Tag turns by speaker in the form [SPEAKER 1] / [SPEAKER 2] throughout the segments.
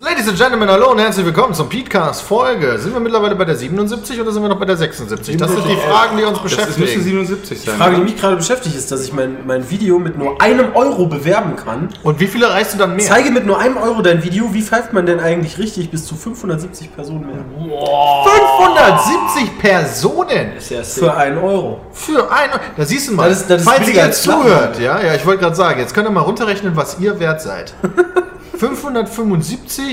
[SPEAKER 1] Ladies and Gentlemen, hallo und herzlich willkommen zum Podcast Folge. Sind wir mittlerweile bei der 77 oder sind wir noch bei der 76? Das sind die Fragen, die uns
[SPEAKER 2] Das ist- müsste
[SPEAKER 1] beschäftigen.
[SPEAKER 2] 77 sein. ne?
[SPEAKER 3] Die Frage, die mich gerade beschäftigt, ist, dass ich mein, mein Video mit nur einem Euro bewerben kann.
[SPEAKER 1] Und wie viele reichst du dann mehr?
[SPEAKER 3] Zeige mit nur einem Euro dein Video. Wie pfeift man denn eigentlich richtig bis zu 570 Personen mehr?
[SPEAKER 1] 570 Personen
[SPEAKER 2] Sehr sick.
[SPEAKER 3] Für einen Euro.
[SPEAKER 1] für ein. Da siehst du mal.
[SPEAKER 3] Das ist- das ist
[SPEAKER 1] falls ihr
[SPEAKER 3] billiger
[SPEAKER 1] jetzt
[SPEAKER 3] als Platten.
[SPEAKER 1] zuhört, ja, ja, ich wollte gerade sagen, jetzt könnt ihr mal runterrechnen, was ihr wert seid. 575.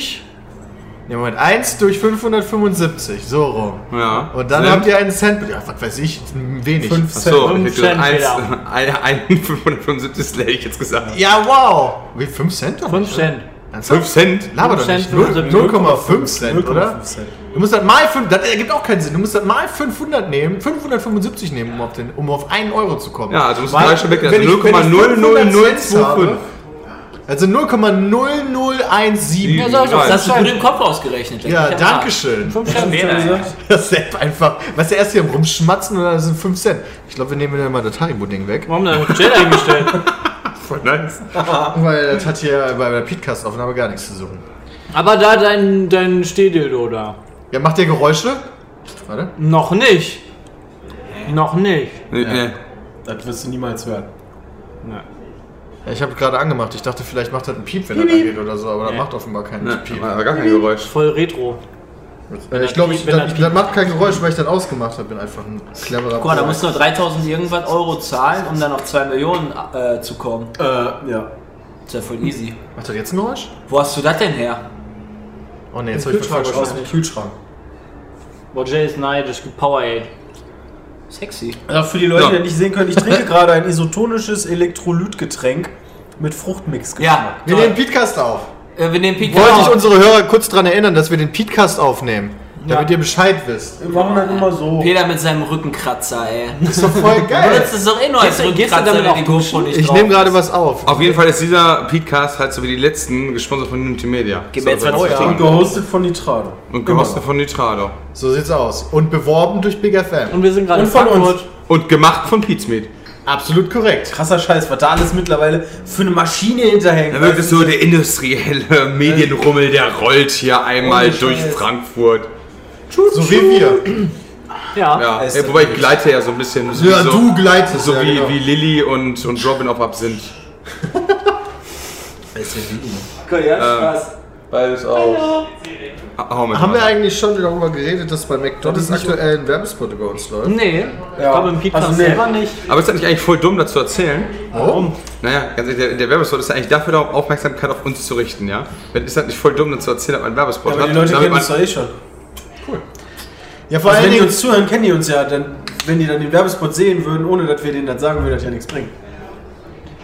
[SPEAKER 1] Ne, Moment, 1 durch 575, so rum.
[SPEAKER 2] Ja.
[SPEAKER 1] Und dann
[SPEAKER 2] Sind-
[SPEAKER 1] habt ihr einen Cent. Ja, was weiß ich, wenig.
[SPEAKER 3] Fünf
[SPEAKER 2] Ach so,
[SPEAKER 3] Cent.
[SPEAKER 2] ich hätte
[SPEAKER 4] Cent
[SPEAKER 2] eins,
[SPEAKER 4] wieder.
[SPEAKER 2] ein, ein 575 hätte ich jetzt gesagt.
[SPEAKER 1] Ja, wow. Wie 5 Cent? doch nicht,
[SPEAKER 4] 5 Cent.
[SPEAKER 1] Ernsthaft?
[SPEAKER 2] 5 Cent?
[SPEAKER 1] Laber doch
[SPEAKER 4] Cent
[SPEAKER 1] nicht.
[SPEAKER 4] für unsere-
[SPEAKER 1] 0,5 Cent, oder?
[SPEAKER 3] 0,5 Cent.
[SPEAKER 1] Du musst das mal 5, das ergibt auch keinen Sinn. Du musst das mal 500 nehmen, 575 nehmen, um auf, den, um auf 1 Euro zu kommen.
[SPEAKER 2] Ja, also musst du
[SPEAKER 1] Weil,
[SPEAKER 2] gleich schon weg, also
[SPEAKER 1] wenn ich- wenn ich
[SPEAKER 2] 0,00025.
[SPEAKER 1] 500 habe, Also 0,0017.
[SPEAKER 2] Ja,
[SPEAKER 1] Ja,
[SPEAKER 2] so-
[SPEAKER 4] Das hast du
[SPEAKER 3] Schein.
[SPEAKER 4] gut im Kopf ausgerechnet. leck mich am
[SPEAKER 1] danke
[SPEAKER 4] Arsch.
[SPEAKER 1] schön.
[SPEAKER 4] Fünf Cent.
[SPEAKER 1] Das ist einfach. Was der erst hier am rumschmatzen und dann sind 5 Cent. Ich glaube, wir nehmen wieder mal das Haribo-Ding weg.
[SPEAKER 4] Warum da ein Schild eingestellt?
[SPEAKER 2] Voll nice.
[SPEAKER 1] Weil das hat hier bei der Podcast-Aufnahme gar nichts zu suchen.
[SPEAKER 4] Aber da dein, dein Stehdildo da.
[SPEAKER 1] Ja, macht der Geräusche? Warte.
[SPEAKER 4] Noch nicht. Noch nicht.
[SPEAKER 2] Nee, nee.
[SPEAKER 3] Das wirst du niemals hören.
[SPEAKER 1] Ja, ich habe gerade angemacht. Ich dachte, vielleicht macht das einen Piep, wenn er angeht oder so, aber das macht offenbar keinen
[SPEAKER 2] Nee,
[SPEAKER 1] Piep.
[SPEAKER 2] aber gar kein Geräusch.
[SPEAKER 4] Voll retro.
[SPEAKER 1] Äh, ich
[SPEAKER 4] er
[SPEAKER 1] glaube,
[SPEAKER 4] piept,
[SPEAKER 1] ich,
[SPEAKER 4] wenn er
[SPEAKER 1] das,
[SPEAKER 4] piept.
[SPEAKER 1] das macht kein Geräusch, weil ich das ausgemacht habe. Bin einfach ein cleverer
[SPEAKER 5] Guck mal, da
[SPEAKER 1] Boy.
[SPEAKER 5] musst du nur 3000 irgendwas Euro zahlen, um dann auf 2 Millionen äh, zu kommen.
[SPEAKER 3] Äh, ja.
[SPEAKER 5] Ist ja voll easy.
[SPEAKER 1] Macht das jetzt ein Geräusch?
[SPEAKER 5] Wo hast du das denn her?
[SPEAKER 1] Oh ne, jetzt habe ich
[SPEAKER 3] Kühlschrank
[SPEAKER 1] verfragt.
[SPEAKER 3] aus dem Kühlschrank.
[SPEAKER 4] Boah, Jay ist neidisch. Powerade.
[SPEAKER 5] Sexy.
[SPEAKER 3] Also für die Leute,
[SPEAKER 2] Ja.
[SPEAKER 3] die nicht sehen können, ich trinke gerade ein isotonisches Elektrolytgetränk mit Fruchtmix.
[SPEAKER 5] Ja,
[SPEAKER 1] Wir nehmen Podcast auf.
[SPEAKER 5] äh, wir nehmen Pika.
[SPEAKER 1] Wollte ich unsere Hörer kurz daran erinnern, dass wir den Podcast aufnehmen. Damit ihr Bescheid wisst.
[SPEAKER 3] Wir machen das immer so.
[SPEAKER 5] Peter mit seinem Rückenkratzer, ey.
[SPEAKER 1] Ist doch voll
[SPEAKER 5] Du
[SPEAKER 1] geil.
[SPEAKER 5] nutzt es doch eh nur als
[SPEAKER 4] Gehst du- gehst du
[SPEAKER 5] Rückenkratzer,
[SPEAKER 4] damit
[SPEAKER 5] wenn die
[SPEAKER 4] auch
[SPEAKER 5] GoPro nicht
[SPEAKER 1] Ich
[SPEAKER 5] drauf
[SPEAKER 1] nehme gerade
[SPEAKER 5] ist.
[SPEAKER 1] was auf.
[SPEAKER 2] Auf jeden Fall ist dieser Podcast halt so wie die letzten gesponsert von Multimedia.
[SPEAKER 5] Gib mir jetzt was zu
[SPEAKER 3] Und
[SPEAKER 2] Und
[SPEAKER 3] gehostet von Nitrado.
[SPEAKER 2] gehostet
[SPEAKER 1] Genau.
[SPEAKER 2] von Nitrado.
[SPEAKER 1] So sieht's aus. Und beworben durch Big FM.
[SPEAKER 4] Und wir sind gerade
[SPEAKER 3] Und von uns.
[SPEAKER 2] Und gemacht von Pizmeet.
[SPEAKER 1] Absolut korrekt.
[SPEAKER 3] Krasser Scheiß, was da alles mittlerweile für eine Maschine hinterhängt.
[SPEAKER 2] Da
[SPEAKER 1] Genau.
[SPEAKER 2] wird es so der industrielle Medienrummel, der rollt hier einmal
[SPEAKER 3] Ohne
[SPEAKER 2] durch
[SPEAKER 3] Scheiß.
[SPEAKER 2] Frankfurt.
[SPEAKER 1] So wie wir.
[SPEAKER 4] Ja.
[SPEAKER 2] Ja,
[SPEAKER 3] Ist
[SPEAKER 2] ey,
[SPEAKER 3] das
[SPEAKER 2] wobei ich gleite ja so ein bisschen. so wie
[SPEAKER 1] Ja,
[SPEAKER 2] so,
[SPEAKER 1] du gleitest.
[SPEAKER 2] So
[SPEAKER 1] ja,
[SPEAKER 2] wie,
[SPEAKER 1] genau.
[SPEAKER 2] wie Lilly und, und Robin auf Absinth. Ähm, Beides auch. Oh, mein
[SPEAKER 1] Haben wir
[SPEAKER 2] Gott.
[SPEAKER 1] eigentlich schon darüber geredet, dass bei McDonalds aktuell ein Werbespot über uns läuft?
[SPEAKER 4] Nee. Ich glaube, im Podcast
[SPEAKER 3] Also, nee.
[SPEAKER 4] selber nicht.
[SPEAKER 2] Aber ist das nicht eigentlich voll dumm, das zu erzählen?
[SPEAKER 1] Warum?
[SPEAKER 2] Naja, ganz ehrlich, der, der Werbespot ist ja eigentlich dafür da, um Aufmerksamkeit auf uns zu richten, ja? Wenn- Ist das nicht voll dumm, das zu erzählen, dass man einen Werbespot
[SPEAKER 3] Aber die
[SPEAKER 2] hat?
[SPEAKER 3] Leute
[SPEAKER 2] damit
[SPEAKER 3] kennen
[SPEAKER 2] man,
[SPEAKER 3] uns doch eh schon.
[SPEAKER 1] Ja, vor
[SPEAKER 3] Also
[SPEAKER 1] allen
[SPEAKER 3] wenn die
[SPEAKER 1] Dingen.
[SPEAKER 3] uns zuhören, kennen die uns ja. Denn wenn die dann den Werbespot sehen würden, ohne dass wir denen das sagen, würde das ja nichts bringen.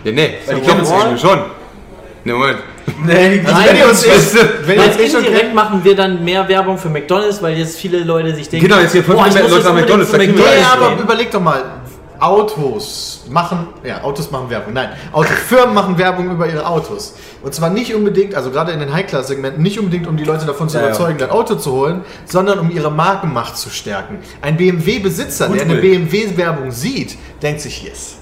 [SPEAKER 2] ja, nee,
[SPEAKER 3] Weil
[SPEAKER 2] die
[SPEAKER 3] die
[SPEAKER 2] kennen uns
[SPEAKER 3] wollen-
[SPEAKER 2] eigentlich schon. Ne, Moment.
[SPEAKER 3] Nee, die
[SPEAKER 1] wenn ihr uns
[SPEAKER 2] Weißt
[SPEAKER 1] eh-
[SPEAKER 2] du,
[SPEAKER 1] wenn ihr
[SPEAKER 4] Als
[SPEAKER 1] uns eh schon
[SPEAKER 4] indirekt
[SPEAKER 1] kennt,
[SPEAKER 4] machen wir dann mehr Werbung für McDonalds, weil jetzt viele Leute sich denken,
[SPEAKER 2] Genau, jetzt hier voll
[SPEAKER 4] boah, ich
[SPEAKER 2] viele
[SPEAKER 4] muss
[SPEAKER 2] Leute
[SPEAKER 4] jetzt
[SPEAKER 2] nach
[SPEAKER 4] unbedingt
[SPEAKER 2] McDonald's,
[SPEAKER 4] zu
[SPEAKER 2] da kriegen wir
[SPEAKER 4] McDonald's
[SPEAKER 2] gleich
[SPEAKER 1] ja,
[SPEAKER 2] Beispiel.
[SPEAKER 1] aber überleg doch mal. Autos machen, ja, Autos machen Werbung. Nein, Autos, Firmen machen Werbung über ihre Autos. Und zwar nicht unbedingt, also gerade in den High-Class-Segmenten, nicht unbedingt, um die Leute davon zu
[SPEAKER 3] Ja, ja.
[SPEAKER 1] überzeugen, ein Auto zu holen, sondern um ihre Markenmacht zu stärken. Ein BMW-Besitzer, der eine
[SPEAKER 2] Goodwill.
[SPEAKER 1] BMW-Werbung sieht, denkt sich, yes,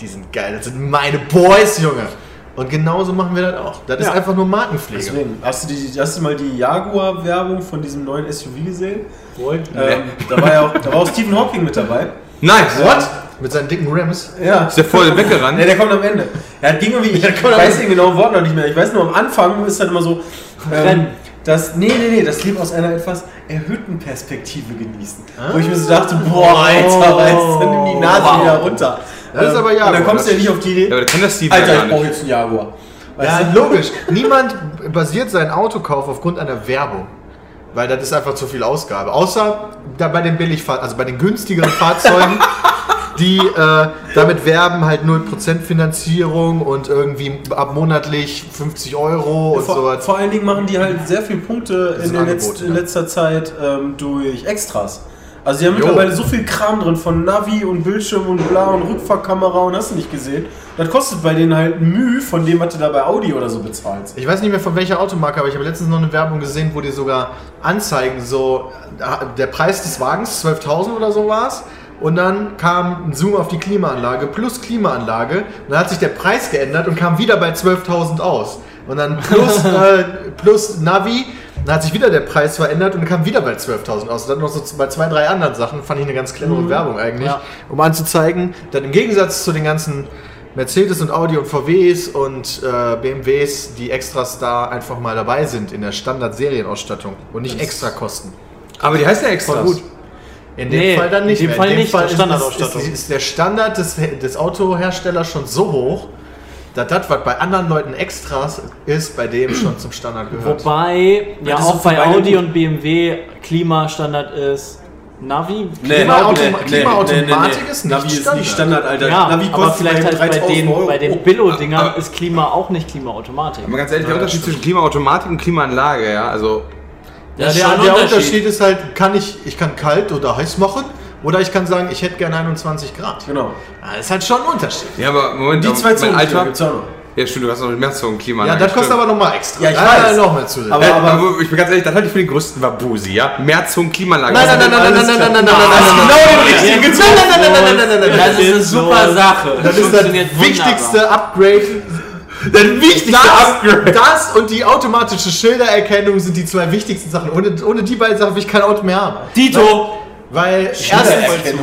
[SPEAKER 1] die sind geil, das sind meine Boys, Junge. Und genauso machen wir das auch. Das ist einfach nur Markenpflege.
[SPEAKER 3] Deswegen, hast du, die, hast du mal die Jaguar-Werbung von diesem neuen SUV gesehen?
[SPEAKER 4] gehen.
[SPEAKER 3] Ähm, da, war ja auch, da war auch Stephen Hawking mit dabei.
[SPEAKER 2] Nice!
[SPEAKER 1] What? Mit seinen dicken Rams.
[SPEAKER 3] Ja.
[SPEAKER 2] Ist der voll
[SPEAKER 3] Ne,
[SPEAKER 2] weggerannt?
[SPEAKER 3] der kommt am Ende. Ja, das ging irgendwie, ich weiß den genauen Wort noch nicht mehr. Ich weiß nur, am Anfang ist dann immer so, ähm,
[SPEAKER 4] Rennen.
[SPEAKER 3] das, nee, nee, nee, das Leben aus einer etwas erhöhten Perspektive genießen. Wo ich mir so dachte, boah, Alter, weißt du, nimm die Nase
[SPEAKER 5] Wow.
[SPEAKER 3] wieder runter.
[SPEAKER 1] Das ist aber
[SPEAKER 3] Und
[SPEAKER 1] Jaguar,
[SPEAKER 3] dann kommst du ja
[SPEAKER 1] das-
[SPEAKER 3] nicht auf die Idee,
[SPEAKER 2] Ja, aber der kann das Steve
[SPEAKER 3] Alter,
[SPEAKER 2] gar
[SPEAKER 3] ich brauche
[SPEAKER 2] nicht.
[SPEAKER 3] jetzt einen Jaguar.
[SPEAKER 1] Ja,
[SPEAKER 3] Weißt du?
[SPEAKER 1] logisch. Niemand basiert seinen Autokauf aufgrund einer Werbung. Weil das ist einfach zu viel Ausgabe. Außer da bei den Billigfahr also bei den günstigeren Fahrzeugen. die äh, damit werben, halt 0% Finanzierung und irgendwie ab monatlich 50 Euro und
[SPEAKER 3] vor,
[SPEAKER 1] sowas.
[SPEAKER 3] vor allen Dingen machen die halt sehr viele Punkte
[SPEAKER 1] Das
[SPEAKER 3] in,
[SPEAKER 1] sind
[SPEAKER 3] der
[SPEAKER 1] Angebote,
[SPEAKER 3] letzt,
[SPEAKER 1] ne?
[SPEAKER 3] letzter Zeit ähm, durch Extras. Also die haben
[SPEAKER 1] Jo.
[SPEAKER 3] mittlerweile so viel Kram drin von Navi und Bildschirm und bla und Rückfahrkamera und hast du nicht gesehen. Das kostet bei denen halt Mühe von dem, was du da bei Audi oder so bezahlst.
[SPEAKER 1] Ich weiß nicht mehr von welcher Automarke, aber ich habe letztens noch eine Werbung gesehen, wo die sogar anzeigen, so äh, der Preis des Wagens 12.000 oder so war's. Und dann kam ein Zoom auf die Klimaanlage plus Klimaanlage. Und dann hat sich der Preis geändert und kam wieder bei 12.000 aus. Und dann plus, äh, plus Navi. Dann hat sich wieder der Preis verändert und kam wieder bei 12.000 aus. Und dann noch so bei zwei, drei anderen Sachen fand ich eine ganz clevere Werbung eigentlich, um anzuzeigen, dass im Gegensatz zu den ganzen Mercedes und Audi und VWs und äh, BMWs, die Extras da einfach mal dabei sind in der Standard-Serienausstattung und nicht extra kosten.
[SPEAKER 2] Aber die heißt ja extra.
[SPEAKER 1] Voll gut. In dem
[SPEAKER 4] Nee,
[SPEAKER 1] Fall dann nicht.
[SPEAKER 4] in dem
[SPEAKER 1] mehr.
[SPEAKER 4] Fall nicht,
[SPEAKER 1] Fall
[SPEAKER 4] das
[SPEAKER 1] ist,
[SPEAKER 4] Standardausstattung.
[SPEAKER 1] Ist, ist, ist der Standard des, des Autoherstellers schon so hoch, dass das, was bei anderen Leuten Extras ist, bei dem schon zum Standard gehört.
[SPEAKER 4] Wobei, ja,
[SPEAKER 3] das ist
[SPEAKER 4] auch bei
[SPEAKER 3] bei
[SPEAKER 4] Audi
[SPEAKER 3] gut.
[SPEAKER 4] und BMW Klimastandard ist Navi.
[SPEAKER 3] Nee,
[SPEAKER 1] Klimaautom- Klimaautomatik ist nicht
[SPEAKER 3] Navi ist
[SPEAKER 1] Standard.
[SPEAKER 3] nicht Standard, Alter.
[SPEAKER 4] Ja,
[SPEAKER 3] Navi
[SPEAKER 4] aber
[SPEAKER 3] kostet
[SPEAKER 4] vielleicht halt bei
[SPEAKER 3] 3000
[SPEAKER 4] den,
[SPEAKER 3] Euro.
[SPEAKER 4] bei den
[SPEAKER 2] Ah,
[SPEAKER 4] Billo-Dingern
[SPEAKER 2] aber-
[SPEAKER 4] ist Klima auch nicht Klimaautomatik.
[SPEAKER 2] Aber ganz ehrlich, der Unterschied zwischen Klimaautomatik und Klimaanlage, ja, also
[SPEAKER 4] Ja,
[SPEAKER 1] der, der Unterschied ist halt, kann ich, ich kann kalt oder heiß machen oder ich kann sagen, ich hätte gerne 21 Grad.
[SPEAKER 3] Genau.
[SPEAKER 1] Ah, Das ist halt schon ein Unterschied.
[SPEAKER 2] Ja, aber Moment,
[SPEAKER 3] Die
[SPEAKER 2] aber
[SPEAKER 3] zwei
[SPEAKER 2] mein
[SPEAKER 3] Zonen
[SPEAKER 2] Alter.
[SPEAKER 3] gibt's auch noch.
[SPEAKER 2] Ja, stimmt, du hast noch mehr Zonen Klima.
[SPEAKER 1] Ja, das kostet aber nochmal extra.
[SPEAKER 3] Ja, ich
[SPEAKER 1] Ah,
[SPEAKER 3] weiß.
[SPEAKER 1] noch mehr zusätzlich.
[SPEAKER 2] Aber,
[SPEAKER 3] Aber-
[SPEAKER 2] aber, ich bin ganz ehrlich, das halte ich für den größten Wabusi, ja? Mehr Zonen Klimaanlage.
[SPEAKER 1] Nein, nein, nein, nein, nein, nein, nein, nein, nein, nein, nein, nein, nein, nein, nein, nein, nein, nein, nein, nein, nein,
[SPEAKER 5] Das ist eine
[SPEAKER 4] ist
[SPEAKER 5] super
[SPEAKER 4] so-
[SPEAKER 5] Sache.
[SPEAKER 1] Das ist das
[SPEAKER 5] Funktioniert
[SPEAKER 1] wichtigste Upgrade.
[SPEAKER 2] Das wichtigste Upgrade.
[SPEAKER 1] Das und die automatische Schildererkennung sind die zwei wichtigsten Sachen. Ohne, ohne die beiden Sachen will ich kein Auto mehr haben.
[SPEAKER 4] Dito!
[SPEAKER 1] Weil erstens,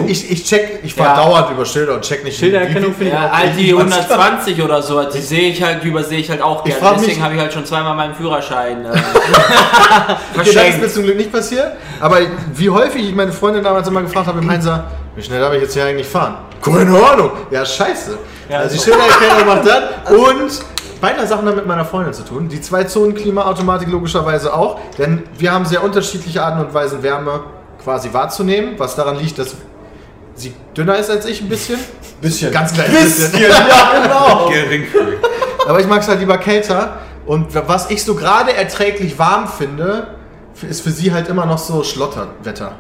[SPEAKER 1] ich, ich check, ich fahr
[SPEAKER 4] Ja.
[SPEAKER 1] dauernd über Schilder und check nicht. wie-
[SPEAKER 4] Schildererkennung
[SPEAKER 1] wie-
[SPEAKER 4] finde ich
[SPEAKER 5] Ja,
[SPEAKER 4] auch.
[SPEAKER 5] halt die 120 oder so, die sehe ich halt, die übersehe ich halt auch
[SPEAKER 1] Ich
[SPEAKER 5] gerne.
[SPEAKER 1] frag mich-
[SPEAKER 5] Deswegen habe ich halt schon zweimal meinen Führerschein äh,
[SPEAKER 1] Okay, das ist mir
[SPEAKER 5] verschenkt.
[SPEAKER 1] zum Glück nicht passiert. Aber wie häufig ich meine Freundin damals immer gefragt habe im Einser, wie schnell darf ich jetzt hier eigentlich fahren? Keine Ahnung. Ja, scheiße. also die Schildererkennung macht das. Und beide Sachen haben mit meiner Freundin zu tun. Die zwei Zonen Klimaautomatik logischerweise auch. Denn wir haben sehr unterschiedliche Arten und Weisen, Wärme quasi wahrzunehmen. Was daran liegt, dass sie dünner ist als ich ein bisschen.
[SPEAKER 3] Bisschen.
[SPEAKER 1] Ganz klein
[SPEAKER 3] bisschen. Ja, genau.
[SPEAKER 2] Geringfügig.
[SPEAKER 1] Aber ich mag es halt lieber kälter. Und was ich so gerade erträglich warm finde, ist für sie halt immer noch so Schlotterwetter.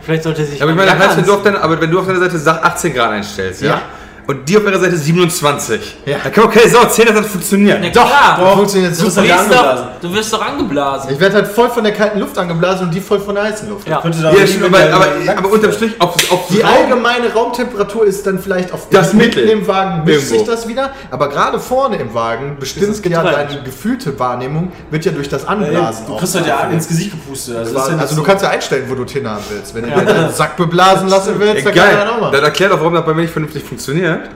[SPEAKER 4] Vielleicht sollte sich.
[SPEAKER 2] Ja, aber ich meine, das heißt, wenn du
[SPEAKER 4] doch
[SPEAKER 2] auf deiner, aber wenn du auf deiner Seite sag 18 Grad einstellst, ja?
[SPEAKER 1] Ja.
[SPEAKER 2] Und die auf ihrer Seite 27.
[SPEAKER 1] Ja.
[SPEAKER 2] Da kann man keine Sau erzählen, dass das funktioniert.
[SPEAKER 5] Na klar,
[SPEAKER 1] Das funktioniert
[SPEAKER 3] Du bist
[SPEAKER 1] super.
[SPEAKER 5] Ah,
[SPEAKER 3] ja
[SPEAKER 5] du, wirst doch,
[SPEAKER 3] angeblasen.
[SPEAKER 5] du wirst doch angeblasen.
[SPEAKER 1] Ich werde halt voll von der kalten Luft angeblasen und die voll von der heißen Luft.
[SPEAKER 4] Ja.
[SPEAKER 3] Könnte da
[SPEAKER 2] Ja, stimmt, aber,
[SPEAKER 3] jemand
[SPEAKER 2] aber,
[SPEAKER 3] einen Lack-
[SPEAKER 2] aber unterm Strich, auf, auf
[SPEAKER 1] Die allgemeine Raumtemperatur ist dann vielleicht auf
[SPEAKER 2] Das
[SPEAKER 1] mitten
[SPEAKER 2] Mittel.
[SPEAKER 1] im Wagen mischt sich
[SPEAKER 2] Irgendwo.
[SPEAKER 1] das wieder, aber gerade vorne im Wagen
[SPEAKER 4] Ist es
[SPEAKER 1] bestimmt ja
[SPEAKER 4] getrennt.
[SPEAKER 1] deine gefühlte Wahrnehmung wird ja durch das
[SPEAKER 3] Ey,
[SPEAKER 1] Anblasen
[SPEAKER 3] Du
[SPEAKER 1] auch
[SPEAKER 3] kriegst halt ja
[SPEAKER 1] beeinflusst.
[SPEAKER 3] ins Gesicht gepustet. Also, das ist ja
[SPEAKER 1] Also du
[SPEAKER 3] so-
[SPEAKER 1] kannst ja einstellen, wo du es hinhaben willst. Wenn du dir deinen Sack beblasen lassen willst,
[SPEAKER 2] Ey,
[SPEAKER 1] dann
[SPEAKER 2] geil.
[SPEAKER 1] kann er auch
[SPEAKER 2] Das
[SPEAKER 1] mal.
[SPEAKER 2] erklärt auch, warum das bei mir nicht vernünftig funktioniert.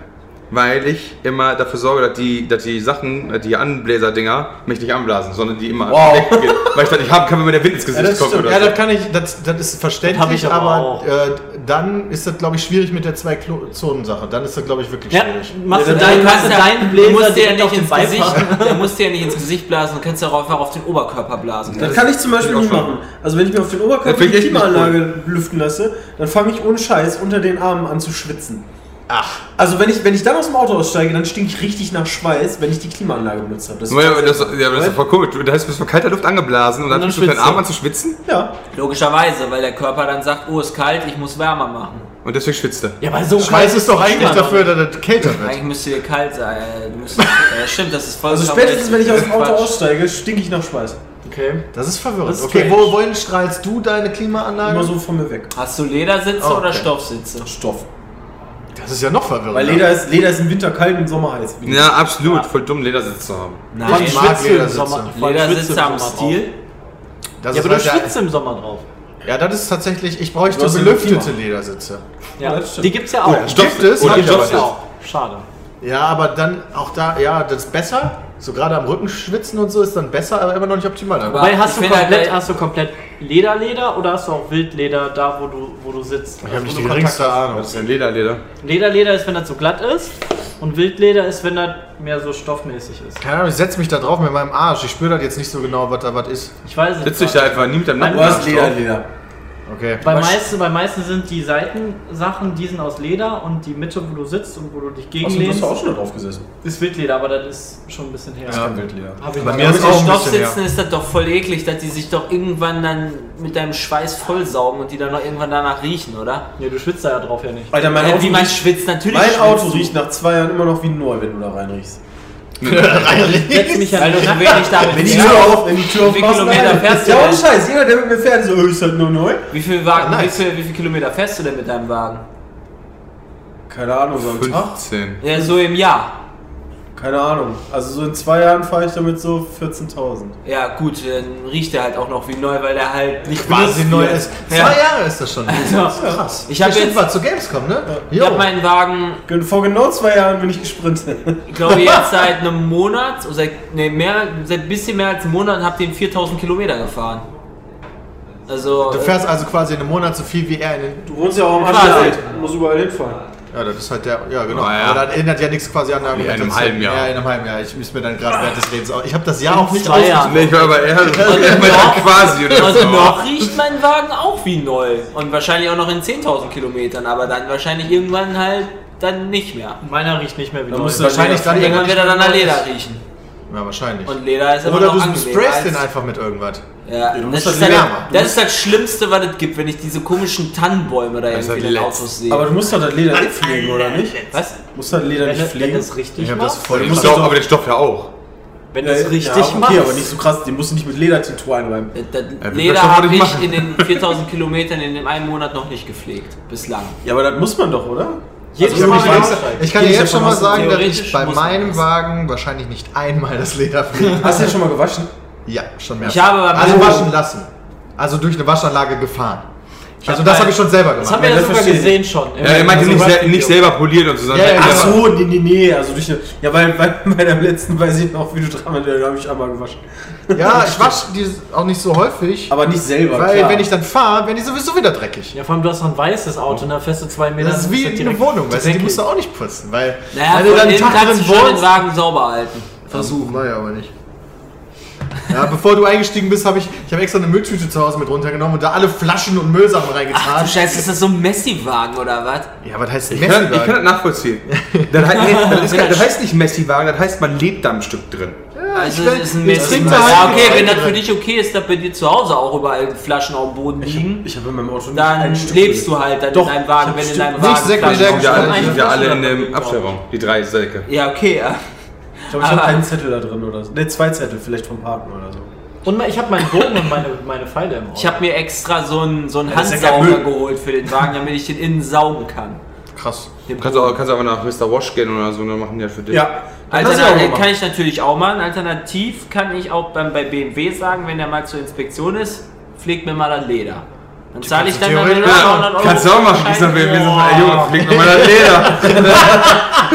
[SPEAKER 2] Weil ich immer dafür sorge, dass die, dass die Sachen, die Anbläser-Dinger, mich nicht anblasen, sondern die immer
[SPEAKER 3] Wow.
[SPEAKER 2] weggehen. Weil ich das nicht haben kann, wenn mir der Wind ins Gesicht
[SPEAKER 1] das
[SPEAKER 2] kommt.
[SPEAKER 1] stimmt.
[SPEAKER 2] Oder
[SPEAKER 1] Ja,
[SPEAKER 2] so.
[SPEAKER 1] das kann ich, das, das ist verständlich,
[SPEAKER 4] ich aber
[SPEAKER 1] aber,
[SPEAKER 4] auch.
[SPEAKER 1] äh, dann ist das, glaube ich, schwierig mit der Zwei-Zonen-Sache. Dann ist das, glaube ich, wirklich
[SPEAKER 4] Ja,
[SPEAKER 1] schwierig.
[SPEAKER 4] machst du
[SPEAKER 3] Ja,
[SPEAKER 4] deinen,
[SPEAKER 5] Du
[SPEAKER 4] machst
[SPEAKER 5] kannst
[SPEAKER 4] du
[SPEAKER 5] ja-
[SPEAKER 4] deinen
[SPEAKER 5] du
[SPEAKER 4] Bläser
[SPEAKER 5] musst dir ja
[SPEAKER 4] direkt auf
[SPEAKER 5] nicht
[SPEAKER 4] den
[SPEAKER 5] ins
[SPEAKER 4] Beifahrer.
[SPEAKER 5] Gesicht, du musst dir ja nicht ins Gesicht blasen, du kannst ja auch einfach auf den Oberkörper blasen.
[SPEAKER 3] Das kann ich zum Beispiel
[SPEAKER 2] auch
[SPEAKER 3] nicht
[SPEAKER 2] schon.
[SPEAKER 3] machen. Also wenn ich mir auf den Oberkörper
[SPEAKER 2] Das find
[SPEAKER 3] die
[SPEAKER 2] ich echt nicht
[SPEAKER 3] Klimaanlage lüften lasse, dann fange ich ohne Scheiß unter den Armen an zu schwitzen. Ach. Also wenn ich, wenn ich dann aus dem Auto aussteige, dann stinke ich richtig nach Schweiß, wenn ich die Klimaanlage benutzt habe. Das ist
[SPEAKER 2] Ja, aber das, ja, aber das ist voll komisch. Du- Da hast du bist von kalter Luft angeblasen und dann
[SPEAKER 4] Und dann
[SPEAKER 2] fängst du deinen
[SPEAKER 4] schwitzt
[SPEAKER 2] Arm
[SPEAKER 4] du.
[SPEAKER 2] an zu schwitzen
[SPEAKER 3] ja.
[SPEAKER 5] Logischerweise, weil der Körper dann sagt, oh, ist kalt, ich muss wärmer machen.
[SPEAKER 2] und deswegen schwitzt du.
[SPEAKER 4] Ja, aber so
[SPEAKER 1] Schweiß
[SPEAKER 3] also
[SPEAKER 4] kalt
[SPEAKER 1] ist doch eigentlich
[SPEAKER 4] immer noch.
[SPEAKER 1] dafür, dass es kälter wird.
[SPEAKER 5] Eigentlich müsste dir kalt sein. äh, Du musst, äh, stimmt, das ist voll
[SPEAKER 3] Also spätestens wenn ich aus dem Auto aussteige, stinke ich nach Schweiß.
[SPEAKER 4] Okay.
[SPEAKER 1] Das ist verwirrend.
[SPEAKER 4] Das ist
[SPEAKER 1] okay,
[SPEAKER 4] strange.
[SPEAKER 1] wo, wohin strahlst du deine Klimaanlage?
[SPEAKER 3] Immer so von mir weg.
[SPEAKER 5] Hast du Ledersitze
[SPEAKER 1] Oh,
[SPEAKER 5] oder
[SPEAKER 1] okay.
[SPEAKER 5] Stoffsitze?
[SPEAKER 3] Stoff.
[SPEAKER 1] Das ist ja noch verwirrender.
[SPEAKER 3] Weil Leder ist, Leder ist im Winter kalt und im Sommer heiß. Wie-
[SPEAKER 2] Ja, absolut. Voll dumm, Ledersitz zu haben.
[SPEAKER 4] Wann
[SPEAKER 1] Ich
[SPEAKER 5] Nein,
[SPEAKER 1] mag
[SPEAKER 4] schwitzt du im
[SPEAKER 1] Ledersitze.
[SPEAKER 4] Sommer? wann schwitzt du
[SPEAKER 5] Ledersitze
[SPEAKER 4] im
[SPEAKER 5] am
[SPEAKER 4] Sommer
[SPEAKER 5] Stil.
[SPEAKER 1] das
[SPEAKER 4] Drauf? Ja,
[SPEAKER 1] ist
[SPEAKER 4] aber du
[SPEAKER 1] halt
[SPEAKER 4] schwitzt im Sommer drauf.
[SPEAKER 1] der, ja, das ist tatsächlich, ich
[SPEAKER 3] Du
[SPEAKER 1] bräuchte
[SPEAKER 3] hast ja
[SPEAKER 1] belüftete
[SPEAKER 3] Klima.
[SPEAKER 1] Ledersitze.
[SPEAKER 4] Ja,
[SPEAKER 3] das stimmt.
[SPEAKER 4] die gibt's ja auch.
[SPEAKER 1] Gibt es,
[SPEAKER 2] Oder
[SPEAKER 1] hab ich halt aber
[SPEAKER 2] Stoffsitz.
[SPEAKER 1] nicht.
[SPEAKER 4] Schade.
[SPEAKER 1] Ja, aber dann auch da, ja, das ist besser. So gerade am Rücken schwitzen und so ist dann besser, aber immer noch nicht optimal.
[SPEAKER 5] Aber-
[SPEAKER 4] Weil
[SPEAKER 5] ich
[SPEAKER 4] hast du,
[SPEAKER 5] finde
[SPEAKER 4] komplett,
[SPEAKER 5] halt, weil-
[SPEAKER 4] hast du komplett Lederleder oder hast du auch Wildleder da, wo du, wo du sitzt? Also
[SPEAKER 1] ich habe nicht
[SPEAKER 4] Wo
[SPEAKER 1] die
[SPEAKER 4] du
[SPEAKER 1] geringste
[SPEAKER 4] Kontakt
[SPEAKER 1] Ahnung.
[SPEAKER 2] Das ist ein Lederleder.
[SPEAKER 4] hast. Lederleder ist, wenn das so glatt ist und Wildleder ist, wenn das mehr so stoffmäßig ist.
[SPEAKER 1] Keine Ahnung, ich setze mich da drauf mit meinem Arsch. Ich spüre das jetzt nicht so genau, was da was ist.
[SPEAKER 4] Ich weiß es
[SPEAKER 2] Sitzt dich
[SPEAKER 4] nicht.
[SPEAKER 2] da einfach nie mit deinem
[SPEAKER 4] Nein,
[SPEAKER 2] Nacken.
[SPEAKER 3] Du hast
[SPEAKER 2] drauf.
[SPEAKER 3] Leder, Leder.
[SPEAKER 1] Okay.
[SPEAKER 4] Bei
[SPEAKER 3] Was-
[SPEAKER 4] meisten, bei meisten sind die Seitensachen, die sind aus Leder und die Mitte, wo du sitzt und wo du dich
[SPEAKER 3] Außerdem hast
[SPEAKER 4] gegenlehnst,
[SPEAKER 3] du auch schon da drauf gesessen.
[SPEAKER 4] ist Wildleder, aber das ist schon ein bisschen her.
[SPEAKER 1] Ja.
[SPEAKER 3] Wildleder.
[SPEAKER 4] Hab ich
[SPEAKER 1] Bei
[SPEAKER 4] mal-
[SPEAKER 1] mir ist
[SPEAKER 5] Mit dem
[SPEAKER 1] auch ein
[SPEAKER 5] Stoff
[SPEAKER 1] bisschen her.
[SPEAKER 5] sitzen ist das doch voll eklig, dass die sich doch irgendwann dann mit deinem Schweiß vollsaugen und die dann noch irgendwann danach riechen, oder?
[SPEAKER 4] Nee, du schwitzt da ja drauf ja nicht.
[SPEAKER 3] Alter, mein
[SPEAKER 5] Äh,
[SPEAKER 3] Auto,
[SPEAKER 5] wie man
[SPEAKER 3] riecht,
[SPEAKER 5] schwitzt, natürlich.
[SPEAKER 3] mein
[SPEAKER 5] schwitzt
[SPEAKER 3] Auto
[SPEAKER 5] du.
[SPEAKER 3] riecht nach zwei Jahren immer noch wie neu, wenn du da reinriechst.
[SPEAKER 4] Setz mich
[SPEAKER 5] Weil
[SPEAKER 4] an
[SPEAKER 5] du so wenig damit
[SPEAKER 3] Wenn die
[SPEAKER 5] fährst.
[SPEAKER 3] Tür auf, wenn die Tür
[SPEAKER 5] Wie
[SPEAKER 3] aufmachst,
[SPEAKER 5] viele Kilometer
[SPEAKER 3] nein.
[SPEAKER 5] fährst du
[SPEAKER 3] Ja, ohne
[SPEAKER 5] denn?
[SPEAKER 3] Scheiß, jeder, der mit mir fährt, so, "Äh, ist halt nur neu.
[SPEAKER 5] Wie viel, Wagen,
[SPEAKER 1] Ah, nice.
[SPEAKER 5] wie, viel, wie viel Kilometer fährst du denn mit deinem Wagen?
[SPEAKER 3] Keine Ahnung, so am Tag.
[SPEAKER 2] 15.
[SPEAKER 5] Ja, so im Jahr.
[SPEAKER 3] Keine Ahnung. Also so in zwei Jahren fahre ich damit so 14.000.
[SPEAKER 5] Ja, gut, dann riecht der halt auch noch wie neu, weil der halt nicht
[SPEAKER 1] Quasi
[SPEAKER 5] benutzt
[SPEAKER 1] neu
[SPEAKER 5] wird.
[SPEAKER 1] ist.
[SPEAKER 5] Ja.
[SPEAKER 1] Zwei Jahre ist das schon. Das ist krass.
[SPEAKER 5] Ich hab
[SPEAKER 1] Bestimmt
[SPEAKER 5] jetzt-
[SPEAKER 1] war zu Gamescom, ne?
[SPEAKER 5] Ich habe meinen Wagen
[SPEAKER 3] Gen- Vor genau zwei Jahren bin ich gesprintet.
[SPEAKER 5] Ich glaube jetzt seit einem Monat, oh, seit, nee, mehr, seit ein bisschen mehr als einem Monat und habe den 4000 Kilometer gefahren. Also,
[SPEAKER 1] Du fährst also quasi in einem Monat so viel wie er in den.
[SPEAKER 3] Du wohnst ja auch am
[SPEAKER 5] Quasi.
[SPEAKER 3] Anfang. Du musst überall hinfahren.
[SPEAKER 1] Ja, das ist halt der. Ja, genau.
[SPEAKER 2] Ah, ja.
[SPEAKER 1] Aber das ändert ja nichts quasi an der
[SPEAKER 2] in einem
[SPEAKER 1] Argumentation.
[SPEAKER 2] halben Jahr.
[SPEAKER 1] Ja, in einem halben Jahr. Ich muss mir dann gerade während des Redens auch. Ich habe das Jahr auch nicht
[SPEAKER 5] äh, zwei Jahren.
[SPEAKER 2] Nee, ich war aber eher
[SPEAKER 5] noch-
[SPEAKER 2] quasi
[SPEAKER 5] äh,
[SPEAKER 2] oder
[SPEAKER 5] also
[SPEAKER 2] so.
[SPEAKER 5] noch riecht mein Wagen auch wie neu. Und wahrscheinlich auch noch in 10.000 Kilometern, aber dann wahrscheinlich irgendwann halt dann nicht mehr.
[SPEAKER 4] Meiner riecht nicht mehr wie neu.
[SPEAKER 3] musst du-
[SPEAKER 1] Wahrscheinlich dann
[SPEAKER 5] Irgendwann wird er dann nach
[SPEAKER 1] Ja,
[SPEAKER 5] Leder riechen.
[SPEAKER 1] wahrscheinlich.
[SPEAKER 5] Und Leder ist aber
[SPEAKER 1] Oder
[SPEAKER 5] noch
[SPEAKER 1] du
[SPEAKER 5] angelegt
[SPEAKER 1] sprayst
[SPEAKER 5] als-
[SPEAKER 1] den einfach mit irgendwas.
[SPEAKER 5] Ja,
[SPEAKER 3] du
[SPEAKER 5] das,
[SPEAKER 3] musst
[SPEAKER 5] ist
[SPEAKER 3] das
[SPEAKER 5] halt,
[SPEAKER 1] Leder machen.
[SPEAKER 5] das ist das Schlimmste, was es gibt, wenn ich diese komischen Tannenbäume da
[SPEAKER 2] ist
[SPEAKER 5] irgendwie in
[SPEAKER 2] halt
[SPEAKER 5] den
[SPEAKER 2] letzt.
[SPEAKER 5] Autos sehe.
[SPEAKER 3] Aber du musst doch das Leder nicht pflegen, oder nicht?
[SPEAKER 5] was?
[SPEAKER 3] Musst du das Leder
[SPEAKER 4] Wenn,
[SPEAKER 3] nicht
[SPEAKER 4] es- wenn
[SPEAKER 3] pflegen?
[SPEAKER 4] es richtig
[SPEAKER 1] Ich habe das
[SPEAKER 4] machst,
[SPEAKER 1] voll.
[SPEAKER 2] Den
[SPEAKER 1] im
[SPEAKER 2] Stoff, aber den Stoff ja auch.
[SPEAKER 4] wenn du es richtig
[SPEAKER 3] ja, okay,
[SPEAKER 4] machst.
[SPEAKER 3] aber nicht so krass. Den musst du nicht mit Leder tintuaren rein.
[SPEAKER 5] Das- Das
[SPEAKER 2] das
[SPEAKER 5] Leder
[SPEAKER 2] kann man
[SPEAKER 5] habe
[SPEAKER 2] nicht
[SPEAKER 5] ich
[SPEAKER 2] machen.
[SPEAKER 5] in den 4000 Kilometern in dem einen Monat noch nicht gepflegt. Bislang.
[SPEAKER 3] Ja, aber das muss man doch, oder?
[SPEAKER 5] Jedes
[SPEAKER 3] Also,
[SPEAKER 5] Mal,
[SPEAKER 1] ich,
[SPEAKER 5] wenn
[SPEAKER 1] weiß,
[SPEAKER 5] aussteige.
[SPEAKER 1] ich kann dir
[SPEAKER 3] Geh ich
[SPEAKER 1] jetzt schon
[SPEAKER 3] davon
[SPEAKER 1] mal
[SPEAKER 3] aus,
[SPEAKER 1] sagen, dass
[SPEAKER 5] theoretisch
[SPEAKER 1] ich bei
[SPEAKER 5] muss man
[SPEAKER 1] meinem
[SPEAKER 5] das.
[SPEAKER 1] Wagen wahrscheinlich nicht einmal das Leder fliege.
[SPEAKER 3] Hast du den schon mal gewaschen?
[SPEAKER 1] Ja, schon mehr.
[SPEAKER 5] Ich habe aber-
[SPEAKER 1] also waschen lassen. Also durch eine Waschanlage gefahren. also
[SPEAKER 4] hab
[SPEAKER 1] das
[SPEAKER 4] bei-
[SPEAKER 1] habe ich schon selber
[SPEAKER 4] Das
[SPEAKER 1] gemacht.
[SPEAKER 4] haben wir
[SPEAKER 3] Ja,
[SPEAKER 4] ja
[SPEAKER 3] das
[SPEAKER 4] sogar
[SPEAKER 3] verstehe ich.
[SPEAKER 4] gesehen schon.
[SPEAKER 2] Ja, er meinte nicht, sel- nicht selber poliert und so, sondern
[SPEAKER 1] Ja, ja,
[SPEAKER 2] halt
[SPEAKER 3] Ach
[SPEAKER 1] genau.
[SPEAKER 2] einfach-
[SPEAKER 3] so, nee, nee, nee. Also durch eine, ja, weil bei, bei dem letzten weiß ich noch, wie du dran warst, da habe ich einmal gewaschen.
[SPEAKER 1] ja, ich wasche die auch nicht so häufig.
[SPEAKER 3] Aber nicht selber,
[SPEAKER 1] weil
[SPEAKER 3] klar.
[SPEAKER 1] wenn ich dann fahre, werden die sowieso wieder dreckig.
[SPEAKER 4] Ja, vor allem du hast noch ein weißes Auto, ne? Fährst du zwei Meter.
[SPEAKER 1] Das ist wie in einer
[SPEAKER 4] direkt-
[SPEAKER 1] Wohnung, weißt du, die
[SPEAKER 4] dreckig.
[SPEAKER 1] musst du auch nicht putzen, weil
[SPEAKER 5] Naja,
[SPEAKER 1] wenn du
[SPEAKER 5] von
[SPEAKER 1] dann einen
[SPEAKER 5] innen
[SPEAKER 1] Tag
[SPEAKER 5] kannst du
[SPEAKER 1] drin
[SPEAKER 5] schon den
[SPEAKER 1] wohnst,
[SPEAKER 5] Wagen sauber halten.
[SPEAKER 1] versuchen. Naja, aber nicht. Ja, bevor du eingestiegen bist, habe ich, ich habe extra eine Mülltüte zu Hause mit runtergenommen und da alle Flaschen und Müllsachen
[SPEAKER 5] Ach
[SPEAKER 1] reingetan.
[SPEAKER 5] du Scheiße, ist das so ein Messi-Wagen oder was?
[SPEAKER 1] Ah, ja, was heißt
[SPEAKER 2] Ich kann, ich kann das
[SPEAKER 1] Messenwagen?
[SPEAKER 2] nachvollziehen. Das, heißt- nee, das, ist kein, das heißt nicht Messi-Wagen, das heißt, man lebt da ein Stück drin.
[SPEAKER 5] also,
[SPEAKER 1] ich bin-
[SPEAKER 5] es ist ein
[SPEAKER 1] ich
[SPEAKER 5] Messi-Wagen.
[SPEAKER 1] trinke da
[SPEAKER 5] Ja,
[SPEAKER 1] halt
[SPEAKER 5] okay,
[SPEAKER 1] die
[SPEAKER 5] wenn das
[SPEAKER 1] Leute.
[SPEAKER 5] für dich okay ist, dass bei dir zu Hause auch überall Flaschen auf dem Boden
[SPEAKER 1] Mhm.
[SPEAKER 5] liegen,
[SPEAKER 3] Ich habe in meinem Auto nicht
[SPEAKER 5] dann
[SPEAKER 3] ein Stück
[SPEAKER 5] lebst du halt dann
[SPEAKER 3] Doch,
[SPEAKER 5] in deinem
[SPEAKER 3] ich
[SPEAKER 5] Wagen,
[SPEAKER 3] hab
[SPEAKER 5] wenn in
[SPEAKER 3] bestimmt
[SPEAKER 5] deinem
[SPEAKER 1] nicht
[SPEAKER 5] Wagen
[SPEAKER 1] sekundär
[SPEAKER 5] Flaschen
[SPEAKER 2] Die sind ja alle,
[SPEAKER 5] liegen.
[SPEAKER 2] die sind ja alle in dem
[SPEAKER 4] Flasche-
[SPEAKER 2] Abstellraum, die drei Säcke.
[SPEAKER 5] Ja, okay. ja.
[SPEAKER 3] Ich glaube, ich habe
[SPEAKER 4] halt.
[SPEAKER 5] Aber-
[SPEAKER 3] einen Zettel da drin oder so. Ne, zwei Zettel, vielleicht vom Parken oder so.
[SPEAKER 4] Und ich habe meinen Bogen und meine, meine Pfeile im Auto.
[SPEAKER 5] Ich habe mir extra so einen, so einen
[SPEAKER 3] Ja, das ist ja kein
[SPEAKER 5] Handsauger
[SPEAKER 3] Müll.
[SPEAKER 5] geholt für den Wagen, damit ich den innen saugen kann.
[SPEAKER 1] Krass.
[SPEAKER 5] Den
[SPEAKER 2] Kannst du, auch, kannst du aber nach Mr. Wash gehen oder so, dann machen die ja für dich.
[SPEAKER 3] dann hast du auch
[SPEAKER 5] Alternativ
[SPEAKER 3] gemacht.
[SPEAKER 5] kann ich natürlich auch machen. Alternativ kann ich auch beim, bei BMW sagen, wenn der mal zur Inspektion ist, pflegt mir mal das Leder. Dann zahle ich dann
[SPEAKER 1] theoretisch
[SPEAKER 5] damit
[SPEAKER 1] machen.
[SPEAKER 5] 300 Euro.
[SPEAKER 2] Kannst du auch machen, dieser
[SPEAKER 5] Scheiße.
[SPEAKER 2] BMW. so, ey, Junge, flieg nochmal das Leder.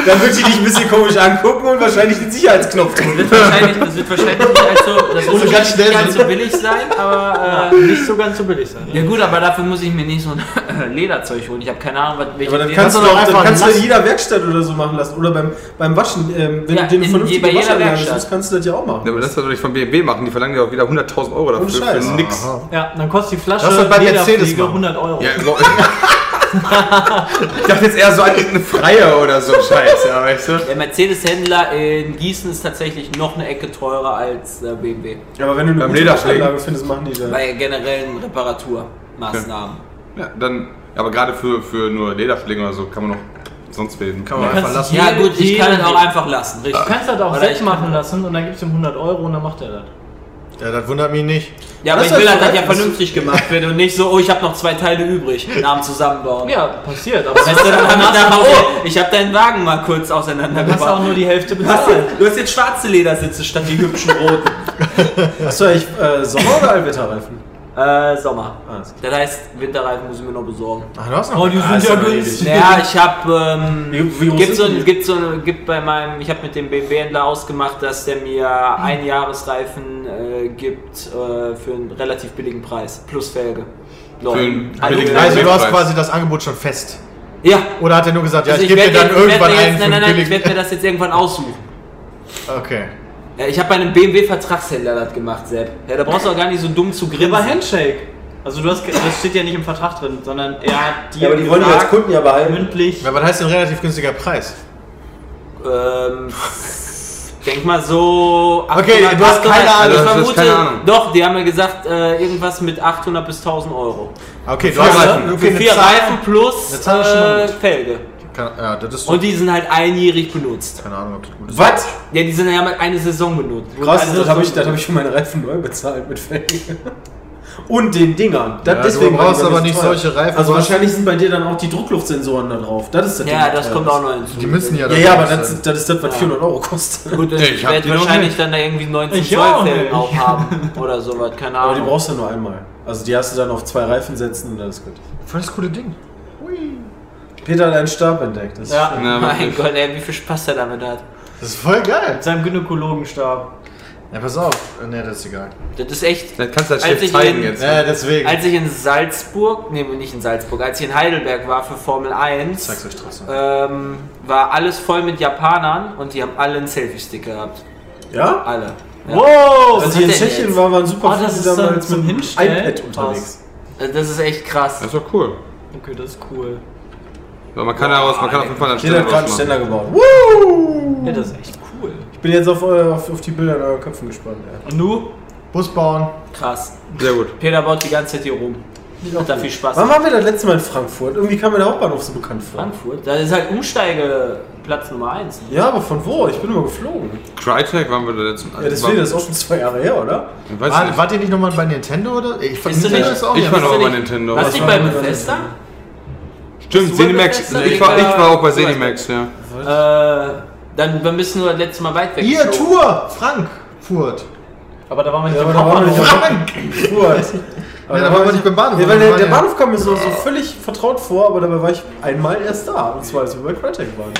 [SPEAKER 3] Dann wird die dich ein bisschen komisch angucken und wahrscheinlich den Sicherheitsknopf drücken.
[SPEAKER 5] Das wird wahrscheinlich, das wird wahrscheinlich nicht allzu, das wird
[SPEAKER 1] ganz
[SPEAKER 5] wahrscheinlich
[SPEAKER 1] schnell
[SPEAKER 5] nicht allzu billig sein, aber äh,
[SPEAKER 4] nicht so ganz so billig sein.
[SPEAKER 5] ja gut, aber dafür muss ich mir nicht so ein Lederzeug holen. Ich habe keine Ahnung, was welche
[SPEAKER 3] Aber dann
[SPEAKER 5] Leder-
[SPEAKER 3] kannst du
[SPEAKER 1] doch
[SPEAKER 3] doch
[SPEAKER 1] einfach
[SPEAKER 3] dann kannst du
[SPEAKER 1] lassen.
[SPEAKER 3] in jeder Werkstatt oder so machen lassen. Oder beim, beim Waschen, ähm, wenn
[SPEAKER 5] Ja,
[SPEAKER 3] du dir eine
[SPEAKER 5] in-
[SPEAKER 3] vernünftige
[SPEAKER 5] bei jeder
[SPEAKER 3] Waschanlage
[SPEAKER 5] Werkstatt.
[SPEAKER 3] suchst, kannst du das ja auch machen.
[SPEAKER 2] Ja, aber das soll doch nicht von BMW machen, die verlangen ja auch wieder 100.000 Euro dafür.
[SPEAKER 3] Ohne Scheiß.
[SPEAKER 2] Für nix.
[SPEAKER 1] Aha.
[SPEAKER 4] Ja, dann kostet die Flasche
[SPEAKER 1] Das wird bei
[SPEAKER 4] Lederpflege
[SPEAKER 1] Mercedes machen.
[SPEAKER 4] 100 Euro.
[SPEAKER 2] Ja, so. ich dachte jetzt eher so an irgendeine Freie oder so Scheiße, ja, weißt du?
[SPEAKER 5] Der Mercedes-Händler in Gießen ist tatsächlich noch eine Ecke teurer als äh, BMW.
[SPEAKER 3] Ja, aber wenn du eine
[SPEAKER 2] Beim
[SPEAKER 3] gute
[SPEAKER 2] Lederschlägen.
[SPEAKER 3] Waschanlage findest, machen die dann.
[SPEAKER 5] Bei generellen Reparaturmaßnahmen.
[SPEAKER 2] Ja, dann, aber gerade für, für nur Lederschlägen oder so kann man noch sonst wählen.
[SPEAKER 1] Kann man einfach
[SPEAKER 4] kannst
[SPEAKER 1] lassen.
[SPEAKER 4] du-
[SPEAKER 5] Ja gut, ich
[SPEAKER 4] Jeden-
[SPEAKER 5] kann es auch einfach lassen, richtig.
[SPEAKER 4] Du kannst das auch
[SPEAKER 5] Oder ich
[SPEAKER 4] selbst
[SPEAKER 5] kann-
[SPEAKER 4] machen lassen und dann gibst du ihm 100 Euro und dann macht er das.
[SPEAKER 1] Ja, das wundert mich nicht.
[SPEAKER 5] Ja, aber
[SPEAKER 3] Das
[SPEAKER 5] ich will,
[SPEAKER 3] ist
[SPEAKER 5] halt, dass das ja
[SPEAKER 3] korrekt.
[SPEAKER 5] vernünftig gemacht wird und nicht so, oh, ich habe noch zwei Teile übrig, Namen zusammenbauen.
[SPEAKER 4] Ja, passiert. Aber
[SPEAKER 5] Weißt du, dann hab ich
[SPEAKER 4] hast
[SPEAKER 5] da
[SPEAKER 4] du
[SPEAKER 5] mal,
[SPEAKER 4] auch-
[SPEAKER 5] oh, ich habe deinen Wagen mal kurz
[SPEAKER 4] hast du auch
[SPEAKER 5] auseinandergebaut.
[SPEAKER 4] nur die Hälfte
[SPEAKER 5] Hast
[SPEAKER 4] bezahlt.
[SPEAKER 5] du, du hast jetzt schwarze Ledersitze statt die hübschen roten.
[SPEAKER 3] Hast du eigentlich äh, Sommer- oder Allwetterreifen?
[SPEAKER 5] äh, Sommer.
[SPEAKER 3] Ah, ist- Ah,
[SPEAKER 5] Das heißt, Winterreifen muss ich mir noch besorgen.
[SPEAKER 1] Ach, du hast noch
[SPEAKER 4] Oh, die sind
[SPEAKER 3] ist
[SPEAKER 4] ja
[SPEAKER 3] aber
[SPEAKER 4] günstig.
[SPEAKER 5] Ja, ich habe ähm,
[SPEAKER 3] Wie- wie groß
[SPEAKER 5] gibt so
[SPEAKER 3] sind die?
[SPEAKER 5] ein, gibt so ein, gibt bei meinem, ich habe mit dem BMW-Händler ausgemacht, dass der mir ein Jahresreifen äh, gibt äh, für einen relativ billigen Preis plus Felge. Für
[SPEAKER 2] einen billigen Preis.
[SPEAKER 1] also du hast
[SPEAKER 2] Preis.
[SPEAKER 1] quasi das Angebot schon fest.
[SPEAKER 5] Ja.
[SPEAKER 1] Oder hat er nur gesagt, ja,
[SPEAKER 5] Also
[SPEAKER 1] ich gebe dir
[SPEAKER 5] werd
[SPEAKER 1] dann
[SPEAKER 5] mir- werd
[SPEAKER 1] irgendwann
[SPEAKER 5] mir
[SPEAKER 1] einen
[SPEAKER 5] jetzt,
[SPEAKER 1] für
[SPEAKER 5] nein,
[SPEAKER 1] einen
[SPEAKER 5] nein, nein, ich werde mir
[SPEAKER 1] billigen.
[SPEAKER 5] das jetzt irgendwann aussuchen.
[SPEAKER 1] Okay.
[SPEAKER 5] Ja, ich habe bei einem BMW-Vertragshändler das gemacht, Sepp. Ja, da brauchst du auch gar nicht so dumm zu
[SPEAKER 4] River
[SPEAKER 5] grinsen.
[SPEAKER 4] Handshake. Also du hast, ge- das steht ja nicht im Vertrag drin, sondern er hat dir
[SPEAKER 3] Ja, aber die wollen wir als
[SPEAKER 4] gesagt,
[SPEAKER 3] Kunden ja behalten.
[SPEAKER 4] mündlich.
[SPEAKER 1] Ja, was heißt denn relativ günstiger Preis?
[SPEAKER 5] Ähm, denk mal so. 800,
[SPEAKER 1] Okay, du hast keine
[SPEAKER 5] 800.
[SPEAKER 1] Ahnung,
[SPEAKER 2] du
[SPEAKER 5] Ich
[SPEAKER 2] hast
[SPEAKER 5] vermute,
[SPEAKER 2] Also, keine Ahnung.
[SPEAKER 5] doch, die haben ja gesagt, äh, irgendwas mit 800 bis 1000 Euro. Also,
[SPEAKER 1] Okay, du
[SPEAKER 2] Vier
[SPEAKER 1] hast halt
[SPEAKER 2] Reifen.
[SPEAKER 1] irgendwie eine
[SPEAKER 5] ne? Vier
[SPEAKER 1] Zahl-
[SPEAKER 5] Reifen plus
[SPEAKER 1] eine Zahl ist schon mal
[SPEAKER 5] äh,
[SPEAKER 1] gut.
[SPEAKER 5] Felge.
[SPEAKER 1] Keine- Ja, das ist
[SPEAKER 5] Und die sind halt einjährig benutzt.
[SPEAKER 1] keine Ahnung, ob das gut ist.
[SPEAKER 3] Was?
[SPEAKER 5] Ja, die sind ja mal eine Saison benutzt.
[SPEAKER 3] Krass,
[SPEAKER 5] Also
[SPEAKER 3] das habe ich,
[SPEAKER 5] so-
[SPEAKER 3] das hab ich für meine Reifen neu bezahlt mit Felgen. Und den Dingern. Das-
[SPEAKER 1] Ja, du
[SPEAKER 3] waren die
[SPEAKER 1] brauchst
[SPEAKER 3] bei mir
[SPEAKER 1] aber
[SPEAKER 3] so
[SPEAKER 1] nicht
[SPEAKER 3] teuer.
[SPEAKER 1] solche Reifen,
[SPEAKER 3] Also
[SPEAKER 1] du hast-
[SPEAKER 3] wahrscheinlich sind bei dir dann auch die Druckluftsensoren da drauf. Das ist das
[SPEAKER 5] Ja,
[SPEAKER 3] Ding,
[SPEAKER 5] das
[SPEAKER 3] teuer
[SPEAKER 5] kommt
[SPEAKER 3] ist.
[SPEAKER 5] auch noch hinzu.
[SPEAKER 1] Die müssen ja
[SPEAKER 3] Ja,
[SPEAKER 1] dann
[SPEAKER 3] ja,
[SPEAKER 1] gut
[SPEAKER 3] aber das,
[SPEAKER 1] sein.
[SPEAKER 3] ist- halt- das ist das, was 400 Euro kostet.
[SPEAKER 5] Gut, das
[SPEAKER 2] Ich hab
[SPEAKER 5] werd
[SPEAKER 2] die noch
[SPEAKER 5] wahrscheinlich
[SPEAKER 2] nicht.
[SPEAKER 5] dann da irgendwie 19
[SPEAKER 4] Ich auch
[SPEAKER 5] Zoll Felgen
[SPEAKER 4] nicht.
[SPEAKER 5] auch haben oder sowas, keine
[SPEAKER 3] Aber die
[SPEAKER 5] Ahnung.
[SPEAKER 3] brauchst du nur einmal. Also die hast du dann auf zwei Reifen setzen und alles gut.
[SPEAKER 1] Voll das coole Ding.
[SPEAKER 3] Peter hat einen Stab entdeckt. Das
[SPEAKER 4] Ja,
[SPEAKER 3] ist
[SPEAKER 2] Na,
[SPEAKER 5] mein
[SPEAKER 2] wirklich.
[SPEAKER 5] Gott, ey, wie viel Spaß er damit hat.
[SPEAKER 1] Das ist voll geil.
[SPEAKER 4] Mit seinem Gynäkologenstab.
[SPEAKER 1] Ja, pass auf. Äh, Nee, das ist egal.
[SPEAKER 5] Das ist echt
[SPEAKER 2] Dann kannst du das
[SPEAKER 5] Als
[SPEAKER 2] Schiff
[SPEAKER 5] ich
[SPEAKER 2] zeigen
[SPEAKER 5] ihn-
[SPEAKER 2] jetzt.
[SPEAKER 1] Ja, deswegen.
[SPEAKER 5] Als ich in Salzburg, nee, nicht in Salzburg, als ich in Heidelberg war für Formel 1,
[SPEAKER 1] Zeig's euch trotzdem.
[SPEAKER 5] ähm, war alles voll mit Japanern und die haben alle einen Selfie-Stick gehabt.
[SPEAKER 3] ja?
[SPEAKER 5] Alle. Ja.
[SPEAKER 4] Wow!
[SPEAKER 5] Oh, Was
[SPEAKER 3] Als ich in
[SPEAKER 5] hat der
[SPEAKER 3] Tschechien
[SPEAKER 5] jetzt? Oh,
[SPEAKER 3] war, waren super
[SPEAKER 4] Ah, das
[SPEAKER 3] viele
[SPEAKER 4] ist dann
[SPEAKER 3] damals
[SPEAKER 4] zum
[SPEAKER 3] mit dem
[SPEAKER 4] Hinstellen?
[SPEAKER 3] iPad unterwegs.
[SPEAKER 5] Also Das ist echt krass.
[SPEAKER 2] Das ist doch cool.
[SPEAKER 4] Okay, das ist cool.
[SPEAKER 2] Aber man kann daraus, man kann auf jeden Fall einen
[SPEAKER 3] Peter
[SPEAKER 2] Ständer
[SPEAKER 3] hat gerade einen
[SPEAKER 2] draus machen.
[SPEAKER 3] Ständer gebaut. Woo!
[SPEAKER 4] Ja, das ist echt cool.
[SPEAKER 3] Ich bin jetzt auf, euer, auf, auf die Bilder in euren Köpfen gespannt. Ja.
[SPEAKER 4] Und du?
[SPEAKER 1] Bus bauen.
[SPEAKER 5] Krass.
[SPEAKER 2] Sehr gut.
[SPEAKER 5] Peter baut die ganze Zeit hier rum. Hat da viel Spaß.
[SPEAKER 3] Wann waren wir das letzte Mal in Frankfurt? Irgendwie kam mir der Hauptbahnhof so bekannt vor.
[SPEAKER 5] Frankfurt? Das ist halt Umsteigeplatz Nummer 1.
[SPEAKER 3] Ja, aber von wo? Ich bin immer geflogen.
[SPEAKER 2] Crytek waren wir da letzten
[SPEAKER 3] Ja, deswegen, das ist auch schon zwei Jahre her, oder?
[SPEAKER 2] Ich weiß
[SPEAKER 1] War,
[SPEAKER 2] nicht.
[SPEAKER 1] wart ihr nicht nochmal bei Nintendo oder? Ich
[SPEAKER 5] Bist du
[SPEAKER 1] Nintendo
[SPEAKER 5] nicht-
[SPEAKER 1] ist auch
[SPEAKER 2] ich war
[SPEAKER 1] nicht.
[SPEAKER 2] noch bei Nintendo.
[SPEAKER 5] Warst du
[SPEAKER 3] war
[SPEAKER 5] nicht bei
[SPEAKER 3] mit
[SPEAKER 5] Bethesda?
[SPEAKER 2] Stimmt,
[SPEAKER 5] Bist du bei
[SPEAKER 2] Zenimax.
[SPEAKER 5] Bethesda?
[SPEAKER 2] Ich war, ich war auch bei
[SPEAKER 5] Zum Beispiel.
[SPEAKER 2] Zenimax, ja.
[SPEAKER 5] Äh, dann wir müssen nur das letzte Mal weit weg.
[SPEAKER 1] Ihr Tour! Frankfurt.
[SPEAKER 4] Aber da waren wir nicht
[SPEAKER 3] Ja,
[SPEAKER 4] im
[SPEAKER 3] aber da waren wir nicht auf
[SPEAKER 1] Frank!
[SPEAKER 3] Frankfurt.
[SPEAKER 1] Ja, da waren wir nicht beim Bahnhof.
[SPEAKER 3] Ja, weil der,
[SPEAKER 1] Wir waren
[SPEAKER 3] der
[SPEAKER 1] ja-
[SPEAKER 3] Bahnhof kam mir so, so völlig vertraut vor, aber dabei war ich einmal erst da. Und zwar, als wir bei Crytek waren.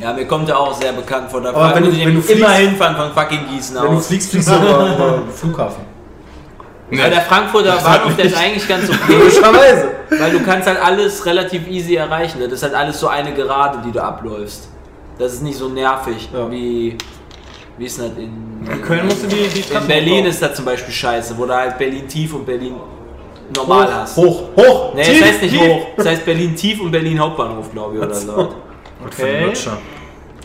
[SPEAKER 5] Ja, mir kommt er auch sehr bekannt vor. Da
[SPEAKER 3] Aber wenn
[SPEAKER 5] muss
[SPEAKER 3] du-
[SPEAKER 5] ich
[SPEAKER 3] wenn du
[SPEAKER 5] nämlich immer
[SPEAKER 3] fliegst-
[SPEAKER 5] hinfahren von fucking Gießen
[SPEAKER 3] Wenn du
[SPEAKER 5] aus.
[SPEAKER 3] fliegst, fliegst du über, über den Flughafen.
[SPEAKER 5] Weil der
[SPEAKER 2] Nee.
[SPEAKER 5] Frankfurter Bahnhof, der ist eigentlich ganz okay,
[SPEAKER 3] Logischerweise.
[SPEAKER 5] weil du kannst halt alles relativ easy erreichen. Das ist halt alles so eine Gerade, die du abläufst. Das ist nicht so nervig
[SPEAKER 3] Ja.
[SPEAKER 5] wie, wie ist denn das in, in
[SPEAKER 4] Köln musst du die, die Treppen
[SPEAKER 5] In Berlin
[SPEAKER 4] hochbauen.
[SPEAKER 5] ist das zum Beispiel scheiße, wo du halt Berlin tief und Berlin normal hast.
[SPEAKER 3] Hoch, hoch,
[SPEAKER 5] Nee,
[SPEAKER 3] tief,
[SPEAKER 5] das heißt nicht
[SPEAKER 3] tief.
[SPEAKER 5] hoch. Das heißt Berlin tief und Berlin Hauptbahnhof, glaube ich, oder so.
[SPEAKER 4] Okay.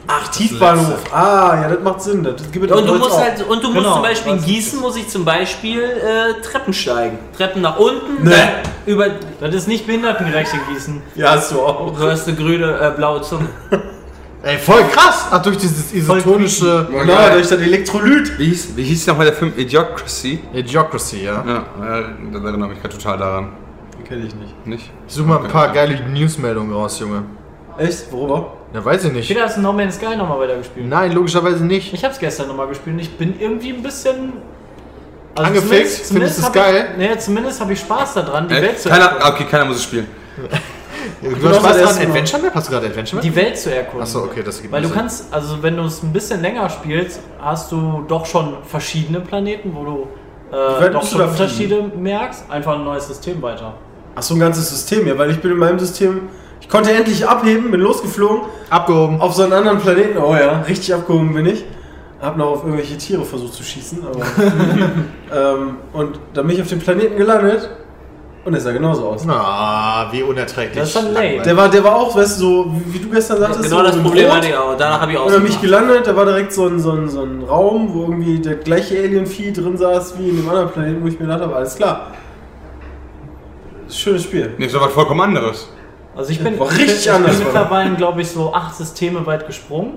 [SPEAKER 3] Ach, Tiefbahnhof. Ah, ja, das macht Sinn. Das gibt es
[SPEAKER 5] Und du
[SPEAKER 3] auch.
[SPEAKER 5] musst halt, und du musst
[SPEAKER 4] Genau.
[SPEAKER 5] zum Beispiel in Gießen muss ich zum Beispiel äh, Treppen steigen. Treppen nach unten,
[SPEAKER 3] Nee.
[SPEAKER 5] dann über
[SPEAKER 4] Das ist nicht behindertengerecht in Gießen.
[SPEAKER 3] Ja, hast du auch.
[SPEAKER 5] Du hast eine grüne, äh, blaue Zunge.
[SPEAKER 1] Ey, voll krass! Ach, durch dieses isotonische.
[SPEAKER 2] War
[SPEAKER 3] Na,
[SPEAKER 2] geil.
[SPEAKER 3] durch das Elektrolyt.
[SPEAKER 2] Wie hieß, wie hieß nochmal der Film Idiocracy?
[SPEAKER 1] Idiocracy, ja.
[SPEAKER 2] Ja, äh, das erinnert mich gerade total daran.
[SPEAKER 3] Kenne ich nicht.
[SPEAKER 2] Nicht?
[SPEAKER 1] Ich such mal ein paar geile Newsmeldungen raus, Junge.
[SPEAKER 3] Echt? Worüber?
[SPEAKER 1] Ja, weiß ich nicht.
[SPEAKER 4] Peter hast du No Man's Sky nochmal weitergespielt.
[SPEAKER 1] Nein, logischerweise nicht.
[SPEAKER 4] Ich hab's gestern nochmal gespielt und ich bin irgendwie ein bisschen. Also
[SPEAKER 1] Angefixt?
[SPEAKER 4] zumindest-
[SPEAKER 1] Findest du's
[SPEAKER 4] zumindest
[SPEAKER 1] geil?
[SPEAKER 4] hab Ich, nee, zumindest habe ich Spaß daran, die Welt
[SPEAKER 2] Echt?
[SPEAKER 4] zu
[SPEAKER 2] Keiner, ah,
[SPEAKER 4] erkunden.
[SPEAKER 2] okay, keiner muss es spielen.
[SPEAKER 1] Du
[SPEAKER 3] bin
[SPEAKER 1] hast Spaß
[SPEAKER 3] auch das
[SPEAKER 1] dran.
[SPEAKER 3] erste Mal.
[SPEAKER 1] Adventure Map? Hast du gerade Adventure Map?
[SPEAKER 4] Die Welt zu erkunden.
[SPEAKER 1] Achso, okay, das gibt
[SPEAKER 4] Weil du
[SPEAKER 1] Sinn.
[SPEAKER 4] kannst, also wenn du es ein bisschen länger spielst, hast du doch schon verschiedene Planeten, wo du äh,
[SPEAKER 3] Welt
[SPEAKER 4] doch
[SPEAKER 3] musst
[SPEAKER 4] schon
[SPEAKER 3] du da
[SPEAKER 4] Unterschiede merkst. Einfach ein neues System weiter.
[SPEAKER 3] Ach so, ein ganzes System hier, weil ich bin in meinem System. Ich konnte endlich abheben, bin losgeflogen
[SPEAKER 1] Abgehoben.
[SPEAKER 3] auf so einen anderen Planeten. Oh ja, richtig abgehoben bin ich. Hab noch auf irgendwelche Tiere versucht zu schießen, aber. ähm, und dann bin ich auf dem Planeten gelandet und der sah genauso aus.
[SPEAKER 1] Na, Ah, wie unerträglich.
[SPEAKER 4] Das ist schon lame.
[SPEAKER 3] Der war, der war auch, weißt du, so, wie, wie du gestern sagtest,
[SPEAKER 5] Genau
[SPEAKER 3] so
[SPEAKER 5] das
[SPEAKER 3] mit
[SPEAKER 5] Problem
[SPEAKER 3] Rot.
[SPEAKER 5] hatte ich auch. Danach habe ich auch.
[SPEAKER 3] Und dann bin ich gelandet, da war direkt so ein, so, ein, so ein Raum, wo irgendwie der gleiche Alien-Vieh drin saß wie in dem anderen Planeten, wo ich mir gedacht habe, alles klar. Schönes Spiel.
[SPEAKER 2] Nee, ist doch was vollkommen anderes.
[SPEAKER 4] Also ich bin,
[SPEAKER 3] War
[SPEAKER 4] ich bin,
[SPEAKER 3] richtig
[SPEAKER 4] ich bin
[SPEAKER 3] anders, oder?
[SPEAKER 4] mittlerweile, glaube ich, so acht Systeme weit gesprungen.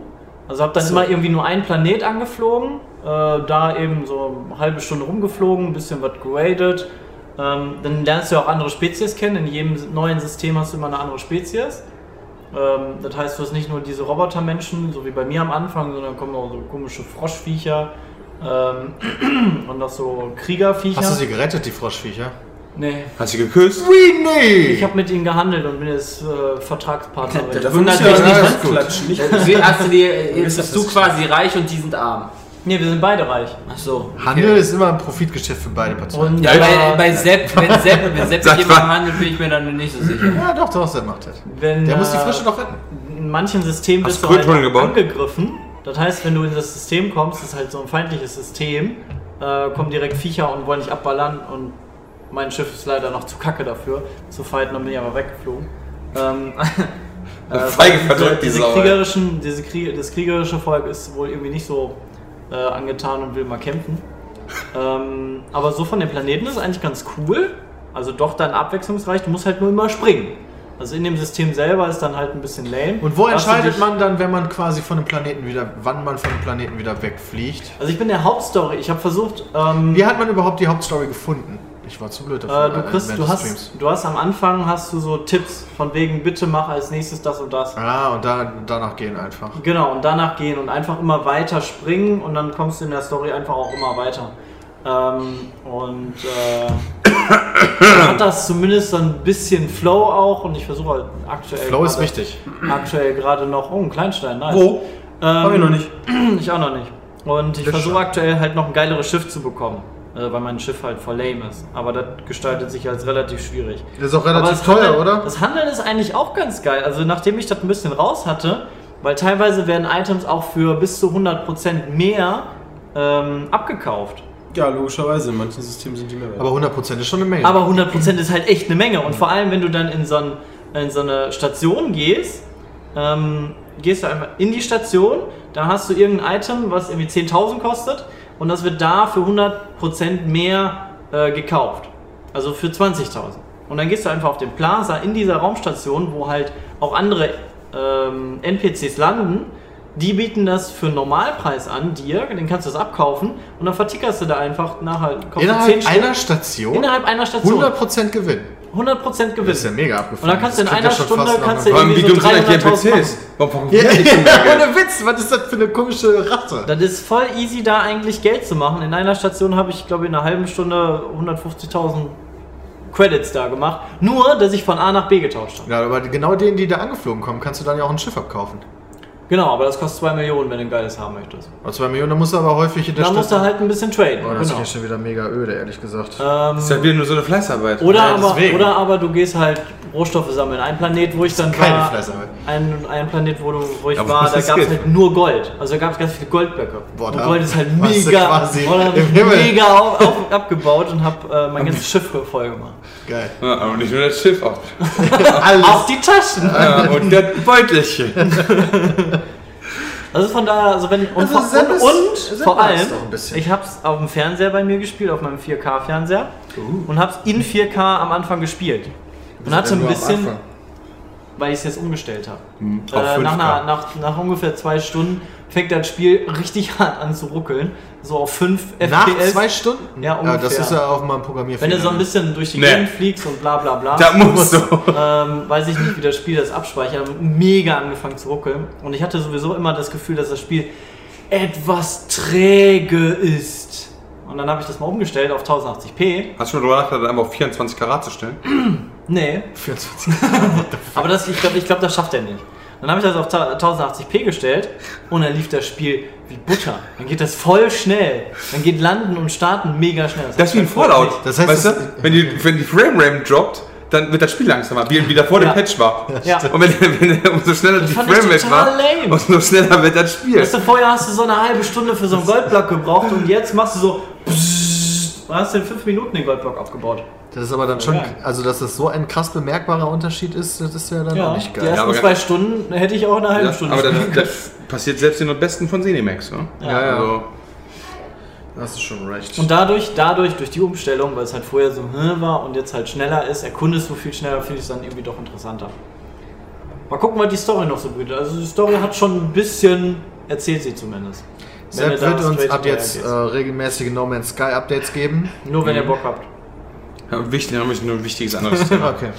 [SPEAKER 4] Also habe dann
[SPEAKER 3] So.
[SPEAKER 4] immer irgendwie nur einen Planet angeflogen, äh, da eben so eine halbe Stunde rumgeflogen, ein bisschen was geradet. Ähm, dann lernst du ja auch andere Spezies kennen. In jedem neuen System hast du immer eine andere Spezies. Ähm, das heißt, du hast nicht nur diese Robotermenschen, so wie bei mir am Anfang, sondern kommen auch so komische Froschviecher ähm, und auch so Kriegerviecher.
[SPEAKER 1] Hast du sie gerettet, die Froschviecher?
[SPEAKER 4] nee,
[SPEAKER 2] Hast du geküsst?
[SPEAKER 1] Wie nee!
[SPEAKER 4] ich habe mit ihnen gehandelt und bin jetzt äh, Vertragspartner. mit
[SPEAKER 3] Da
[SPEAKER 4] denen.
[SPEAKER 3] wundert ne?
[SPEAKER 5] mich nicht
[SPEAKER 3] handklatschen. Nicht
[SPEAKER 5] Hast du dir, äh, jetzt
[SPEAKER 3] Ist das
[SPEAKER 5] bist du
[SPEAKER 3] das-
[SPEAKER 5] quasi reich und die sind arm.
[SPEAKER 4] Nee, wir sind beide reich.
[SPEAKER 5] Ach so.
[SPEAKER 1] Handel ist immer ein Profitgeschäft für beide Parteien.
[SPEAKER 4] Und
[SPEAKER 5] Ja,
[SPEAKER 4] äh,
[SPEAKER 5] bei, bei Sepp, wenn Sepp, wenn Sepp mit
[SPEAKER 2] Sag
[SPEAKER 5] jemandem
[SPEAKER 2] mal.
[SPEAKER 5] handelt, bin ich mir dann nicht so sicher.
[SPEAKER 1] ja, doch, doch, der macht das.
[SPEAKER 4] wenn,
[SPEAKER 1] Der muss die
[SPEAKER 4] äh,
[SPEAKER 1] Frische doch retten.
[SPEAKER 4] In manchen Systemen
[SPEAKER 2] Hast
[SPEAKER 4] bist
[SPEAKER 2] du
[SPEAKER 4] du halt
[SPEAKER 2] Kulturen gebaut?
[SPEAKER 4] angegriffen. Das heißt, wenn du in das System kommst, ist halt so ein feindliches System, äh, kommen direkt Viecher und wollen dich abballern und Mein Schiff ist leider noch zu kacke dafür zu fighten, dann bin ich aber weggeflogen. Ähm, äh,
[SPEAKER 2] Feige verdrückt die
[SPEAKER 4] diese
[SPEAKER 2] Sau, ey.
[SPEAKER 4] kriegerischen, diese Krie Das kriegerische Volk ist wohl irgendwie nicht so äh, angetan und will mal kämpfen. Ähm, aber so von den Planeten ist eigentlich ganz cool. Also doch dann abwechslungsreich, du musst halt nur immer springen. Also in dem System selber ist dann halt ein bisschen lame.
[SPEAKER 1] Und wo
[SPEAKER 4] Dass du
[SPEAKER 1] entscheidet
[SPEAKER 4] dich-
[SPEAKER 1] man dann, wenn man quasi von dem Planeten wieder, wann man von dem Planeten wieder wegfliegt?
[SPEAKER 4] Also ich bin der Hauptstory. Ich habe versucht. Ähm,
[SPEAKER 1] Wie hat man überhaupt die Hauptstory gefunden? Ich war zu blöd
[SPEAKER 4] äh,
[SPEAKER 1] dafür.
[SPEAKER 4] du
[SPEAKER 1] bei
[SPEAKER 4] kriegst, du
[SPEAKER 1] Adventure
[SPEAKER 4] hast,
[SPEAKER 1] Streams.
[SPEAKER 4] du hast am Anfang hast du so Tipps von wegen bitte mach als nächstes das und das.
[SPEAKER 1] Ah, und da, danach gehen einfach.
[SPEAKER 4] Genau und danach gehen und einfach immer weiter springen und dann kommst du in der Story einfach auch immer weiter. Ähm, und äh, dann hat das zumindest so ein bisschen Flow auch und ich versuche halt aktuell.
[SPEAKER 1] Flow ist
[SPEAKER 4] gerade-
[SPEAKER 1] wichtig.
[SPEAKER 4] Aktuell gerade noch. Oh, ein Kleinstein, nice.
[SPEAKER 3] Wo?
[SPEAKER 4] Ähm,
[SPEAKER 3] Hab ich noch nicht.
[SPEAKER 4] Ich auch noch nicht. Und ich versuche aktuell halt noch ein geileres Schiff zu bekommen, äh, weil mein Schiff halt voll lame ist. Aber das gestaltet sich als relativ schwierig.
[SPEAKER 1] Ist auch
[SPEAKER 4] Aber
[SPEAKER 1] relativ
[SPEAKER 4] das
[SPEAKER 1] teuer,
[SPEAKER 4] Handeln,
[SPEAKER 1] oder?
[SPEAKER 4] Das Handeln ist eigentlich auch ganz geil. Also nachdem ich das ein bisschen raus hatte, weil teilweise werden Items auch für bis zu 100% mehr ähm, abgekauft.
[SPEAKER 3] Ja, logischerweise. In manchen Systemen sind die mehr wert.
[SPEAKER 1] Aber 100% ist schon eine Menge.
[SPEAKER 4] Aber 100% ist halt echt eine Menge. Und vor allem, wenn du dann in so, ein, in so eine Station gehst, ähm, gehst du einfach in die Station, da hast du irgendein Item, was irgendwie 10.000 kostet und das wird da für 100% mehr äh, gekauft. Also für 20.000. Und dann gehst du einfach auf den Plaza in dieser Raumstation, wo halt auch andere ähm, NPCs landen. Die bieten das für einen Normalpreis an, dir, den kannst du das abkaufen und dann vertickerst du da einfach nachher. kaufst du zehn
[SPEAKER 1] Innerhalb
[SPEAKER 4] Stück.
[SPEAKER 1] einer Station
[SPEAKER 4] Innerhalb einer Station.
[SPEAKER 1] 100% Gewinn.
[SPEAKER 4] 100%
[SPEAKER 1] Das ist ja
[SPEAKER 4] Gewinn.
[SPEAKER 1] mega abgefahren.
[SPEAKER 4] Und dann kannst du in
[SPEAKER 1] Das klingt
[SPEAKER 4] einer
[SPEAKER 1] ja schon
[SPEAKER 4] Stunde
[SPEAKER 1] fast nach
[SPEAKER 4] kannst
[SPEAKER 1] einem-
[SPEAKER 2] Warum, wie
[SPEAKER 4] irgendwie so
[SPEAKER 2] dumm sind eigentlich die
[SPEAKER 4] 300.000
[SPEAKER 2] NPCs?
[SPEAKER 1] Ja,
[SPEAKER 2] Wahmen funktioniert nicht so geil?
[SPEAKER 1] ohne Witz, was ist das für eine komische Ratte?
[SPEAKER 4] Das ist voll easy, da eigentlich Geld zu machen. In einer Station habe ich, glaube ich, in einer halben Stunde 150.000 Credits da gemacht. Nur, dass ich von A nach B getauscht habe.
[SPEAKER 1] Ja, aber genau denen, die da angeflogen kommen, kannst du dann ja auch ein Schiff abkaufen.
[SPEAKER 4] Genau, aber das kostet 2 Millionen, wenn du ein geiles haben möchtest.
[SPEAKER 1] Aber 2 Millionen, da musst du aber häufig in der
[SPEAKER 4] Da musst du
[SPEAKER 1] Stadt...
[SPEAKER 4] halt ein bisschen traden.
[SPEAKER 1] oh, das
[SPEAKER 4] genau.
[SPEAKER 1] ist ja schon wieder mega öde, ehrlich gesagt.
[SPEAKER 4] Ähm,
[SPEAKER 2] Das ist ja wieder nur so eine Fleißarbeit.
[SPEAKER 4] oder,
[SPEAKER 1] Ja,
[SPEAKER 4] aber,
[SPEAKER 1] deswegen.
[SPEAKER 4] oder aber du gehst halt Rohstoffe sammeln. Ein Planet, wo ich dann
[SPEAKER 1] Keine
[SPEAKER 4] war,
[SPEAKER 1] Fleißarbeit.
[SPEAKER 4] ein, ein Planet, wo, du, wo ich
[SPEAKER 2] Aber
[SPEAKER 4] war,
[SPEAKER 2] das
[SPEAKER 4] da
[SPEAKER 2] ist
[SPEAKER 4] gab es
[SPEAKER 2] Geld.
[SPEAKER 4] halt nur Gold. Also da gab es ganz viele Goldblöcke.
[SPEAKER 1] Boah,
[SPEAKER 4] und
[SPEAKER 1] da
[SPEAKER 4] Gold ist halt
[SPEAKER 1] warst du
[SPEAKER 4] mega,
[SPEAKER 1] quasi
[SPEAKER 4] boah, da hab
[SPEAKER 1] im
[SPEAKER 4] ich
[SPEAKER 1] Himmel.
[SPEAKER 4] mega auf, auf, abgebaut und habe äh, mein ganzes Schiff voll gemacht.
[SPEAKER 1] Geil.
[SPEAKER 2] Ja, aber nicht nur das Schiff auch.
[SPEAKER 4] Auch
[SPEAKER 1] Alles.
[SPEAKER 4] die Taschen!
[SPEAKER 2] Ja, und das Beutelchen.
[SPEAKER 4] Also von daher, also wenn und,
[SPEAKER 1] Also
[SPEAKER 4] vor-
[SPEAKER 1] Sepp
[SPEAKER 4] und,
[SPEAKER 1] ist-
[SPEAKER 4] und
[SPEAKER 1] Sepp
[SPEAKER 4] vor
[SPEAKER 1] weiß
[SPEAKER 4] allem,
[SPEAKER 1] doch ein bisschen.
[SPEAKER 4] ich habe es auf dem Fernseher bei mir gespielt, auf meinem 4K-Fernseher
[SPEAKER 1] Uh.
[SPEAKER 4] und habe es in 4K am Anfang gespielt und hatte ein bisschen, weil ich es jetzt umgestellt habe.
[SPEAKER 2] auf
[SPEAKER 4] Äh,
[SPEAKER 2] 5K.
[SPEAKER 4] nach, einer, nach, nach ungefähr zwei Stunden fängt das Spiel richtig hart an zu ruckeln, so auf 5
[SPEAKER 1] Nach
[SPEAKER 4] FPS.
[SPEAKER 1] zwei Stunden?
[SPEAKER 4] Ja, ungefähr.
[SPEAKER 1] das ist ja auch mal ein Programmierfehler.
[SPEAKER 4] wenn du so ein bisschen durch die
[SPEAKER 2] Nee.
[SPEAKER 4] Gegend fliegst und bla bla bla.
[SPEAKER 2] Da musst du.
[SPEAKER 4] ähm, weiß ich nicht, wie das Spiel das abspeichert, hat mega angefangen zu ruckeln. Und ich hatte sowieso immer das Gefühl, dass das Spiel etwas träge ist. Und dann habe ich das mal umgestellt auf 1080p.
[SPEAKER 2] Hast du schon drüber nachgedacht, einfach auf 24 Karat zu stellen?
[SPEAKER 4] Nee,
[SPEAKER 1] 24.
[SPEAKER 4] aber das, ich glaube, ich glaub, das schafft er nicht. Dann habe ich das auf 1080p gestellt und dann lief das Spiel wie Butter. Dann geht das voll schnell. Dann geht Landen und Starten mega schnell.
[SPEAKER 2] Das ist wie ein Fallout.
[SPEAKER 1] Das heißt,
[SPEAKER 2] weißt
[SPEAKER 1] das-
[SPEAKER 2] du, wenn die, wenn die Frame Rate droppt, dann wird das Spiel langsamer, wie, wie da vor
[SPEAKER 4] Ja.
[SPEAKER 2] dem Patch war.
[SPEAKER 4] Ja.
[SPEAKER 2] Und wenn, wenn umso schneller die
[SPEAKER 4] fand ich
[SPEAKER 2] Frame Rate
[SPEAKER 4] total
[SPEAKER 2] war,
[SPEAKER 4] lame.
[SPEAKER 2] umso schneller wird das Spiel.
[SPEAKER 4] Weißt du, vorher hast du so eine halbe Stunde für so einen Goldblock gebraucht und jetzt machst du so. Pssst, hast du in fünf Minuten den Goldblock abgebaut.
[SPEAKER 1] Das ist aber dann schon,
[SPEAKER 4] Ja.
[SPEAKER 1] also dass das so ein krass bemerkbarer Unterschied ist, das ist ja dann auch nicht
[SPEAKER 4] Die
[SPEAKER 1] geil.
[SPEAKER 2] Ja,
[SPEAKER 4] ersten
[SPEAKER 2] aber-
[SPEAKER 4] zwei Stunden hätte ich auch in einer halben Stunde.
[SPEAKER 2] aber das,
[SPEAKER 4] spielen können.
[SPEAKER 2] das passiert selbst in den besten von Cinemax. Ne?
[SPEAKER 4] Ja,
[SPEAKER 1] ja.
[SPEAKER 2] Also,
[SPEAKER 1] Das ist schon recht.
[SPEAKER 4] und dadurch, dadurch, durch die Umstellung, weil es halt vorher so hm war und jetzt halt schneller ist, erkundest du viel schneller, finde ich es dann irgendwie doch interessanter. Mal gucken, was die Story noch so bietet. Also die Story hat schon ein bisschen, erzählt sie zumindest. Wenn ihr
[SPEAKER 1] Sepp
[SPEAKER 4] da
[SPEAKER 1] wird uns
[SPEAKER 4] straight
[SPEAKER 1] ab jetzt äh, mhm.
[SPEAKER 4] hinterhergeht.
[SPEAKER 1] regelmäßige No Man's Sky Updates geben.
[SPEAKER 4] Nur wenn ihr Bock habt.
[SPEAKER 2] ja, wichtig, dann habe ich nur ein wichtiges anderes Thema.
[SPEAKER 1] Okay.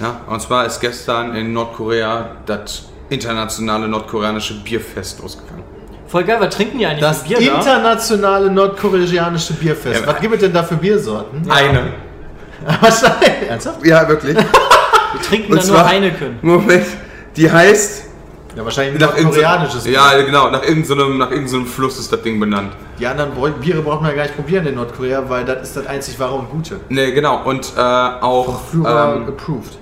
[SPEAKER 2] Ja, und zwar ist gestern in Nordkorea das internationale nordkoreanische Bierfest losgegangen.
[SPEAKER 4] Voll geil, was trinken die eigentlich
[SPEAKER 1] Das
[SPEAKER 4] für Bier da?
[SPEAKER 1] internationale nordkoreanische Bierfest.
[SPEAKER 2] Ja,
[SPEAKER 1] Was gibt es denn da für Biersorten?
[SPEAKER 2] Eine.
[SPEAKER 1] Wahrscheinlich. Ernsthaft?
[SPEAKER 2] Ja, wirklich.
[SPEAKER 4] Die trinken
[SPEAKER 2] Und
[SPEAKER 4] dann nur
[SPEAKER 2] zwar-
[SPEAKER 4] Heineken.
[SPEAKER 2] Moment. Die heißt
[SPEAKER 1] Ja, wahrscheinlich
[SPEAKER 2] Nach
[SPEAKER 1] nordkoreanisches
[SPEAKER 2] irgendeinem- Ja, genau, nach irgendeinem nach irgendeinem Fluss ist das Ding benannt.
[SPEAKER 1] Die anderen Bräu- Biere braucht man ja gar nicht probieren in Nordkorea, weil das ist das einzig wahre und gute.
[SPEAKER 2] Ne, genau. Und äh, auch
[SPEAKER 1] Führer
[SPEAKER 2] ähm,
[SPEAKER 1] approved.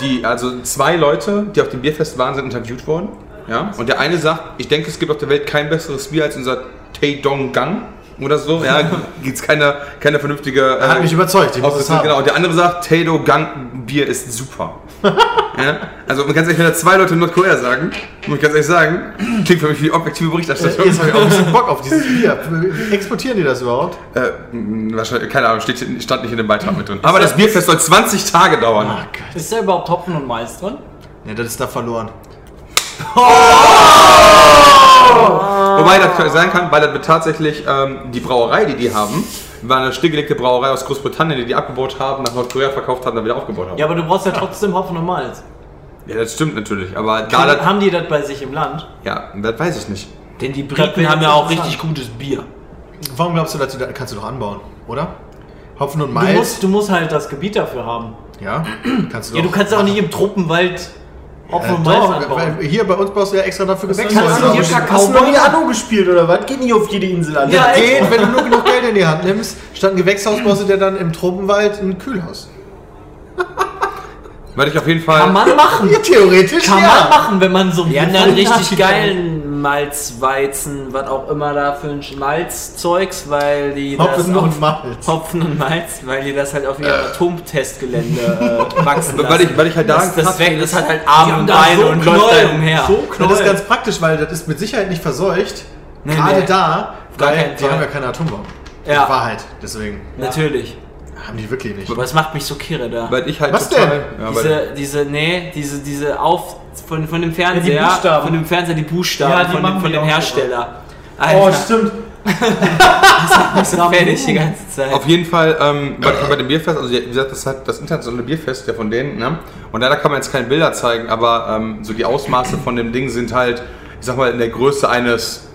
[SPEAKER 2] die, also zwei Leute, die auf dem Bierfest waren, sind interviewt worden. Ja? Und der eine sagt, ich denke, es gibt auf der Welt kein besseres Bier als unser Taedonggang. oder so. Ja, gibt's keine, keine vernünftige.
[SPEAKER 1] Er hat
[SPEAKER 2] äh,
[SPEAKER 1] mich überzeugt, ich muss das
[SPEAKER 2] Ausrüstung,
[SPEAKER 1] haben.
[SPEAKER 2] genau. Und der andere sagt, Tato Gang Bier ist super. ja? Also man kann ehrlich, wenn da zwei Leute in Nordkorea sagen, muss ich ganz ehrlich sagen, klingt für mich wie objektive Berichterstattung.
[SPEAKER 1] Äh, Jetzt habe ich auch ein bisschen Bock auf dieses Bier. Exportieren die das überhaupt?
[SPEAKER 2] Äh, mh, wahrscheinlich, keine Ahnung, steht, stand nicht in dem Beitrag mit drin. Aber das Bierfest soll 20 Tage
[SPEAKER 1] Ah.
[SPEAKER 2] dauern.
[SPEAKER 4] Ist da überhaupt Hopfen und Malz drin?
[SPEAKER 1] Ja, das ist da verloren.
[SPEAKER 2] Wobei
[SPEAKER 5] Ah.
[SPEAKER 2] das sein kann, weil das tatsächlich ähm, die Brauerei, die die haben, war eine stillgelegte Brauerei aus Großbritannien, die die abgebaut haben, nach Nordkorea verkauft haben, dann wieder aufgebaut haben.
[SPEAKER 4] Ja, aber du brauchst ja trotzdem Hopfen und Malz.
[SPEAKER 2] Ja, das stimmt natürlich, aber da
[SPEAKER 4] Haben,
[SPEAKER 2] das,
[SPEAKER 4] haben die das bei sich im Land?
[SPEAKER 2] ja, das weiß ich nicht.
[SPEAKER 5] Denn die
[SPEAKER 4] Das wär
[SPEAKER 5] Briten haben ja auch
[SPEAKER 4] interessant.
[SPEAKER 5] richtig gutes Bier.
[SPEAKER 1] Warum glaubst du, dass du da kannst du doch anbauen, oder? Hopfen und
[SPEAKER 4] Du
[SPEAKER 1] Mais.
[SPEAKER 4] musst, du musst halt das Gebiet dafür haben.
[SPEAKER 1] ja, kannst du
[SPEAKER 4] Ja,
[SPEAKER 1] doch.
[SPEAKER 4] du kannst auch nicht im Truppenwald Hopfen
[SPEAKER 1] äh,
[SPEAKER 4] und Malz
[SPEAKER 1] doch,
[SPEAKER 4] anbauen.
[SPEAKER 1] weil hier bei uns brauchst du ja extra dafür
[SPEAKER 3] Hast du
[SPEAKER 1] Gewächshäuser.
[SPEAKER 3] hier
[SPEAKER 1] Ja,
[SPEAKER 3] Hast du noch nie Anno gespielt oder was? Geht nicht auf jede Insel an.
[SPEAKER 4] Ja, ey.
[SPEAKER 1] geht, wenn du nur genug Geld in die Hand nimmst. Statt ein Gewächshaus baust du dir dann im Tropenwald ein Kühlhaus.
[SPEAKER 2] Werde ich auf jeden Fall.
[SPEAKER 4] Kann man machen.
[SPEAKER 1] Ja, theoretisch
[SPEAKER 4] Kann
[SPEAKER 1] ja.
[SPEAKER 4] man machen, wenn man so
[SPEAKER 5] Die haben dann richtig geilen Malzweizen, was auch immer da für ein Malzzeugs, weil die
[SPEAKER 1] Hopfen
[SPEAKER 5] das
[SPEAKER 1] und
[SPEAKER 5] auf-
[SPEAKER 1] Malz.
[SPEAKER 5] Hopfen und Malz, weil die das halt auf ihrem Atomtestgelände äh, wachsen lassen.
[SPEAKER 2] Äh. Weil ich, weil ich halt da
[SPEAKER 5] das, das,
[SPEAKER 2] hab,
[SPEAKER 5] weg, das hat halt
[SPEAKER 4] Die
[SPEAKER 5] Arme
[SPEAKER 4] haben
[SPEAKER 5] und
[SPEAKER 4] da
[SPEAKER 5] Beine
[SPEAKER 4] so
[SPEAKER 5] und läuft
[SPEAKER 4] Knoll,
[SPEAKER 5] dann umher.
[SPEAKER 4] so Knoll.
[SPEAKER 1] Das ist ganz praktisch, weil das ist mit Sicherheit nicht verseucht.
[SPEAKER 5] Nee,
[SPEAKER 1] Gerade
[SPEAKER 5] nee.
[SPEAKER 1] da,
[SPEAKER 5] gar
[SPEAKER 1] weil
[SPEAKER 5] keinen
[SPEAKER 1] die
[SPEAKER 5] Fall.
[SPEAKER 1] haben ja keine Atombomben.
[SPEAKER 5] Ja.
[SPEAKER 1] Die Wahrheit, deswegen.
[SPEAKER 5] Natürlich.
[SPEAKER 1] Haben die wirklich nicht.
[SPEAKER 5] Aber es macht mich so kirre da.
[SPEAKER 2] weil ich halt
[SPEAKER 1] Was
[SPEAKER 2] total. Ja, weil,
[SPEAKER 5] Diese, diese, nee, diese, diese auf, von, von dem Fernseher,
[SPEAKER 4] Ja, die Buchstaben.
[SPEAKER 5] von dem Fernseher die Buchstaben,
[SPEAKER 4] Ja, die
[SPEAKER 5] von,
[SPEAKER 4] machen
[SPEAKER 5] dem, von
[SPEAKER 4] die
[SPEAKER 5] dem
[SPEAKER 4] auch
[SPEAKER 5] Hersteller. Alter,
[SPEAKER 3] Oh,
[SPEAKER 5] oh,
[SPEAKER 3] stimmt.
[SPEAKER 5] das ist fertig die ganze Zeit.
[SPEAKER 2] Auf jeden Fall, ähm, bei, bei dem Bierfest, also wie gesagt, das hat das internationale Bierfest ja von denen, ne? Und leider kann man jetzt keine Bilder zeigen, aber ähm, so die Ausmaße von dem Ding sind halt, ich sag mal, in der Größe eines.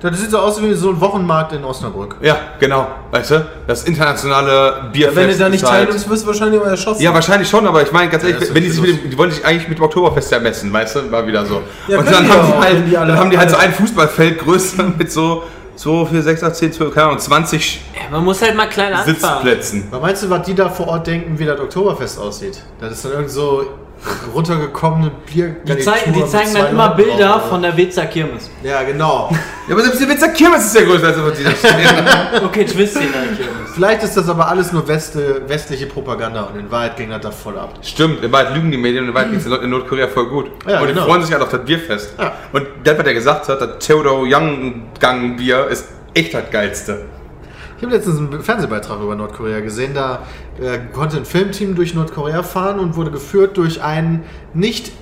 [SPEAKER 1] Das sieht so aus wie so ein Wochenmarkt in Osnabrück.
[SPEAKER 2] Ja, genau, weißt du? Das internationale Bierfest.
[SPEAKER 3] Wenn du da
[SPEAKER 2] ist
[SPEAKER 3] nicht
[SPEAKER 2] halt-
[SPEAKER 3] teilnimmst, wirst du wahrscheinlich immer erschossen.
[SPEAKER 2] Ja, wahrscheinlich schon, aber ich meine, ganz ehrlich,
[SPEAKER 1] das ist
[SPEAKER 2] wenn die, sich
[SPEAKER 1] sinnlos.
[SPEAKER 2] mit dem, die wollen sich eigentlich mit dem Oktoberfest ermessen, weißt du? War wieder so.
[SPEAKER 3] Ja,
[SPEAKER 2] und
[SPEAKER 3] können
[SPEAKER 2] dann
[SPEAKER 3] die
[SPEAKER 2] haben,
[SPEAKER 3] auch,
[SPEAKER 2] die
[SPEAKER 3] wenn
[SPEAKER 2] halt,
[SPEAKER 3] die alle-
[SPEAKER 2] dann haben die halt so
[SPEAKER 3] alle-
[SPEAKER 2] ein Fußballfeld größer mit so 2, 4, 6, 8, 10, 12, keine Ahnung, 20
[SPEAKER 5] Ja, man muss halt mal klein anfangen.
[SPEAKER 2] Sitzplätzen.
[SPEAKER 1] Was meinst du, was die da vor Ort denken, wie das Oktoberfest aussieht? Das ist dann irgend so runtergekommene Bier.
[SPEAKER 4] Die, zeigen- die zeigen dann immer Bilder von der Wezer Kirmes.
[SPEAKER 1] Ja, genau.
[SPEAKER 2] Ja, aber selbst der Witzer Kirmes ist ja größer als auf dieser Stelle.
[SPEAKER 4] Okay, Twist in der Kirmes.
[SPEAKER 1] Vielleicht ist das aber alles nur Weste, westliche Propaganda und in Wahrheit ging das da voll ab.
[SPEAKER 2] Stimmt, in Wahrheit lügen die Medien und in Wahrheit geht es den Leuten in Nordkorea voll gut.
[SPEAKER 1] Ja,
[SPEAKER 2] und die
[SPEAKER 1] genau.
[SPEAKER 2] freuen sich halt auf das Bierfest.
[SPEAKER 1] Ja.
[SPEAKER 2] Und das, was er gesagt hat, das Theodore Young Gang Bier ist echt das Geilste.
[SPEAKER 1] Ich habe letztens einen Fernsehbeitrag über Nordkorea gesehen. Da äh, konnte ein Filmteam durch Nordkorea fahren und wurde geführt durch einen nicht,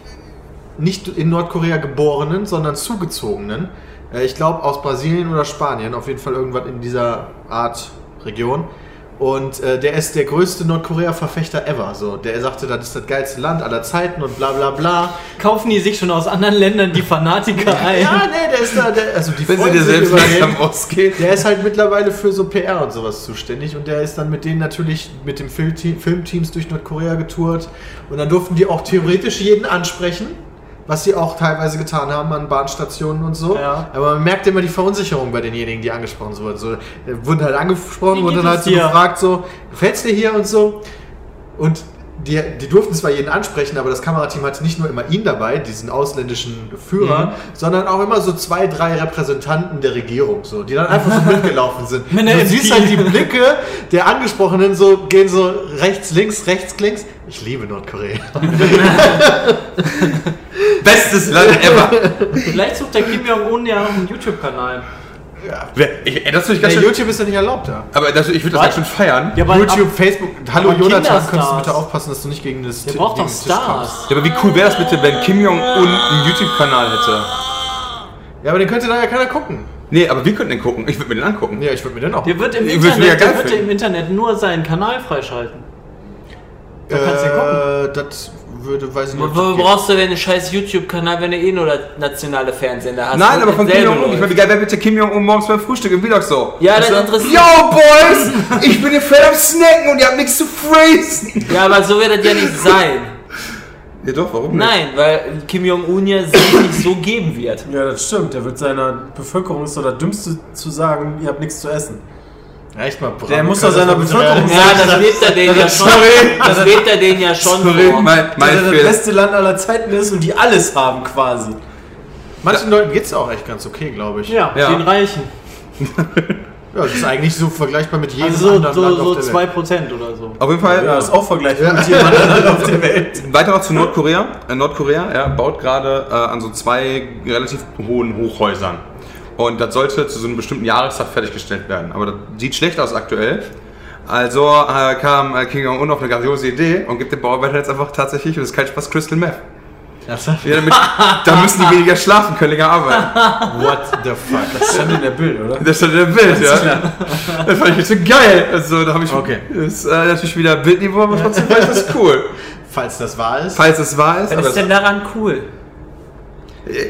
[SPEAKER 1] nicht in Nordkorea geborenen, sondern zugezogenen. Äh, ich glaube aus Brasilien oder Spanien, auf jeden Fall irgendwas in dieser Art Region. Und äh, der ist der größte Nordkorea-Verfechter ever. So, der sagte, das ist das geilste Land aller Zeiten und bla bla bla.
[SPEAKER 4] Kaufen die sich schon aus anderen Ländern die Fanatiker ein?
[SPEAKER 1] Ja, nee, der ist da. Der, also die
[SPEAKER 2] Wenn sie
[SPEAKER 1] freuen
[SPEAKER 2] dir
[SPEAKER 1] sich
[SPEAKER 2] selbst
[SPEAKER 1] über den.
[SPEAKER 2] langsam ausgeht.
[SPEAKER 1] Der ist halt mittlerweile für so PR und sowas zuständig und der ist dann mit denen natürlich mit dem Filmteam, Filmteams durch Nordkorea getourt und dann durften die auch theoretisch jeden ansprechen, was sie auch teilweise getan haben an Bahnstationen und so.
[SPEAKER 4] Ja.
[SPEAKER 1] Aber man merkt immer die Verunsicherung bei denjenigen, die angesprochen wurden. So, äh, wurden halt angesprochen,
[SPEAKER 4] Wie
[SPEAKER 1] wurden
[SPEAKER 4] geht
[SPEAKER 1] dann halt
[SPEAKER 4] es
[SPEAKER 1] so
[SPEAKER 4] dir?
[SPEAKER 1] gefragt so, gefällt's dir hier und so und die, die durften zwar jeden ansprechen, aber das Kamerateam hatte nicht nur immer ihn dabei, diesen ausländischen Führer,
[SPEAKER 4] Mhm.
[SPEAKER 1] sondern auch immer so zwei, drei Repräsentanten der Regierung, so, die dann einfach so mitgelaufen sind.
[SPEAKER 4] Männer
[SPEAKER 1] Du
[SPEAKER 4] im
[SPEAKER 1] siehst
[SPEAKER 4] Krieg.
[SPEAKER 1] halt die Blicke der Angesprochenen so, gehen so rechts, links, rechts, links. Ich liebe Nordkorea.
[SPEAKER 2] Bestes Land ever.
[SPEAKER 4] Vielleicht sucht der Kim Jong-un ja noch einen YouTube-Kanal.
[SPEAKER 2] Wer- ich, ey, das finde
[SPEAKER 1] Der
[SPEAKER 2] ich ganz schön.
[SPEAKER 1] YouTube ist ja nicht erlaubt da.
[SPEAKER 2] Aber das, ich würde das ganz schön feiern.
[SPEAKER 4] Ja, aber
[SPEAKER 1] YouTube,
[SPEAKER 4] ab-
[SPEAKER 1] Facebook. Hallo
[SPEAKER 4] aber
[SPEAKER 1] Jonathan,
[SPEAKER 4] Kinderstars.
[SPEAKER 1] kannst du bitte aufpassen, dass du nicht gegen das
[SPEAKER 4] Der
[SPEAKER 1] Ti-
[SPEAKER 4] braucht
[SPEAKER 1] gegen
[SPEAKER 4] doch
[SPEAKER 1] den Tisch kommst.
[SPEAKER 4] Stars.
[SPEAKER 2] Ja, aber wie cool wäre das bitte, wenn Kim Jong-un einen YouTube-Kanal hätte?
[SPEAKER 1] Ja, aber den könnte da ja keiner gucken.
[SPEAKER 2] Nee, aber wir könnten den gucken. Ich würde mir den angucken.
[SPEAKER 1] Ja, ich würde mir den auch.
[SPEAKER 4] Der wird im
[SPEAKER 2] Ich würd's mega
[SPEAKER 4] Internet,
[SPEAKER 2] geil
[SPEAKER 4] der wird
[SPEAKER 2] finden.
[SPEAKER 4] im Internet nur seinen Kanal freischalten. Da kannst du gucken.
[SPEAKER 1] äh, das würde, weiß ich nicht. ob das
[SPEAKER 5] Wo
[SPEAKER 1] geht.
[SPEAKER 5] brauchst du denn einen scheiß YouTube-Kanal, wenn du eh nur das nationale Fernsehen hast?
[SPEAKER 2] Nein,
[SPEAKER 5] Und
[SPEAKER 2] aber von Kim
[SPEAKER 5] dasselbe
[SPEAKER 2] Jong-un. Ich meine, wie geil wäre bitte Kim Jong-un morgens beim Frühstück im Vlog so?
[SPEAKER 5] Ja, das
[SPEAKER 2] Weißt du?
[SPEAKER 5] interessiert-
[SPEAKER 2] Yo, Boys! Ich bin hier fett am Snacken und ihr habt nichts zu fressen.
[SPEAKER 5] läuft. Ja, aber so wird das ja nicht sein.
[SPEAKER 2] Ja doch, warum nicht?
[SPEAKER 5] Nein, weil Kim Jong-un ja sich nicht so geben wird.
[SPEAKER 3] Ja, das stimmt. Der wird seiner Bevölkerung ist so der Dümmste zu sagen, ihr habt nichts zu essen.
[SPEAKER 1] Ja, echt mal
[SPEAKER 3] Der
[SPEAKER 1] Bram,
[SPEAKER 3] muss
[SPEAKER 1] kann
[SPEAKER 3] doch
[SPEAKER 1] das
[SPEAKER 3] seiner
[SPEAKER 1] mal bitte
[SPEAKER 3] Bevölkerung
[SPEAKER 1] realisieren.
[SPEAKER 5] Ja, das lebt er den ja schon.
[SPEAKER 2] Sorry.
[SPEAKER 5] Das lebt er den ja schon
[SPEAKER 2] Sorry,
[SPEAKER 5] vor.
[SPEAKER 2] mein,
[SPEAKER 3] Weil er
[SPEAKER 2] mein
[SPEAKER 3] das
[SPEAKER 2] Fehler.
[SPEAKER 3] beste Land aller Zeiten ist und die alles haben quasi.
[SPEAKER 1] Manchen Leuten geht's auch echt ganz okay, glaube ich.
[SPEAKER 4] Ja,
[SPEAKER 2] Ja.
[SPEAKER 4] den Reichen.
[SPEAKER 1] Ja, das ist eigentlich so vergleichbar mit jedem
[SPEAKER 4] Also so,
[SPEAKER 1] anderen
[SPEAKER 4] so,
[SPEAKER 1] Land
[SPEAKER 4] so
[SPEAKER 1] auf der Welt.
[SPEAKER 4] 2% oder so.
[SPEAKER 2] Auf jeden Fall, äh,
[SPEAKER 3] Ja, ist auch vergleichbar mit jemand anderem auf der Welt.
[SPEAKER 2] Weiter noch zu Nordkorea. Äh, Nordkorea ja, baut gerade äh, an so zwei relativ hohen Hochhäusern. Und das sollte zu so einem bestimmten Jahrestag fertiggestellt werden. Aber das sieht schlecht aus aktuell. Also äh, kam äh, King Jong-un auf eine grandiose Idee und gibt den Bauarbeiter jetzt einfach tatsächlich, und das ist kein Spaß, Crystal Meth. Ja, damit, da müssen die weniger schlafen, können länger arbeiten.
[SPEAKER 1] What the fuck?
[SPEAKER 3] Das stand in der Bild, oder?
[SPEAKER 2] Das stand in der Bild, ja. Das fand ich jetzt so geil. Also, da habe ich.
[SPEAKER 1] Okay.
[SPEAKER 2] Ist äh, natürlich wieder Bildniveau, aber trotzdem fand ich das cool.
[SPEAKER 1] Falls das wahr ist.
[SPEAKER 2] Falls es wahr ist.
[SPEAKER 5] Was
[SPEAKER 2] aber
[SPEAKER 5] ist denn daran cool?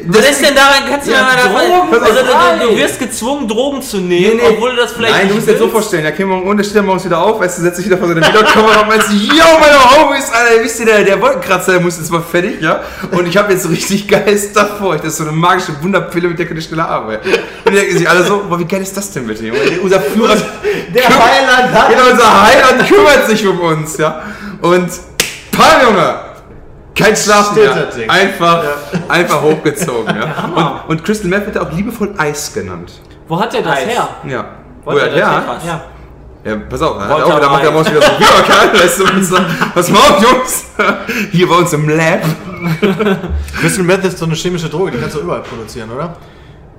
[SPEAKER 2] das
[SPEAKER 5] Was ist denn daran? Kannst du
[SPEAKER 2] Ja,
[SPEAKER 5] mir mal davon.
[SPEAKER 2] Drogen,
[SPEAKER 5] Also,
[SPEAKER 2] nein.
[SPEAKER 5] du, du wirst gezwungen, Drogen zu nehmen,
[SPEAKER 2] Nee, nee.
[SPEAKER 5] obwohl du das vielleicht
[SPEAKER 2] Nein, du musst dir das so vorstellen, der Kim Jong-un, der steht dann morgens wieder auf, weißt du, setzt sich wieder vor seine Videokamera und meint, so, yo, meine Homies, Alter, wisst ihr, der, der Wolkenkratzer, der muss jetzt mal fertig, ja? Und ich habe jetzt so richtig geiles Stuff vor euch, das ist so eine magische Wunderpille, mit der könnt ihr schneller arbeiten. Und die denken sich alle so, boah, wie geil ist das denn bitte, Junge? Unser Führer,
[SPEAKER 1] Der Heiland hat
[SPEAKER 2] genau, unser Heiland kümmert sich um uns, ja? Und, Pam, Junge! Kein Schlaf
[SPEAKER 1] Steht
[SPEAKER 2] mehr.
[SPEAKER 1] das Ding.
[SPEAKER 2] Einfach, einfach hochgezogen, ja? Und, und Crystal Meth wird ja auch liebevoll Eis genannt.
[SPEAKER 4] Wo hat der das
[SPEAKER 5] Eis.
[SPEAKER 4] her?
[SPEAKER 2] Ja.
[SPEAKER 5] Wollte
[SPEAKER 2] Woher
[SPEAKER 5] er das
[SPEAKER 2] her?
[SPEAKER 5] etwas?
[SPEAKER 4] Ja.
[SPEAKER 2] Ja, pass auf, er hat
[SPEAKER 5] Walter
[SPEAKER 2] auch, da macht der
[SPEAKER 5] White.
[SPEAKER 2] Maus wieder so, ja, geil, weißt du, was, was mal auf, Jungs, hier bei uns im Lab.
[SPEAKER 1] Crystal Meth ist so eine chemische Droge, die kannst du überall produzieren, oder?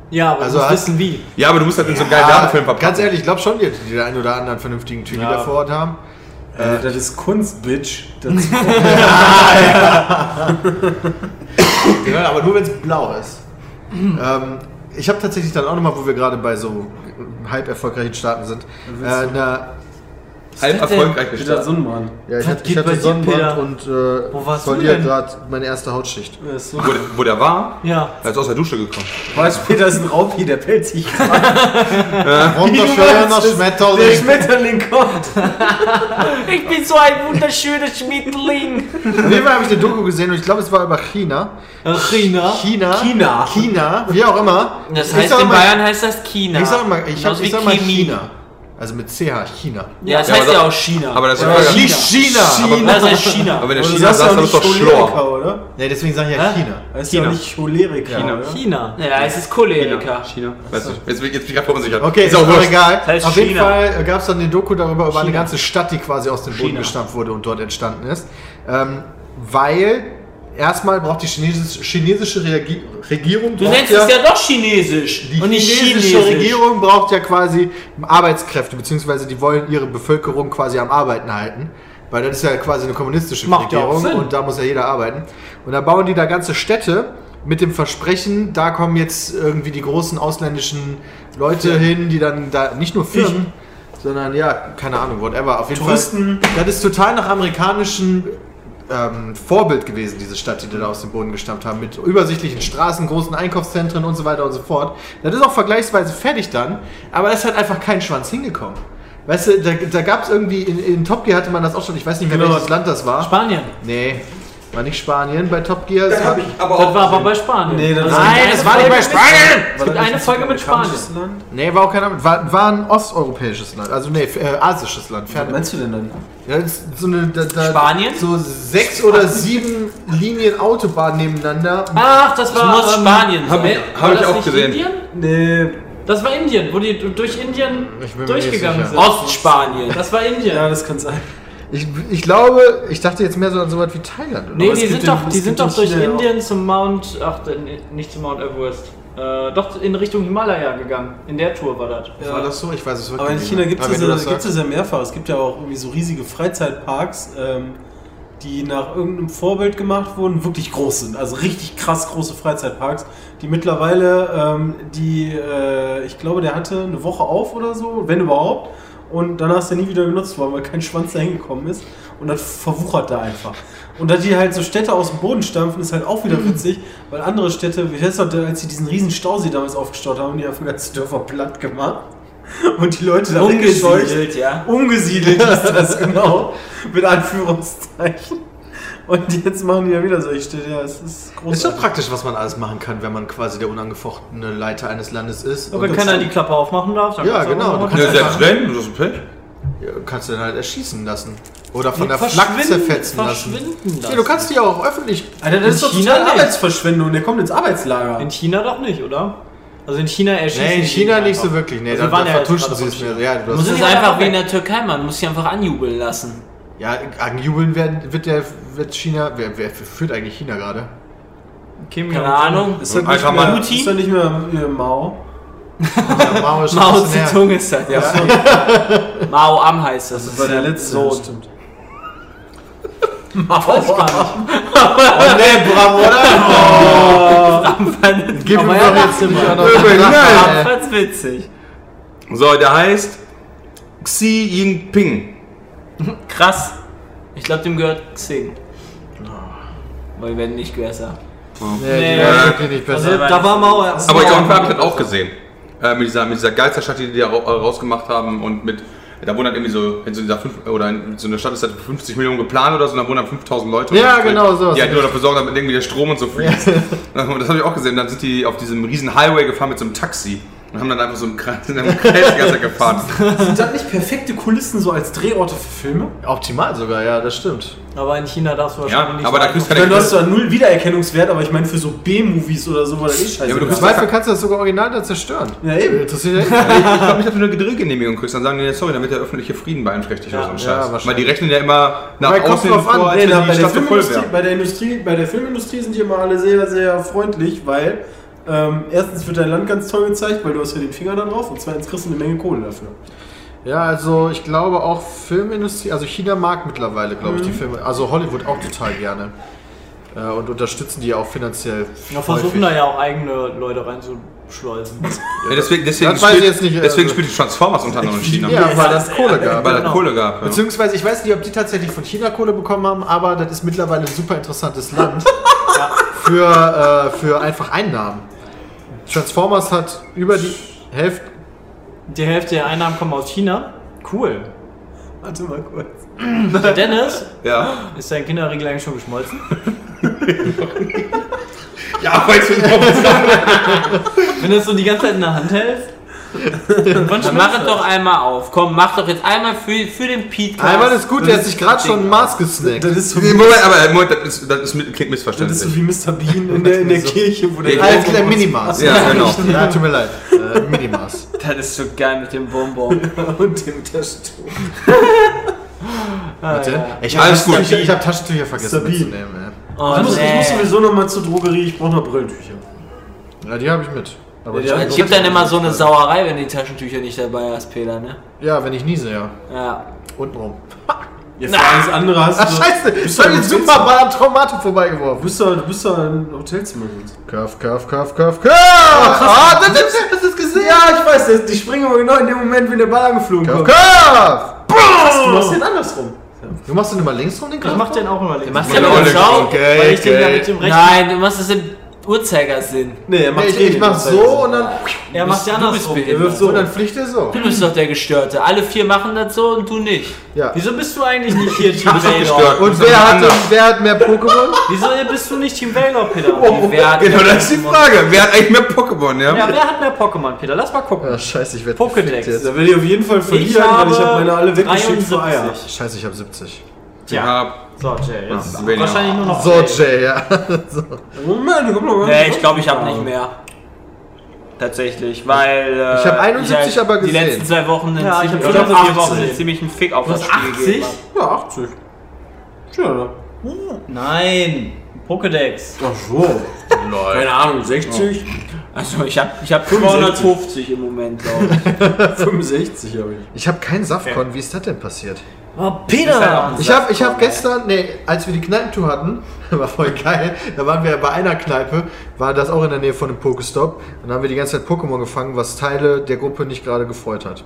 [SPEAKER 4] Ja, aber
[SPEAKER 1] Also
[SPEAKER 4] du musst
[SPEAKER 1] hat-
[SPEAKER 4] wissen wie.
[SPEAKER 2] Ja, aber du musst halt in so einen geilen Werbefilm verpacken.
[SPEAKER 1] ganz ehrlich, ich glaube schon, die, die den einen oder anderen vernünftigen Typ
[SPEAKER 4] Ja.
[SPEAKER 1] wieder vor Ort haben.
[SPEAKER 3] Äh, das ist Kunst, Bitch. Das ist
[SPEAKER 1] Ja, aber nur wenn es blau ist. ähm, ich habe tatsächlich dann auch nochmal, wo wir gerade bei so halb erfolgreichen Staaten sind, äh, eine,
[SPEAKER 2] halb
[SPEAKER 4] das denn?
[SPEAKER 2] erfolgreich
[SPEAKER 3] Peter
[SPEAKER 2] gestartet.
[SPEAKER 3] Sonnenmann.
[SPEAKER 1] ja, ich,
[SPEAKER 4] Was
[SPEAKER 1] hatte, ich
[SPEAKER 4] geht bei
[SPEAKER 1] hatte
[SPEAKER 4] dir,
[SPEAKER 1] Sonnenbrand
[SPEAKER 4] Peter?
[SPEAKER 1] und äh,
[SPEAKER 4] Wo warst du
[SPEAKER 1] verliere
[SPEAKER 4] denn?
[SPEAKER 1] gerade meine erste Hautschicht.
[SPEAKER 3] Das ist so-
[SPEAKER 2] Wo, der- wo der war,
[SPEAKER 4] Ja.
[SPEAKER 2] er ist aus der Dusche gekommen.
[SPEAKER 3] Weiß Peter ist ein Raupi, der pellt sich.
[SPEAKER 1] Wunderschöner
[SPEAKER 3] meinst, Der
[SPEAKER 1] Schmetterling.
[SPEAKER 3] Schmetterling kommt.
[SPEAKER 5] Ich bin so ein wunderschöner Schmiedling.
[SPEAKER 1] Auf jeden Fall habe ich eine Doku gesehen und ich glaube, es war über China.
[SPEAKER 4] Äh, China.
[SPEAKER 1] China.
[SPEAKER 3] China.
[SPEAKER 1] China, wie auch immer.
[SPEAKER 5] Das
[SPEAKER 1] Ich
[SPEAKER 5] heißt,
[SPEAKER 1] sag
[SPEAKER 5] in
[SPEAKER 1] mal-
[SPEAKER 5] Bayern heißt das China.
[SPEAKER 1] Ich sag mal, ich,
[SPEAKER 5] Genauso
[SPEAKER 1] hab, ich
[SPEAKER 5] wie
[SPEAKER 1] sag mal
[SPEAKER 5] Chemie.
[SPEAKER 1] China. Also mit CH, China.
[SPEAKER 5] Ja, das
[SPEAKER 2] Ja,
[SPEAKER 5] heißt
[SPEAKER 2] aber
[SPEAKER 5] ja
[SPEAKER 2] das-
[SPEAKER 5] auch China.
[SPEAKER 2] Aber das ist
[SPEAKER 3] Aber
[SPEAKER 2] ja,
[SPEAKER 1] Nicht China!
[SPEAKER 2] China.
[SPEAKER 5] das heißt China.
[SPEAKER 2] Aber wenn der
[SPEAKER 3] Du
[SPEAKER 2] China
[SPEAKER 3] sagst ja
[SPEAKER 2] sagt,
[SPEAKER 3] auch
[SPEAKER 2] dann ist
[SPEAKER 3] nicht
[SPEAKER 2] doch Schlor.
[SPEAKER 3] Choleriker, oder?
[SPEAKER 1] Nee, deswegen sage ich ja
[SPEAKER 4] Hä?
[SPEAKER 1] China.
[SPEAKER 3] Heißt ja auch
[SPEAKER 2] China.
[SPEAKER 3] nicht Choleriker,
[SPEAKER 2] China.
[SPEAKER 3] oder?
[SPEAKER 4] China.
[SPEAKER 5] Ja, es ist Choleriker.
[SPEAKER 2] China. Weißt du, jetzt, bin- jetzt bin ich gerade verunsichert.
[SPEAKER 1] Okay,
[SPEAKER 2] ist
[SPEAKER 1] ist
[SPEAKER 2] auch
[SPEAKER 1] auch
[SPEAKER 2] wurscht.
[SPEAKER 1] egal.
[SPEAKER 5] heißt
[SPEAKER 1] Auf jeden
[SPEAKER 5] China.
[SPEAKER 1] Fall gab es dann eine Doku darüber, über eine
[SPEAKER 4] China.
[SPEAKER 1] ganze Stadt, die quasi aus dem Boden
[SPEAKER 4] China.
[SPEAKER 1] gestampft wurde und dort entstanden ist. Ähm, weil erstmal braucht die chinesische, chinesische Reagi- Regierung.
[SPEAKER 5] Du
[SPEAKER 1] braucht
[SPEAKER 5] nennst es ja doch Chinesisch.
[SPEAKER 1] Die
[SPEAKER 5] und nicht
[SPEAKER 1] chinesische
[SPEAKER 5] Chinesisch.
[SPEAKER 1] Regierung braucht ja quasi Arbeitskräfte, beziehungsweise die wollen ihre Bevölkerung quasi am Arbeiten halten. Weil das ist ja quasi eine kommunistische
[SPEAKER 4] Macht ja auch
[SPEAKER 1] Regierung
[SPEAKER 4] Sinn.
[SPEAKER 1] und da muss ja jeder arbeiten. Und da bauen die da ganze Städte mit dem Versprechen, da kommen jetzt irgendwie die großen ausländischen Leute hin, die dann da nicht nur Firmen, sondern ja, keine Ahnung, whatever. Auf jeden
[SPEAKER 3] Touristen.
[SPEAKER 1] Fall. Das ist total nach amerikanischen ähm, Vorbild gewesen, diese Stadt, die die da aus dem Boden gestammt haben, mit übersichtlichen Straßen, großen Einkaufszentren und so weiter und so fort. Das ist auch vergleichsweise fertig dann, aber es hat einfach keinen Schwanz hingekommen. Weißt du, da, da gab es irgendwie, in, in Top Gear hatte man das auch schon, ich weiß nicht mehr,
[SPEAKER 3] Genau.
[SPEAKER 1] welches Land das war.
[SPEAKER 4] Spanien.
[SPEAKER 1] nee, war nicht Spanien bei Top Gear. es war-
[SPEAKER 2] Aber
[SPEAKER 4] Das
[SPEAKER 2] auch,
[SPEAKER 4] war aber bei Spanien. Also
[SPEAKER 3] Nee, das-
[SPEAKER 4] Nein,
[SPEAKER 1] Nein,
[SPEAKER 4] das
[SPEAKER 1] das war nicht bei Spanien!
[SPEAKER 4] Es gibt eine Folge mit Spanien.
[SPEAKER 3] Land?
[SPEAKER 1] Nee, war auch kein Ahnung, war, war ein osteuropäisches Land, also nee, äh, asisches Land.
[SPEAKER 3] Was
[SPEAKER 1] Fern
[SPEAKER 3] meinst du denn dann?
[SPEAKER 1] Ja, das ist so eine, da, da,
[SPEAKER 5] Spanien?
[SPEAKER 1] So sechs oder sieben Linien Autobahn nebenender.
[SPEAKER 4] Ach, das war ähm,
[SPEAKER 5] muss Spanien
[SPEAKER 4] Hab,
[SPEAKER 5] sein.
[SPEAKER 2] Hab ich auch gesehen.
[SPEAKER 4] Indien?
[SPEAKER 3] Nee,
[SPEAKER 4] Das war Indien, wo die du- durch Indien
[SPEAKER 1] Ich bin mir
[SPEAKER 4] durchgegangen
[SPEAKER 1] nicht
[SPEAKER 4] sind.
[SPEAKER 1] sicher.
[SPEAKER 5] Ostspanien.
[SPEAKER 4] Das war Indien.
[SPEAKER 3] ja, das kann sein.
[SPEAKER 1] Ich, ich glaube, ich dachte jetzt mehr so an so was wie Thailand. Oder?
[SPEAKER 4] Nee,
[SPEAKER 3] Aber es
[SPEAKER 4] die
[SPEAKER 3] gibt
[SPEAKER 4] sind,
[SPEAKER 3] den-
[SPEAKER 4] doch,
[SPEAKER 3] es
[SPEAKER 4] die
[SPEAKER 3] gibt
[SPEAKER 4] sind
[SPEAKER 3] den
[SPEAKER 4] doch durch
[SPEAKER 3] China ja auch.
[SPEAKER 4] Indien zum Mount, ach, äh, nee, nicht zum Mount Everest, äh, doch in Richtung Himalaya gegangen. In der Tour war das.
[SPEAKER 1] was? War das so? Ich weiß es wirklich
[SPEAKER 3] Aber in
[SPEAKER 1] nicht
[SPEAKER 3] China
[SPEAKER 1] mehr.
[SPEAKER 3] gibt
[SPEAKER 1] Aber
[SPEAKER 3] es
[SPEAKER 1] wenn du
[SPEAKER 3] das, ja-
[SPEAKER 1] sagst-
[SPEAKER 3] gibt's das ja mehrfach. Es gibt ja auch irgendwie so riesige Freizeitparks, ähm, die nach irgendeinem Vorbild gemacht wurden, wirklich groß sind. Also richtig krass große Freizeitparks, die mittlerweile, ähm, die, äh, ich glaube, der hatte eine Woche auf oder so, wenn überhaupt. Und danach ist er nie wieder genutzt worden, weil kein Schwanz da hingekommen ist. Und das verwuchert da einfach. Und dass die halt so Städte aus dem Boden stampfen, ist halt auch wieder witzig, weil andere Städte, wie heißt das, als sie diesen riesen Stausee damals aufgestaut haben, die haben ganze Dörfer platt gemacht. Und die Leute da weggescheucht.
[SPEAKER 5] Umgesiedelt, ja.
[SPEAKER 3] Umgesiedelt ist das, genau. Mit Anführungszeichen. Und jetzt machen die ja wieder solche Städte. Ja, es ist
[SPEAKER 1] Ist schon
[SPEAKER 3] großartig.
[SPEAKER 1] praktisch, was man alles machen kann, wenn man quasi der unangefochtene Leiter eines Landes ist.
[SPEAKER 4] Aber
[SPEAKER 1] Und
[SPEAKER 4] wenn
[SPEAKER 1] das-
[SPEAKER 4] keiner die Klappe aufmachen darf, dann
[SPEAKER 1] Ja,
[SPEAKER 4] kannst du
[SPEAKER 1] genau,
[SPEAKER 4] auch
[SPEAKER 1] du
[SPEAKER 4] mal-
[SPEAKER 1] kannst-
[SPEAKER 2] ja, selbst wenn, das ist ein Pech.
[SPEAKER 1] ja, kannst du dann halt erschießen lassen. Oder von
[SPEAKER 4] Nee,
[SPEAKER 1] der Flak
[SPEAKER 4] verschwinden-
[SPEAKER 1] zerfetzen lassen.
[SPEAKER 4] verschwinden lassen.
[SPEAKER 1] Ja, du kannst die ja auch öffentlich.
[SPEAKER 3] Alter, das ist doch
[SPEAKER 4] China
[SPEAKER 3] total
[SPEAKER 4] nicht.
[SPEAKER 3] Arbeitsverschwendung. Der kommt ins Arbeitslager.
[SPEAKER 4] In China doch nicht, oder? Also in China erschießen
[SPEAKER 1] Nee, in
[SPEAKER 4] die
[SPEAKER 1] China
[SPEAKER 4] die
[SPEAKER 1] nicht so
[SPEAKER 4] einfach.
[SPEAKER 1] wirklich. Nee,
[SPEAKER 4] Also
[SPEAKER 1] da,
[SPEAKER 4] wir waren
[SPEAKER 1] da
[SPEAKER 4] ja jetzt
[SPEAKER 1] vertuschen
[SPEAKER 4] gerade
[SPEAKER 1] sie es
[SPEAKER 4] von
[SPEAKER 1] mir. Ja, du
[SPEAKER 5] Das
[SPEAKER 1] hast,
[SPEAKER 4] Muss-
[SPEAKER 5] ist einfach wie in der Türkei, man muss sich einfach anjubeln lassen.
[SPEAKER 1] ja angejubeln werden, wird, der, wird China. Wer, wer führt eigentlich China gerade?
[SPEAKER 4] Kim
[SPEAKER 5] Keine
[SPEAKER 4] Jong-un.
[SPEAKER 5] Ahnung.
[SPEAKER 3] Ist das nicht
[SPEAKER 2] Alter,
[SPEAKER 3] mehr,
[SPEAKER 2] Mann.
[SPEAKER 3] ist das nicht mehr äh, Mao?
[SPEAKER 1] Der Mao ist
[SPEAKER 5] Mao
[SPEAKER 1] schon her.
[SPEAKER 5] Zedong ist das, ja. Mao Am heißt das. halt
[SPEAKER 3] Das war der letzte.
[SPEAKER 5] So.
[SPEAKER 3] ja, stimmt.
[SPEAKER 1] Oh, nee, brav, oder? Gib ihm doch
[SPEAKER 4] Aber er
[SPEAKER 1] jetzt
[SPEAKER 4] macht's immer.
[SPEAKER 1] nicht auch noch den
[SPEAKER 2] Nein.
[SPEAKER 1] Lacher, ey.
[SPEAKER 5] Ganz witzig.
[SPEAKER 2] So, der heißt Xi Jinping.
[SPEAKER 5] Krass. Ich glaube, dem gehört Xing. Oh. Weil wir werden nicht besser.
[SPEAKER 1] Nee,
[SPEAKER 4] Nee.
[SPEAKER 1] die werden wirklich nicht
[SPEAKER 4] Also
[SPEAKER 1] besser.
[SPEAKER 4] da war Mao.
[SPEAKER 2] Aber Jan habe ich das auch gesehen. Äh, mit dieser, mit dieser Geisterstadt, die die da ra- äh, rausgemacht haben und mit. Da wohnen halt irgendwie so, in so dieser fünf, oder in so einer Stadt ist halt 50 Millionen geplant oder so, und da wohnen dann 5000 Leute.
[SPEAKER 1] Ja,
[SPEAKER 2] und
[SPEAKER 1] genau, sowas.
[SPEAKER 2] Die halt nur dafür sorgen, damit irgendwie der Strom und so fließt. Und das habe ich auch gesehen. Dann sind die auf diesem riesen Highway gefahren mit so einem Taxi und haben dann einfach so im Kreis, in einem Kreis die ganze Zeit gefahren.
[SPEAKER 3] Sind das nicht perfekte Kulissen so als Drehorte für Filme?
[SPEAKER 1] Optimal sogar, ja, das stimmt.
[SPEAKER 4] Aber in China darfst du wahrscheinlich
[SPEAKER 2] Ja,
[SPEAKER 4] nicht.
[SPEAKER 2] aber da kriegst du keine
[SPEAKER 3] Dann hast du ja null Wiedererkennungswert, aber ich meine für so B-Movies oder so, weil das eh scheiße
[SPEAKER 2] Ja, aber du
[SPEAKER 1] Im
[SPEAKER 2] bist-
[SPEAKER 3] ist.
[SPEAKER 1] Zweifel kannst du das sogar original da zerstören.
[SPEAKER 3] Ja, eben.
[SPEAKER 1] Interessiert dich?
[SPEAKER 2] Ich glaube nicht, dass du eine Drehgenehmigung kriegst. Dann sagen die, nee, sorry, dann wird der öffentliche Frieden beeinträchtigt oder so ein
[SPEAKER 1] ja,
[SPEAKER 2] Scheiß. Weil die
[SPEAKER 1] wahrscheinlich.
[SPEAKER 2] rechnen ja immer nach
[SPEAKER 1] Wobei, kommt
[SPEAKER 2] außen
[SPEAKER 1] drauf an.
[SPEAKER 2] vor, als
[SPEAKER 3] Nee,
[SPEAKER 2] wenn
[SPEAKER 3] na,
[SPEAKER 2] die
[SPEAKER 3] bei, der
[SPEAKER 2] Stadt so voll
[SPEAKER 3] Filmindustrie,
[SPEAKER 2] wäre.
[SPEAKER 3] bei, der Industrie, bei der Filmindustrie sind die immer alle sehr, sehr freundlich, weil ähm, erstens wird dein Land ganz toll gezeigt, weil du hast ja den Finger da drauf und zweitens kriegst du eine Menge Kohle dafür.
[SPEAKER 1] Ja, also ich glaube auch Filmindustrie, also China mag mittlerweile, glaube
[SPEAKER 4] Mhm.
[SPEAKER 1] ich, die Filme, also Hollywood auch total gerne. Äh, Und unterstützen die auch finanziell.
[SPEAKER 4] Ja, versuchen
[SPEAKER 1] häufig.
[SPEAKER 4] da ja auch eigene Leute reinzuschleusen.
[SPEAKER 2] Ja, deswegen deswegen,
[SPEAKER 1] Das weiß ich
[SPEAKER 2] spielt,
[SPEAKER 1] jetzt nicht, also-
[SPEAKER 2] deswegen spielt die Transformers unter anderem in China.
[SPEAKER 1] Ja, weil das Kohle gab.
[SPEAKER 2] Weil
[SPEAKER 4] genau.
[SPEAKER 2] es Kohle gab. Ja.
[SPEAKER 1] Beziehungsweise, ich weiß nicht, ob die tatsächlich von China Kohle bekommen haben, aber das ist mittlerweile ein super interessantes Land für, äh, für einfach Einnahmen. Transformers hat über die Hälfte.
[SPEAKER 4] Die Hälfte der Einnahmen kommen aus China. Cool.
[SPEAKER 3] Warte mal kurz.
[SPEAKER 4] Der Dennis,
[SPEAKER 2] Ja.
[SPEAKER 4] ist dein Kinderriegel eigentlich schon geschmolzen?
[SPEAKER 2] ja, weißt du,
[SPEAKER 4] Wenn du es so die ganze Zeit in der Hand hältst.
[SPEAKER 5] Dann mach es doch einmal auf. Komm, mach doch jetzt einmal für, für den Pete.
[SPEAKER 1] Einmal ist gut, der hat sich gerade schon ein Maß gesnackt.
[SPEAKER 3] Das ist so wie,
[SPEAKER 2] Moment, aber Moment, das, ist, das ist, mit- klingt
[SPEAKER 3] das ist so
[SPEAKER 2] missverständlich.
[SPEAKER 3] wie Mr. Bean in der, in der Kirche, wo der
[SPEAKER 1] Als kleiner Minimaß.
[SPEAKER 2] Ja, genau.
[SPEAKER 1] Ja, tut mir leid. Äh, Minimaß.
[SPEAKER 5] Das ist so geil mit dem Bonbon.
[SPEAKER 3] und dem Taschentuch.
[SPEAKER 1] Warte. Ich
[SPEAKER 2] Alles
[SPEAKER 1] habe
[SPEAKER 2] gut.
[SPEAKER 1] Taschentücher, ich hab Taschentücher vergessen
[SPEAKER 3] Sabine.
[SPEAKER 1] mitzunehmen.
[SPEAKER 5] Oh,
[SPEAKER 3] Ich muss, ich muss
[SPEAKER 5] nee.
[SPEAKER 3] sowieso nochmal zur Drogerie, ich brauche noch Brillentücher.
[SPEAKER 1] Ey. Ja, die habe ich mit. Aber
[SPEAKER 3] Ja, die hab
[SPEAKER 5] Es gibt dann immer so eine Sauerei, wenn du die Taschentücher nicht dabei hast, Peter, ne?
[SPEAKER 1] Ja, wenn ich niese, ja.
[SPEAKER 5] Ja.
[SPEAKER 1] Untenrum.
[SPEAKER 3] Ja, für alles andere hast du.
[SPEAKER 1] Ach, scheiße. Ich
[SPEAKER 3] du
[SPEAKER 1] habe den
[SPEAKER 3] ein
[SPEAKER 1] Superball am Traumato
[SPEAKER 3] Du
[SPEAKER 1] vorbeigeworfen.
[SPEAKER 3] bist doch, du bist doch ein Hotelzimmer. sonst.
[SPEAKER 1] Curve, Curve, Curve, Curve, Curve. Ah, das ist, das ist gesehen.
[SPEAKER 3] Ja, ich weiß, das- die springen aber genau in dem Moment, wenn der Ball angeflogen
[SPEAKER 1] Curve,
[SPEAKER 3] kommt.
[SPEAKER 1] Curve.
[SPEAKER 3] Du machst den andersrum.
[SPEAKER 1] Du machst den immer links rum, den
[SPEAKER 4] Ich
[SPEAKER 1] Curve?
[SPEAKER 4] mach den auch immer links.
[SPEAKER 5] machst
[SPEAKER 4] ja
[SPEAKER 5] ja mit dem Schau.
[SPEAKER 4] weil ich den ja mit dem rechten.
[SPEAKER 5] Nein, du machst es im Uhrzeigersinn.
[SPEAKER 3] Nee, er
[SPEAKER 1] Nee,
[SPEAKER 3] macht
[SPEAKER 1] ich,
[SPEAKER 3] eh
[SPEAKER 1] ich
[SPEAKER 3] den
[SPEAKER 1] mach
[SPEAKER 3] Hotelzimmer.
[SPEAKER 1] so und dann,
[SPEAKER 4] Er macht ja
[SPEAKER 5] du
[SPEAKER 4] andersrum.
[SPEAKER 5] bist
[SPEAKER 3] Er wirft so
[SPEAKER 1] und
[SPEAKER 3] und
[SPEAKER 1] dann fliegt er so.
[SPEAKER 5] Du bist doch der Gestörte. Alle vier machen das so und du nicht.
[SPEAKER 1] Ja.
[SPEAKER 4] Wieso bist du eigentlich nicht hier Team
[SPEAKER 1] genau.
[SPEAKER 2] gestört.
[SPEAKER 4] Valor?
[SPEAKER 1] Und wer hat, wer hat mehr Pokémon?
[SPEAKER 4] Wieso bist du nicht Team Valor, Peter?
[SPEAKER 5] Wer hat
[SPEAKER 2] Genau, das ist die Frage. Wer hat eigentlich mehr Pokémon, ja?
[SPEAKER 4] Ja, wer hat mehr Pokémon, Peter? Lass mal gucken.
[SPEAKER 1] Ah, scheiße, ich werde
[SPEAKER 4] Pokédex.
[SPEAKER 1] gefickt jetzt.
[SPEAKER 3] Da werde ich auf jeden Fall verlieren, weil ich habe meine alle weggeschickt für Eier.
[SPEAKER 4] 73.
[SPEAKER 1] Scheiße, ich habe 70.
[SPEAKER 4] Tja. So, Jay, jetzt
[SPEAKER 2] Ja, weniger.
[SPEAKER 4] wahrscheinlich nur noch
[SPEAKER 1] So,
[SPEAKER 4] Jay.
[SPEAKER 1] Jay, ja.
[SPEAKER 3] Moment, komm noch
[SPEAKER 5] Nee, ich glaube, ich habe nicht mehr. Tatsächlich, weil. Äh,
[SPEAKER 1] Ich hab 71
[SPEAKER 5] halt
[SPEAKER 1] aber
[SPEAKER 5] Die
[SPEAKER 1] gesehen.
[SPEAKER 5] letzten zwei Wochen einen
[SPEAKER 4] Ja, ich
[SPEAKER 5] ziemlichen-
[SPEAKER 4] hab
[SPEAKER 5] oder
[SPEAKER 4] 85.
[SPEAKER 5] vier Wochen einen ziemlichen Fick auf
[SPEAKER 4] Du
[SPEAKER 5] das
[SPEAKER 4] hast
[SPEAKER 5] Spiel
[SPEAKER 4] 80?
[SPEAKER 5] gegeben.
[SPEAKER 3] Ja, 80. Schön, oder?
[SPEAKER 4] Nein. Pokédex.
[SPEAKER 3] Ach so. Keine Ahnung, 60?
[SPEAKER 5] Also ich habe ich hab
[SPEAKER 3] 65.
[SPEAKER 5] 250 im Moment, glaube ich.
[SPEAKER 3] 65 habe ich.
[SPEAKER 1] Ich habe keinen Saftkorn. Wie ist das denn passiert?
[SPEAKER 4] Oh,
[SPEAKER 5] Ist halt auch
[SPEAKER 4] Peter!
[SPEAKER 5] ein
[SPEAKER 1] Ich habe ich hab gestern, nee, als wir die Kneipentour hatten, war voll geil, da waren wir bei einer Kneipe, war das auch in der Nähe von einem Pokestop. Dann haben wir die ganze Zeit Pokémon gefangen, was Teile der Gruppe nicht gerade gefreut hat.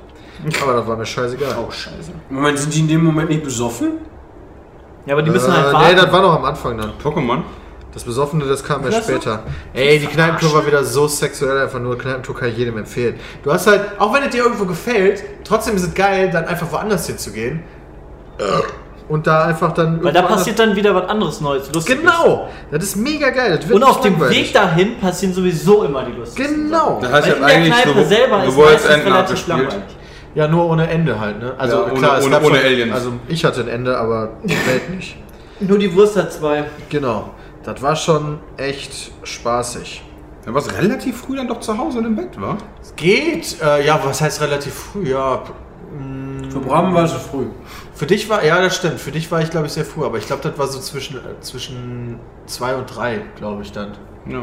[SPEAKER 1] Aber das war mir scheißegal. Oh, scheiße.
[SPEAKER 3] Moment, sind die in dem Moment nicht besoffen?
[SPEAKER 4] Ja, aber die
[SPEAKER 1] Äh,
[SPEAKER 4] müssen halt
[SPEAKER 1] nee, das
[SPEAKER 4] warten.
[SPEAKER 1] war noch am Anfang dann.
[SPEAKER 2] Pokémon?
[SPEAKER 1] Das Besoffene, das kam ja
[SPEAKER 4] Das war-
[SPEAKER 1] später. Ey, die Kneipentour war wieder so sexuell, einfach nur Kneipentour kann ich jedem empfehlen. Du hast halt, auch wenn es dir irgendwo gefällt, trotzdem ist es geil, dann einfach woanders hinzugehen. Und da einfach dann.
[SPEAKER 4] Weil
[SPEAKER 1] irgendwo
[SPEAKER 4] da
[SPEAKER 1] anders-
[SPEAKER 4] passiert dann wieder was anderes Neues, lustiges.
[SPEAKER 1] Genau! Das ist mega geil. Das wird
[SPEAKER 4] Und auf
[SPEAKER 1] nicht
[SPEAKER 4] dem Weg
[SPEAKER 1] langweilig.
[SPEAKER 4] dahin passieren sowieso immer die lustigen.
[SPEAKER 1] Genau.
[SPEAKER 2] Das heißt, ich
[SPEAKER 4] Weil in
[SPEAKER 2] habe
[SPEAKER 4] der
[SPEAKER 2] eigentlich
[SPEAKER 4] Kneipe
[SPEAKER 2] nur
[SPEAKER 4] selber ist
[SPEAKER 2] World's
[SPEAKER 4] meistens
[SPEAKER 2] End
[SPEAKER 4] relativ
[SPEAKER 2] nachgespielt.
[SPEAKER 4] langweilig.
[SPEAKER 1] Ja, nur ohne Ende halt, ne? Also
[SPEAKER 2] Ja, ohne-
[SPEAKER 1] klar, es
[SPEAKER 2] ohne-
[SPEAKER 1] gab
[SPEAKER 2] ohne
[SPEAKER 1] schon,
[SPEAKER 2] Aliens.
[SPEAKER 1] Also ich hatte ein Ende, aber die Welt nicht.
[SPEAKER 4] Nur die Wurst hat zwei.
[SPEAKER 1] Genau. Das war schon echt spaßig.
[SPEAKER 2] Er war relativ früh dann doch zu Hause und im Bett, war?
[SPEAKER 1] Es geht. Äh, ja, was heißt relativ früh? Ja,
[SPEAKER 3] Für Bram war es schon früh.
[SPEAKER 1] Für dich war, ja, das stimmt. Für dich war ich, glaube ich, sehr früh, aber ich glaube, das war so zwischen, äh, zwischen zwei und drei, glaube ich, dann.
[SPEAKER 2] Ja.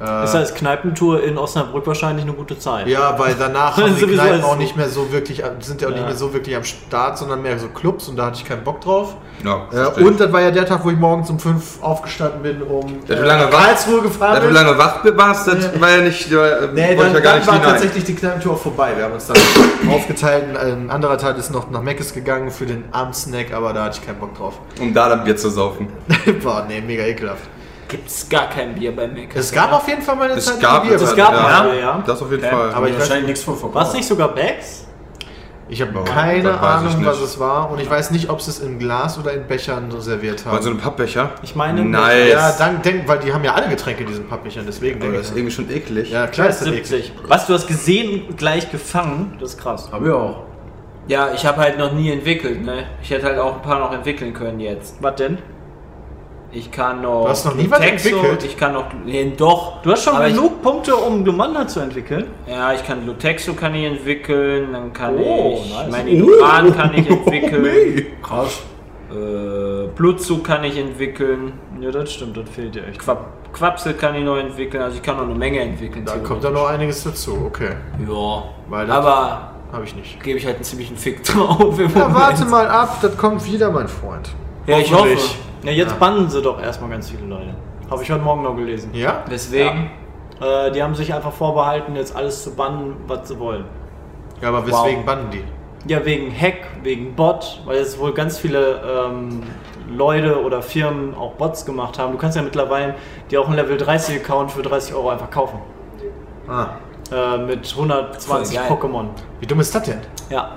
[SPEAKER 1] Äh,
[SPEAKER 4] Das heißt, Kneipentour in Osnabrück wahrscheinlich eine gute Zeit.
[SPEAKER 1] ja, weil danach haben die
[SPEAKER 4] Sowieso
[SPEAKER 1] Kneipen
[SPEAKER 4] ist
[SPEAKER 1] auch
[SPEAKER 4] es-
[SPEAKER 1] nicht mehr so wirklich, äh, sind ja auch nicht
[SPEAKER 4] Ja.
[SPEAKER 1] mehr so wirklich am Start, sondern mehr so Clubs und da hatte ich keinen Bock drauf.
[SPEAKER 2] ja
[SPEAKER 1] Äh,
[SPEAKER 2] verstehe
[SPEAKER 1] und
[SPEAKER 2] ich.
[SPEAKER 1] das war ja der Tag, wo ich morgens um fünf aufgestanden bin, um
[SPEAKER 2] Dass du lange
[SPEAKER 1] nach
[SPEAKER 2] wach-
[SPEAKER 1] Karlsruhe gefahren
[SPEAKER 2] Da du
[SPEAKER 1] bin.
[SPEAKER 2] lange wach warst, das war ja nicht, da
[SPEAKER 1] Nee,
[SPEAKER 2] wollte ich
[SPEAKER 1] dann,
[SPEAKER 2] ja gar nicht
[SPEAKER 1] dann war
[SPEAKER 2] hinein.
[SPEAKER 1] tatsächlich die Kneipentour auch vorbei. Wir haben uns dann aufgeteilt. Ein- Ein anderer Teil ist noch nach Meckes gegangen für den Abendsnack, aber da hatte ich keinen Bock drauf.
[SPEAKER 2] Um da dann Bier zu saufen.
[SPEAKER 1] Boah, nee, mega ekelhaft.
[SPEAKER 5] Gibt's gar kein Bier bei Mac.
[SPEAKER 1] Es gab auf jeden Fall mal eine
[SPEAKER 2] Es
[SPEAKER 1] Zeit,
[SPEAKER 2] gab-
[SPEAKER 1] wo Bier
[SPEAKER 2] es
[SPEAKER 1] war.
[SPEAKER 4] gab
[SPEAKER 2] Ja.
[SPEAKER 4] mal, ja.
[SPEAKER 2] Das auf jeden
[SPEAKER 3] Ja,
[SPEAKER 2] Fall.
[SPEAKER 1] aber ich weiß-
[SPEAKER 3] wahrscheinlich nichts von verkauft.
[SPEAKER 4] War es nicht sogar Bags?
[SPEAKER 1] Ich habe
[SPEAKER 2] Boah,
[SPEAKER 1] keine
[SPEAKER 2] das weiß ich
[SPEAKER 1] Ahnung, was
[SPEAKER 2] nicht.
[SPEAKER 1] es war und ich weiß nicht, ob sie es in Glas oder in Bechern so serviert haben.
[SPEAKER 2] War so ein Pappbecher?
[SPEAKER 4] Ich meine-
[SPEAKER 2] Nice.
[SPEAKER 1] ja, dann denk, weil die haben ja alle Getränke in diesen Pappbechern, deswegen
[SPEAKER 2] Aber
[SPEAKER 1] denke
[SPEAKER 2] das ist
[SPEAKER 1] ich. halt.
[SPEAKER 2] irgendwie schon eklig.
[SPEAKER 1] Ja, klar ist das eklig.
[SPEAKER 4] 70. Was, du hast gesehen und gleich gefangen? Das ist krass.
[SPEAKER 3] Hab ich auch.
[SPEAKER 5] Ja, ich habe halt noch nie entwickelt, ne? Ich hätte halt auch ein paar noch entwickeln können jetzt.
[SPEAKER 4] Was denn?
[SPEAKER 5] Ich kann noch.
[SPEAKER 1] Du hast noch nie was
[SPEAKER 5] Texo,
[SPEAKER 1] entwickelt?
[SPEAKER 5] Ich kann noch. Nee, doch.
[SPEAKER 4] Du hast schon
[SPEAKER 5] Aber
[SPEAKER 4] genug Punkte, um Glumanda zu entwickeln.
[SPEAKER 5] Ich, ja, ich kann Lutexo kann ich entwickeln, dann kann
[SPEAKER 4] Oh,
[SPEAKER 5] ich.
[SPEAKER 4] nice.
[SPEAKER 5] Meine Ignoran kann ich
[SPEAKER 1] Oh,
[SPEAKER 5] entwickeln.
[SPEAKER 3] Krass.
[SPEAKER 5] äh, Blutzu kann ich entwickeln.
[SPEAKER 4] Ja, das stimmt, das fehlt dir echt.
[SPEAKER 5] Quap Quapsel kann ich noch entwickeln. Also ich kann noch eine Menge entwickeln.
[SPEAKER 1] Da kommt
[SPEAKER 5] theoretisch.
[SPEAKER 1] dann noch einiges dazu, okay.
[SPEAKER 5] Ja.
[SPEAKER 1] Weil das-
[SPEAKER 5] Aber
[SPEAKER 1] Habe ich nicht.
[SPEAKER 5] gebe ich halt einen ziemlichen Fick drauf im
[SPEAKER 1] Ja,
[SPEAKER 5] Moment.
[SPEAKER 1] warte mal ab, das kommt wieder, mein Freund.
[SPEAKER 5] Ja, ich hoffe.
[SPEAKER 1] Hoffentlich.
[SPEAKER 4] Ja, jetzt bannen sie doch erstmal ganz viele Leute. Habe ich heute Morgen noch gelesen.
[SPEAKER 1] Ja?
[SPEAKER 5] Deswegen.
[SPEAKER 4] Äh, die haben sich einfach vorbehalten, jetzt alles zu bannen, was sie wollen.
[SPEAKER 1] Ja, aber weswegen bannen die?
[SPEAKER 4] Ja, wegen Hack, wegen Bot, weil jetzt wohl ganz viele ähm, Leute oder Firmen auch Bots gemacht haben. Du kannst ja mittlerweile dir auch einen Level 30-Account für 30 Euro einfach kaufen.
[SPEAKER 1] Ah,
[SPEAKER 4] Äh, mit 120
[SPEAKER 5] Voll geil.
[SPEAKER 4] Pokémon.
[SPEAKER 1] wie dumm ist das denn?
[SPEAKER 4] Ja.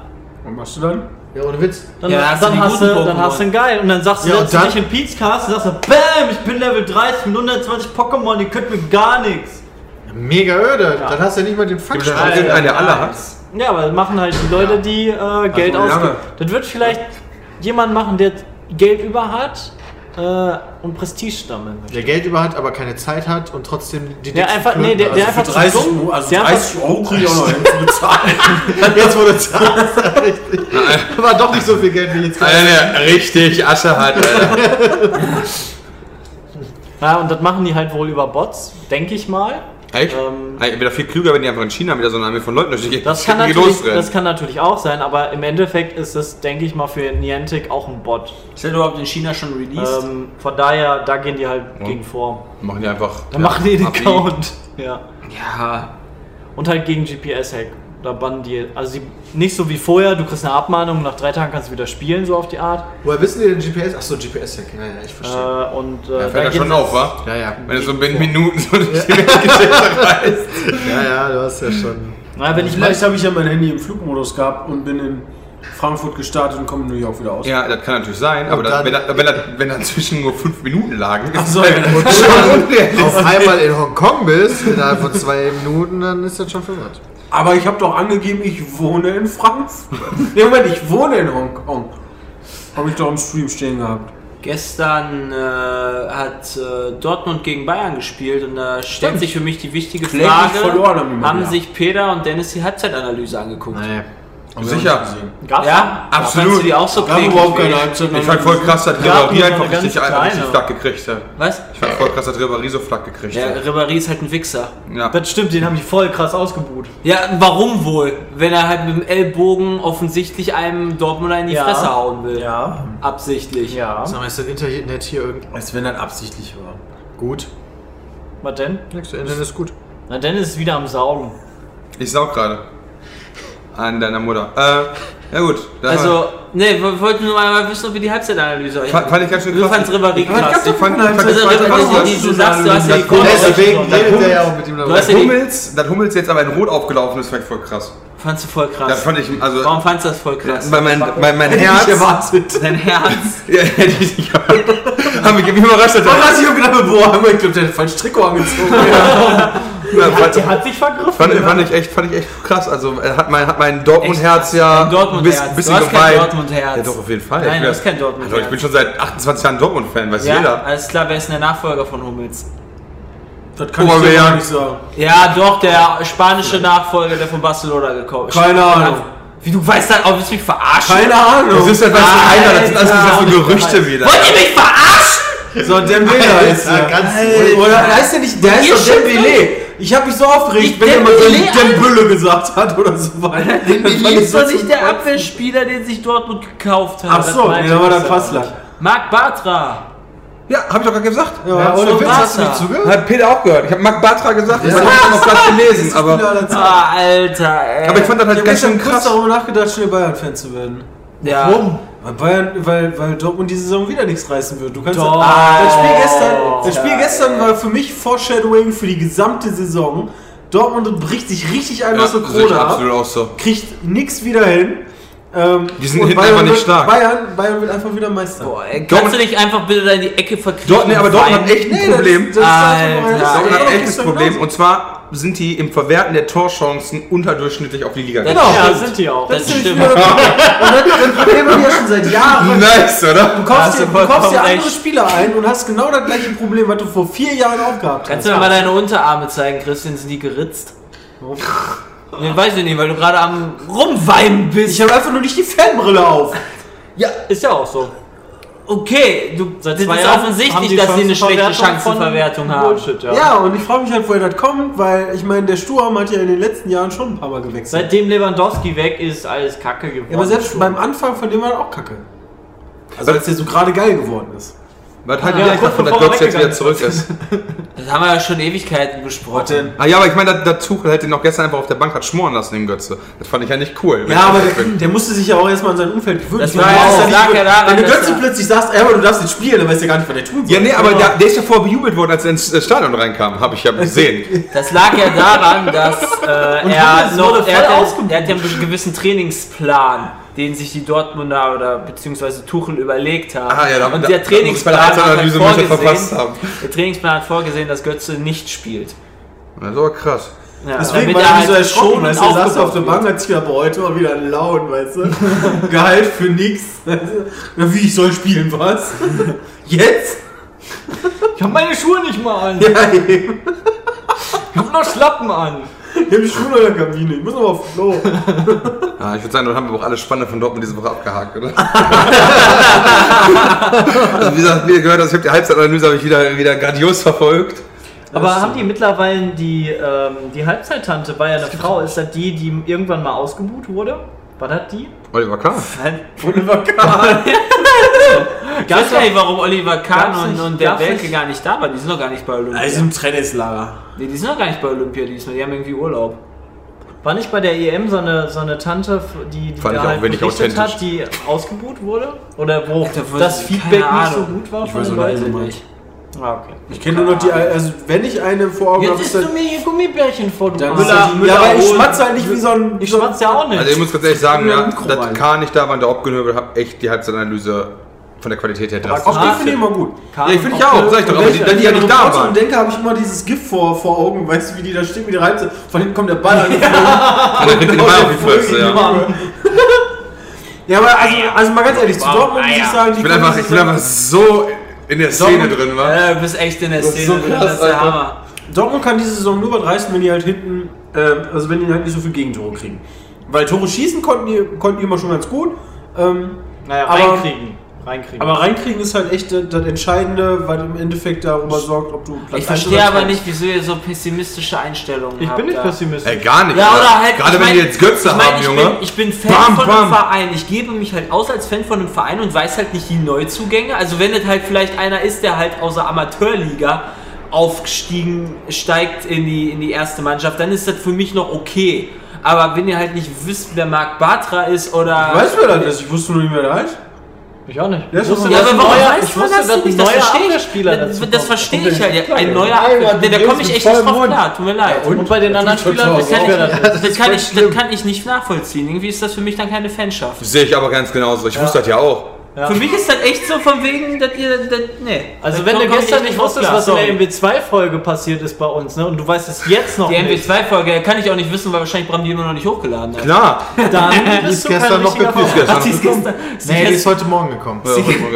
[SPEAKER 3] Und machst du dann?
[SPEAKER 1] Ja, ohne Witz.
[SPEAKER 4] Dann,
[SPEAKER 5] Ja,
[SPEAKER 4] dann,
[SPEAKER 5] hast du die
[SPEAKER 4] hast
[SPEAKER 5] guten
[SPEAKER 4] du, dann
[SPEAKER 5] Pokémon.
[SPEAKER 4] hast du einen geil. Und dann sagst du,
[SPEAKER 1] Ja, und
[SPEAKER 4] setzt du
[SPEAKER 1] dann-
[SPEAKER 4] dich in Pete's Cast und sagst du, BAM, ich bin Level 30 mit 120 Pokémon, ihr könnt mir gar nichts.
[SPEAKER 1] Mega öde. Dann hast du ja nicht mal den Fang.
[SPEAKER 2] Gibt es da irgendeinen, der alle hat?
[SPEAKER 4] Ja, aber das machen halt die Leute, die äh, Geld
[SPEAKER 3] Also,
[SPEAKER 4] ausgeben.
[SPEAKER 3] lange.
[SPEAKER 4] Das wird vielleicht jemand machen, der Geld über hat äh, und Prestige sammeln möchte.
[SPEAKER 1] Der Geld über hat, aber keine Zeit hat und trotzdem die
[SPEAKER 4] Der
[SPEAKER 1] dicksten
[SPEAKER 4] einfach, nee,
[SPEAKER 1] Klöten
[SPEAKER 4] der,
[SPEAKER 1] hat.
[SPEAKER 4] der einfach
[SPEAKER 3] Für
[SPEAKER 4] zu
[SPEAKER 3] 30,
[SPEAKER 4] dumm,
[SPEAKER 3] Euro- also
[SPEAKER 4] der einfach,
[SPEAKER 3] 30 Euro krieg ich auch noch hin zu bezahlen.
[SPEAKER 1] Jetzt wurde es richtig. War doch nicht so viel Geld wie jetzt.
[SPEAKER 2] Einer, der richtig Asche hat, Alter.
[SPEAKER 4] ja, und das machen die halt wohl über Bots, denke ich mal.
[SPEAKER 2] Echt?
[SPEAKER 4] Ähm,
[SPEAKER 2] Ey, Wäre viel klüger, wenn die einfach in China wieder so eine Armee von Leuten durch die
[SPEAKER 4] Das kann, natürlich, das kann natürlich auch sein, aber im Endeffekt ist das, denke ich mal, für Niantic auch ein Bot.
[SPEAKER 5] Ist der überhaupt in China schon released?
[SPEAKER 4] Ähm, von daher, da gehen die halt
[SPEAKER 2] Ja.
[SPEAKER 4] gegen vor.
[SPEAKER 2] Machen die einfach.
[SPEAKER 4] Da machen die den
[SPEAKER 2] AB.
[SPEAKER 4] Count. Ja.
[SPEAKER 5] ja.
[SPEAKER 4] Und halt gegen GPS-Hack. Da bannen die. Also die, nicht so wie vorher, du kriegst eine Abmahnung, nach drei Tagen kannst du wieder spielen, so auf die Art.
[SPEAKER 1] Woher wissen die denn GPS? Achso, GPS-Hack. Ja, ja, ich
[SPEAKER 4] Äh,
[SPEAKER 1] verstehe.
[SPEAKER 4] und äh,
[SPEAKER 2] Da fällt
[SPEAKER 4] da
[SPEAKER 2] ja schon
[SPEAKER 4] geht's-
[SPEAKER 2] auf, wa?
[SPEAKER 1] ja, ja.
[SPEAKER 2] Wenn du so binnen Minuten so durch die
[SPEAKER 1] Ja, ja, du hast ja schon.
[SPEAKER 4] Na, wenn ich mal,
[SPEAKER 3] Vielleicht habe ich ja mein Handy im Flugmodus gehabt und bin in Frankfurt gestartet und komme in New York wieder aus.
[SPEAKER 2] Ja, das kann natürlich sein, aber
[SPEAKER 1] Und
[SPEAKER 2] dann,
[SPEAKER 1] dann-
[SPEAKER 2] wenn, das, wenn, das, wenn dazwischen nur fünf Minuten lagen,
[SPEAKER 3] Ach so,
[SPEAKER 2] ist
[SPEAKER 3] ja.
[SPEAKER 2] das schon unrealistisch.
[SPEAKER 1] auf einmal in Hongkong bist, innerhalb von zwei Minuten, dann ist das schon verwirrt.
[SPEAKER 3] Aber ich habe doch angegeben, ich wohne in Frankfurt. nee, Moment, ich wohne in Hongkong. Habe ich doch im Stream stehen gehabt.
[SPEAKER 5] Gestern äh, hat äh, Dortmund gegen Bayern gespielt und da stellt sich für mich die wichtige
[SPEAKER 3] Kläglich
[SPEAKER 5] Frage,
[SPEAKER 3] verloren haben die mal,
[SPEAKER 5] haben
[SPEAKER 3] ja.
[SPEAKER 5] sich Peter und Dennis die Halbzeitanalyse angeguckt?
[SPEAKER 1] Nee.
[SPEAKER 2] Sicher.
[SPEAKER 4] gab's
[SPEAKER 5] Ja,
[SPEAKER 2] Absolut.
[SPEAKER 5] fandst du die auch so
[SPEAKER 3] Wir haben
[SPEAKER 5] kläglich
[SPEAKER 3] überhaupt keine
[SPEAKER 5] wenig?
[SPEAKER 3] Halbzeit.
[SPEAKER 2] Ich fand voll krass, dass
[SPEAKER 4] Ja,
[SPEAKER 2] Ribéry
[SPEAKER 4] nur
[SPEAKER 2] einfach
[SPEAKER 4] eine ganz
[SPEAKER 2] richtig, einfach richtig
[SPEAKER 4] kleine.
[SPEAKER 2] flack gekriegt hat.
[SPEAKER 5] Was?
[SPEAKER 2] Ich fand voll krass, dass Ribéry so flack gekriegt
[SPEAKER 5] Ja,
[SPEAKER 2] hat.
[SPEAKER 5] Ribéry ist halt ein Wichser.
[SPEAKER 2] Ja.
[SPEAKER 4] Das stimmt, den haben die voll krass ausgebuht.
[SPEAKER 5] Ja, warum wohl? Wenn er halt mit dem Ellbogen offensichtlich einem Dortmunder in die
[SPEAKER 4] Ja.
[SPEAKER 5] Fresse hauen will.
[SPEAKER 3] Ja,
[SPEAKER 5] Absichtlich.
[SPEAKER 4] Ja.
[SPEAKER 1] Sag mal, ist das Internet hier irgend.
[SPEAKER 3] als wenn das absichtlich war.
[SPEAKER 1] Gut.
[SPEAKER 4] Was denn?
[SPEAKER 1] Nix, Internet ist gut.
[SPEAKER 4] Na, Dennis ist wieder am Saugen.
[SPEAKER 2] Ich saug gerade. An deiner Mutter. Äh, ja gut. Da
[SPEAKER 5] Also, ne, wir wollten nur mal wissen, ob wir die Halbzeitanalyse euch
[SPEAKER 2] fand, fand ich ganz schön
[SPEAKER 5] Du
[SPEAKER 2] krass.
[SPEAKER 5] fandst Ribéry
[SPEAKER 2] Ich fand-
[SPEAKER 5] krass.
[SPEAKER 2] Ich fand, ich fand
[SPEAKER 5] Also,
[SPEAKER 2] ich fand-
[SPEAKER 5] Ribéry,
[SPEAKER 2] ich
[SPEAKER 5] die-
[SPEAKER 2] fand-
[SPEAKER 5] du sagst, du hast ja die
[SPEAKER 2] Das-
[SPEAKER 5] Kurve.
[SPEAKER 1] Deswegen
[SPEAKER 2] das-
[SPEAKER 1] redet der ja auch mit ihm
[SPEAKER 5] Du hast
[SPEAKER 1] darüber.
[SPEAKER 2] dass
[SPEAKER 5] ja die,
[SPEAKER 2] Hummels, dass Hummels jetzt aber in Rot aufgelaufen ist, fand ich voll krass.
[SPEAKER 5] fandst du voll krass.
[SPEAKER 2] Das fand ich, also,
[SPEAKER 5] Warum fandst du das voll krass?
[SPEAKER 2] bei mein, bei mein Herz,
[SPEAKER 1] erwartet.
[SPEAKER 5] Dein Herz.
[SPEAKER 2] ja, hätte ich nicht gehabt. Haben wir mich überrascht, dass er-
[SPEAKER 3] ich mir gedacht, boah, haben wir, ich glaube, der hat falsch Trikot angezogen.
[SPEAKER 2] Ja, fand-
[SPEAKER 4] Der hat sich vergriffen.
[SPEAKER 2] Fand, fand, ich echt, fand ich echt krass. Also er hat mein, hat mein Dortmund-Herz
[SPEAKER 5] Echt?
[SPEAKER 2] ja
[SPEAKER 5] Dein Dortmund-Herz.
[SPEAKER 2] ein
[SPEAKER 5] Du
[SPEAKER 2] bisschen
[SPEAKER 5] hast kein
[SPEAKER 2] geweint.
[SPEAKER 5] Dortmund-Herz.
[SPEAKER 2] Ja, doch, auf jeden Fall.
[SPEAKER 5] Nein,
[SPEAKER 2] Ich
[SPEAKER 5] du
[SPEAKER 2] bin-
[SPEAKER 5] hast kein Dortmund-Herz.
[SPEAKER 2] Alter, Ich bin schon seit 28 Jahren Dortmund-Fan, weiß
[SPEAKER 5] Ja,
[SPEAKER 2] jeder.
[SPEAKER 5] alles klar, wer ist denn der Nachfolger von Hummels?
[SPEAKER 3] Das kann ich dir
[SPEAKER 2] Oberwehr.
[SPEAKER 3] gar nicht sagen.
[SPEAKER 5] Ja, doch, der spanische Nachfolger, der von Barcelona gekauft
[SPEAKER 3] Keine Ahnung.
[SPEAKER 5] Wie du weißt das auch, willst du mich verarschen?
[SPEAKER 3] Keine Ahnung.
[SPEAKER 2] Das ist ja was einer, das sind alles nur so Gerüchte wieder.
[SPEAKER 5] Wollt ihr mich verarschen?
[SPEAKER 3] So, Dembele heißt
[SPEAKER 1] Ja,
[SPEAKER 3] der.
[SPEAKER 1] ganz
[SPEAKER 3] Oder heißt der nicht, der ist
[SPEAKER 5] Ihr
[SPEAKER 3] doch Dembele. Ich hab mich so aufgeregt,
[SPEAKER 5] Ich
[SPEAKER 3] wenn jemand
[SPEAKER 5] Dembele,
[SPEAKER 3] so Dembele gesagt hat oder so weiter.
[SPEAKER 5] Dembele ist doch nicht der Abwehrspieler, den sich Dortmund gekauft hat.
[SPEAKER 3] Ach so,
[SPEAKER 5] Das
[SPEAKER 3] nee, da war
[SPEAKER 5] meinte
[SPEAKER 3] dann
[SPEAKER 5] ich
[SPEAKER 3] Passlack.
[SPEAKER 5] Marc Batra.
[SPEAKER 2] Ja, hab ich doch gerade gesagt.
[SPEAKER 1] Ja, ohne
[SPEAKER 5] so
[SPEAKER 1] Witz, hast du
[SPEAKER 5] Wasser.
[SPEAKER 1] nicht zugehört?
[SPEAKER 2] Hat Peter auch gehört. Ich habe Marc Bartra gesagt,
[SPEAKER 1] Ja.
[SPEAKER 2] das habe ich noch gerade gelesen, aber,
[SPEAKER 5] Ah, Alter, ey.
[SPEAKER 2] aber ich fand das
[SPEAKER 3] Ich hab
[SPEAKER 2] halt ganz schön
[SPEAKER 3] gestern kurz
[SPEAKER 2] krass.
[SPEAKER 3] darüber nachgedacht, schnell Bayern-Fan zu werden.
[SPEAKER 5] ja.
[SPEAKER 1] Warum?
[SPEAKER 3] Weil, Bayern, weil, weil Dortmund diese Saison wieder nichts reißen wird. Du kannst ah,
[SPEAKER 5] Doch.
[SPEAKER 3] das Spiel gestern, das Spiel gestern war für mich Foreshadowing für die gesamte Saison. Dortmund bricht sich richtig ein, was
[SPEAKER 2] sehe
[SPEAKER 3] für
[SPEAKER 2] ich
[SPEAKER 3] Krone ab.
[SPEAKER 2] absolut auch so.
[SPEAKER 3] kriegt nichts wieder hin. Ähm,
[SPEAKER 2] Die sind
[SPEAKER 3] und
[SPEAKER 2] hinten
[SPEAKER 3] Bayern
[SPEAKER 2] einfach nicht
[SPEAKER 3] wird,
[SPEAKER 2] stark.
[SPEAKER 3] Bayern, Bayern wird einfach wieder Meister.
[SPEAKER 5] Boah, ey, kannst
[SPEAKER 2] Dortmund-
[SPEAKER 5] du dich einfach bitte da in die Ecke verkriechen?
[SPEAKER 2] Dort, nee, aber
[SPEAKER 5] und
[SPEAKER 2] Dortmund hat
[SPEAKER 5] weinen?
[SPEAKER 2] echt ein Problem.
[SPEAKER 3] Das, das
[SPEAKER 5] Alter.
[SPEAKER 3] ist einfach
[SPEAKER 2] Dortmund
[SPEAKER 3] mal-
[SPEAKER 2] hat
[SPEAKER 3] das
[SPEAKER 2] echt
[SPEAKER 3] ist genau
[SPEAKER 2] ein
[SPEAKER 3] doch
[SPEAKER 2] Problem.
[SPEAKER 3] genauso.
[SPEAKER 2] Und zwar sind die im Verwerten der Torchancen unterdurchschnittlich auf die Liga gegangen.
[SPEAKER 3] Genau.
[SPEAKER 4] Ja, sind die auch.
[SPEAKER 5] Das,
[SPEAKER 3] Das ist
[SPEAKER 5] stimmt.
[SPEAKER 3] nämlich wieder das Problem. Und das, das Problem haben wir ja schon seit Jahren.
[SPEAKER 2] Nice, oder?
[SPEAKER 3] Du kaufst,
[SPEAKER 5] hast
[SPEAKER 3] dir, du kaufst dir
[SPEAKER 5] du vollkommen
[SPEAKER 3] andere
[SPEAKER 5] recht.
[SPEAKER 3] Spieler ein und hast genau das gleiche Problem, was du vor vier Jahren auch gehabt hast.
[SPEAKER 5] Kannst du mir mal deine Unterarme zeigen, Christian? Sind die geritzt? Nee, weiß ich nicht, weil du gerade am Rumweinen bist.
[SPEAKER 3] Ich habe einfach nur nicht die Fanbrille auf.
[SPEAKER 4] Ist ja auch so.
[SPEAKER 5] Okay, du,
[SPEAKER 4] Seit
[SPEAKER 5] das ist
[SPEAKER 4] zwei Jahren haben die
[SPEAKER 5] offensichtlich, dass sie eine schlechte
[SPEAKER 4] Chancenverwertung
[SPEAKER 5] Chancenverwertung
[SPEAKER 4] von
[SPEAKER 5] haben.
[SPEAKER 4] Bullshit, ja.
[SPEAKER 3] Ja, und ich frage mich halt, woher das kommt, weil ich meine, der Sturm hat ja in den letzten Jahren schon ein paar Mal gewechselt.
[SPEAKER 4] Seitdem Lewandowski weg ist, alles kacke geworden.
[SPEAKER 3] Ja, aber selbst beim Anfang von dem war das auch kacke. Also,
[SPEAKER 2] Aber
[SPEAKER 3] als
[SPEAKER 2] das
[SPEAKER 3] der so gerade geil geworden ist.
[SPEAKER 2] Was halt
[SPEAKER 4] Ja,
[SPEAKER 2] ja, ich
[SPEAKER 4] kurz
[SPEAKER 2] davon, dass
[SPEAKER 4] bevor er
[SPEAKER 2] Götz jetzt wieder
[SPEAKER 4] weggegangen
[SPEAKER 2] zurück ist.
[SPEAKER 5] Das haben wir ja schon Ewigkeiten besprochen.
[SPEAKER 2] Ah ja, aber ich meine, der, der Tuchel hätte ihn auch gestern einfach auf der Bank hat schmoren lassen, den Götze. Das fand ich ja nicht cool. wenn
[SPEAKER 3] Ja, aber
[SPEAKER 2] ich ehrlich
[SPEAKER 3] der,
[SPEAKER 2] bin.
[SPEAKER 3] der musste sich ja auch erstmal an sein Umfeld gewöhnen.
[SPEAKER 5] Das
[SPEAKER 3] Ich meine,
[SPEAKER 5] war
[SPEAKER 3] das
[SPEAKER 5] auch-
[SPEAKER 3] ist nicht
[SPEAKER 5] lag ja
[SPEAKER 3] gewöhnt.
[SPEAKER 5] daran,
[SPEAKER 3] Wenn du
[SPEAKER 5] dass
[SPEAKER 3] plötzlich
[SPEAKER 5] er-
[SPEAKER 3] plötzlich sagst, ey, aber du darfst nicht spielen, dann weißt du ja gar nicht, was der tun soll.
[SPEAKER 2] Ja, nee, aber der, der ist ja vorher bejubelt worden, als er ins äh, Stadion reinkam. Habe ich ja gesehen.
[SPEAKER 5] Das lag ja daran, dass äh, er
[SPEAKER 4] Hummels
[SPEAKER 5] noch,
[SPEAKER 4] wurde
[SPEAKER 5] er hat,
[SPEAKER 4] voll
[SPEAKER 5] ja-
[SPEAKER 4] ausgebucht.
[SPEAKER 5] er hat ja einen gewissen Trainingsplan, den sich die Dortmunder oder beziehungsweise Tuchel überlegt haben.
[SPEAKER 2] Ah, ja, da-
[SPEAKER 5] Und
[SPEAKER 2] da-
[SPEAKER 5] der
[SPEAKER 2] da muss ich bei
[SPEAKER 5] Trainingsplan
[SPEAKER 2] der
[SPEAKER 5] hat halt
[SPEAKER 2] Halbzeitanalyse muss ich ja verpasst
[SPEAKER 5] vorgesehen,
[SPEAKER 2] haben.
[SPEAKER 5] der Trainingsplan hat vorgesehen, dass Götze nicht spielt.
[SPEAKER 2] Das ist aber krass.
[SPEAKER 5] Ja,
[SPEAKER 3] Deswegen
[SPEAKER 5] damit
[SPEAKER 3] war er
[SPEAKER 5] er
[SPEAKER 3] so
[SPEAKER 5] halt
[SPEAKER 3] erschrocken,
[SPEAKER 5] schonend
[SPEAKER 3] weißt du, der saß
[SPEAKER 5] aufgebaut
[SPEAKER 3] auf der
[SPEAKER 5] wird.
[SPEAKER 3] Bank, hat sich aber heute mal wieder einen Laun, weißt du. Gehalt für nix. Weißt du? Na, wie, ich soll spielen, was? Jetzt?
[SPEAKER 4] ich hab meine Schuhe nicht mal an.
[SPEAKER 3] Ja, eben.
[SPEAKER 4] Ich hab noch Schlappen an.
[SPEAKER 3] Ich hab die Schuhe in der Kabine, ich muss aber auf Flo.
[SPEAKER 2] Ja, Ah, ich würde sagen, dann haben wir auch alle Spanne von Dortmund diese Woche abgehakt, oder? also wie gesagt, wie ihr gehört habt, ich habe die Halbzeitanalyse habe ich wieder, wieder grandios verfolgt.
[SPEAKER 4] Aber haben die mittlerweile die, ähm, die Halbzeittante, war ja eine Frau, ist das die, die irgendwann mal ausgebuht wurde? War das die?
[SPEAKER 2] Oliver Kahn.
[SPEAKER 3] Oliver Kahn.
[SPEAKER 5] Ich weiß gar nicht, warum Oliver
[SPEAKER 4] Gab's
[SPEAKER 5] Kahn und,
[SPEAKER 4] nicht-
[SPEAKER 5] und der
[SPEAKER 4] gab's
[SPEAKER 5] Welke
[SPEAKER 4] nicht-
[SPEAKER 5] gar nicht da waren. Die sind noch gar nicht bei Olympia.
[SPEAKER 3] Also im Trainingslager.
[SPEAKER 5] nee, die sind noch gar nicht bei Olympia diesmal. Die haben irgendwie Urlaub.
[SPEAKER 4] War nicht bei der EM so eine, so eine Tante, die, die halt
[SPEAKER 2] Fand ich auch wenig
[SPEAKER 4] berichtet
[SPEAKER 2] authentisch.
[SPEAKER 4] hat, die ausgebuht wurde? Oder wo
[SPEAKER 5] Alter, wo-
[SPEAKER 4] das
[SPEAKER 5] keine
[SPEAKER 4] Feedback nicht so
[SPEAKER 5] Ahnung.
[SPEAKER 4] gut war
[SPEAKER 3] Ich
[SPEAKER 4] von
[SPEAKER 3] weiß
[SPEAKER 4] den
[SPEAKER 2] Also,
[SPEAKER 3] auch nicht,
[SPEAKER 4] Leuten?
[SPEAKER 3] Mann.
[SPEAKER 4] Ah, okay.
[SPEAKER 3] Ich kenne nur noch die, also wenn ich eine vor Augen habe,
[SPEAKER 4] Jetzt
[SPEAKER 3] ist
[SPEAKER 4] isst
[SPEAKER 3] das.
[SPEAKER 4] du mir hier Gummibärchen vor, du
[SPEAKER 3] Dann
[SPEAKER 4] Müller-
[SPEAKER 3] ist das die,
[SPEAKER 4] Müller
[SPEAKER 3] ja, aber ich
[SPEAKER 4] holen.
[SPEAKER 3] schmatze halt nicht wie so ein.
[SPEAKER 4] Ich
[SPEAKER 3] so ein-
[SPEAKER 4] schmatze ja auch nicht.
[SPEAKER 2] Also ich muss ganz ehrlich sagen, ja, dass
[SPEAKER 5] halt.
[SPEAKER 3] rein.
[SPEAKER 2] Kahn nicht da war und der Obgenöbel, habe echt die Halbzeitanalyse von der Qualität her drastisch.
[SPEAKER 3] Auch den finde ich immer gut.
[SPEAKER 2] Ja, ich finde ich auch, sag ich doch, aber die, wenn die ja nicht da
[SPEAKER 3] Reporter
[SPEAKER 2] waren.
[SPEAKER 3] und denke, habe ich immer dieses GIF vor, vor Augen, weißt du, wie die da stehen, wie die Halbzeit. Von hinten kommt der Ball an. Ja,
[SPEAKER 2] Und dann kriegt ihr den Ball auf die Fresse, ja.
[SPEAKER 3] ja aber
[SPEAKER 5] Ah,
[SPEAKER 3] also, also mal ganz ehrlich, zu Dortmund muss ich sagen, die
[SPEAKER 2] Ich bin einfach, ich bin einfach so in der Szene drin, wa?
[SPEAKER 5] Äh, du bist echt in der
[SPEAKER 2] Das ist
[SPEAKER 5] Szene.
[SPEAKER 2] so
[SPEAKER 5] drin,
[SPEAKER 2] krass,
[SPEAKER 5] das ist
[SPEAKER 2] Alter.
[SPEAKER 5] der Hammer.
[SPEAKER 3] Dortmund kann diese Saison nur was reißen, wenn die halt hinten, ähm, also wenn die halt nicht so viel Gegentore kriegen. Weil Tore schießen konnten die, konnten die immer schon ganz gut. Ähm,
[SPEAKER 4] Naja,
[SPEAKER 3] Aber-
[SPEAKER 4] reinkriegen. Reinkriegen.
[SPEAKER 3] aber reinkriegen ist halt echt das, das Entscheidende, weil im Endeffekt darüber sorgt, ob du
[SPEAKER 2] Also,
[SPEAKER 3] Platz
[SPEAKER 5] Ich
[SPEAKER 3] eins
[SPEAKER 5] verstehe
[SPEAKER 3] oder
[SPEAKER 5] aber
[SPEAKER 3] zwei-
[SPEAKER 5] nicht, wieso ihr so pessimistische Einstellungen
[SPEAKER 4] ich
[SPEAKER 5] habt.
[SPEAKER 4] bin nicht
[SPEAKER 5] da.
[SPEAKER 4] pessimistisch.
[SPEAKER 2] Ey, gar nicht.
[SPEAKER 5] Ja, oder halt.
[SPEAKER 2] Gerade
[SPEAKER 5] ich
[SPEAKER 2] wenn
[SPEAKER 5] mein,
[SPEAKER 2] die jetzt Götze
[SPEAKER 5] ich mein,
[SPEAKER 2] haben,
[SPEAKER 5] ich
[SPEAKER 2] Junge.
[SPEAKER 5] Bin, ich bin
[SPEAKER 2] Bam,
[SPEAKER 5] Fan von
[SPEAKER 2] bam.
[SPEAKER 5] einem Verein. Ich gebe mich halt aus als Fan von einem Verein und weiß halt nicht die Neuzugänge. Also, wenn das halt vielleicht einer ist, der halt aus der Amateurliga aufgestiegen steigt in die, in die erste Mannschaft, dann ist das für mich noch okay. Aber wenn ihr halt nicht wisst, wer Marc Bartra ist oder.
[SPEAKER 3] Weißt du, wer das ist? Ich wusste nur nicht, wer der heißt.
[SPEAKER 4] Ich auch nicht.
[SPEAKER 3] Der ist
[SPEAKER 4] Ich wusste,
[SPEAKER 3] doch-
[SPEAKER 5] Ja,
[SPEAKER 4] dass
[SPEAKER 5] aber
[SPEAKER 4] ein
[SPEAKER 5] warum
[SPEAKER 4] neuer-
[SPEAKER 5] weiß
[SPEAKER 4] ich
[SPEAKER 5] man
[SPEAKER 4] wusste,
[SPEAKER 5] das
[SPEAKER 4] dass
[SPEAKER 5] nicht?
[SPEAKER 4] ein
[SPEAKER 5] Das
[SPEAKER 4] neuer
[SPEAKER 5] verstehe ich.
[SPEAKER 4] Abwehrspieler
[SPEAKER 5] Das,
[SPEAKER 4] dazu
[SPEAKER 5] das
[SPEAKER 4] kommt.
[SPEAKER 5] verstehe ich halt. Ein neuer
[SPEAKER 1] Nein,
[SPEAKER 5] Abwehr.
[SPEAKER 1] Mann,
[SPEAKER 5] Nee, Da
[SPEAKER 1] du
[SPEAKER 5] komme ich
[SPEAKER 1] redest mit
[SPEAKER 5] echt nicht drauf
[SPEAKER 1] vollem Mund.
[SPEAKER 5] klar. Tut mir leid.
[SPEAKER 4] Und bei den anderen Spielern, das kann ich
[SPEAKER 5] Das, kann ich, das kann ich nicht nachvollziehen. Irgendwie ist das für mich dann keine Fanschaft.
[SPEAKER 2] Sehe ich aber ganz genauso. Ich wusste das ja auch.
[SPEAKER 4] Ja.
[SPEAKER 5] Für mich ist das echt so von wegen, dass ihr. Das, nee.
[SPEAKER 4] Also
[SPEAKER 5] Da
[SPEAKER 4] wenn du
[SPEAKER 5] komm ich
[SPEAKER 4] gestern
[SPEAKER 5] echt
[SPEAKER 4] nicht
[SPEAKER 5] drauf
[SPEAKER 4] wusstest,
[SPEAKER 5] klar,
[SPEAKER 4] was in der
[SPEAKER 5] sorry.
[SPEAKER 4] MW2-Folge passiert ist bei uns, ne? Und du weißt es jetzt noch
[SPEAKER 5] Die
[SPEAKER 4] nicht,
[SPEAKER 5] MW2-Folge kann ich auch nicht wissen, weil wahrscheinlich Bram die immer noch nicht hochgeladen hat.
[SPEAKER 2] Klar.
[SPEAKER 4] dann
[SPEAKER 1] Die
[SPEAKER 4] bist
[SPEAKER 1] ist
[SPEAKER 4] du kein
[SPEAKER 1] gestern noch
[SPEAKER 4] richtiger
[SPEAKER 1] gekommen.
[SPEAKER 4] Fan.
[SPEAKER 2] Gestern-
[SPEAKER 5] Die ist gestern. Sie
[SPEAKER 1] Nee, die ist
[SPEAKER 5] ist
[SPEAKER 1] heute Morgen gekommen.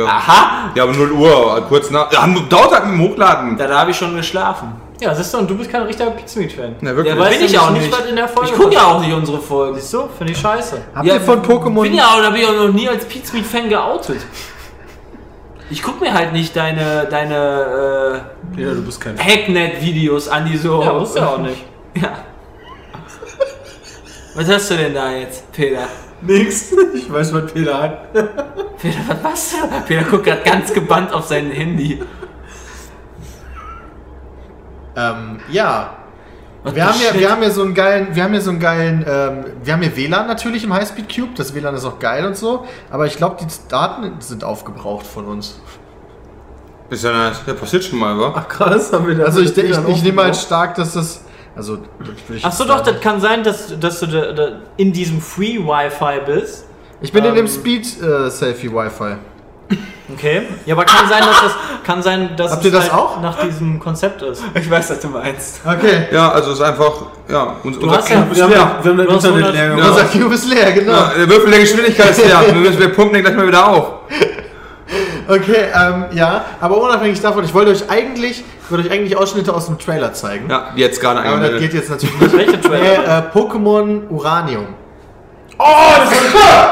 [SPEAKER 2] Aha! Ja, um 0 Uhr, kurz nach. Ja, dauert halt mit dem Hochladen.
[SPEAKER 5] da da habe ich schon geschlafen.
[SPEAKER 4] Ja, siehst du, und du bist kein richtiger Pizza-Fan.
[SPEAKER 2] Na, wirklich.
[SPEAKER 5] Ja, weil-
[SPEAKER 4] Bin ich
[SPEAKER 5] Weiß
[SPEAKER 4] auch
[SPEAKER 5] ja
[SPEAKER 4] nicht,
[SPEAKER 5] nicht.
[SPEAKER 4] was in der Folge
[SPEAKER 5] Ich gucke ja
[SPEAKER 4] passiert.
[SPEAKER 5] auch nicht unsere Folgen.
[SPEAKER 4] Siehst du, finde ich scheiße.
[SPEAKER 1] Habt
[SPEAKER 5] Ja,
[SPEAKER 1] ihr von
[SPEAKER 5] Ich bin
[SPEAKER 1] Pokémon.
[SPEAKER 5] ja, oder bin ich auch noch nie als Pizmeat-Fan geoutet. Ich gucke mir halt nicht deine, deine
[SPEAKER 3] Peter, du bist kein
[SPEAKER 5] äh, Hacknet-Videos an, die so.
[SPEAKER 4] Ja, musst du ja auch nicht.
[SPEAKER 5] Ja. Was hast du denn da jetzt, Peter?
[SPEAKER 3] Nix. Ich weiß, was Peter hat.
[SPEAKER 5] Peter, was machst du? Peter guckt gerade ganz gebannt auf sein Handy.
[SPEAKER 1] Ähm, ja.
[SPEAKER 5] What
[SPEAKER 1] Wir
[SPEAKER 5] the
[SPEAKER 1] haben, ja,
[SPEAKER 5] shit?
[SPEAKER 1] wir haben ja so einen geilen, wir haben ja so einen geilen, ähm, wir haben ja WLAN natürlich im Highspeed Cube, das WLAN ist auch geil und so, aber ich glaube, die Daten sind aufgebraucht von uns.
[SPEAKER 2] Ist ja nice. Ja, passiert schon mal, wa?
[SPEAKER 3] Ach krass, haben wir da.
[SPEAKER 1] Also ich, ich,
[SPEAKER 3] Peter
[SPEAKER 1] ich, ich nehme halt
[SPEAKER 3] aufgebaut.
[SPEAKER 1] stark, dass das, also das will ich
[SPEAKER 4] Achso,
[SPEAKER 1] jetzt
[SPEAKER 4] doch,
[SPEAKER 1] sagen.
[SPEAKER 4] das kann sein, dass, dass du da, da in diesem Free-Wi-Fi bist.
[SPEAKER 1] Ich bin in dem
[SPEAKER 4] ähm,
[SPEAKER 1] Speed äh, Selfie Wi-Fi.
[SPEAKER 4] Okay. Ja, aber kann sein, dass das, kann sein, dass
[SPEAKER 1] Habt
[SPEAKER 4] es halt
[SPEAKER 1] ihr das auch?
[SPEAKER 4] nach diesem Konzept ist.
[SPEAKER 5] Ich weiß, was du meinst.
[SPEAKER 1] Okay.
[SPEAKER 2] Ja, also ist einfach, ja, uns, unser
[SPEAKER 4] hast ja-
[SPEAKER 3] Wir haben,
[SPEAKER 2] Ja.
[SPEAKER 3] wir haben
[SPEAKER 4] Du
[SPEAKER 3] das
[SPEAKER 4] hast
[SPEAKER 3] Internet
[SPEAKER 4] 100
[SPEAKER 3] leer
[SPEAKER 2] Ja.
[SPEAKER 3] gemacht.
[SPEAKER 1] Unser Cube ist leer, genau.
[SPEAKER 2] Ja, der Würfel der Geschwindigkeit ist leer. Wir, müssen, wir pumpen den gleich mal wieder auf.
[SPEAKER 1] Okay, ähm, ja, aber unabhängig davon, ich wollte euch eigentlich, ich wollte euch eigentlich Ausschnitte aus dem Trailer zeigen.
[SPEAKER 2] Ja, jetzt gerade
[SPEAKER 1] Aber das
[SPEAKER 2] angemeldet.
[SPEAKER 1] geht jetzt natürlich nicht.
[SPEAKER 4] Welche
[SPEAKER 1] Äh,
[SPEAKER 4] Trailer?
[SPEAKER 1] äh, Pokémon Uranium.
[SPEAKER 3] Oh,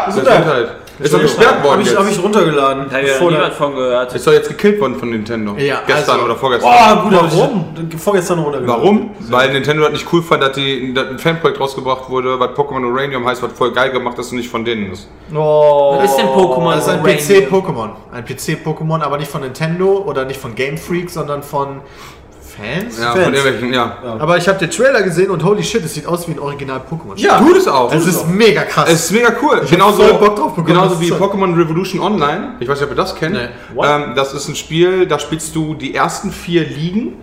[SPEAKER 2] Das wird halt. Ist doch gesperrt
[SPEAKER 3] Hab
[SPEAKER 2] worden
[SPEAKER 3] ich,
[SPEAKER 2] jetzt.
[SPEAKER 3] hab ich runtergeladen.
[SPEAKER 5] Da hat ja
[SPEAKER 3] Bevor
[SPEAKER 5] niemand
[SPEAKER 3] der-
[SPEAKER 5] von gehört.
[SPEAKER 2] Ist doch jetzt gekillt worden von Nintendo.
[SPEAKER 1] Ja,
[SPEAKER 2] Gestern
[SPEAKER 1] also-
[SPEAKER 2] oder vorgestern.
[SPEAKER 3] Oh, gut,
[SPEAKER 4] Warum?
[SPEAKER 3] warum? Vorgestern runtergeladen.
[SPEAKER 2] Warum? Weil Nintendo das nicht cool fand, dass, die, dass ein Fanprojekt rausgebracht wurde, weil Pokémon Uranium heißt, was voll geil gemacht ist und nicht von denen ist.
[SPEAKER 4] Oh.
[SPEAKER 5] Was ist denn Pokémon?
[SPEAKER 1] Das ist ein
[SPEAKER 5] Uranium?
[SPEAKER 1] PC-Pokémon. Ein PC-Pokémon, aber nicht von Nintendo oder nicht von Game Freak, sondern von Fans?
[SPEAKER 2] Ja,
[SPEAKER 3] Fans.
[SPEAKER 2] von irgendwelchen, ja.
[SPEAKER 1] Aber ich habe den Trailer gesehen und holy shit, es sieht aus wie ein Original-Pokémon.
[SPEAKER 2] ja. Tut es auch.
[SPEAKER 1] Es ist mega krass.
[SPEAKER 2] Es ist mega cool.
[SPEAKER 1] hab voll Bock drauf bekommen,
[SPEAKER 2] genauso
[SPEAKER 1] das
[SPEAKER 2] wie
[SPEAKER 1] zu zocken.
[SPEAKER 2] Pokémon Revolution Online. Ich weiß nicht, ob ihr das kennt.
[SPEAKER 4] What?
[SPEAKER 2] Ähm, das ist ein Spiel, da spielst du die ersten vier Ligen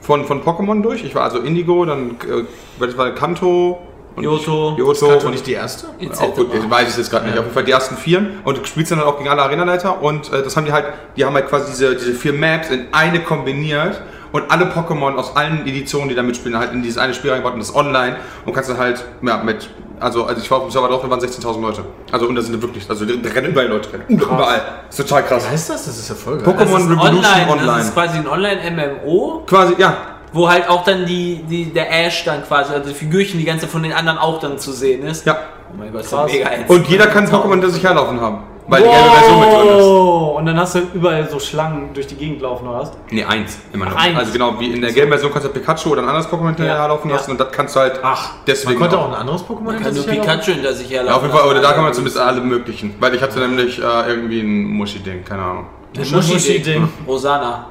[SPEAKER 2] von, von Pokémon durch. Ich war also Indigo, dann äh, was war Kanto und
[SPEAKER 5] Johto.
[SPEAKER 2] Johto
[SPEAKER 1] Kanto
[SPEAKER 2] und
[SPEAKER 1] nicht die erste?
[SPEAKER 5] Etc.
[SPEAKER 2] Auch gut, ich weiß es jetzt gerade nicht. Auf jeden Fall die ersten vier. Und du spielst dann halt auch gegen alle Arenaleiter. Und äh, das haben die halt, die haben halt quasi diese, diese vier Maps in eine kombiniert. Und alle Pokémon aus allen Editionen, die da mitspielen, halt in dieses eine Spiel reingebaut und das ist online. Und kannst dann halt, ja, mit, also, also ich war auf dem Server drauf, da waren 16.000 Leute. Also, und da sind wirklich, also da rennen überall Leute rein. Überall. Ist total krass.
[SPEAKER 1] Was heißt das? Das ist ja voll geil.
[SPEAKER 5] Das ist
[SPEAKER 2] Pokémon Revolution
[SPEAKER 5] online,
[SPEAKER 2] Online.
[SPEAKER 5] Das ist quasi ein Online-MMO,
[SPEAKER 2] Quasi, ja.
[SPEAKER 5] wo halt auch dann die, die, der Ash dann quasi, also die Figürchen, die ganze von den anderen auch dann zu sehen ist.
[SPEAKER 2] Ja.
[SPEAKER 5] Oh mein Gott, das ist ja mega Genau. ätzend.
[SPEAKER 2] Und jeder kann Pokémon hinter sich herlaufen haben. Weil die gelbe Version mit drin ist.
[SPEAKER 4] Oh, und dann hast du überall so Schlangen durch die Gegend laufen, oder was?
[SPEAKER 2] Nee, eins. Immer noch.
[SPEAKER 4] Ach, eins.
[SPEAKER 2] Also genau, wie in der gelben Version kannst du Pikachu oder ein anderes Pokémon hinterherlaufen
[SPEAKER 4] Ja.
[SPEAKER 2] lassen und das kannst du halt Ach, deswegen.
[SPEAKER 1] Man konnte auch
[SPEAKER 2] auch.
[SPEAKER 1] ein anderes Pokémon
[SPEAKER 5] kann nur
[SPEAKER 1] herlaufen?
[SPEAKER 5] Pikachu hinter sich herlaufen.
[SPEAKER 2] ja, auf jeden Fall, oder da kann man zumindest alle möglichen. Weil ich hatte nämlich äh, irgendwie ein Muschi-Ding, keine Ahnung.
[SPEAKER 5] Ein Muschi-Ding.
[SPEAKER 4] Muschi-Ding.
[SPEAKER 5] Rosana.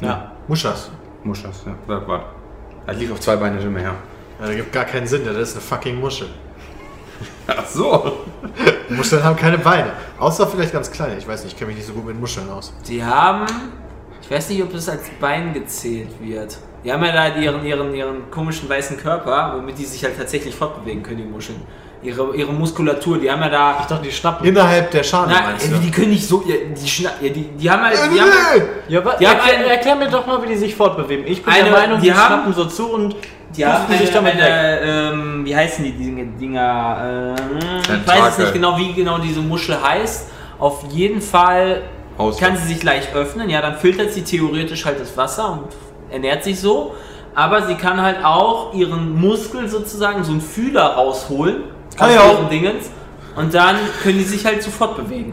[SPEAKER 4] Ja.
[SPEAKER 1] Muschas.
[SPEAKER 2] Musch das, ja. Das war. Das lief auf zwei Beinen nicht mehr her.
[SPEAKER 1] Ja, das gibt gar keinen Sinn, das ist eine fucking Muschel.
[SPEAKER 2] Ach so.
[SPEAKER 1] Muscheln haben keine Beine. Außer vielleicht ganz kleine. Ich weiß nicht, ich kenne mich nicht so gut mit Muscheln aus.
[SPEAKER 5] Die haben. Ich weiß nicht, ob das als Bein gezählt wird. Die haben ja da ihren, ihren, ihren komischen weißen Körper, womit die sich halt tatsächlich fortbewegen können, die Muscheln. Ihre, ihre Muskulatur, die haben ja da.
[SPEAKER 4] Ich dachte, die schnappen.
[SPEAKER 1] Innerhalb der Schale
[SPEAKER 5] Na,
[SPEAKER 1] meinst
[SPEAKER 5] ey,
[SPEAKER 1] du?
[SPEAKER 5] die können nicht so. Ja, die, schna ja, die, die haben halt.
[SPEAKER 1] Äh,
[SPEAKER 5] Die haben halt
[SPEAKER 1] nee.
[SPEAKER 4] Ja, wa-
[SPEAKER 5] Die haben
[SPEAKER 4] erklär,
[SPEAKER 5] einen-
[SPEAKER 4] erklär mir doch mal, wie die sich fortbewegen. Ich bin
[SPEAKER 5] Eine-
[SPEAKER 4] der Meinung,
[SPEAKER 5] die
[SPEAKER 4] die,
[SPEAKER 5] haben-
[SPEAKER 4] schnappen so zu und
[SPEAKER 5] die haben
[SPEAKER 4] puffen sich
[SPEAKER 5] eine,
[SPEAKER 4] damit weg.
[SPEAKER 5] eine, ähm, wie heißen die Dinge, Dinger? Ähm, ich
[SPEAKER 2] Tentakel.
[SPEAKER 5] weiß jetzt nicht genau, wie genau diese Muschel heißt. Auf jeden Fall
[SPEAKER 2] Aus-
[SPEAKER 5] kann sie sich leicht öffnen. Ja, dann filtert sie theoretisch halt das Wasser und ernährt sich so. Aber sie kann halt auch ihren Muskel sozusagen, so einen Fühler rausholen.
[SPEAKER 3] Kann
[SPEAKER 5] aus
[SPEAKER 3] ich auch.
[SPEAKER 5] ihrem Dingens. Und dann können die sich halt sofort bewegen.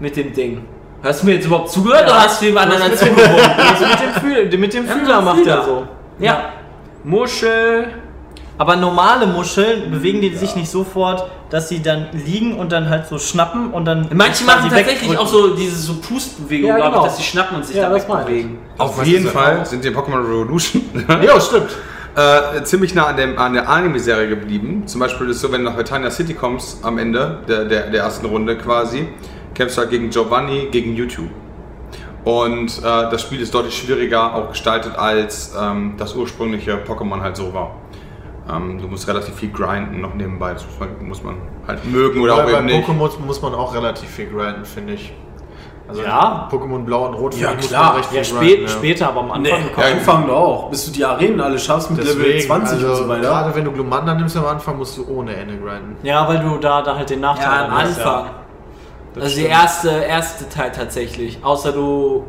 [SPEAKER 5] Mit dem Ding. Hast du mir jetzt überhaupt zugehört oder hast du jemand anderen zugehört?
[SPEAKER 4] Also mit dem Fühler, mit dem
[SPEAKER 5] Ja,
[SPEAKER 4] Fühler
[SPEAKER 5] mit dem
[SPEAKER 4] macht
[SPEAKER 5] Fühler.
[SPEAKER 4] er so.
[SPEAKER 5] Ja. Muschel.
[SPEAKER 4] Aber normale Muscheln bewegen die sich nicht sofort, dass sie dann liegen und dann halt so schnappen und dann.
[SPEAKER 5] Manche machen
[SPEAKER 4] quasi
[SPEAKER 5] tatsächlich
[SPEAKER 4] wegdrücken.
[SPEAKER 5] auch so diese so Pustbewegung,
[SPEAKER 4] Ja,
[SPEAKER 5] glaube
[SPEAKER 4] genau.
[SPEAKER 5] ich, dass sie schnappen und sich
[SPEAKER 4] Ja,
[SPEAKER 5] da
[SPEAKER 4] das meine ich.
[SPEAKER 5] wegbewegen.
[SPEAKER 2] Auf
[SPEAKER 1] was
[SPEAKER 2] jeden
[SPEAKER 1] ist denn
[SPEAKER 2] Fall
[SPEAKER 1] auch?
[SPEAKER 2] sind die in Pokémon Revolution
[SPEAKER 1] Ja, stimmt.
[SPEAKER 2] äh, ziemlich nah an, dem, an der Anime-Serie geblieben. Zum Beispiel ist es so, wenn du nach Vitania City kommst, am Ende der, der, der ersten Runde quasi, kämpfst du halt gegen Giovanni, gegen YouTube. Und äh, das Spiel ist deutlich schwieriger auch gestaltet, als ähm, das ursprüngliche Pokémon halt so war. Ähm, du musst relativ viel grinden noch nebenbei. Das muss man, muss man halt mögen oder
[SPEAKER 1] Weil
[SPEAKER 2] auch
[SPEAKER 1] bei
[SPEAKER 2] eben nicht.
[SPEAKER 1] Pokémon muss man auch relativ viel grinden, finde ich. Also
[SPEAKER 4] Ja.
[SPEAKER 1] Pokémon Blau und Rot
[SPEAKER 3] Ja,
[SPEAKER 1] finde ich,
[SPEAKER 3] klar.
[SPEAKER 4] Ja, spät, später, aber am Anfang.
[SPEAKER 3] Nee,
[SPEAKER 2] Ja,
[SPEAKER 3] Anfang doch auch. Bis du die Arenen alle schaffst mit Level
[SPEAKER 1] Deswegen,
[SPEAKER 3] 20
[SPEAKER 1] also
[SPEAKER 3] und so weiter.
[SPEAKER 1] gerade wenn du Glumanda nimmst am Anfang, musst du ohne Ende grinden.
[SPEAKER 4] Ja, weil du da, da halt den Nachteil
[SPEAKER 5] Ja, am
[SPEAKER 4] hast, ja.
[SPEAKER 5] Anfang. also der erste, erste Teil tatsächlich. Außer du.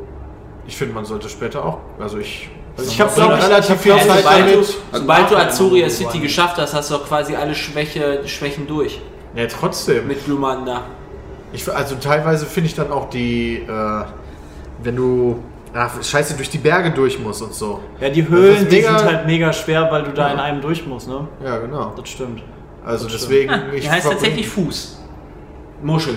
[SPEAKER 1] Ich finde, man sollte später auch, also ich Also ich habe
[SPEAKER 4] glaub, ich-
[SPEAKER 1] relativ viel
[SPEAKER 5] Ja,
[SPEAKER 1] Zeit
[SPEAKER 5] sobald, du,
[SPEAKER 1] damit.
[SPEAKER 5] sobald du Azuria City geschafft hast, hast du auch quasi alle Schwäche, Schwächen durch.
[SPEAKER 1] Ja, trotzdem.
[SPEAKER 5] Mit Glumanda.
[SPEAKER 1] Ich, also teilweise finde ich dann auch die, äh, wenn du, ach, scheiße, durch die Berge durch musst und so.
[SPEAKER 4] Ja, die Höhlen,
[SPEAKER 1] ist
[SPEAKER 4] die
[SPEAKER 1] mega-
[SPEAKER 4] sind halt mega schwer, weil du da in einem durch musst, ne?
[SPEAKER 1] Ja, genau.
[SPEAKER 4] Das stimmt.
[SPEAKER 1] Also deswegen,
[SPEAKER 5] Die heißt
[SPEAKER 1] verbind-
[SPEAKER 5] tatsächlich Fuß. Muschel.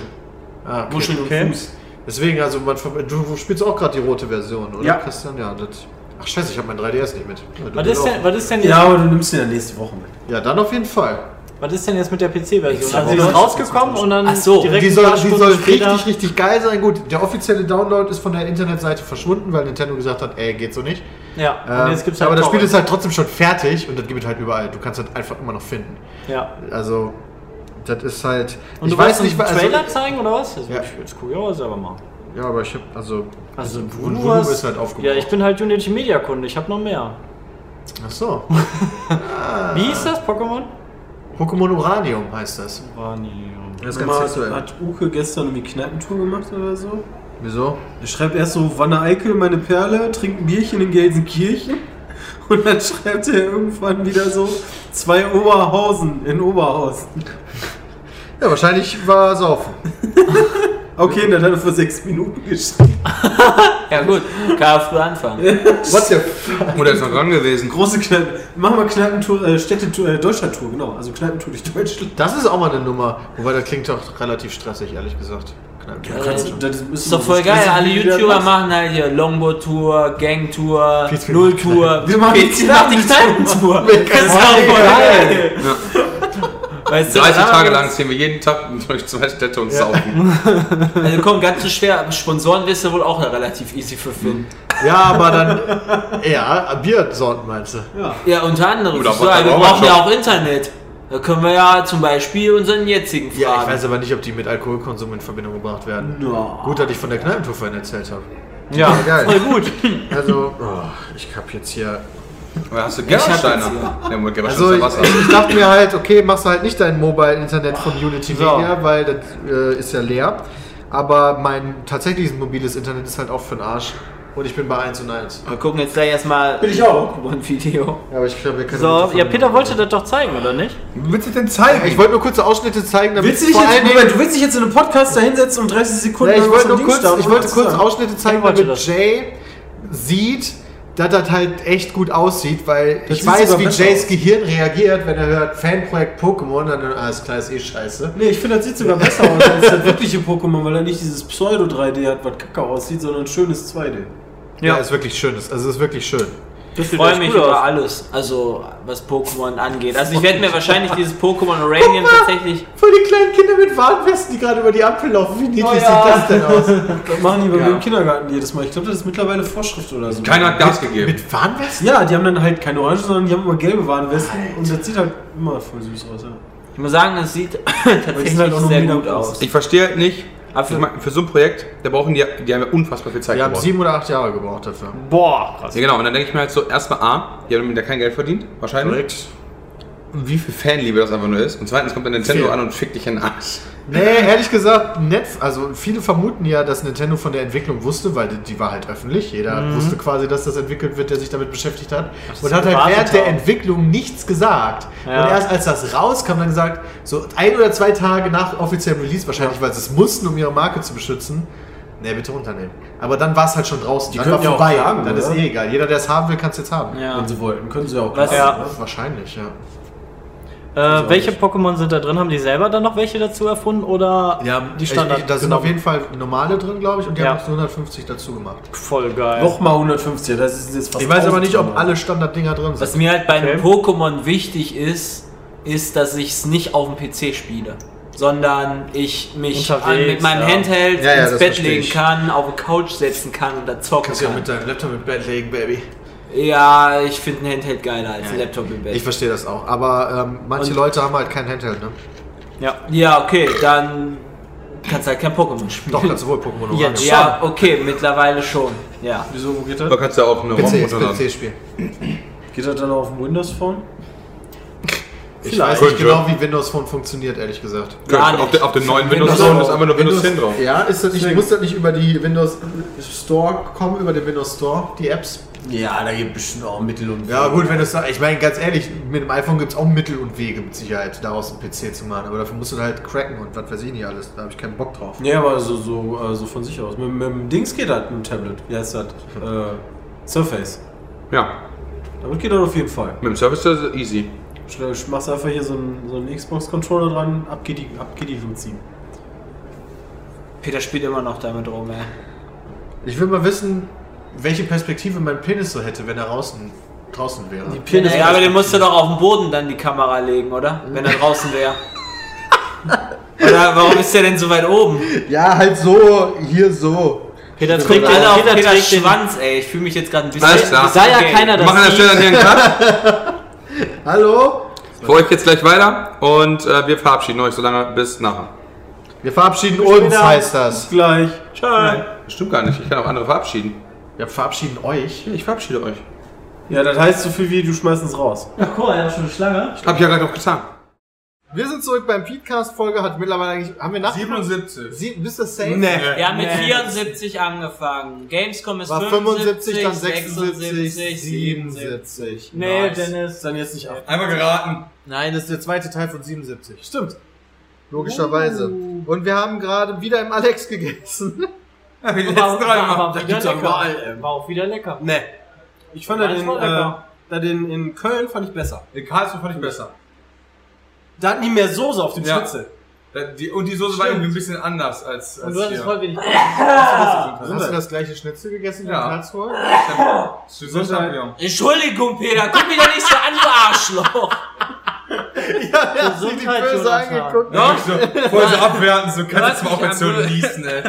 [SPEAKER 1] ah, okay.
[SPEAKER 5] Muscheln
[SPEAKER 4] Okay.
[SPEAKER 5] und Fuß.
[SPEAKER 1] Deswegen, also man, verbind- du spielst auch gerade die rote Version, oder
[SPEAKER 3] Ja.
[SPEAKER 1] Christian? Ja, das, ach scheiße, ich habe mein 3DS nicht mit. Ja, du
[SPEAKER 4] Was ist,
[SPEAKER 1] auch.
[SPEAKER 4] denn, was, ist denn jetzt,
[SPEAKER 3] Ja, aber du nimmst den ja nächste Woche mit.
[SPEAKER 1] ja, dann auf jeden Fall.
[SPEAKER 4] was ist denn jetzt mit der PC-Version?
[SPEAKER 3] Nächste
[SPEAKER 4] Also, die
[SPEAKER 3] Woche.
[SPEAKER 4] ist rausgekommen und dann
[SPEAKER 5] Ach so,
[SPEAKER 4] direkt
[SPEAKER 1] Die
[SPEAKER 4] ein
[SPEAKER 1] soll,
[SPEAKER 4] paar
[SPEAKER 1] die
[SPEAKER 4] Stunden
[SPEAKER 1] soll
[SPEAKER 4] später-
[SPEAKER 1] richtig, richtig geil sein. Gut, der offizielle Download ist von der Internetseite verschwunden, weil Nintendo gesagt hat, ey, geht so nicht.
[SPEAKER 4] Ja, und
[SPEAKER 1] Ähm,
[SPEAKER 4] jetzt gibt's halt
[SPEAKER 1] aber das Spiel
[SPEAKER 4] Torrent.
[SPEAKER 1] ist halt trotzdem schon fertig und das gibt es halt überall. Du kannst das einfach immer noch finden.
[SPEAKER 4] Ja.
[SPEAKER 1] Also, das ist halt.
[SPEAKER 4] Und
[SPEAKER 1] ich
[SPEAKER 4] du
[SPEAKER 1] weiß
[SPEAKER 4] weißt
[SPEAKER 1] nicht,
[SPEAKER 4] nicht,
[SPEAKER 1] wa-
[SPEAKER 4] einen
[SPEAKER 1] also,
[SPEAKER 4] Trailer zeigen oder was? Also,
[SPEAKER 1] Ja.
[SPEAKER 4] Ich würde cool, ja, selber machen.
[SPEAKER 1] Ja, aber ich habe also.
[SPEAKER 4] Also,
[SPEAKER 1] das
[SPEAKER 4] du
[SPEAKER 1] Volumen
[SPEAKER 4] hast-
[SPEAKER 1] ist halt aufgebraucht.
[SPEAKER 4] Ja, ich bin halt Unity Media Kunde, ich habe noch mehr.
[SPEAKER 1] Ach so.
[SPEAKER 4] Wie hieß das Pokémon?
[SPEAKER 1] Pokémon Uranium heißt das.
[SPEAKER 4] War nie.
[SPEAKER 1] Das ist
[SPEAKER 3] Mal, hat Uke gestern irgendwie Kneipentour gemacht oder so?
[SPEAKER 1] Wieso?
[SPEAKER 3] Er schreibt erst so, Wanne Eickel, meine Perle, trinkt ein Bierchen in Gelsenkirchen. Und dann schreibt er irgendwann wieder so, zwei Oberhausen in Oberhausen.
[SPEAKER 1] Ja, wahrscheinlich war es auf.
[SPEAKER 3] Okay, dann hat er vor sechs Minuten geschrieben.
[SPEAKER 5] Ja gut, kann er früh anfangen.
[SPEAKER 1] What the fuck?
[SPEAKER 2] Oder ist noch dran gewesen.
[SPEAKER 3] Große Kneipen. Machen wir Kneipentour, äh, Städtetour, äh, Deutschlandtour, genau. Also Kneipentour durch Deutschland.
[SPEAKER 1] Das ist auch mal eine Nummer. Wobei, das klingt doch relativ stressig, ehrlich gesagt. Ja,
[SPEAKER 3] Kannst du- das müssen
[SPEAKER 5] Ist doch
[SPEAKER 3] wir
[SPEAKER 5] voll
[SPEAKER 3] so
[SPEAKER 5] geil,
[SPEAKER 3] stressig
[SPEAKER 5] alle
[SPEAKER 3] wie wieder
[SPEAKER 5] YouTuber
[SPEAKER 3] was.
[SPEAKER 5] machen halt hier Longboard-Tour, Gang-Tour,
[SPEAKER 1] Pete, wir machen
[SPEAKER 5] Null-Tour.
[SPEAKER 3] Wir machen
[SPEAKER 5] Pete,
[SPEAKER 3] die
[SPEAKER 5] macht die Kneipentour. Das ist doch voll geil. Weißt du,
[SPEAKER 2] 30
[SPEAKER 5] da-
[SPEAKER 2] Tage lang ziehen wir jeden Tag durch zwei Städte und saufen.
[SPEAKER 5] Also komm, ganz so schwer. Sponsoren wirst du wohl auch relativ easy für finden.
[SPEAKER 1] ja aber dann. Ja, Biersorten meinst du?
[SPEAKER 5] Ja, unter anderem.
[SPEAKER 2] Oder
[SPEAKER 5] so,
[SPEAKER 2] was,
[SPEAKER 5] aber wir
[SPEAKER 2] aber
[SPEAKER 5] brauchen
[SPEAKER 2] schon.
[SPEAKER 5] ja auch Internet. Da können wir ja zum Beispiel unseren jetzigen fragen.
[SPEAKER 1] Ja, ich weiß aber nicht, ob die mit Alkoholkonsum in Verbindung gebracht werden.
[SPEAKER 3] Ja.
[SPEAKER 1] Gut, dass ich von der Kneipentour vorhin erzählt habe.
[SPEAKER 4] Ja,
[SPEAKER 1] geil.
[SPEAKER 4] voll gut.
[SPEAKER 1] Also, oh, ich hab jetzt hier.
[SPEAKER 2] Oder hast du
[SPEAKER 5] hab
[SPEAKER 2] Gerolsteiner?
[SPEAKER 5] jetzt
[SPEAKER 2] Ja, mit
[SPEAKER 1] Also,
[SPEAKER 2] Gerolsteiner
[SPEAKER 1] ich,
[SPEAKER 2] Wasser.
[SPEAKER 1] ich dachte mir halt, okay, machst du halt nicht dein Mobile-Internet von Unity
[SPEAKER 4] So.
[SPEAKER 1] Media, weil das äh, ist ja leer. Aber mein tatsächliches mobiles Internet ist halt auch für den Arsch. Und ich bin bei 1 und 1.
[SPEAKER 5] Wir gucken jetzt gleich erstmal
[SPEAKER 3] Bin ich auch.
[SPEAKER 5] ein Video.
[SPEAKER 1] Ja, aber ich glaube, wir können.
[SPEAKER 4] So, ja, Peter wollte das doch zeigen, oder nicht?
[SPEAKER 2] Willst du denn zeigen?
[SPEAKER 1] Ich wollte nur kurze Ausschnitte zeigen, damit
[SPEAKER 3] Willst du dich
[SPEAKER 1] vor
[SPEAKER 3] jetzt,
[SPEAKER 1] allen
[SPEAKER 3] Moment,
[SPEAKER 1] Dingen-
[SPEAKER 3] du willst dich jetzt in einem Podcast da hinsetzen und 30 Sekunden
[SPEAKER 1] Nee, ich
[SPEAKER 3] lang
[SPEAKER 1] wollte
[SPEAKER 3] was
[SPEAKER 1] nur
[SPEAKER 3] am Ding
[SPEAKER 1] kurz,
[SPEAKER 3] starren,
[SPEAKER 1] ich
[SPEAKER 3] ohne
[SPEAKER 1] wollte
[SPEAKER 3] zu
[SPEAKER 1] kurz
[SPEAKER 3] sagen.
[SPEAKER 1] Ausschnitte zeigen,
[SPEAKER 4] Ich wollte
[SPEAKER 1] damit
[SPEAKER 4] das.
[SPEAKER 1] Jay sieht, dass das halt echt gut aussieht, weil ich
[SPEAKER 3] sieht
[SPEAKER 1] weiß,
[SPEAKER 3] sogar
[SPEAKER 1] wie
[SPEAKER 3] besser
[SPEAKER 1] Jays
[SPEAKER 3] aus.
[SPEAKER 1] Gehirn reagiert, wenn er hört Fanprojekt Pokémon, dann alles klar, ist eh scheiße.
[SPEAKER 3] Nee, ich finde, das sieht sogar besser aus als das wirkliche Pokémon, weil er nicht dieses Pseudo-3D hat, was kacke aussieht, sondern ein schönes 2D.
[SPEAKER 1] Ja, ist wirklich schön. Ist, also ist wirklich schön.
[SPEAKER 5] Ich
[SPEAKER 4] sieht
[SPEAKER 5] freue
[SPEAKER 4] echt
[SPEAKER 5] mich
[SPEAKER 4] cool
[SPEAKER 5] über
[SPEAKER 4] aus.
[SPEAKER 5] alles, also was Pokémon angeht. Also ich werde mir wahrscheinlich dieses Pokémon Uranium tatsächlich.
[SPEAKER 1] Voll die kleinen Kinder mit Warnwesten, die gerade über die Ampel laufen. Wie niedlich
[SPEAKER 3] Oh
[SPEAKER 1] sieht das denn aus?
[SPEAKER 3] Das machen die bei
[SPEAKER 2] Ja.
[SPEAKER 3] mir im Kindergarten jedes Mal. Ich glaube, das ist mittlerweile Vorschrift oder so.
[SPEAKER 2] Keiner hat Gas gegeben.
[SPEAKER 1] Mit Warnwesten?
[SPEAKER 3] Ja, die haben dann halt keine Orange, sondern die haben immer gelbe Warnwesten und das sieht halt immer voll süß aus. Ja.
[SPEAKER 5] Ich muss sagen, es sieht tatsächlich
[SPEAKER 3] halt auch nur
[SPEAKER 5] sehr
[SPEAKER 3] mega
[SPEAKER 5] gut
[SPEAKER 3] groß.
[SPEAKER 5] aus.
[SPEAKER 2] Ich verstehe halt nicht.
[SPEAKER 5] Aber
[SPEAKER 2] Ich mein, für so ein Projekt, da brauchen die, die haben ja unfassbar viel Zeit
[SPEAKER 1] Wir haben
[SPEAKER 2] gebraucht.
[SPEAKER 1] sieben oder acht Jahre gebraucht dafür.
[SPEAKER 4] Boah, krass.
[SPEAKER 2] Ja, genau. Und dann denke ich mir halt so, erstmal A, die haben damit ja kein Geld verdient, wahrscheinlich. Und wie viel Fanliebe das einfach nur ist. Und zweitens kommt dann Nintendo
[SPEAKER 1] Viel.
[SPEAKER 2] an und fickt dich in den Arsch.
[SPEAKER 1] Nee, ehrlich gesagt, Netf also viele vermuten ja, dass Nintendo von der Entwicklung wusste, weil die, die war halt öffentlich. Jeder
[SPEAKER 4] Mhm.
[SPEAKER 1] wusste quasi, dass das entwickelt wird, der sich damit beschäftigt hat. und
[SPEAKER 4] sie
[SPEAKER 1] hat halt
[SPEAKER 4] gewartet
[SPEAKER 1] während der
[SPEAKER 4] haben.
[SPEAKER 1] Entwicklung nichts gesagt.
[SPEAKER 4] Ja.
[SPEAKER 1] Und erst als das rauskam, dann gesagt, so ein oder zwei Tage nach offiziellem Release, wahrscheinlich, weil sie es mussten, um ihre Marke zu beschützen. Nee, bitte runternehmen. Aber dann war es halt schon draußen. Die dann war
[SPEAKER 3] könnten ja auch
[SPEAKER 1] vorbei.
[SPEAKER 3] klagen,
[SPEAKER 1] dann ist
[SPEAKER 3] oder?
[SPEAKER 1] eh egal. Jeder, der es haben will, kann es jetzt haben.
[SPEAKER 4] Ja.
[SPEAKER 3] Wenn sie wollten, können sie ja auch.
[SPEAKER 5] Was-
[SPEAKER 3] klar.
[SPEAKER 4] Ja.
[SPEAKER 1] Wahrscheinlich, ja.
[SPEAKER 4] Äh, welche Pokémon sind da drin? Haben die selber dann noch welche dazu erfunden oder die Standard? genau,
[SPEAKER 1] Ich, ich, da sind
[SPEAKER 4] genommen?
[SPEAKER 1] auf jeden Fall normale drin, glaube ich, und die
[SPEAKER 4] Ja.
[SPEAKER 1] haben noch so 150 dazu gemacht.
[SPEAKER 4] voll geil.
[SPEAKER 3] Nochmal 150, das ist jetzt fast
[SPEAKER 1] Ich weiß aber
[SPEAKER 3] 1000
[SPEAKER 1] nicht, ob
[SPEAKER 3] Euro.
[SPEAKER 1] alle Standarddinger drin sind.
[SPEAKER 5] Was mir halt bei einem
[SPEAKER 4] Okay.
[SPEAKER 5] Pokémon wichtig ist, ist, dass ich es nicht auf dem PC spiele, sondern ich mich
[SPEAKER 4] Unterwegs,
[SPEAKER 5] an, mit meinem
[SPEAKER 4] ja.
[SPEAKER 5] Handheld
[SPEAKER 1] Ja, ja,
[SPEAKER 5] ins
[SPEAKER 1] das
[SPEAKER 5] Bett
[SPEAKER 1] verstehe
[SPEAKER 5] legen
[SPEAKER 1] ich.
[SPEAKER 5] kann, auf die Couch setzen kann und da zocken
[SPEAKER 1] Kannst ja
[SPEAKER 5] kann.
[SPEAKER 1] mit deinem Laptop im Bett legen, Baby.
[SPEAKER 5] Ja, ich finde ein Handheld geiler als ein Laptop im Bett.
[SPEAKER 1] Ich verstehe das auch. Aber ähm, manche
[SPEAKER 5] Und-
[SPEAKER 1] Leute haben halt kein Handheld, ne?
[SPEAKER 5] ja, okay, dann kannst halt kein Pokémon spielen.
[SPEAKER 1] Doch, kannst du wohl Pokémon Uranium.
[SPEAKER 4] Jetzt.
[SPEAKER 5] Ja, okay, mittlerweile schon. Ja.
[SPEAKER 3] Wieso, wo geht
[SPEAKER 2] Da
[SPEAKER 3] das?
[SPEAKER 2] kannst du ja auch eine ROM
[SPEAKER 1] PC,
[SPEAKER 2] runterladen.
[SPEAKER 1] PC-Spiel.
[SPEAKER 3] Geht das dann auf dem Windows Phone?
[SPEAKER 1] Ich,
[SPEAKER 2] Ich
[SPEAKER 1] weiß nicht
[SPEAKER 2] könnte.
[SPEAKER 1] genau, wie Windows Phone funktioniert, ehrlich gesagt. Also,
[SPEAKER 5] Gar
[SPEAKER 2] Auf,
[SPEAKER 5] nicht.
[SPEAKER 2] den, auf den neuen Windows
[SPEAKER 1] Windows-
[SPEAKER 2] Phone ist einfach nur Windows 10 drauf.
[SPEAKER 1] Ja, ist das nicht, muss das nicht über die Windows Store kommen, über den Windows Store, die Apps?
[SPEAKER 3] Ja, da gibt bestimmt auch Mittel und
[SPEAKER 1] Ja, gut, wenn das. Ich meine, ganz ehrlich, mit dem iPhone gibt es auch Mittel und Wege mit Sicherheit, daraus einen PC zu machen. Aber dafür musst du halt cracken und was weiß ich nicht alles. Da habe ich keinen Bock drauf.
[SPEAKER 3] Nee, aber so, so, äh, so von sich aus. Mit, mit dem Dings geht das, mit dem Tablet. Wie heißt das?
[SPEAKER 1] Hm.
[SPEAKER 3] Äh, Surface.
[SPEAKER 2] Ja,
[SPEAKER 3] Damit geht das auf jeden Fall.
[SPEAKER 2] mit dem Service ist das easy.
[SPEAKER 3] Schnell, sch- Machst einfach hier so einen, so einen Xbox-Controller dran, ab geht die, ab geht die Luzi.
[SPEAKER 5] Peter spielt immer noch damit rum, ey.
[SPEAKER 1] Ich will mal wissen, welche Perspektive mein Penis so hätte, wenn er draußen, draußen wäre.
[SPEAKER 5] ja, ja, aber den musst du doch auf den Boden dann die Kamera legen, oder? Wenn er draußen wäre. oder warum ist der denn so weit oben?
[SPEAKER 1] Ja, halt so, hier so.
[SPEAKER 4] Peter
[SPEAKER 5] Guckt
[SPEAKER 4] trägt,
[SPEAKER 5] alle auf
[SPEAKER 4] Peter
[SPEAKER 5] Peters
[SPEAKER 4] trägt den,
[SPEAKER 5] Schwanz, ey. Ich fühle mich jetzt gerade ein bisschen...
[SPEAKER 2] Alles klar.
[SPEAKER 4] sei ja
[SPEAKER 5] Okay.
[SPEAKER 4] keiner
[SPEAKER 2] Wir
[SPEAKER 4] das
[SPEAKER 2] machen an der
[SPEAKER 4] sieht.
[SPEAKER 2] Stelle hier einen Cut.
[SPEAKER 1] Hallo?
[SPEAKER 2] Für euch geht's gleich weiter und äh, wir verabschieden euch so lange bis nachher.
[SPEAKER 1] Wir verabschieden uns, heißt das.
[SPEAKER 3] Gleich.
[SPEAKER 2] Das stimmt gar nicht, ich kann auch andere verabschieden.
[SPEAKER 1] Wir verabschieden euch.
[SPEAKER 2] Ja, ich verabschiede euch.
[SPEAKER 3] Ja, das heißt so viel wie, du schmeißt uns raus.
[SPEAKER 4] Ach cool, er hat schon eine Schlange.
[SPEAKER 2] Hab ich ja gerade noch getan.
[SPEAKER 1] Wir sind zurück beim Podcast-Folge, hat mittlerweile eigentlich. Haben wir nach.
[SPEAKER 2] 77.
[SPEAKER 1] Sie, bist du safe?
[SPEAKER 5] Wir haben
[SPEAKER 3] Äh,
[SPEAKER 5] mit 74 angefangen. Gamescom ist
[SPEAKER 1] War
[SPEAKER 5] 75,
[SPEAKER 1] 75, dann 76,
[SPEAKER 5] 77.
[SPEAKER 1] 77.
[SPEAKER 4] Nee,
[SPEAKER 5] Nice.
[SPEAKER 4] Dennis.
[SPEAKER 3] Dann jetzt nicht ab.
[SPEAKER 2] Einmal geraten.
[SPEAKER 1] Nein, das ist der zweite Teil von 77.
[SPEAKER 3] Stimmt.
[SPEAKER 1] Logischerweise. Und wir haben gerade wieder im Alex gegessen.
[SPEAKER 2] Die
[SPEAKER 4] War, war, war,
[SPEAKER 3] Da
[SPEAKER 4] wieder
[SPEAKER 3] gibt's doch
[SPEAKER 4] lecker.
[SPEAKER 3] überall, ey.
[SPEAKER 4] war auch wieder lecker.
[SPEAKER 3] Nee. Ich fand das in,
[SPEAKER 4] Manchmal
[SPEAKER 3] äh,
[SPEAKER 4] lecker.
[SPEAKER 3] das in, in Köln fand ich besser.
[SPEAKER 2] In Karlsruhe fand ich besser.
[SPEAKER 3] Da hatten die mehr Soße auf dem
[SPEAKER 2] Ja.
[SPEAKER 3] Schnitzel.
[SPEAKER 2] und die Soße war irgendwie ein bisschen anders als,
[SPEAKER 4] Und du hattest voll wenig.
[SPEAKER 1] Hast du das gleiche Schnitzel gegessen wie
[SPEAKER 2] Ja.
[SPEAKER 1] in Karlsruhe?
[SPEAKER 5] Entschuldigung, Peter, guck mich doch nicht so an, du Arschloch.
[SPEAKER 1] Ja, ja, hat sie die
[SPEAKER 4] Gesundheit,
[SPEAKER 1] böse
[SPEAKER 4] Jonathan.
[SPEAKER 1] angeguckt.
[SPEAKER 2] Ja, so, voll so abwerten, so kannst du mal aufhören zu niesen, ey.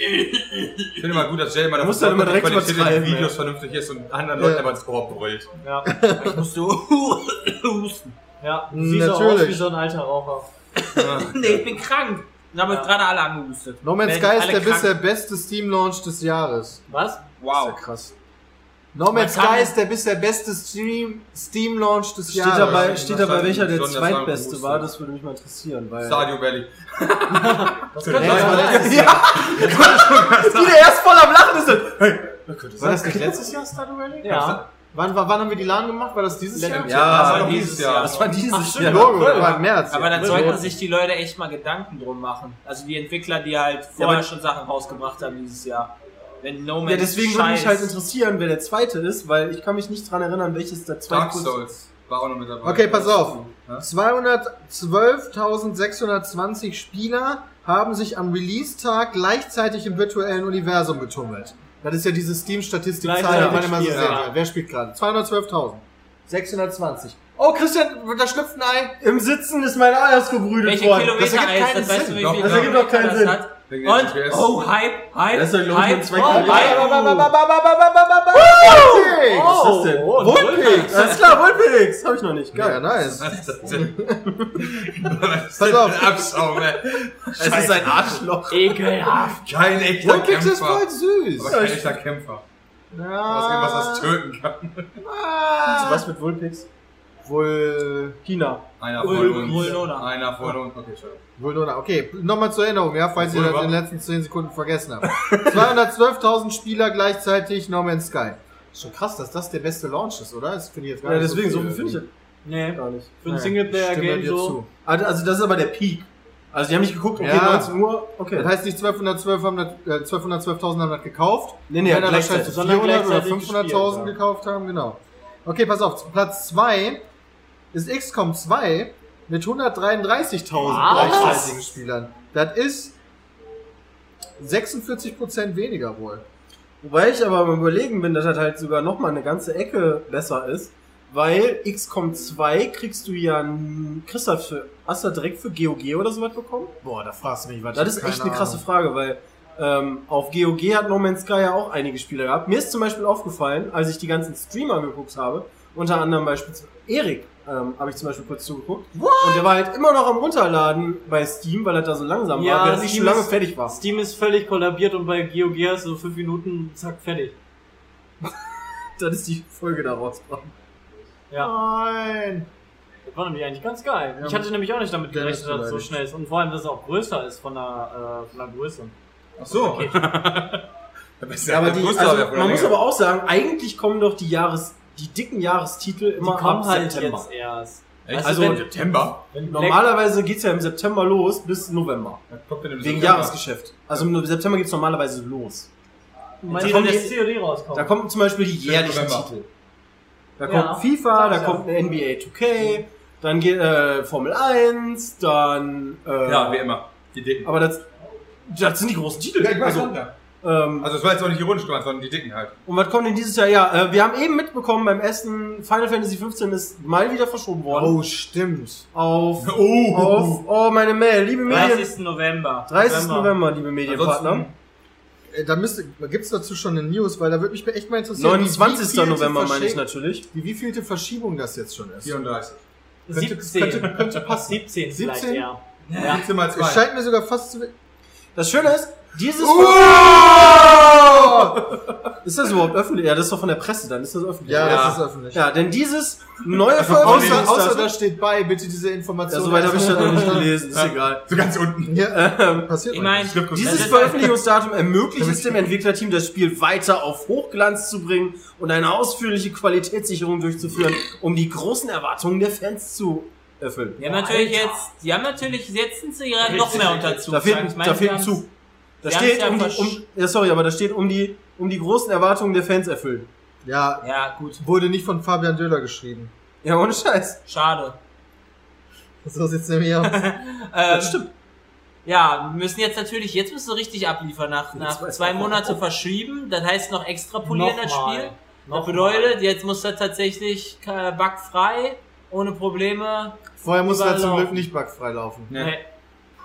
[SPEAKER 2] Ich finde immer gut, dass Jay immer
[SPEAKER 3] Musst du halt immer direkt
[SPEAKER 2] Qualität in den
[SPEAKER 3] übertreiben,
[SPEAKER 2] Videos
[SPEAKER 3] ey.
[SPEAKER 2] vernünftig ist und anderen
[SPEAKER 1] Ja.
[SPEAKER 2] Leuten einfach ins Ohr brüllt.
[SPEAKER 4] Ja,
[SPEAKER 5] Ich musste husten.
[SPEAKER 4] ja.
[SPEAKER 3] Hm,
[SPEAKER 1] Mm,
[SPEAKER 4] Sieht so aus
[SPEAKER 1] natürlich.
[SPEAKER 4] wie so ein alter Raucher.
[SPEAKER 5] Nee, ich bin krank. Da haben wir gerade alle angehustet.
[SPEAKER 1] No Man's
[SPEAKER 5] Werden
[SPEAKER 1] Sky ist
[SPEAKER 5] alle
[SPEAKER 1] der
[SPEAKER 5] krank.
[SPEAKER 1] bisher beste Steam-Launch des Jahres.
[SPEAKER 4] Was?
[SPEAKER 1] Ist ja krass. No Man's
[SPEAKER 5] Man kann-
[SPEAKER 1] Sky ist der bisher beste Steam- Steam-Launch des
[SPEAKER 3] Steht
[SPEAKER 1] Jahres.
[SPEAKER 3] dabei,
[SPEAKER 2] das
[SPEAKER 3] steht dabei
[SPEAKER 2] war
[SPEAKER 3] welcher der
[SPEAKER 2] besonders
[SPEAKER 3] zweitbeste
[SPEAKER 2] lang
[SPEAKER 3] war,
[SPEAKER 2] gehustet.
[SPEAKER 3] das würde mich mal interessieren. Weil
[SPEAKER 2] Stadio Valley.
[SPEAKER 4] Das könnte
[SPEAKER 1] Nee, das war
[SPEAKER 4] sein.
[SPEAKER 1] letztes
[SPEAKER 3] Ja.
[SPEAKER 1] Jahr.
[SPEAKER 3] Wie der erst voll am Lachen ist. und-
[SPEAKER 1] War das nicht letztes Jahr Stardew Valley?
[SPEAKER 4] Ja.
[SPEAKER 1] Wann, wann, wann haben wir die LAN gemacht? War das dieses Jahr?
[SPEAKER 2] das war
[SPEAKER 3] Ja,
[SPEAKER 2] doch
[SPEAKER 3] dieses
[SPEAKER 2] dieses
[SPEAKER 3] Jahr.
[SPEAKER 2] Jahr.
[SPEAKER 3] Das war dieses
[SPEAKER 5] Ach, stimmt,
[SPEAKER 3] Jahr.
[SPEAKER 1] Logo, war im März.
[SPEAKER 5] Aber
[SPEAKER 1] ja.
[SPEAKER 5] dann sollten sich die Leute echt mal Gedanken drum machen. Also die Entwickler, die halt vorher schon Sachen rausgebracht haben dieses Jahr. Wenn No Man's
[SPEAKER 3] Ja, deswegen würde mich halt interessieren, wer der zweite ist, weil ich kann mich nicht dran erinnern, welches der
[SPEAKER 2] Dark
[SPEAKER 3] zweite ist.
[SPEAKER 2] Souls war auch noch mit dabei.
[SPEAKER 1] Okay, pass auf.
[SPEAKER 2] Ja?
[SPEAKER 1] 212.620 Spieler haben sich am Release-Tag gleichzeitig im virtuellen Universum getummelt. Das ist ja diese Steam-Statistik-Zahl, die man
[SPEAKER 4] Gleichzeitig
[SPEAKER 1] immer so sehen
[SPEAKER 4] spielen, ja.
[SPEAKER 1] kann. Wer spielt gerade? 212.000. 620. Oh, Christian, da schlüpft ein Ei.
[SPEAKER 3] Im Sitzen ist mein Aas gebrüdelt
[SPEAKER 5] welche
[SPEAKER 1] Das
[SPEAKER 3] worden.
[SPEAKER 5] Kilometer
[SPEAKER 1] ergibt
[SPEAKER 5] Eis,
[SPEAKER 1] keinen
[SPEAKER 5] das weißt du,
[SPEAKER 1] Sinn.
[SPEAKER 5] wie
[SPEAKER 2] Doch,
[SPEAKER 5] viel
[SPEAKER 2] das ergibt
[SPEAKER 3] doch keinen
[SPEAKER 5] das
[SPEAKER 3] Sinn.
[SPEAKER 5] hat.
[SPEAKER 2] Wegen der
[SPEAKER 5] Und,
[SPEAKER 2] GPS.
[SPEAKER 5] oh, Hype, Hype,
[SPEAKER 3] Das ist doch, glaub ich, nur
[SPEAKER 5] Hype,
[SPEAKER 3] zwei
[SPEAKER 5] oh,
[SPEAKER 3] Kilometer.
[SPEAKER 5] Hype.
[SPEAKER 1] Woodpix!
[SPEAKER 3] Was ist das denn?
[SPEAKER 4] Oh, ein
[SPEAKER 3] Woodpix! Alles klar, Woodpix! Hab ich noch nicht.
[SPEAKER 1] Ja,
[SPEAKER 3] Geil.
[SPEAKER 1] nice.
[SPEAKER 2] Was ist das denn? Was
[SPEAKER 1] Pass
[SPEAKER 2] ist denn
[SPEAKER 1] auf.
[SPEAKER 2] für ein Abschaum, ey?
[SPEAKER 3] Es ist ein Arschloch.
[SPEAKER 4] Ekelhaft.
[SPEAKER 2] Kein echter
[SPEAKER 1] Woodpix ist
[SPEAKER 2] Kämpfer.
[SPEAKER 1] voll süß.
[SPEAKER 2] Aber kein echter Kämpfer. Was, was das töten kann.
[SPEAKER 3] Weißt du Was mit Woodpix?
[SPEAKER 1] Wohl...
[SPEAKER 3] China.
[SPEAKER 2] Einer
[SPEAKER 5] Ul-
[SPEAKER 2] von uns.
[SPEAKER 5] Ulona.
[SPEAKER 2] Einer von uns. Okay, schön.
[SPEAKER 1] Wohl nur noch- Okay, nochmal zur Erinnerung, ja, falls ihr das
[SPEAKER 2] Wunderbar.
[SPEAKER 1] in den letzten 10 Sekunden vergessen habt. 212.000 Spieler gleichzeitig No Man's Sky. Schon krass, dass das der beste Launch ist, oder? Das finde ich jetzt gar
[SPEAKER 3] Ja,
[SPEAKER 1] nicht
[SPEAKER 3] deswegen, so viel finde ich das
[SPEAKER 4] Nee.
[SPEAKER 3] gar nicht.
[SPEAKER 4] Für ein
[SPEAKER 1] Naja, stimme
[SPEAKER 4] Singleplayer-Game
[SPEAKER 1] dir
[SPEAKER 4] so.
[SPEAKER 1] zu.
[SPEAKER 3] Also, also das ist aber der Peak. Also die haben nicht geguckt, okay,
[SPEAKER 1] Ja.
[SPEAKER 3] 19 Uhr, okay.
[SPEAKER 1] Das heißt nicht 1212 haben das, äh, 1212.000 haben das gekauft.
[SPEAKER 3] Nee, nee,
[SPEAKER 1] Wenn dann
[SPEAKER 3] gleichzeitig,
[SPEAKER 1] wahrscheinlich
[SPEAKER 4] sondern
[SPEAKER 1] 400 oder
[SPEAKER 4] gleichzeitig
[SPEAKER 1] 500.000
[SPEAKER 4] gespielt, ja.
[SPEAKER 1] gekauft haben, genau. Okay, pass auf, zu Platz 2 ist XCOM 2 mit 133.000
[SPEAKER 4] Was?
[SPEAKER 1] gleichzeitigen Spielern. Das ist 46% weniger wohl.
[SPEAKER 3] Wobei ich aber am überlegen bin, dass das halt sogar nochmal eine ganze Ecke besser ist, weil XCOM 2 kriegst du ja, n- kriegst du das für, hast du das direkt für GOG oder sowas bekommen?
[SPEAKER 1] Boah, da fragst du mich, was
[SPEAKER 3] Das ist echt eine krasse Frage, weil ähm, auf GOG hat No Man's Sky ja auch einige Spieler gehabt. Mir ist zum Beispiel aufgefallen, als ich die ganzen Streamer geguckt habe, unter anderem beispielsweise Erik ähm, habe ich zum Beispiel kurz zugeguckt. Und der war halt immer noch am Runterladen bei Steam, weil er da so langsam
[SPEAKER 4] Ja,
[SPEAKER 3] war, während ich
[SPEAKER 4] Steam
[SPEAKER 3] schon lange
[SPEAKER 4] ist-
[SPEAKER 3] fertig war.
[SPEAKER 4] Steam ist völlig kollabiert und bei GeoGears so fünf Minuten, zack, fertig.
[SPEAKER 3] Dann ist die Folge daraus.
[SPEAKER 4] Ja,
[SPEAKER 1] Nein!
[SPEAKER 4] das war nämlich eigentlich ganz geil. Ich
[SPEAKER 1] Ja.
[SPEAKER 4] hatte nämlich auch nicht damit
[SPEAKER 1] Dennis
[SPEAKER 4] gerechnet, dass es so
[SPEAKER 1] beleidigt.
[SPEAKER 4] schnell ist. Und vor allem, dass es auch größer ist von der, äh, von der Größe.
[SPEAKER 2] Ach so.
[SPEAKER 1] Ja, aber
[SPEAKER 2] der
[SPEAKER 1] die-
[SPEAKER 2] Brust
[SPEAKER 1] also,
[SPEAKER 2] aber ja
[SPEAKER 3] Man muss
[SPEAKER 2] länger.
[SPEAKER 3] aber auch sagen, eigentlich kommen doch die Jahres, die dicken Jahrestitel
[SPEAKER 4] Die
[SPEAKER 3] immer ab
[SPEAKER 4] kommen halt
[SPEAKER 3] September.
[SPEAKER 4] jetzt erst.
[SPEAKER 2] Echt?
[SPEAKER 4] Also wenn-
[SPEAKER 2] September?
[SPEAKER 3] Wenn- Normalerweise geht's ja im September los bis November. Wegen Jahresgeschäft. Also im September geht's normalerweise los.
[SPEAKER 4] Meinst
[SPEAKER 3] Da
[SPEAKER 4] du,
[SPEAKER 3] kommen
[SPEAKER 4] wenn
[SPEAKER 3] die-
[SPEAKER 4] das COD rauskommt?
[SPEAKER 3] Da kommen zum Beispiel die jährlichen
[SPEAKER 2] November.
[SPEAKER 3] Titel. Da
[SPEAKER 4] Ja.
[SPEAKER 3] kommt FIFA, da
[SPEAKER 4] Ja.
[SPEAKER 3] kommt eine NBA 2K, dann geht äh, Formel 1, dann. Äh,
[SPEAKER 2] Ja, wie immer. Die Dicken.
[SPEAKER 3] aber das, das sind die großen Titel. also, ähm,
[SPEAKER 2] Also, es war jetzt auch nicht ironisch gemeint, sondern die Dicken halt.
[SPEAKER 3] Und was kommt denn dieses Jahr? Ja, äh, wir haben eben mitbekommen beim Essen, Final Fantasy 15 ist mal wieder verschoben worden.
[SPEAKER 1] Oh, stimmt.
[SPEAKER 3] Auf,
[SPEAKER 2] Oh!
[SPEAKER 3] auf, oh meine Mail, liebe Medien.
[SPEAKER 4] 30. November.
[SPEAKER 3] 30. November, liebe Medienpartner.
[SPEAKER 1] Äh, Da müsste, gibt's dazu schon eine News, weil da würde mich echt mal interessieren. wie- wie
[SPEAKER 3] 29.
[SPEAKER 1] viel die
[SPEAKER 3] November meine ich ne?
[SPEAKER 1] Verschieb-
[SPEAKER 3] natürlich.
[SPEAKER 1] Wie wievielte Verschiebung das jetzt schon ist.
[SPEAKER 2] 34.
[SPEAKER 4] 17.
[SPEAKER 1] könnte- könnte passen.
[SPEAKER 4] 17 vielleicht,
[SPEAKER 1] 17?
[SPEAKER 4] ja. ja.
[SPEAKER 2] 17 mal
[SPEAKER 1] Es
[SPEAKER 2] 2.
[SPEAKER 1] scheint mir sogar fast zu.
[SPEAKER 3] Das Schöne ist, dieses.
[SPEAKER 1] Uh!
[SPEAKER 3] Ist das überhaupt öffentlich? Ja, das ist doch von der Presse, dann ist das öffentlich.
[SPEAKER 1] Ja,
[SPEAKER 2] Ja.
[SPEAKER 1] das ist öffentlich.
[SPEAKER 3] Ja, denn dieses
[SPEAKER 1] Außer,
[SPEAKER 3] neue
[SPEAKER 1] außer
[SPEAKER 3] Veröffentlichungsdatum.
[SPEAKER 1] da steht bei, bitte diese Information.
[SPEAKER 3] Ja, soweit habe ich das noch nicht gelesen, ist
[SPEAKER 2] Ja.
[SPEAKER 3] egal.
[SPEAKER 2] So ganz unten.
[SPEAKER 1] Ja,
[SPEAKER 3] Ähm,
[SPEAKER 1] passiert
[SPEAKER 5] Ich
[SPEAKER 1] noch
[SPEAKER 5] meine,
[SPEAKER 1] nicht.
[SPEAKER 3] Dieses Veröffentlichungsdatum ermöglicht es dem Entwicklerteam, das Spiel weiter auf Hochglanz zu bringen und eine ausführliche Qualitätssicherung durchzuführen, um die großen Erwartungen der Fans zu erfüllen.
[SPEAKER 5] Die haben natürlich jetzt, die haben natürlich, setzen sie gerade noch mehr unter Zug.
[SPEAKER 3] Da fehlt,
[SPEAKER 5] Ich
[SPEAKER 3] ein-
[SPEAKER 5] meine,
[SPEAKER 3] da fehlt
[SPEAKER 5] sie
[SPEAKER 3] ein
[SPEAKER 5] haben's-
[SPEAKER 3] Zug. Da
[SPEAKER 5] wir
[SPEAKER 3] steht um
[SPEAKER 5] haben's ja
[SPEAKER 3] die, um, ja, sorry, aber da steht um die, um die großen Erwartungen der Fans erfüllen.
[SPEAKER 1] Ja,
[SPEAKER 5] Ja, gut.
[SPEAKER 1] wurde nicht von Fabian Döller geschrieben.
[SPEAKER 3] Ja, ohne Scheiß.
[SPEAKER 5] Schade.
[SPEAKER 1] So sieht's nämlich aus.
[SPEAKER 5] Ähm,
[SPEAKER 3] Das stimmt.
[SPEAKER 5] Ja, wir müssen jetzt natürlich, jetzt müssen wir richtig abliefern. Nach, nach
[SPEAKER 3] weiß
[SPEAKER 5] zwei
[SPEAKER 3] ich.
[SPEAKER 5] Monate verschieben, das heißt noch extrapolieren das
[SPEAKER 4] Nochmal.
[SPEAKER 5] Spiel. Das
[SPEAKER 4] Nochmal.
[SPEAKER 5] bedeutet, jetzt muss er tatsächlich äh, bugfrei, ohne Probleme.
[SPEAKER 1] Vorher musste er
[SPEAKER 5] Überall
[SPEAKER 1] zum Glück
[SPEAKER 5] laufen.
[SPEAKER 1] nicht bugfrei laufen.
[SPEAKER 2] Ja.
[SPEAKER 5] Nee.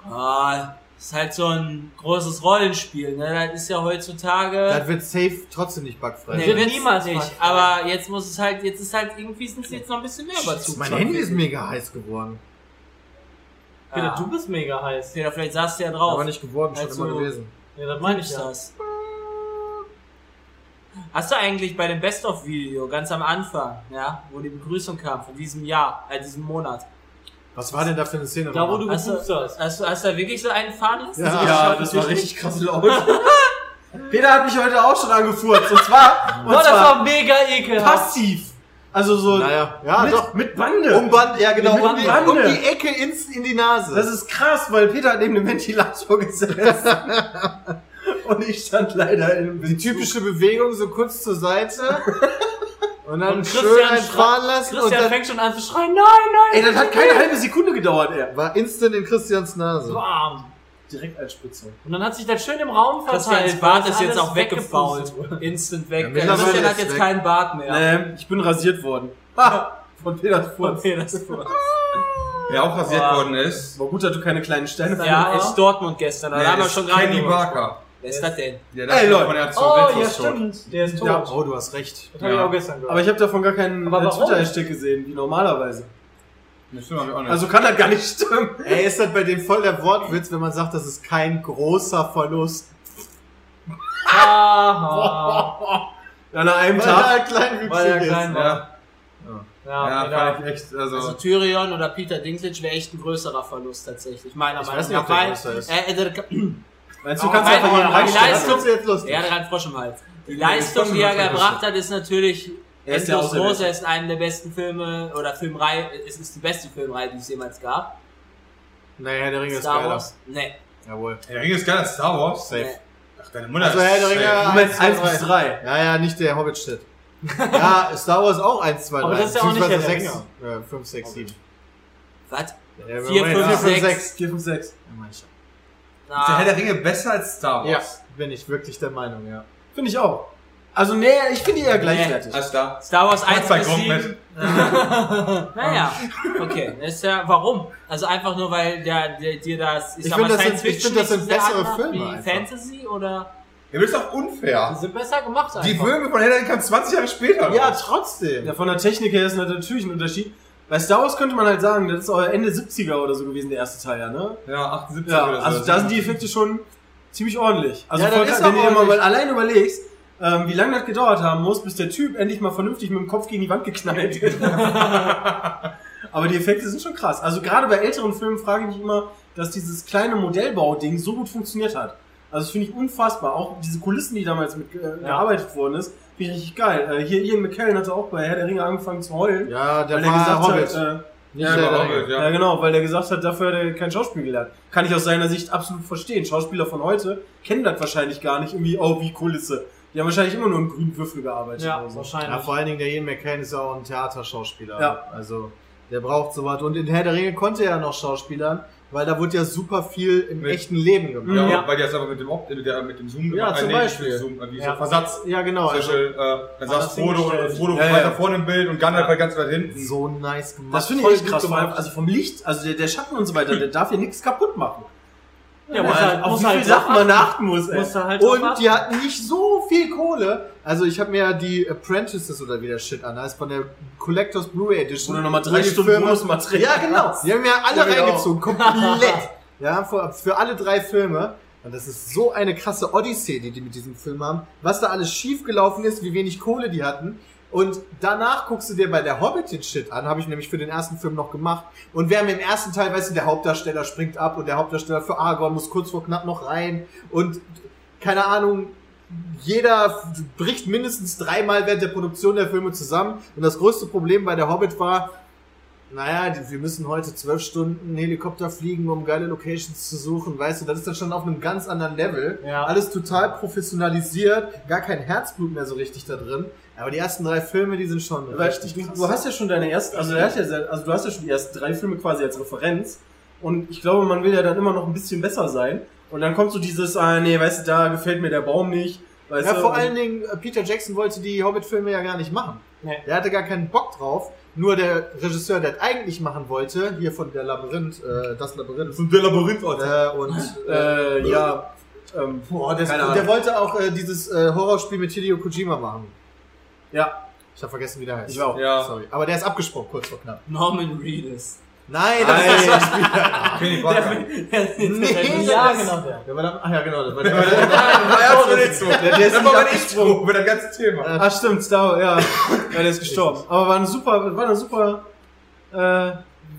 [SPEAKER 5] Ne? Ah, ist halt so ein großes Rollenspiel, ne? Das ist ja heutzutage.
[SPEAKER 1] Das wird safe trotzdem nicht bugfrei.
[SPEAKER 5] Nee,
[SPEAKER 4] wird
[SPEAKER 5] wird's
[SPEAKER 4] niemals
[SPEAKER 5] nicht.
[SPEAKER 4] bugfrei.
[SPEAKER 5] Aber jetzt muss es halt, jetzt ist halt irgendwie sind sie jetzt noch ein bisschen mehr
[SPEAKER 1] Scheiße,
[SPEAKER 5] überzogen.
[SPEAKER 1] Also mein Handy ist mega heiß geworden.
[SPEAKER 4] Peter, du bist mega heiß.
[SPEAKER 5] Peter, vielleicht saß du ja drauf.
[SPEAKER 1] Aber nicht geworden, schon
[SPEAKER 5] Also-
[SPEAKER 1] immer gewesen.
[SPEAKER 4] Ja,
[SPEAKER 5] Meine
[SPEAKER 4] das meine
[SPEAKER 5] ich
[SPEAKER 4] ich ja.
[SPEAKER 5] das. Hast du eigentlich bei dem Best-of-Video ganz am Anfang, ja, wo die Begrüßung kam von diesem Jahr, äh, diesem Monat,
[SPEAKER 1] Was war denn da für eine Szene?
[SPEAKER 4] Da, wo du
[SPEAKER 5] Hast du-
[SPEAKER 4] gepupst hast.
[SPEAKER 5] hast du, hast du da wirklich so einen fahren lassen?
[SPEAKER 1] Ja.
[SPEAKER 3] das war richtig krass laut. Peter hat mich heute auch schon angefurzt. Und zwar, und
[SPEAKER 4] Boah, das
[SPEAKER 3] zwar
[SPEAKER 4] war mega ekelhaft.
[SPEAKER 3] passiv. Also so
[SPEAKER 1] Naja, ja
[SPEAKER 3] mit,
[SPEAKER 1] doch.
[SPEAKER 3] mit Bande.
[SPEAKER 1] Umband, ja genau,
[SPEAKER 3] Mit
[SPEAKER 1] um die,
[SPEAKER 3] Bande.
[SPEAKER 1] um die Ecke ins, in die Nase.
[SPEAKER 3] Das ist krass, weil Peter hat neben dem Ventilator gesessen. Und ich stand leider in einem
[SPEAKER 1] die typische Bewegung, so kurz zur Seite. Und dann
[SPEAKER 4] Und Christian
[SPEAKER 1] schön einen
[SPEAKER 4] schreit-
[SPEAKER 1] fahren lassen und
[SPEAKER 4] Christian
[SPEAKER 1] dann
[SPEAKER 4] fängt schon an zu schreien, nein,
[SPEAKER 3] Ey, das hat keine halbe Sekunde gedauert, ey.
[SPEAKER 1] war instant in Christians
[SPEAKER 4] nein.
[SPEAKER 1] Nase.
[SPEAKER 4] Warm.
[SPEAKER 3] Direkt als Spitze.
[SPEAKER 4] Und dann hat sich das schön im Raum verteilt.
[SPEAKER 5] Christians Bart
[SPEAKER 4] weil
[SPEAKER 5] ist jetzt
[SPEAKER 4] alles
[SPEAKER 5] auch weggefault.
[SPEAKER 4] weggepustet wurde.
[SPEAKER 5] Instant weg.
[SPEAKER 1] mittlerweile
[SPEAKER 5] Christian hat
[SPEAKER 1] ist
[SPEAKER 5] jetzt
[SPEAKER 1] weg.
[SPEAKER 5] keinen Bart mehr.
[SPEAKER 3] Ähm, ich bin rasiert worden. Ha! Von Peters Furz.
[SPEAKER 5] Okay, das ist gut.
[SPEAKER 2] Wer auch rasiert
[SPEAKER 5] Boah.
[SPEAKER 2] worden ist.
[SPEAKER 3] War gut, dass du keine kleinen Steine
[SPEAKER 5] ja,
[SPEAKER 3] hast.
[SPEAKER 5] ist Dortmund gestern, da
[SPEAKER 2] der
[SPEAKER 5] haben wir
[SPEAKER 2] ist
[SPEAKER 5] schon gerade
[SPEAKER 2] Kenny
[SPEAKER 5] drüber
[SPEAKER 2] Barker.
[SPEAKER 5] gesprochen. Wer ist das denn?
[SPEAKER 2] Ja,
[SPEAKER 3] Ey, Leute.
[SPEAKER 2] von der
[SPEAKER 4] Oh, ja
[SPEAKER 2] Juventus tot.
[SPEAKER 4] stimmt. Der ist tot.
[SPEAKER 1] Ja, oh, du hast recht.
[SPEAKER 4] Das habe ich
[SPEAKER 2] Ja.
[SPEAKER 4] auch gestern gehört.
[SPEAKER 3] Aber ich habe davon gar keinen
[SPEAKER 4] Aber
[SPEAKER 3] äh,
[SPEAKER 4] warum?
[SPEAKER 3] Twitter-Hashtag gesehen, wie normalerweise.
[SPEAKER 2] Das stimmt, hab ich auch nicht.
[SPEAKER 3] Also kann das gar nicht stimmen.
[SPEAKER 1] Ey, ist das bei dem voll der Wortwitz, wenn man sagt, das ist kein großer Verlust.
[SPEAKER 5] Ah,
[SPEAKER 4] Aha.
[SPEAKER 3] An einem
[SPEAKER 1] Weil er
[SPEAKER 3] Tag.
[SPEAKER 1] halt kleinwüchsig
[SPEAKER 4] Weil er
[SPEAKER 1] ist.
[SPEAKER 4] klein war.
[SPEAKER 2] ja,
[SPEAKER 4] Ja,
[SPEAKER 2] ja,
[SPEAKER 4] Peter.
[SPEAKER 2] fand ich echt. Also,
[SPEAKER 5] Also Tyrion oder Peter Dinklage wäre echt ein größerer Verlust tatsächlich, meiner
[SPEAKER 1] Ich
[SPEAKER 5] Meinung
[SPEAKER 1] weiß nicht,
[SPEAKER 5] nach.
[SPEAKER 1] ob der
[SPEAKER 5] Weil-
[SPEAKER 1] größer ist.
[SPEAKER 5] Äh, äh, der-
[SPEAKER 3] Meinst du,
[SPEAKER 5] Aber
[SPEAKER 3] kannst du
[SPEAKER 5] nein,
[SPEAKER 3] einfach jemanden
[SPEAKER 5] aber die
[SPEAKER 3] reinstellen?
[SPEAKER 1] Das ist jetzt lustig.
[SPEAKER 5] Ja, der hat Frosch im Hals. Die
[SPEAKER 2] Ja,
[SPEAKER 5] Leistung,
[SPEAKER 2] Frosch
[SPEAKER 5] die er
[SPEAKER 2] im Hals.
[SPEAKER 5] gebracht hat, ist natürlich
[SPEAKER 3] Er ist der
[SPEAKER 5] endlos groß.
[SPEAKER 3] Auserwählte.
[SPEAKER 5] Er ist in einem der besten Filme oder Filmreihe. Es ist die beste Filmreihe, die es jemals gab.
[SPEAKER 1] Naja, der Ring ist
[SPEAKER 5] Star
[SPEAKER 1] geiler.
[SPEAKER 5] Wars. Nee.
[SPEAKER 1] Jawohl.
[SPEAKER 2] der Ring ist geiler als Star Wars.
[SPEAKER 1] Safe.
[SPEAKER 2] Ach, deine Mutter
[SPEAKER 1] Also Herr der Ringe
[SPEAKER 3] Du meinst 1 bis 3.
[SPEAKER 1] Ja, ja, nicht der Hobbit-Shit. Ja, Star Wars auch 1, 2, 3.
[SPEAKER 4] Aber das ist ja auch nicht
[SPEAKER 1] beziehungsweise
[SPEAKER 4] Herr der
[SPEAKER 1] sechs. Äh, 5, 6, 7.
[SPEAKER 5] Was?
[SPEAKER 1] Ja,
[SPEAKER 5] Vier,
[SPEAKER 1] Moment,
[SPEAKER 5] fünf,
[SPEAKER 1] vier, fünf,
[SPEAKER 5] sechs.
[SPEAKER 1] sechs.
[SPEAKER 3] 4, 5, 6.
[SPEAKER 1] Ja, mein Schatz.
[SPEAKER 2] Ist der Herr
[SPEAKER 5] Na,
[SPEAKER 2] der Ringe besser als Star
[SPEAKER 1] Ja,
[SPEAKER 2] Wars?
[SPEAKER 1] bin ich wirklich der Meinung, ja.
[SPEAKER 3] Finde ich auch. Also, nee, ich finde die eher gleichwertig.
[SPEAKER 2] Alles klar.
[SPEAKER 5] Star Wars 1
[SPEAKER 2] zwei
[SPEAKER 5] bis
[SPEAKER 2] Gronk
[SPEAKER 5] 7.
[SPEAKER 2] mit.
[SPEAKER 5] Naja, Ah. okay. Das ist ja, warum? Also einfach nur, weil der, der, dir das,
[SPEAKER 1] Ich finde, das sind- ich finde, das sind
[SPEAKER 5] nicht so sehr
[SPEAKER 1] bessere
[SPEAKER 5] anmacht
[SPEAKER 1] Filme
[SPEAKER 5] Wie
[SPEAKER 1] einfach.
[SPEAKER 5] Fantasy oder?
[SPEAKER 2] Ja, aber das ist doch unfair.
[SPEAKER 4] Die sind besser gemacht einfach.
[SPEAKER 2] Die Filme von Herr der Ringe kamen 20 Jahre später.
[SPEAKER 1] Ja, trotzdem.
[SPEAKER 3] Ja, von der Technik her ist das natürlich ein Unterschied. Bei Star Wars könnte man halt sagen, das ist auch Ende 70er oder so gewesen, der erste Teil, ja, ne?
[SPEAKER 2] ja 78
[SPEAKER 3] Ja,
[SPEAKER 2] oder so.
[SPEAKER 3] also da sind die Effekte schon ziemlich ordentlich. Also,
[SPEAKER 1] Ja, das
[SPEAKER 3] voll-
[SPEAKER 1] ist
[SPEAKER 3] wenn
[SPEAKER 1] auch
[SPEAKER 3] du dir mal
[SPEAKER 1] ordentlich.
[SPEAKER 3] allein überlegst, ähm, wie lange das gedauert haben muss, bis der Typ endlich mal vernünftig mit dem Kopf gegen die Wand geknallt wird. Aber die Effekte sind schon krass. Also gerade bei älteren Filmen frage ich mich immer, dass dieses kleine Modellbau-Ding so gut funktioniert hat. Also das finde ich unfassbar. Auch diese Kulissen, die damals mit äh, gearbeitet worden ist, finde ich richtig geil. Äh, hier Ian McKellen hatte auch bei Herr der Ringe angefangen zu heulen.
[SPEAKER 1] Ja, der
[SPEAKER 3] weil er
[SPEAKER 1] war
[SPEAKER 3] gesagt
[SPEAKER 1] Hobbit.
[SPEAKER 3] hat, äh,
[SPEAKER 1] ja,
[SPEAKER 2] der
[SPEAKER 1] der,
[SPEAKER 2] war
[SPEAKER 1] der,
[SPEAKER 2] Hobbit,
[SPEAKER 3] ja.
[SPEAKER 2] ja.
[SPEAKER 3] genau, weil der gesagt hat, dafür hat er kein Schauspiel gelernt. Kann ich aus seiner Sicht absolut verstehen. Schauspieler von heute kennen das wahrscheinlich gar nicht irgendwie, oh, wie Kulisse. Die haben wahrscheinlich immer nur einen grünen Würfel gearbeitet.
[SPEAKER 4] Ja,
[SPEAKER 3] oder so.
[SPEAKER 4] wahrscheinlich.
[SPEAKER 1] Ja, vor allen Dingen der Ian McKellen ist ja auch ein Theaterschauspieler.
[SPEAKER 3] Ja.
[SPEAKER 1] Also der braucht sowas. Und in Herr der Ringe konnte er ja noch Schauspielern, weil da wurde ja super viel im
[SPEAKER 2] Mit-
[SPEAKER 1] echten Leben gemacht.
[SPEAKER 2] Ja,
[SPEAKER 4] Ja.
[SPEAKER 2] weil die das aber mit dem, Opt mit der, mit dem Zoom
[SPEAKER 1] Ja,
[SPEAKER 2] gemacht
[SPEAKER 1] zum
[SPEAKER 2] Ah, nee,
[SPEAKER 1] Beispiel.
[SPEAKER 2] nicht Zoom, irgendwie
[SPEAKER 4] Ja.
[SPEAKER 2] so Versatz.
[SPEAKER 1] Ja, genau. Also,
[SPEAKER 2] Zwischen, äh, dann saß
[SPEAKER 4] das
[SPEAKER 2] Frodo, und
[SPEAKER 4] hingestellt.
[SPEAKER 2] Frodo
[SPEAKER 1] Ja, ja.
[SPEAKER 2] weiter vorne im Bild und Gandalf halt ganz weit hinten.
[SPEAKER 1] so nice gemacht.
[SPEAKER 3] Das finde ich
[SPEAKER 1] Voll
[SPEAKER 3] echt
[SPEAKER 1] gut
[SPEAKER 3] krass. Vor allem,
[SPEAKER 1] gemacht.
[SPEAKER 3] also vom Licht, also der, der Schatten und so weiter, der darf hier nichts kaputt machen.
[SPEAKER 4] Ja, muss halt,
[SPEAKER 3] auf
[SPEAKER 4] muss
[SPEAKER 3] wie
[SPEAKER 4] halt
[SPEAKER 3] viel Sachen man
[SPEAKER 4] nach.
[SPEAKER 3] achten muss, ey.
[SPEAKER 4] Muss da halt drauf
[SPEAKER 1] Und
[SPEAKER 4] achten.
[SPEAKER 1] die hatten nicht so viel Kohle. Also ich habe mir ja die Apprentices oder wie der Shit an heißt, von der Collectors Blu-ray Edition.
[SPEAKER 3] Wo du nochmal drei
[SPEAKER 1] die
[SPEAKER 3] Stunden
[SPEAKER 1] Firma-
[SPEAKER 3] Bonusmaterial
[SPEAKER 1] Ja, genau.
[SPEAKER 3] hast.
[SPEAKER 1] Die haben ja alle
[SPEAKER 3] Ja, genau.
[SPEAKER 1] reingezogen, komplett. ja, für, für alle drei Filme. Und das ist so eine krasse Odyssee, die die mit diesem Film haben. Was da alles schief gelaufen ist, wie wenig Kohle die hatten. Und danach guckst du dir bei der Hobbit den Shit an, habe ich nämlich für den ersten Film noch gemacht. Und wir haben im ersten Teil, weißt du, der Hauptdarsteller springt ab und der Hauptdarsteller für Aragorn muss kurz vor knapp noch rein. Und keine Ahnung, jeder bricht mindestens dreimal während der Produktion der Filme zusammen. Und das größte Problem bei der Hobbit war, naja, die, wir müssen heute zwölf Stunden Helikopter fliegen, um geile Locations zu suchen, weißt du, das ist dann schon auf einem ganz anderen Level.
[SPEAKER 4] Ja.
[SPEAKER 1] Alles total professionalisiert, gar kein Herzblut mehr so richtig da drin. Aber die ersten drei Filme, die sind schon
[SPEAKER 3] Weil
[SPEAKER 1] richtig
[SPEAKER 3] du,
[SPEAKER 1] krass.
[SPEAKER 3] du hast ja schon deine ersten, also, du hast ja, se- also du hast ja schon die ersten drei Filme quasi als Referenz. Und ich glaube, man will ja dann immer noch ein bisschen besser sein. Und dann kommt so dieses, ah nee, weißt du, da gefällt mir der Baum nicht. Weißt
[SPEAKER 1] ja,
[SPEAKER 3] du,
[SPEAKER 1] vor
[SPEAKER 3] und-
[SPEAKER 1] allen Dingen, äh, Peter Jackson wollte die Hobbit-Filme ja gar nicht machen.
[SPEAKER 4] Nee.
[SPEAKER 1] Der hatte gar keinen Bock drauf. Nur der Regisseur, der das eigentlich machen wollte, hier von der Labyrinth, äh, das Labyrinth.
[SPEAKER 2] So ein Labyrinth,
[SPEAKER 1] Äh, und
[SPEAKER 3] Äh, ja. Ähm,
[SPEAKER 1] Boah, das,
[SPEAKER 3] Keine
[SPEAKER 1] und
[SPEAKER 3] Ahnung.
[SPEAKER 1] der wollte auch äh, dieses äh, Horrorspiel mit Hideo Kojima machen.
[SPEAKER 3] Ja.
[SPEAKER 1] Ich habe vergessen, wie der heißt.
[SPEAKER 3] Ich auch.
[SPEAKER 2] Ja.
[SPEAKER 1] Sorry. Aber der ist abgesprungen, kurz vor knapp.
[SPEAKER 5] Norman Reedus.
[SPEAKER 1] Nein, das ist das Spiel.
[SPEAKER 2] Kenny Barker.
[SPEAKER 1] Nee,
[SPEAKER 4] Ja,
[SPEAKER 1] das-
[SPEAKER 4] genau der.
[SPEAKER 1] Der war dann, ach ja, genau. Der war der,
[SPEAKER 2] Ja, war ja nicht so.
[SPEAKER 3] ist
[SPEAKER 2] Das
[SPEAKER 3] nicht Äh,
[SPEAKER 2] war mein Intro über das ganze Thema.
[SPEAKER 3] Ach stimmt, Star ja. ja, der ist gestorben. Aber war eine super, war eine super, äh,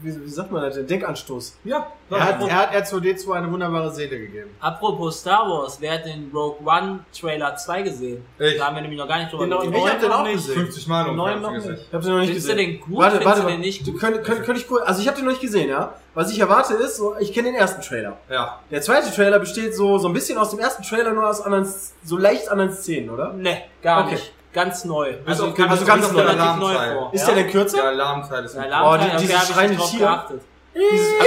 [SPEAKER 3] wie, wie sagt man das denn? Denkanstoß.
[SPEAKER 2] Ja,
[SPEAKER 1] er, hat, er hat R2D2 eine wunderbare Seele gegeben.
[SPEAKER 5] Apropos Star Wars, wer hat den Rogue One Trailer 2 gesehen?
[SPEAKER 2] Ich.
[SPEAKER 5] Da haben wir nämlich noch gar nicht drüber
[SPEAKER 4] Genau,
[SPEAKER 5] gesprochen.
[SPEAKER 4] ich
[SPEAKER 1] hab
[SPEAKER 4] hab
[SPEAKER 1] den
[SPEAKER 4] noch
[SPEAKER 1] auch
[SPEAKER 4] nicht.
[SPEAKER 1] gesehen.
[SPEAKER 2] 50 Mal
[SPEAKER 4] Den neuen noch nicht.
[SPEAKER 3] Ich habe den noch nicht
[SPEAKER 5] Findest du
[SPEAKER 3] gesehen.
[SPEAKER 5] den gut?
[SPEAKER 3] Warte,
[SPEAKER 5] Findest
[SPEAKER 3] warte,
[SPEAKER 5] du
[SPEAKER 3] warte.
[SPEAKER 5] den nicht
[SPEAKER 3] Du
[SPEAKER 5] gut?
[SPEAKER 3] könnt, könnt, könnt ich kurz, also ich habe den noch nicht gesehen, ja. Was ich erwarte ist, so, ich kenne den ersten Trailer.
[SPEAKER 2] Ja.
[SPEAKER 3] Der zweite Trailer besteht so, so ein bisschen aus dem ersten Trailer, nur aus anderen, so leicht anderen Szenen, oder?
[SPEAKER 5] Nee, gar
[SPEAKER 3] Okay.
[SPEAKER 5] nicht. Ganz neu.
[SPEAKER 2] Bis auf
[SPEAKER 5] ich kam
[SPEAKER 2] den-
[SPEAKER 5] mir
[SPEAKER 2] bis auf
[SPEAKER 5] ganz
[SPEAKER 2] den
[SPEAKER 5] relativ neu
[SPEAKER 2] Alarmteil.
[SPEAKER 5] vor.
[SPEAKER 3] Ist
[SPEAKER 5] ja?
[SPEAKER 3] der denn kürzer?
[SPEAKER 2] Der Alarmteil ist
[SPEAKER 5] Der
[SPEAKER 3] Boah,
[SPEAKER 5] Alarmteil,
[SPEAKER 3] die-
[SPEAKER 5] auf
[SPEAKER 3] dieses
[SPEAKER 5] der hab ich
[SPEAKER 3] schreiende
[SPEAKER 5] nicht drauf
[SPEAKER 3] Tier.
[SPEAKER 5] geachtet.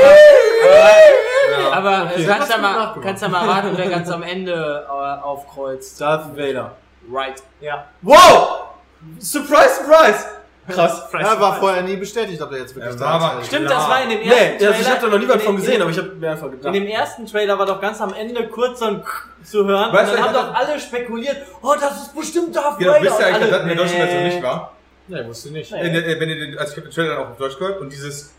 [SPEAKER 2] Ja.
[SPEAKER 5] Aber äh, kannst
[SPEAKER 1] hast
[SPEAKER 5] du
[SPEAKER 1] du
[SPEAKER 5] mal,
[SPEAKER 1] nachgemacht.
[SPEAKER 5] kannst ja mal raten, wer ganz am Ende äh, aufkreuzt.
[SPEAKER 3] Darth Vader.
[SPEAKER 5] Right.
[SPEAKER 4] Ja.
[SPEAKER 3] Wow! Surprise, surprise! Krass.
[SPEAKER 1] Er war vorher nie bestätigt, ob er jetzt wirklich
[SPEAKER 2] Er war aber-
[SPEAKER 1] ist.
[SPEAKER 4] Stimmt,
[SPEAKER 2] Ja.
[SPEAKER 4] das war in dem ersten
[SPEAKER 3] Nee,
[SPEAKER 4] Trailer.
[SPEAKER 3] also ich habe da noch nie was
[SPEAKER 4] in
[SPEAKER 3] von
[SPEAKER 4] dem-
[SPEAKER 3] gesehen, aber ich habe mir einfach
[SPEAKER 4] In
[SPEAKER 3] gedacht.
[SPEAKER 4] dem ersten Trailer war doch ganz am Ende kurz so ein zu hören.
[SPEAKER 2] Weißt
[SPEAKER 4] und
[SPEAKER 2] du,
[SPEAKER 4] dann haben
[SPEAKER 2] ich
[SPEAKER 4] doch alle spekuliert, oh, das ist bestimmt Darth
[SPEAKER 2] Ja,
[SPEAKER 4] Vader.
[SPEAKER 2] du bist ja
[SPEAKER 4] Und
[SPEAKER 2] eigentlich,
[SPEAKER 4] alle,
[SPEAKER 2] dass das in Deutschland so
[SPEAKER 4] nee.
[SPEAKER 2] nicht war.
[SPEAKER 1] Nee, wusste nicht.
[SPEAKER 4] Nee.
[SPEAKER 2] Wenn ihr- wenn ihr den, also ich hab den Trailer dann auch auf Deutsch gehört und dieses,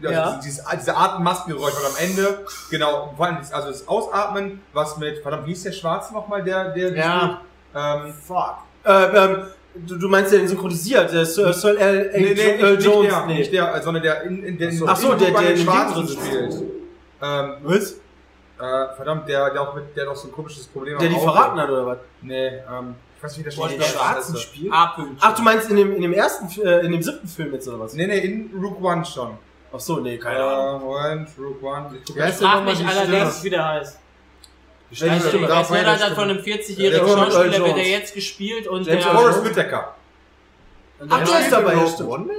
[SPEAKER 2] ja,
[SPEAKER 4] Ja.
[SPEAKER 2] also Dieses, diese Atemmaskengeräusch und am Ende, genau, vor allem dieses, also das Ausatmen, was mit, verdammt, wie hieß der Schwarze nochmal, der, der,
[SPEAKER 1] Ja.
[SPEAKER 2] ähm,
[SPEAKER 1] Fuck.
[SPEAKER 3] Äh, ähm, du, du meinst ja den synchronisiert, der Sir, Sir L. L.
[SPEAKER 2] nee, nee,
[SPEAKER 3] Earl
[SPEAKER 2] nicht,
[SPEAKER 3] Jones.
[SPEAKER 2] nicht der,
[SPEAKER 3] nee.
[SPEAKER 2] nicht der, sondern der in, in den,
[SPEAKER 3] Ach so,
[SPEAKER 2] in-
[SPEAKER 3] der-
[SPEAKER 2] bei
[SPEAKER 3] der
[SPEAKER 2] den
[SPEAKER 3] in dem
[SPEAKER 2] Schwarzen
[SPEAKER 3] Ding drin
[SPEAKER 2] spielt. Ähm,
[SPEAKER 3] Was?
[SPEAKER 2] äh, verdammt, der, der auch mit, der hat auch so ein komisches Problem.
[SPEAKER 3] Der
[SPEAKER 2] am
[SPEAKER 3] die
[SPEAKER 2] Auge.
[SPEAKER 3] verraten hat oder was?
[SPEAKER 2] Nee, ähm, ich weiß nicht, wie der
[SPEAKER 3] Boah,
[SPEAKER 2] Schauspieler
[SPEAKER 3] den Schwarzen
[SPEAKER 2] heißt.
[SPEAKER 3] spielt?
[SPEAKER 5] A-Pünktchen.
[SPEAKER 3] Ach, du meinst in dem, in dem ersten, äh, in dem siebten Film jetzt oder was?
[SPEAKER 2] Nee, nee, in Rook One schon.
[SPEAKER 3] Ach so, nee, keine Ahnung.
[SPEAKER 2] Äh, Moment, Rook One. Ich guck
[SPEAKER 1] Ja,
[SPEAKER 2] ja,
[SPEAKER 1] ist
[SPEAKER 5] Frag
[SPEAKER 1] nochmal
[SPEAKER 5] mich
[SPEAKER 1] die
[SPEAKER 4] Ich
[SPEAKER 5] allerdings,
[SPEAKER 4] weiß, wie der heißt.
[SPEAKER 5] Weiß
[SPEAKER 1] Stimme.
[SPEAKER 5] nicht,
[SPEAKER 1] Darth
[SPEAKER 5] Weiß
[SPEAKER 1] Vader
[SPEAKER 5] Vader hat von einem 40-jährigen
[SPEAKER 3] Ja, Jones.
[SPEAKER 5] Schauspieler wird er
[SPEAKER 3] Jones.
[SPEAKER 5] jetzt gespielt und
[SPEAKER 3] James
[SPEAKER 5] der.
[SPEAKER 3] Forrest.
[SPEAKER 2] Horace Whitaker.
[SPEAKER 3] Ach, du bist dabei, ja, stimmt.
[SPEAKER 1] One mit?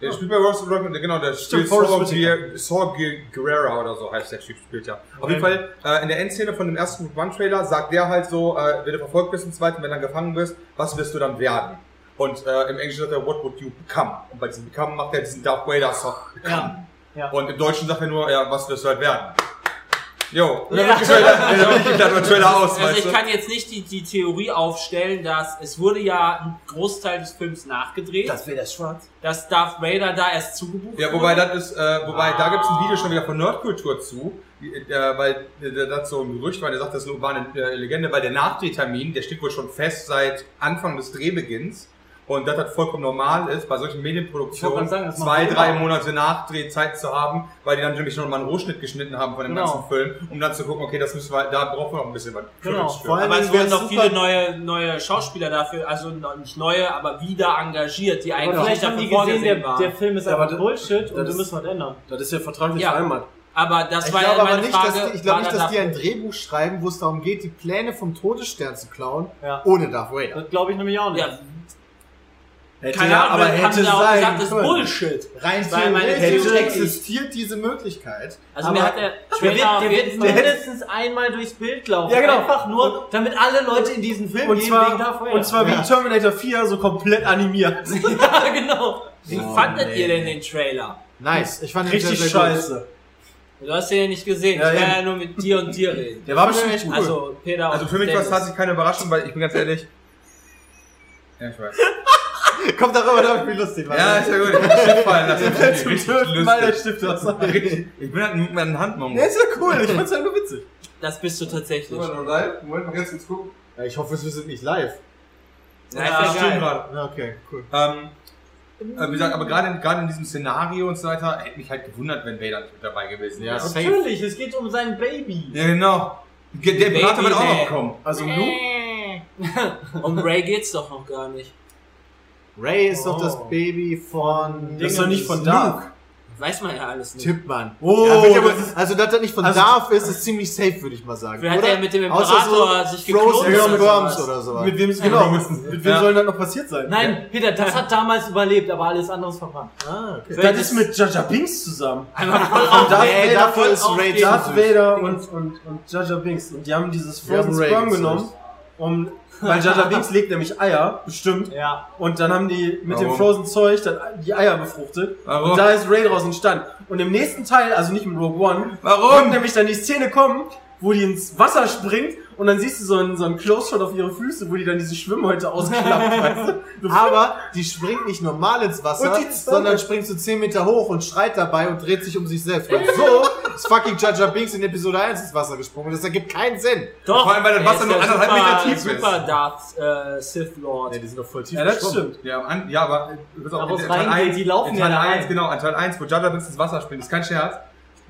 [SPEAKER 2] Der spielt bei Horace Whitaker, genau, der spielt
[SPEAKER 3] Forrest
[SPEAKER 2] Saw
[SPEAKER 3] Whitaker.
[SPEAKER 2] Ge- Saw Ge- Guerrera oder so heißt der Typ, spielt ja. Auf jeden Fall, äh, in der Endszene von dem ersten Rook One Trailer sagt der halt so, äh, wenn du verfolgt bist im zweiten, wenn du dann gefangen bist, was wirst du dann werden? Und äh, im Englischen sagt er, what would you become? Und bei diesem become macht er diesen Darth Vader Song. Become.
[SPEAKER 4] Ja.
[SPEAKER 2] Und im Deutschen sagt er nur, ja, was wirst du halt werden? Jo, und dann
[SPEAKER 5] Ja.
[SPEAKER 2] wird Trailer, dann wird der Trailer aus,
[SPEAKER 5] Also
[SPEAKER 2] weißt
[SPEAKER 5] ich
[SPEAKER 2] du?
[SPEAKER 5] kann jetzt nicht die, die Theorie aufstellen, dass es wurde ja ein Großteil des Films nachgedreht,
[SPEAKER 3] wäre der Schwarz.
[SPEAKER 5] dass Darth Vader da erst zugebucht
[SPEAKER 2] Ja, wobei
[SPEAKER 5] wurde.
[SPEAKER 2] das ist, äh, wobei da gibt's ein Video schon wieder von Nerdkultur zu, äh, weil äh, das so ein Gerücht war, der sagt, das war eine äh, Legende, weil der Nachdrehtermin, der steht wohl schon fest seit Anfang des Drehbeginns. Und dass das vollkommen normal ist, bei solchen Medienproduktionen
[SPEAKER 6] Ich wollte gerade sagen, das
[SPEAKER 2] zwei,
[SPEAKER 6] macht-
[SPEAKER 2] drei Monate Nachdrehzeit zu haben, weil die dann nämlich noch mal einen Rohschnitt geschnitten haben von dem
[SPEAKER 6] Genau.
[SPEAKER 2] ganzen Film, um dann zu gucken, okay, das müssen wir, da brauchen wir noch ein bisschen was.
[SPEAKER 6] Genau.
[SPEAKER 2] für.
[SPEAKER 1] Vor allem
[SPEAKER 5] Aber es
[SPEAKER 1] wär's
[SPEAKER 5] wurden noch
[SPEAKER 1] super-
[SPEAKER 5] viele neue, neue Schauspieler dafür, also noch nicht neue, aber wieder engagiert, die
[SPEAKER 6] Aber
[SPEAKER 5] eigentlich nicht
[SPEAKER 6] vielleicht haben die
[SPEAKER 5] dafür
[SPEAKER 6] gesehen,
[SPEAKER 5] vorgesehen
[SPEAKER 6] der,
[SPEAKER 5] waren.
[SPEAKER 6] der Film ist
[SPEAKER 3] Ja, aber
[SPEAKER 6] einfach
[SPEAKER 3] das-
[SPEAKER 6] Bullshit und
[SPEAKER 3] das
[SPEAKER 6] wir
[SPEAKER 3] ist-
[SPEAKER 6] müssen was ändern.
[SPEAKER 3] Das ist ja vertraglich
[SPEAKER 5] Ja.
[SPEAKER 3] vereinbart.
[SPEAKER 5] aber das
[SPEAKER 1] Ich
[SPEAKER 5] war
[SPEAKER 1] glaube
[SPEAKER 5] ja meine
[SPEAKER 1] aber nicht,
[SPEAKER 5] Frage.
[SPEAKER 1] dass die, ich glaube
[SPEAKER 5] war
[SPEAKER 1] nicht,
[SPEAKER 5] da
[SPEAKER 1] dass die ein
[SPEAKER 5] dafür-
[SPEAKER 1] Drehbuch schreiben, wo es darum geht, die Pläne vom Todesstern zu klauen,
[SPEAKER 6] Ja.
[SPEAKER 1] ohne Darth Vader.
[SPEAKER 6] Das glaube ich nämlich auch nicht.
[SPEAKER 5] ja,
[SPEAKER 1] Hätte
[SPEAKER 5] keine Ahnung, aber haben sie auch gesagt, das ist Bullshit.
[SPEAKER 1] Rein
[SPEAKER 5] Weil meine
[SPEAKER 1] theoretisch
[SPEAKER 5] Theorie-
[SPEAKER 1] existiert diese Möglichkeit.
[SPEAKER 5] Also
[SPEAKER 1] aber
[SPEAKER 5] mir hat der
[SPEAKER 6] Der
[SPEAKER 5] Trailer
[SPEAKER 6] wird,
[SPEAKER 5] auf
[SPEAKER 6] der wird
[SPEAKER 5] jeden Fall...
[SPEAKER 6] Genau, mindestens einmal durchs Bild laufen.
[SPEAKER 3] Ja, genau.
[SPEAKER 6] Einfach nur, damit alle Leute in diesen Film
[SPEAKER 3] Und
[SPEAKER 6] gehen wegen Darth
[SPEAKER 3] zwar,
[SPEAKER 6] Vader.
[SPEAKER 3] und zwar wie Terminator 4, so komplett animiert.
[SPEAKER 5] ja, genau. Wie
[SPEAKER 1] Oh,
[SPEAKER 5] fandet
[SPEAKER 1] nee.
[SPEAKER 5] ihr denn den Trailer?
[SPEAKER 1] nice. Ich fand den
[SPEAKER 3] Richtig
[SPEAKER 1] sehr, sehr gut.
[SPEAKER 3] scheiße.
[SPEAKER 5] Du hast den ja nicht gesehen.
[SPEAKER 3] Ja,
[SPEAKER 5] ich kann
[SPEAKER 3] eben.
[SPEAKER 5] ja nur mit dir und dir reden.
[SPEAKER 3] Der war
[SPEAKER 1] Ja,
[SPEAKER 3] bestimmt
[SPEAKER 1] echt gut.
[SPEAKER 3] echt gut.
[SPEAKER 5] Also Peter und
[SPEAKER 2] Also für mich war es
[SPEAKER 5] Dennis.
[SPEAKER 2] tatsächlich keine Überraschung, weil ich bin ganz ehrlich. Ja, ich weiß.
[SPEAKER 1] Kommt darüber, da bin ich lustig.
[SPEAKER 2] Ja, ist ja gut. Ich hab Schiff fallen lassen. Das ist
[SPEAKER 3] Zum
[SPEAKER 2] richtig
[SPEAKER 3] vierten Mal der
[SPEAKER 2] lustig.
[SPEAKER 3] Stift aus. Der
[SPEAKER 2] Richtig. Ich bin halt ein ein Handmann.
[SPEAKER 3] ist ja cool, ich fand's ja nur witzig.
[SPEAKER 5] Das bist du tatsächlich.
[SPEAKER 2] Moment, mal, Moment, mal ganz kurz gucken.
[SPEAKER 1] Ja, ich hoffe, wir sind nicht live.
[SPEAKER 5] Ja, ist ja geil.
[SPEAKER 2] gerade.
[SPEAKER 1] Ja, okay, cool.
[SPEAKER 2] Ähm, äh, wie gesagt, aber gerade in, gerade in diesem Szenario und so weiter, hätte mich halt gewundert, wenn Vader nicht mit dabei gewesen wäre.
[SPEAKER 6] Natürlich, es geht um sein Baby.
[SPEAKER 2] Ja, genau. Ge- Der
[SPEAKER 5] Baby
[SPEAKER 2] Berater wird auch
[SPEAKER 5] Man.
[SPEAKER 2] noch kommen.
[SPEAKER 3] Also im
[SPEAKER 5] Äh,
[SPEAKER 3] Loop.
[SPEAKER 5] Um Ray geht's doch noch gar nicht.
[SPEAKER 1] Ray ist doch
[SPEAKER 6] Oh.
[SPEAKER 1] das Baby von.
[SPEAKER 3] Das ist doch nicht von
[SPEAKER 1] Luke.
[SPEAKER 3] Dark.
[SPEAKER 5] Weiß man ja alles nicht.
[SPEAKER 1] Tipp, Mann.
[SPEAKER 3] Oh,
[SPEAKER 1] ja, wird aber,
[SPEAKER 3] das ist-
[SPEAKER 1] also, dass das nicht von
[SPEAKER 3] also-
[SPEAKER 1] Darth ist, ist ziemlich safe, würde ich mal sagen.
[SPEAKER 5] Vielleicht hat
[SPEAKER 1] oder?
[SPEAKER 5] er mit dem
[SPEAKER 1] Außer
[SPEAKER 5] Imperator sich geklont
[SPEAKER 1] Frozen
[SPEAKER 5] oder
[SPEAKER 1] Worms
[SPEAKER 5] sowas.
[SPEAKER 1] oder sowas.
[SPEAKER 3] Mit wem ist
[SPEAKER 1] Genau.
[SPEAKER 3] genau. Mit wem
[SPEAKER 2] Ja.
[SPEAKER 3] soll das noch passiert sein?
[SPEAKER 6] Nein, Peter, das hat damals überlebt, aber alles andere ist verbrannt.
[SPEAKER 1] Ah, okay.
[SPEAKER 3] Das ist mit Jaja Binks zusammen.
[SPEAKER 5] Einmal voll auf
[SPEAKER 1] Darth
[SPEAKER 5] Ray.
[SPEAKER 1] Vader dafür ist Ray zu
[SPEAKER 3] Darth
[SPEAKER 1] süß.
[SPEAKER 3] Vader und, und, und Jaja Binks. Und die haben dieses
[SPEAKER 1] Wir haben
[SPEAKER 3] Frozen
[SPEAKER 1] Ray
[SPEAKER 3] Sperm
[SPEAKER 1] gezüchtet.
[SPEAKER 3] genommen. Um, weil Jaja Binks legt nämlich Eier, bestimmt.
[SPEAKER 6] Ja.
[SPEAKER 3] Und dann haben die mit
[SPEAKER 2] Warum?
[SPEAKER 3] dem Frozen Zeug dann die Eier befruchtet.
[SPEAKER 2] Warum?
[SPEAKER 3] Und da ist Ray draus entstanden. Und im nächsten Teil, also nicht im Rogue One,
[SPEAKER 2] Warum?
[SPEAKER 3] wird nämlich dann die Szene kommen, wo die ins Wasser springt und dann siehst du so einen, so einen Close-Shot auf ihre Füße, wo die dann diese Schwimmhäute ausklappt, weißt du?
[SPEAKER 1] Aber die springt nicht normal ins Wasser,
[SPEAKER 3] Und die Zange.
[SPEAKER 1] sondern springt so 10 Meter hoch und schreit dabei und dreht sich um sich selbst. Weil so ist fucking Jaja Binks in Episode 1 ins Wasser gesprungen. Das ergibt keinen Sinn.
[SPEAKER 5] Doch,
[SPEAKER 2] Vor allem, weil das
[SPEAKER 5] er
[SPEAKER 2] Wasser
[SPEAKER 5] ist
[SPEAKER 2] nur
[SPEAKER 5] der
[SPEAKER 2] anderthalb
[SPEAKER 5] super-
[SPEAKER 2] Meter tief ist.
[SPEAKER 5] Super Darth äh, Sith Lord.
[SPEAKER 1] die sind doch voll tief
[SPEAKER 3] Ja, das stimmt.
[SPEAKER 2] Ja, an, ja aber äh, pass auf,
[SPEAKER 6] Aber
[SPEAKER 2] in
[SPEAKER 6] es
[SPEAKER 2] Teil
[SPEAKER 6] reingeht,
[SPEAKER 2] 1,
[SPEAKER 6] die laufen
[SPEAKER 2] in
[SPEAKER 6] ja
[SPEAKER 2] Teil
[SPEAKER 6] da
[SPEAKER 2] 1,
[SPEAKER 6] rein.
[SPEAKER 2] genau, in Teil 1, wo Jada Binks ins Wasser springt, ist kein Scherz,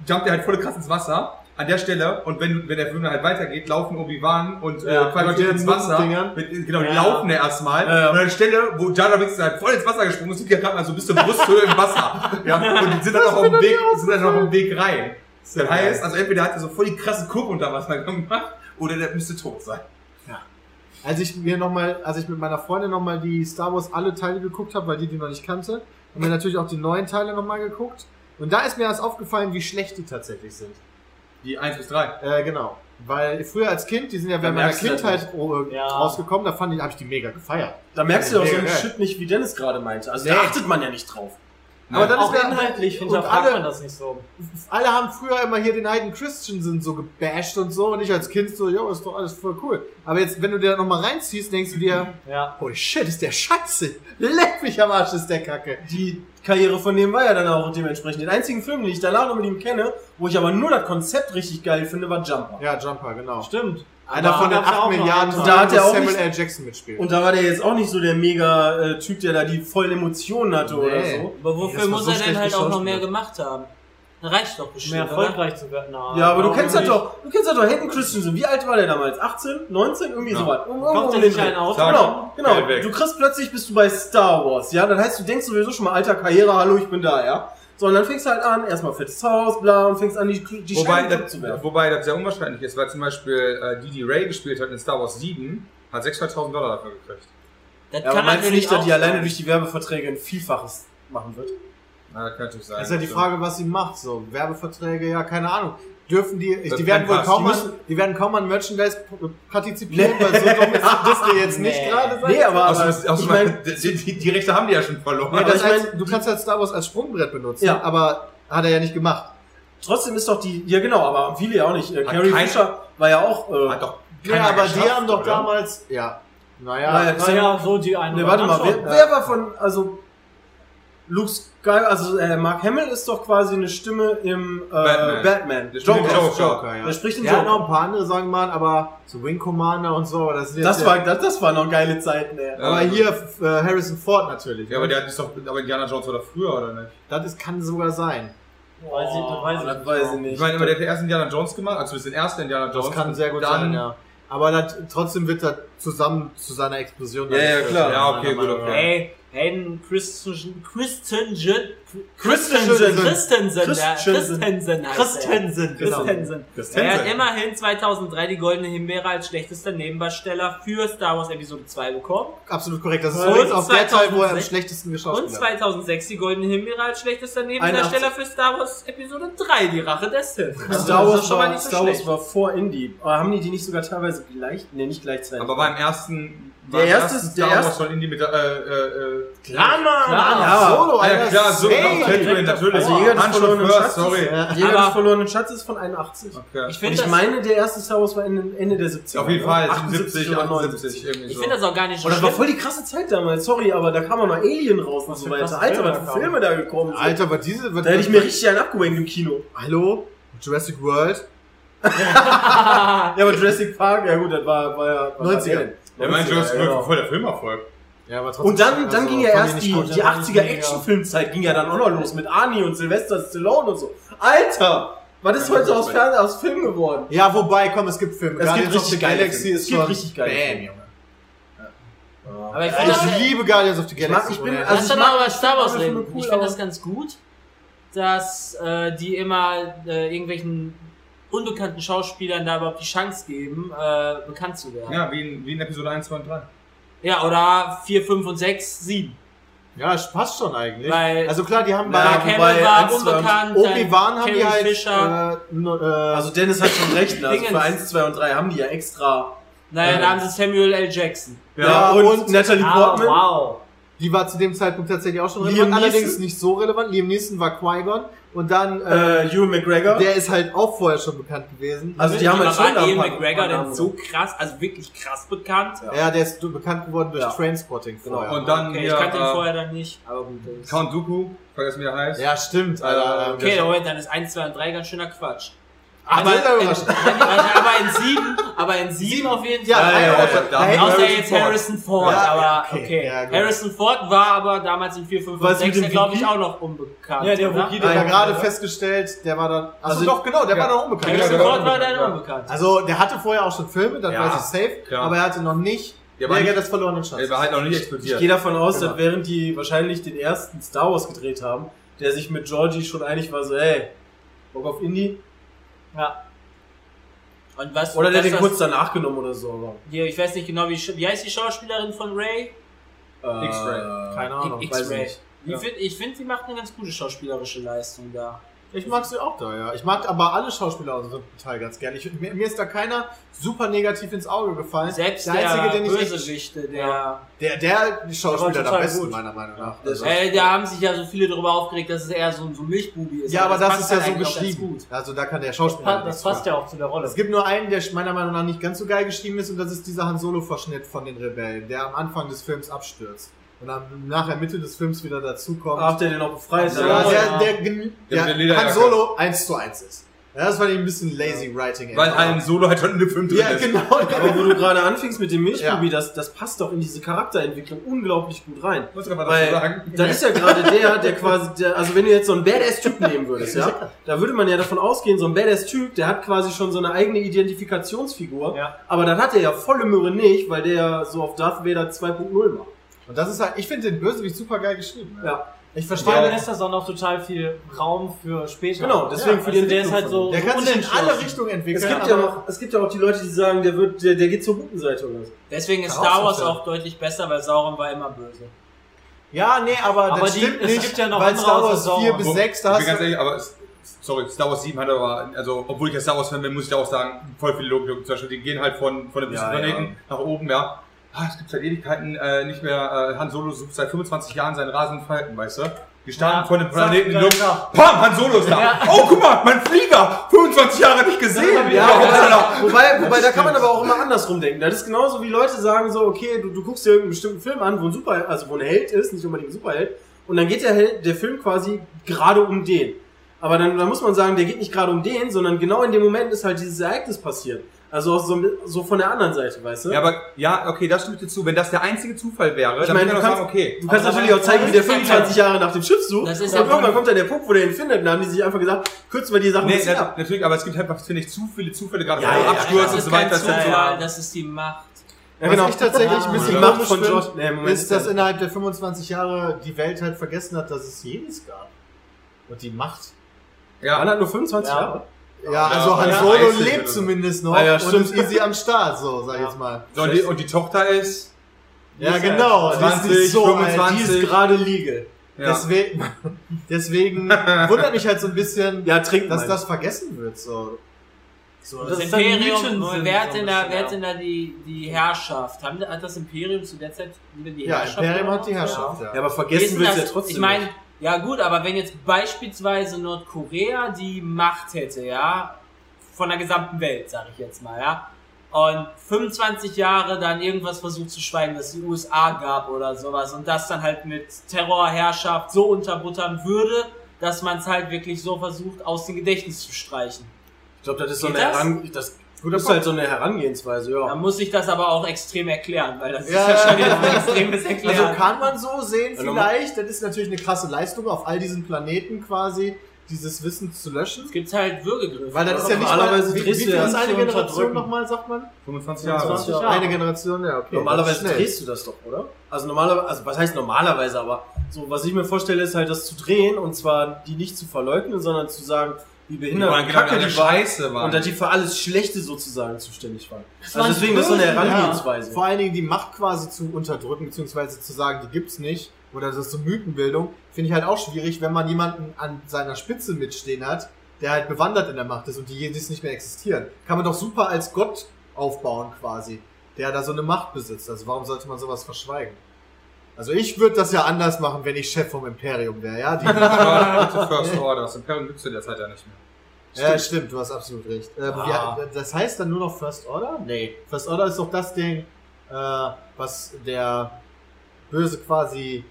[SPEAKER 2] jumpt er halt voll krass ins Wasser, an der Stelle, und wenn, wenn der Film dann halt weitergeht, laufen Obi-Wan und äh,
[SPEAKER 1] Ja,
[SPEAKER 2] Qui-Gon
[SPEAKER 1] mit
[SPEAKER 2] Jinn
[SPEAKER 1] ihren
[SPEAKER 2] ins Wasser,
[SPEAKER 1] Nutzendingern.
[SPEAKER 2] mit, genau,
[SPEAKER 6] Ja.
[SPEAKER 2] die laufen ja erstmal,
[SPEAKER 3] Ja, ja.
[SPEAKER 2] und an der Stelle, wo Jada Binks halt voll ins Wasser gesprungen ist, liegt ja gerade mal so bis zur Brusthöhe im Wasser, ja, und die sind dann auch auf dem Weg, sind dann auch auf dem Weg rein. Das heißt, also entweder hat er so voll die krasse Kurve unter Wasser gemacht, oder der müsste tot sein.
[SPEAKER 1] Als ich mir noch mal, als ich mit meiner Freundin nochmal die Star Wars alle Teile geguckt habe, weil die die noch nicht kannte, haben wir natürlich auch die neuen Teile nochmal geguckt. Und da ist mir erst aufgefallen, wie schlecht die tatsächlich sind.
[SPEAKER 2] Die 1 bis 3.
[SPEAKER 1] Äh, genau. Weil früher als Kind, die sind ja während meiner
[SPEAKER 3] merkst du das
[SPEAKER 1] Kindheit äh,
[SPEAKER 6] Ja.
[SPEAKER 1] rausgekommen, da fand ich, habe ich die mega gefeiert.
[SPEAKER 3] Da merkst du doch so
[SPEAKER 1] Mega
[SPEAKER 3] einen
[SPEAKER 1] geil.
[SPEAKER 3] Shit nicht, wie Dennis gerade meinte. Also da
[SPEAKER 1] Nee.
[SPEAKER 3] achtet man ja nicht drauf.
[SPEAKER 1] Aber dann
[SPEAKER 6] Auch
[SPEAKER 1] ist mir-
[SPEAKER 6] inhaltlich
[SPEAKER 1] und
[SPEAKER 6] hinterfragt
[SPEAKER 1] alle-
[SPEAKER 6] man das nicht so.
[SPEAKER 1] alle haben früher immer hier den Heiden Christensen so gebasht und so und ich als Kind so, jo, ist doch alles voll cool. Aber jetzt, wenn du dir nochmal reinziehst, denkst du dir,
[SPEAKER 6] Ja. um
[SPEAKER 1] holy shit, ist der scheiße. Leck mich am Arsch, ist der Kacke.
[SPEAKER 3] Die Karriere von dem war ja dann auch dementsprechend. Den einzigen Film, den ich danach noch mit ihm kenne, wo ich aber nur das Konzept richtig geil finde, war Jumper.
[SPEAKER 1] Ja, Jumper, genau.
[SPEAKER 6] Stimmt.
[SPEAKER 1] Einer
[SPEAKER 6] Aber
[SPEAKER 1] von den
[SPEAKER 6] gab's ja
[SPEAKER 1] 8
[SPEAKER 6] auch noch
[SPEAKER 1] Milliarden,
[SPEAKER 6] einen.
[SPEAKER 3] Da hat
[SPEAKER 1] wo
[SPEAKER 3] er auch
[SPEAKER 1] Samuel
[SPEAKER 3] nicht-
[SPEAKER 1] L. Jackson mitspielt.
[SPEAKER 3] Und da war der jetzt auch nicht so der Mega-Typ, der da die vollen Emotionen hatte oder
[SPEAKER 1] Nee.
[SPEAKER 3] so.
[SPEAKER 5] Aber
[SPEAKER 1] Das
[SPEAKER 5] wofür
[SPEAKER 1] war
[SPEAKER 5] muss
[SPEAKER 1] so
[SPEAKER 5] er denn
[SPEAKER 1] schlecht
[SPEAKER 5] halt auch noch
[SPEAKER 1] geschauspielert.
[SPEAKER 5] mehr gemacht haben? Reicht doch bestimmt,
[SPEAKER 6] Mehr
[SPEAKER 5] oder?
[SPEAKER 6] erfolgreich sogar. Na,
[SPEAKER 3] Ja, aber du
[SPEAKER 6] warum
[SPEAKER 3] kennst das
[SPEAKER 6] nicht?
[SPEAKER 3] doch. Du kennst das doch Hayden Christensen. Wie alt war der damals? 18? 19? Irgendwie
[SPEAKER 2] Ja.
[SPEAKER 3] so weit. Irgendwo um
[SPEAKER 6] Kommt der
[SPEAKER 3] den
[SPEAKER 6] nicht
[SPEAKER 3] Dreh.
[SPEAKER 6] ein Auto?
[SPEAKER 3] Genau, genau.
[SPEAKER 2] Geh weg.
[SPEAKER 3] Du kriegst plötzlich, bist du bei Star Wars, ja? Dann heißt du, denkst sowieso schon mal, alter Karriere, hallo, ich bin da, ja? So, und dann fängst du halt an, erstmal fettes Haus, bla, und fängst an, die, die
[SPEAKER 2] Wobei
[SPEAKER 3] Scheiben
[SPEAKER 2] das, wobei das sehr unwahrscheinlich ist, weil zum Beispiel äh, die, die Ray gespielt hat in Star Wars 7, hat 600.000 Dollar dafür gekriegt.
[SPEAKER 5] Das
[SPEAKER 3] Ja, aber meinst du
[SPEAKER 5] natürlich
[SPEAKER 3] nicht, dass
[SPEAKER 5] auch
[SPEAKER 3] die alleine
[SPEAKER 5] sein.
[SPEAKER 3] durch die Werbeverträge ein Vielfaches machen wird?
[SPEAKER 2] Na, das kann natürlich sein.
[SPEAKER 1] Das ist ja die Frage, was sie macht. So, Werbeverträge, ja, keine Ahnung. Dürfen die,
[SPEAKER 2] Das
[SPEAKER 1] die werden wohl
[SPEAKER 2] kann
[SPEAKER 1] kaum
[SPEAKER 2] passen.
[SPEAKER 1] an, die werden kaum an Merchandise partizipieren, weil so dumm ist Disney jetzt nicht
[SPEAKER 6] Nee.
[SPEAKER 1] gerade. sag ich
[SPEAKER 3] Nee, aber,
[SPEAKER 2] Außer,
[SPEAKER 3] aber
[SPEAKER 2] außer,
[SPEAKER 3] ich meine,
[SPEAKER 2] die, die, die Rechte haben die ja schon verloren.
[SPEAKER 1] Ja,
[SPEAKER 3] Aber
[SPEAKER 1] das
[SPEAKER 3] ich
[SPEAKER 1] als,
[SPEAKER 3] mein-
[SPEAKER 1] du kannst halt Star Wars als Sprungbrett benutzen,
[SPEAKER 3] Ja.
[SPEAKER 1] aber hat er ja nicht gemacht.
[SPEAKER 3] trotzdem ist doch die, ja genau, aber viele ja auch nicht. Äh,
[SPEAKER 2] Hat
[SPEAKER 3] Carrie
[SPEAKER 2] kein-
[SPEAKER 3] Fisher war ja auch, äh,
[SPEAKER 2] Also, hat doch keiner
[SPEAKER 1] Ja, aber die
[SPEAKER 2] geschafft,
[SPEAKER 1] haben doch
[SPEAKER 2] oder?
[SPEAKER 1] damals. Ja. Naja,
[SPEAKER 3] Naja,
[SPEAKER 6] Naja, so die eine
[SPEAKER 3] ne,
[SPEAKER 6] oder
[SPEAKER 3] warte mal,
[SPEAKER 6] andere
[SPEAKER 3] wer,
[SPEAKER 6] schon.
[SPEAKER 3] wer war von, also, Luke geil, also äh, Mark Hamill ist doch quasi eine Stimme im äh,
[SPEAKER 2] Batman.
[SPEAKER 3] Batman.
[SPEAKER 2] Der spricht den Joker.
[SPEAKER 1] ja.
[SPEAKER 3] Der spricht den
[SPEAKER 1] Der hat
[SPEAKER 3] Joker.
[SPEAKER 1] noch ein paar andere Sachen gemacht, aber so Wing Commander und so, aber das sind
[SPEAKER 3] Das, war, das, das waren noch geile Zeiten, ey.
[SPEAKER 1] Aber
[SPEAKER 2] Ja.
[SPEAKER 1] hier f- äh, Harrison Ford natürlich. ne?
[SPEAKER 2] Ja, aber, der ist doch, aber Indiana Jones war doch früher, oder nicht?
[SPEAKER 1] Das ist, kann sogar sein.
[SPEAKER 6] Weiß ich, das weiß ich.
[SPEAKER 3] das weiß ich nicht.
[SPEAKER 2] Ich meine, aber der hat den ersten Indiana Jones gemacht, also den ersten Indiana Jones.
[SPEAKER 1] Das kann sehr gut
[SPEAKER 2] dann,
[SPEAKER 1] sein, ja. Aber das, trotzdem wird das zusammen zu seiner Explosion.
[SPEAKER 2] Ja, ja,
[SPEAKER 1] dann-
[SPEAKER 2] klar. Ja, okay, gut, okay.
[SPEAKER 6] Hey, Hayden Christensen, Christensen,
[SPEAKER 3] Christensen.
[SPEAKER 5] Christensen, der-
[SPEAKER 3] Christensen.
[SPEAKER 5] Christensen heißt
[SPEAKER 6] Christensen,
[SPEAKER 3] Genau.
[SPEAKER 6] Christensen.
[SPEAKER 5] er. Er hat immerhin 2003 die Goldene Himbeere als schlechtester Nebendarsteller für Star Wars Episode 2 bekommen
[SPEAKER 1] Absolut korrekt. Das ist
[SPEAKER 5] Und
[SPEAKER 1] übrigens auch der Teil, wo er am
[SPEAKER 5] 2006
[SPEAKER 1] schlechtesten
[SPEAKER 5] und
[SPEAKER 1] geschossen
[SPEAKER 3] genau.
[SPEAKER 1] hat.
[SPEAKER 5] 2006 die Goldene Himbeere als schlechtester Nebendarsteller für Star Wars Episode 3, die Rache des Sith. Also
[SPEAKER 3] Star
[SPEAKER 5] das ist
[SPEAKER 3] Wars,
[SPEAKER 5] schon mal
[SPEAKER 3] war,
[SPEAKER 5] nicht so
[SPEAKER 3] Star Wars
[SPEAKER 5] schlecht.
[SPEAKER 3] war vor Indie. Aber haben die die nicht sogar teilweise gleich? Ne, nicht gleichzeitig.
[SPEAKER 2] Aber beim ersten.
[SPEAKER 3] Der
[SPEAKER 2] beim
[SPEAKER 3] erste-
[SPEAKER 2] ersten
[SPEAKER 3] der
[SPEAKER 2] Star Wars
[SPEAKER 3] erste-
[SPEAKER 2] schon in die mit. Äh, äh, äh,
[SPEAKER 3] Klar, Mann!
[SPEAKER 5] Also,
[SPEAKER 1] Ah, Solo,
[SPEAKER 2] ah, ja,
[SPEAKER 1] Alter.
[SPEAKER 2] klar, so.
[SPEAKER 1] Hey!
[SPEAKER 2] Hey, Tatooine, natürlich.
[SPEAKER 3] Also Jäger des
[SPEAKER 2] Handschuhe
[SPEAKER 3] verlorenen
[SPEAKER 2] first,
[SPEAKER 3] Schatzes. äh,
[SPEAKER 2] sorry.
[SPEAKER 1] Ja.
[SPEAKER 3] Jäger
[SPEAKER 5] Aber-
[SPEAKER 3] des verlorenen Schatzes ist von 81.
[SPEAKER 2] Okay.
[SPEAKER 5] Ich
[SPEAKER 3] Und
[SPEAKER 5] finde
[SPEAKER 3] ich
[SPEAKER 5] das,
[SPEAKER 3] meine, der erste Star Wars war Ende, Ende der 70er.
[SPEAKER 2] Auf jeden Fall,
[SPEAKER 3] oder?
[SPEAKER 2] 77, 78, irgendwie
[SPEAKER 5] ich
[SPEAKER 2] so.
[SPEAKER 5] finde das auch gar nicht
[SPEAKER 3] Und das war
[SPEAKER 5] schlimm.
[SPEAKER 3] voll die krasse Zeit damals, sorry, aber da kam auch noch Alien raus und so
[SPEAKER 6] für
[SPEAKER 3] weiter.
[SPEAKER 6] krasse
[SPEAKER 3] Alter,
[SPEAKER 6] Filme
[SPEAKER 3] was
[SPEAKER 6] da
[SPEAKER 3] für Filme da gekommen sind.
[SPEAKER 1] Alter, was diese. Was
[SPEAKER 3] da hätte ich mir richtig einen abgewankt im Kino.
[SPEAKER 1] Hallo? Jurassic World?
[SPEAKER 3] Ja, aber Jurassic Park, ja gut, das war, war ja... war
[SPEAKER 1] 90er.
[SPEAKER 3] der?
[SPEAKER 2] Ja, mein
[SPEAKER 3] 90er,
[SPEAKER 2] Jones
[SPEAKER 3] ja,
[SPEAKER 2] war
[SPEAKER 3] genau.
[SPEAKER 2] voll der Filmerfolg.
[SPEAKER 1] Ja, aber
[SPEAKER 3] Und dann, dann
[SPEAKER 1] also,
[SPEAKER 3] ging ja
[SPEAKER 1] fand ich
[SPEAKER 3] erst
[SPEAKER 1] nicht
[SPEAKER 3] die,
[SPEAKER 1] gut.
[SPEAKER 3] die 80er Actionfilmzeit ging ja dann auch noch los mit Arnie und Sylvester Stallone und so. Alter! Was ist heute aus, Fern aus Film geworden?
[SPEAKER 1] Ja, wobei, komm, es gibt Filme.
[SPEAKER 3] Es
[SPEAKER 1] Guardians
[SPEAKER 3] gibt
[SPEAKER 1] of the
[SPEAKER 3] richtig geile
[SPEAKER 1] Galaxy
[SPEAKER 3] Filme.
[SPEAKER 1] ist
[SPEAKER 3] Es gibt
[SPEAKER 1] schon-
[SPEAKER 3] richtig geile
[SPEAKER 1] Bam,
[SPEAKER 3] Filme.
[SPEAKER 1] Junge. Also
[SPEAKER 5] Aber ich finde das,
[SPEAKER 1] Ich liebe Guardians of the
[SPEAKER 3] mag-
[SPEAKER 1] Galaxy.
[SPEAKER 3] ich bin-
[SPEAKER 1] ohne Ende.
[SPEAKER 3] also
[SPEAKER 5] lass
[SPEAKER 3] ich
[SPEAKER 5] doch
[SPEAKER 3] mag-
[SPEAKER 5] mal über Star Wars
[SPEAKER 3] ich mag
[SPEAKER 5] reden.
[SPEAKER 3] Filme cool,
[SPEAKER 5] Ich finde das
[SPEAKER 3] aber-
[SPEAKER 5] ganz gut, dass äh, die immer äh, irgendwelchen äh, unbekannten Schauspielern da überhaupt die Chance geben, äh, bekannt zu werden. Ja.
[SPEAKER 2] Ja, wie in, wie in Episode 1, 2 und 3.
[SPEAKER 5] oder 4, 5 und 6, 7.
[SPEAKER 1] Ja, es passt schon eigentlich.
[SPEAKER 5] Weil-
[SPEAKER 1] also klar, die haben bei,
[SPEAKER 5] Mark Hamill
[SPEAKER 1] bei
[SPEAKER 5] war
[SPEAKER 1] eins, zwei und-
[SPEAKER 5] unbekannt,
[SPEAKER 1] Obi-Wan
[SPEAKER 5] dann
[SPEAKER 1] haben
[SPEAKER 5] Carrie
[SPEAKER 1] die halt.
[SPEAKER 5] Fisher.
[SPEAKER 1] Äh, no, äh,
[SPEAKER 3] Also Dennis hat schon recht, ne? also für
[SPEAKER 5] Dingens.
[SPEAKER 3] 1, 2 und 3 haben die ja extra.
[SPEAKER 5] Naja,
[SPEAKER 3] Ja.
[SPEAKER 5] da haben sie Samuel L. Jackson.
[SPEAKER 1] Ja,
[SPEAKER 3] und,
[SPEAKER 1] und-
[SPEAKER 3] Natalie
[SPEAKER 6] Ah,
[SPEAKER 3] Portman.
[SPEAKER 6] wow.
[SPEAKER 1] die war zu dem Zeitpunkt tatsächlich auch schon
[SPEAKER 3] Liam
[SPEAKER 1] relevant,
[SPEAKER 3] Neeson?
[SPEAKER 1] allerdings nicht so relevant. Liam Neeson war Qui-Gon und dann, äh,
[SPEAKER 3] Äh, Ewan McGregor.
[SPEAKER 1] der ist halt auch vorher schon bekannt gewesen.
[SPEAKER 3] also die haben halt
[SPEAKER 5] Aber
[SPEAKER 3] schon
[SPEAKER 5] war
[SPEAKER 3] da ein
[SPEAKER 5] Ian
[SPEAKER 3] paar-
[SPEAKER 5] McGregor
[SPEAKER 3] paar Namen.
[SPEAKER 5] denn so krass, also wirklich krass bekannt?
[SPEAKER 1] ja. der ist bekannt geworden durch
[SPEAKER 3] Ja.
[SPEAKER 1] Trainspotting vorher.
[SPEAKER 2] Genau. Und dann
[SPEAKER 5] Okay,
[SPEAKER 2] hier,
[SPEAKER 5] ich kannte ihn
[SPEAKER 2] äh,
[SPEAKER 5] vorher dann nicht. Aber gut, das ist-
[SPEAKER 2] Count Dooku, vergessen wie er heißt.
[SPEAKER 1] Ja, stimmt,
[SPEAKER 2] Äh,
[SPEAKER 1] Alter. Ähm,
[SPEAKER 5] Okay, Moment, dann ist 1, 2 und 3 ganz schöner Quatsch.
[SPEAKER 1] aber
[SPEAKER 5] Also,
[SPEAKER 1] ist aber
[SPEAKER 5] in,
[SPEAKER 1] überraschend.
[SPEAKER 5] aber in 7, aber in 7 auf jeden Fall.
[SPEAKER 1] Ja,
[SPEAKER 2] Ja, ja,
[SPEAKER 1] ja,
[SPEAKER 2] ja,
[SPEAKER 1] da
[SPEAKER 2] da
[SPEAKER 1] hätte-
[SPEAKER 2] haben
[SPEAKER 5] Außer
[SPEAKER 2] Harrison
[SPEAKER 5] jetzt
[SPEAKER 2] Ford.
[SPEAKER 5] Harrison Ford,
[SPEAKER 1] Ja,
[SPEAKER 5] aber
[SPEAKER 1] okay,
[SPEAKER 5] okay.
[SPEAKER 1] ja, gut.
[SPEAKER 5] Harrison Ford war aber damals in 4, 5 und
[SPEAKER 1] Was mit
[SPEAKER 5] 6,
[SPEAKER 1] dem
[SPEAKER 5] glaube ich,
[SPEAKER 1] Wookie?
[SPEAKER 5] auch noch unbekannt.
[SPEAKER 6] Ja, der
[SPEAKER 5] oder?
[SPEAKER 6] Wookie,
[SPEAKER 1] Ja,
[SPEAKER 6] der
[SPEAKER 1] ja, gerade festgestellt, der war dann. Also, doch, genau, der war dann unbekannt.
[SPEAKER 2] Ja,
[SPEAKER 5] Harrison
[SPEAKER 2] genau.
[SPEAKER 5] Ford war dann
[SPEAKER 2] Ja.
[SPEAKER 5] unbekannt.
[SPEAKER 1] Also, der hatte vorher auch schon Filme, das
[SPEAKER 2] Ja,
[SPEAKER 1] weiß ich safe,
[SPEAKER 2] klar.
[SPEAKER 1] aber er hatte noch nicht
[SPEAKER 2] Der war
[SPEAKER 1] Jäger
[SPEAKER 2] nicht-
[SPEAKER 1] des verlorenen
[SPEAKER 2] Er
[SPEAKER 1] Schatzes.
[SPEAKER 2] war halt noch nicht
[SPEAKER 3] Ich
[SPEAKER 2] explodiert.
[SPEAKER 3] gehe davon aus,
[SPEAKER 1] Genau.
[SPEAKER 3] dass während die wahrscheinlich den ersten Star Wars gedreht haben, der sich mit Georgie schon einig war, so, ey, Bock auf Indie.
[SPEAKER 5] Und was,
[SPEAKER 3] Oder der
[SPEAKER 5] das,
[SPEAKER 3] den
[SPEAKER 5] was-
[SPEAKER 3] kurz danach genommen oder so.
[SPEAKER 5] Hier, ich weiß nicht genau, wie, sch- wie heißt die Schauspielerin von Ray?
[SPEAKER 3] Aber, äh,
[SPEAKER 2] X-Ray.
[SPEAKER 3] Keine Ahnung,
[SPEAKER 5] X-
[SPEAKER 3] weiß ich
[SPEAKER 5] X-Ray.
[SPEAKER 3] nicht.
[SPEAKER 5] Die
[SPEAKER 3] Ja.
[SPEAKER 5] find, ich finde, sie macht eine ganz gute schauspielerische Leistung da.
[SPEAKER 1] Ich mag sie auch da, ja. Ich mag aber alle Schauspieler aus dem siebten Teil ganz gerne. Ich, mir, mir ist da keiner super negativ ins Auge gefallen.
[SPEAKER 5] Selbst
[SPEAKER 1] der
[SPEAKER 5] der,
[SPEAKER 1] einzige, den ich echt,
[SPEAKER 5] Bösewichte, der,
[SPEAKER 1] der, der Schauspieler
[SPEAKER 6] Der war
[SPEAKER 1] am
[SPEAKER 6] total
[SPEAKER 1] besten
[SPEAKER 6] gut.
[SPEAKER 1] meiner Meinung nach. Also,
[SPEAKER 3] Das-
[SPEAKER 5] äh, da haben sich ja so viele darüber aufgeregt, dass es eher so, ein- so ein Milchbubi ist.
[SPEAKER 1] ja, aber das,
[SPEAKER 5] passt
[SPEAKER 1] ist ja
[SPEAKER 5] halt
[SPEAKER 1] so
[SPEAKER 5] eigentlich auch ganz
[SPEAKER 1] geschrieben.
[SPEAKER 5] gut.
[SPEAKER 1] Also da kann der Schauspieler.
[SPEAKER 6] Das
[SPEAKER 1] nichts
[SPEAKER 6] passt
[SPEAKER 1] für.
[SPEAKER 6] ja auch zu der Rolle.
[SPEAKER 1] Es gibt nur einen, der meiner Meinung nach nicht ganz so geil geschrieben ist, und das ist dieser Han Solo-Verschnitt von den Rebellen, der am Anfang des Films abstürzt und am, nach der Mitte des Films wieder dazukommt.
[SPEAKER 3] Habt ihr den auch befreit?
[SPEAKER 1] Ja,
[SPEAKER 3] oder?
[SPEAKER 1] der, der, gen-
[SPEAKER 2] Der mit der
[SPEAKER 1] der Han
[SPEAKER 2] Lederjacke.
[SPEAKER 1] Solo 1 zu 1 ist. Ja, das war ein bisschen lazy writing.
[SPEAKER 2] Weil
[SPEAKER 1] einfach.
[SPEAKER 2] ein Solo halt schon in dem Film drin
[SPEAKER 1] Ja,
[SPEAKER 2] ist.
[SPEAKER 1] genau.
[SPEAKER 3] Aber wo du gerade anfingst mit dem Milchbubi,
[SPEAKER 1] Ja.
[SPEAKER 3] das, das passt doch in diese Charakterentwicklung unglaublich gut rein.
[SPEAKER 2] Wolltest du noch mal dazu
[SPEAKER 3] Weil
[SPEAKER 2] sagen?
[SPEAKER 3] da ist ja gerade der, der quasi, der, also wenn du jetzt so einen Badass-Typ nehmen würdest, ja, da würde man ja davon ausgehen, so ein Badass-Typ, der hat quasi schon so eine eigene Identifikationsfigur,
[SPEAKER 6] Ja.
[SPEAKER 3] aber dann hat er ja volle Möhre nicht, weil der ja so auf Darth Vader 2.0 macht.
[SPEAKER 1] Und das ist halt, ich finde den Bösewicht super geil geschrieben.
[SPEAKER 3] Ja.
[SPEAKER 1] Ich
[SPEAKER 6] Vor allem
[SPEAKER 1] verstehe
[SPEAKER 6] lässt das auch noch total viel Raum für später.
[SPEAKER 3] Genau, deswegen
[SPEAKER 6] ja,
[SPEAKER 3] für die
[SPEAKER 6] also der ist
[SPEAKER 3] Entwicklung
[SPEAKER 6] halt so.
[SPEAKER 1] Der kann sich in alle
[SPEAKER 6] unentschlossen.
[SPEAKER 1] Richtungen
[SPEAKER 3] Es
[SPEAKER 1] entwickeln.
[SPEAKER 3] gibt, ja
[SPEAKER 1] aber-
[SPEAKER 3] noch, es gibt ja auch die Leute, die sagen, der, wird, der, der geht zur guten Seite oder so.
[SPEAKER 5] Deswegen ist
[SPEAKER 1] Kann auch
[SPEAKER 5] Star Wars
[SPEAKER 1] sein.
[SPEAKER 5] auch deutlich besser, weil Sauron war immer böse.
[SPEAKER 1] Ja, nee, aber,
[SPEAKER 6] Aber
[SPEAKER 1] das
[SPEAKER 6] die-
[SPEAKER 1] stimmt
[SPEAKER 6] es
[SPEAKER 1] nicht.
[SPEAKER 6] gibt ja noch
[SPEAKER 1] weil
[SPEAKER 6] andere
[SPEAKER 1] Star
[SPEAKER 6] außer
[SPEAKER 1] Wars
[SPEAKER 6] Sauron.
[SPEAKER 1] 4 bis
[SPEAKER 2] Wo-
[SPEAKER 1] 6,
[SPEAKER 2] ich
[SPEAKER 1] da
[SPEAKER 2] bin
[SPEAKER 1] hast
[SPEAKER 2] ganz
[SPEAKER 1] du.
[SPEAKER 2] ehrlich, aber es, sorry, Star Wars 7 hat aber, also, obwohl ich ja Star Wars Fan bin, muss ich da auch sagen, voll viele Lobjungen. Zum Beispiel, die gehen halt von, von dem
[SPEAKER 1] Ja,
[SPEAKER 2] Planeten
[SPEAKER 1] ja.
[SPEAKER 2] nach oben, ja. Ah, es gibt seit Ewigkeiten äh, nicht mehr, äh, Han Solo sucht seit 25 Jahren seinen rasenden Falken, weißt du? Die starten
[SPEAKER 6] Ja,
[SPEAKER 2] von dem
[SPEAKER 6] sag
[SPEAKER 2] Planeten
[SPEAKER 6] gleich
[SPEAKER 2] Luft.
[SPEAKER 6] nach.
[SPEAKER 2] Pam, Han Solo ist da. Oh, guck mal, mein Flieger! 25 Jahre nicht gesehen!
[SPEAKER 1] Ja,
[SPEAKER 2] warum ist er da?
[SPEAKER 3] Wobei, wobei da kann man aber auch immer andersrum denken. Das ist genauso wie Leute sagen so, okay, du, du guckst dir irgendeinen bestimmten Film an, wo ein Super, also wo ein Held ist, nicht unbedingt ein Superheld, Und dann geht der, Hel- der Film quasi gerade um den. Aber dann, dann muss man sagen, der geht nicht gerade um den, sondern genau in dem Moment ist halt dieses Ereignis passiert. Also auch so, so von der anderen Seite, weißt du?
[SPEAKER 2] Ja, aber ja, okay, das stimmt dir zu. Wenn das der einzige Zufall wäre,
[SPEAKER 3] ich
[SPEAKER 2] dann
[SPEAKER 3] meine, du
[SPEAKER 2] würde ich
[SPEAKER 3] kannst,
[SPEAKER 2] sagen, okay.
[SPEAKER 3] du kannst
[SPEAKER 6] Aber
[SPEAKER 3] natürlich auch zeigen, wie der
[SPEAKER 5] das ist ja
[SPEAKER 3] 25 Jahre nach dem Schiff sucht.
[SPEAKER 5] Das ist
[SPEAKER 3] und
[SPEAKER 5] ja
[SPEAKER 3] irgendwann
[SPEAKER 5] von-
[SPEAKER 3] kommt dann der Punkt, wo der ihn findet. Und dann haben die sich einfach gesagt, kürzen wir die Sachen
[SPEAKER 2] Nee,
[SPEAKER 3] bisschen
[SPEAKER 2] na,
[SPEAKER 3] ab.
[SPEAKER 2] natürlich, aber es gibt halt, finde ich, zu viele Zufälle, gerade
[SPEAKER 3] Ja,
[SPEAKER 2] beim
[SPEAKER 3] ja,
[SPEAKER 2] Absturz
[SPEAKER 5] das
[SPEAKER 2] und so
[SPEAKER 5] ist
[SPEAKER 2] weiter.
[SPEAKER 5] kein
[SPEAKER 2] Das ist halt so,
[SPEAKER 5] Zufall, das ist die Macht.
[SPEAKER 3] Ja, genau.
[SPEAKER 1] Was ich tatsächlich ein bisschen
[SPEAKER 3] Die
[SPEAKER 1] macht
[SPEAKER 3] Macht von Josh. Nee, Moment,
[SPEAKER 1] ist, dass innerhalb der 25 Jahre die Welt halt vergessen hat, dass es Jedis gab. Und die Macht.
[SPEAKER 3] Mann
[SPEAKER 2] ja.
[SPEAKER 3] hat nur 25 Jahre.
[SPEAKER 1] Ja, also Han
[SPEAKER 2] ja,
[SPEAKER 1] Solo
[SPEAKER 2] 30
[SPEAKER 1] lebt
[SPEAKER 2] oder so.
[SPEAKER 1] zumindest noch
[SPEAKER 3] Ah, ja,
[SPEAKER 1] und
[SPEAKER 3] stimmt.
[SPEAKER 1] ist easy am Start, so sag ich jetzt mal.
[SPEAKER 2] So, und, die, und die Tochter ist.
[SPEAKER 1] Ja, genau. die ist nicht
[SPEAKER 2] 20,
[SPEAKER 1] so, alt, die
[SPEAKER 2] 25.
[SPEAKER 1] ist gerade liege.
[SPEAKER 2] Ja.
[SPEAKER 1] Deswegen, deswegen wundert mich halt so ein bisschen,
[SPEAKER 3] Ja, trinken.
[SPEAKER 1] dass
[SPEAKER 3] meine
[SPEAKER 1] das vergessen wird. So. So,
[SPEAKER 5] Das,
[SPEAKER 1] das-
[SPEAKER 6] ist dann
[SPEAKER 5] Imperium, äh,
[SPEAKER 6] Nietzschen-Sinn
[SPEAKER 5] wer hat
[SPEAKER 6] so
[SPEAKER 5] denn
[SPEAKER 6] ein
[SPEAKER 5] da,
[SPEAKER 6] bisschen,
[SPEAKER 5] wer hat
[SPEAKER 6] ja.
[SPEAKER 5] denn da die, die Herrschaft? Haben, hat das Imperium zu der Zeit wieder die
[SPEAKER 1] ja,
[SPEAKER 5] Herrschaft?
[SPEAKER 1] Imperium hat
[SPEAKER 5] übernommen?
[SPEAKER 1] die Herrschaft.
[SPEAKER 3] ich.
[SPEAKER 1] Ja.
[SPEAKER 3] Ja, aber
[SPEAKER 5] Wie ist
[SPEAKER 3] vergessen
[SPEAKER 5] denn
[SPEAKER 3] willst du
[SPEAKER 5] das-
[SPEAKER 3] ja trotzdem.
[SPEAKER 5] Ich meine, ja gut, aber wenn jetzt beispielsweise Nordkorea die Macht hätte, ja, von der gesamten Welt, sage ich jetzt mal, ja, und 25 Jahre dann irgendwas versucht zu schweigen, dass die USA gab oder sowas und das dann halt mit Terrorherrschaft so unterbuttern würde, dass man es halt wirklich so versucht, aus dem Gedächtnis zu streichen.
[SPEAKER 3] Ich glaube, das ist so
[SPEAKER 5] Geht
[SPEAKER 3] eine
[SPEAKER 5] das?
[SPEAKER 3] Heran das ist halt so eine Herangehensweise, ja.
[SPEAKER 5] Dann muss ich das aber auch extrem erklären, weil das
[SPEAKER 1] Ja,
[SPEAKER 5] ist ja schon
[SPEAKER 1] ja,
[SPEAKER 5] wieder
[SPEAKER 1] ja.
[SPEAKER 5] ein extremes Erklären.
[SPEAKER 1] Also kann man so sehen
[SPEAKER 3] Also man-
[SPEAKER 1] vielleicht. Das ist natürlich eine krasse Leistung auf all diesen Planeten quasi, dieses Wissen zu löschen.
[SPEAKER 5] es gibt halt Würgegriffe.
[SPEAKER 1] Weil das ist ja nicht
[SPEAKER 3] Normalerweise
[SPEAKER 1] mal, wie, wie
[SPEAKER 3] drehst du
[SPEAKER 1] viel
[SPEAKER 3] ja
[SPEAKER 1] ist eine
[SPEAKER 3] nicht zu
[SPEAKER 1] Generation
[SPEAKER 3] unterdrücken.
[SPEAKER 1] nochmal, sagt man?
[SPEAKER 2] 25
[SPEAKER 3] 25
[SPEAKER 2] Jahre.
[SPEAKER 3] Jahre.
[SPEAKER 1] Eine Generation, ja, okay.
[SPEAKER 3] Normalerweise
[SPEAKER 1] Schnell.
[SPEAKER 3] drehst du das doch, oder? Also normalerweise, also was heißt normalerweise, aber so was ich mir vorstelle, ist halt das zu drehen und zwar die nicht zu verleugnen, sondern zu sagen, wie behindert
[SPEAKER 2] waren
[SPEAKER 3] und
[SPEAKER 2] genau
[SPEAKER 3] kacke
[SPEAKER 2] alle
[SPEAKER 3] die waren
[SPEAKER 2] scheiße waren.
[SPEAKER 3] und dass die für alles Schlechte sozusagen zuständig waren.
[SPEAKER 1] waren
[SPEAKER 3] also deswegen das ist so eine
[SPEAKER 1] Böse, ja.
[SPEAKER 3] Herangehensweise.
[SPEAKER 1] Vor allen Dingen die Macht quasi zu unterdrücken, beziehungsweise zu sagen, die gibt's nicht, oder das ist so Mythenbildung, finde ich halt auch schwierig, wenn man jemanden an seiner Spitze mitstehen hat, der halt bewandert in der Macht ist und die Jedis nicht mehr existieren. Kann man doch super als Gott aufbauen quasi, der da so eine Macht besitzt. Also warum sollte man sowas verschweigen? Also ich würde das ja anders machen, wenn ich Chef vom Imperium wäre, ja? Die,
[SPEAKER 2] First, First Order. Das Imperium gibt es zu der Zeit ja nicht mehr.
[SPEAKER 1] ja, stimmt, du hast absolut recht. Ähm,
[SPEAKER 3] Ah.
[SPEAKER 1] wir, das heißt dann nur noch First Order? Nee. First Order ist doch das Ding, äh, was der Böse quasi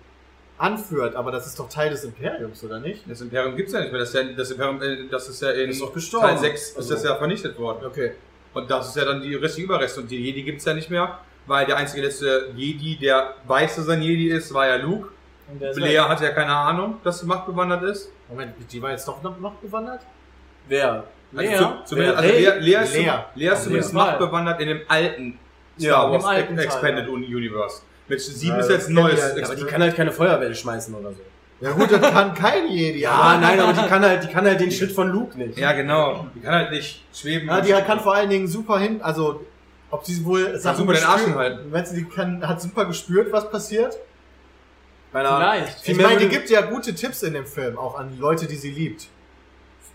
[SPEAKER 1] anführt, aber das ist doch Teil des Imperiums, oder nicht?
[SPEAKER 2] Das Imperium gibt es ja nicht mehr. Das ist ja, das Imperium, äh, das ist ja in
[SPEAKER 3] Ist doch gestorben.
[SPEAKER 2] Teil 6 ist
[SPEAKER 3] Also-
[SPEAKER 2] das ja vernichtet worden.
[SPEAKER 1] Okay.
[SPEAKER 2] Und das ist ja dann die restlichen Überreste. Und die Jedi gibt es ja nicht mehr, weil der einzige letzte Jedi, der weiß, dass er ein Jedi ist, war ja Luke.
[SPEAKER 6] Und der ist
[SPEAKER 2] Lea hat ja keine Ahnung, dass sie machtbewandert ist.
[SPEAKER 1] Moment, die war jetzt doch noch, noch gewandert?
[SPEAKER 3] Wer?
[SPEAKER 2] Also,
[SPEAKER 6] Lea?
[SPEAKER 2] zu, zumindest, also
[SPEAKER 3] Wer?
[SPEAKER 2] Lea, Lea, ist,
[SPEAKER 1] Lea.
[SPEAKER 2] Lea ist zumindest
[SPEAKER 6] Lea.
[SPEAKER 2] machtbewandert in dem alten
[SPEAKER 3] Ja,
[SPEAKER 2] Star
[SPEAKER 3] im
[SPEAKER 2] Wars
[SPEAKER 6] alten Teil,
[SPEAKER 2] Expanded Universe. Mit 7
[SPEAKER 1] Ja,
[SPEAKER 2] ist
[SPEAKER 1] das
[SPEAKER 2] jetzt
[SPEAKER 1] kennen wir
[SPEAKER 2] neues
[SPEAKER 1] ja. Aber
[SPEAKER 3] Aber die
[SPEAKER 2] Expanded-
[SPEAKER 3] kann halt keine Feuerwelle schmeißen oder so.
[SPEAKER 1] Ja gut, das kann kein Jedi.
[SPEAKER 3] Ja, nein, aber die kann halt, die kann halt den Shit von Luke nicht.
[SPEAKER 2] Ja, genau. Die kann halt nicht schweben.
[SPEAKER 1] Ja, die kann vor allen Dingen super hin, also ob sie wohl
[SPEAKER 2] super den Arsch
[SPEAKER 1] gespürt-
[SPEAKER 2] hinhalten.
[SPEAKER 1] Meinst du, die kann, hat super gespürt, was passiert?
[SPEAKER 3] Keine Ahnung.
[SPEAKER 6] Vielleicht.
[SPEAKER 3] Viel
[SPEAKER 1] ich
[SPEAKER 3] mehr
[SPEAKER 1] meine, die
[SPEAKER 3] würde-
[SPEAKER 1] gibt ja gute Tipps in dem Film, auch an Leute, die sie liebt.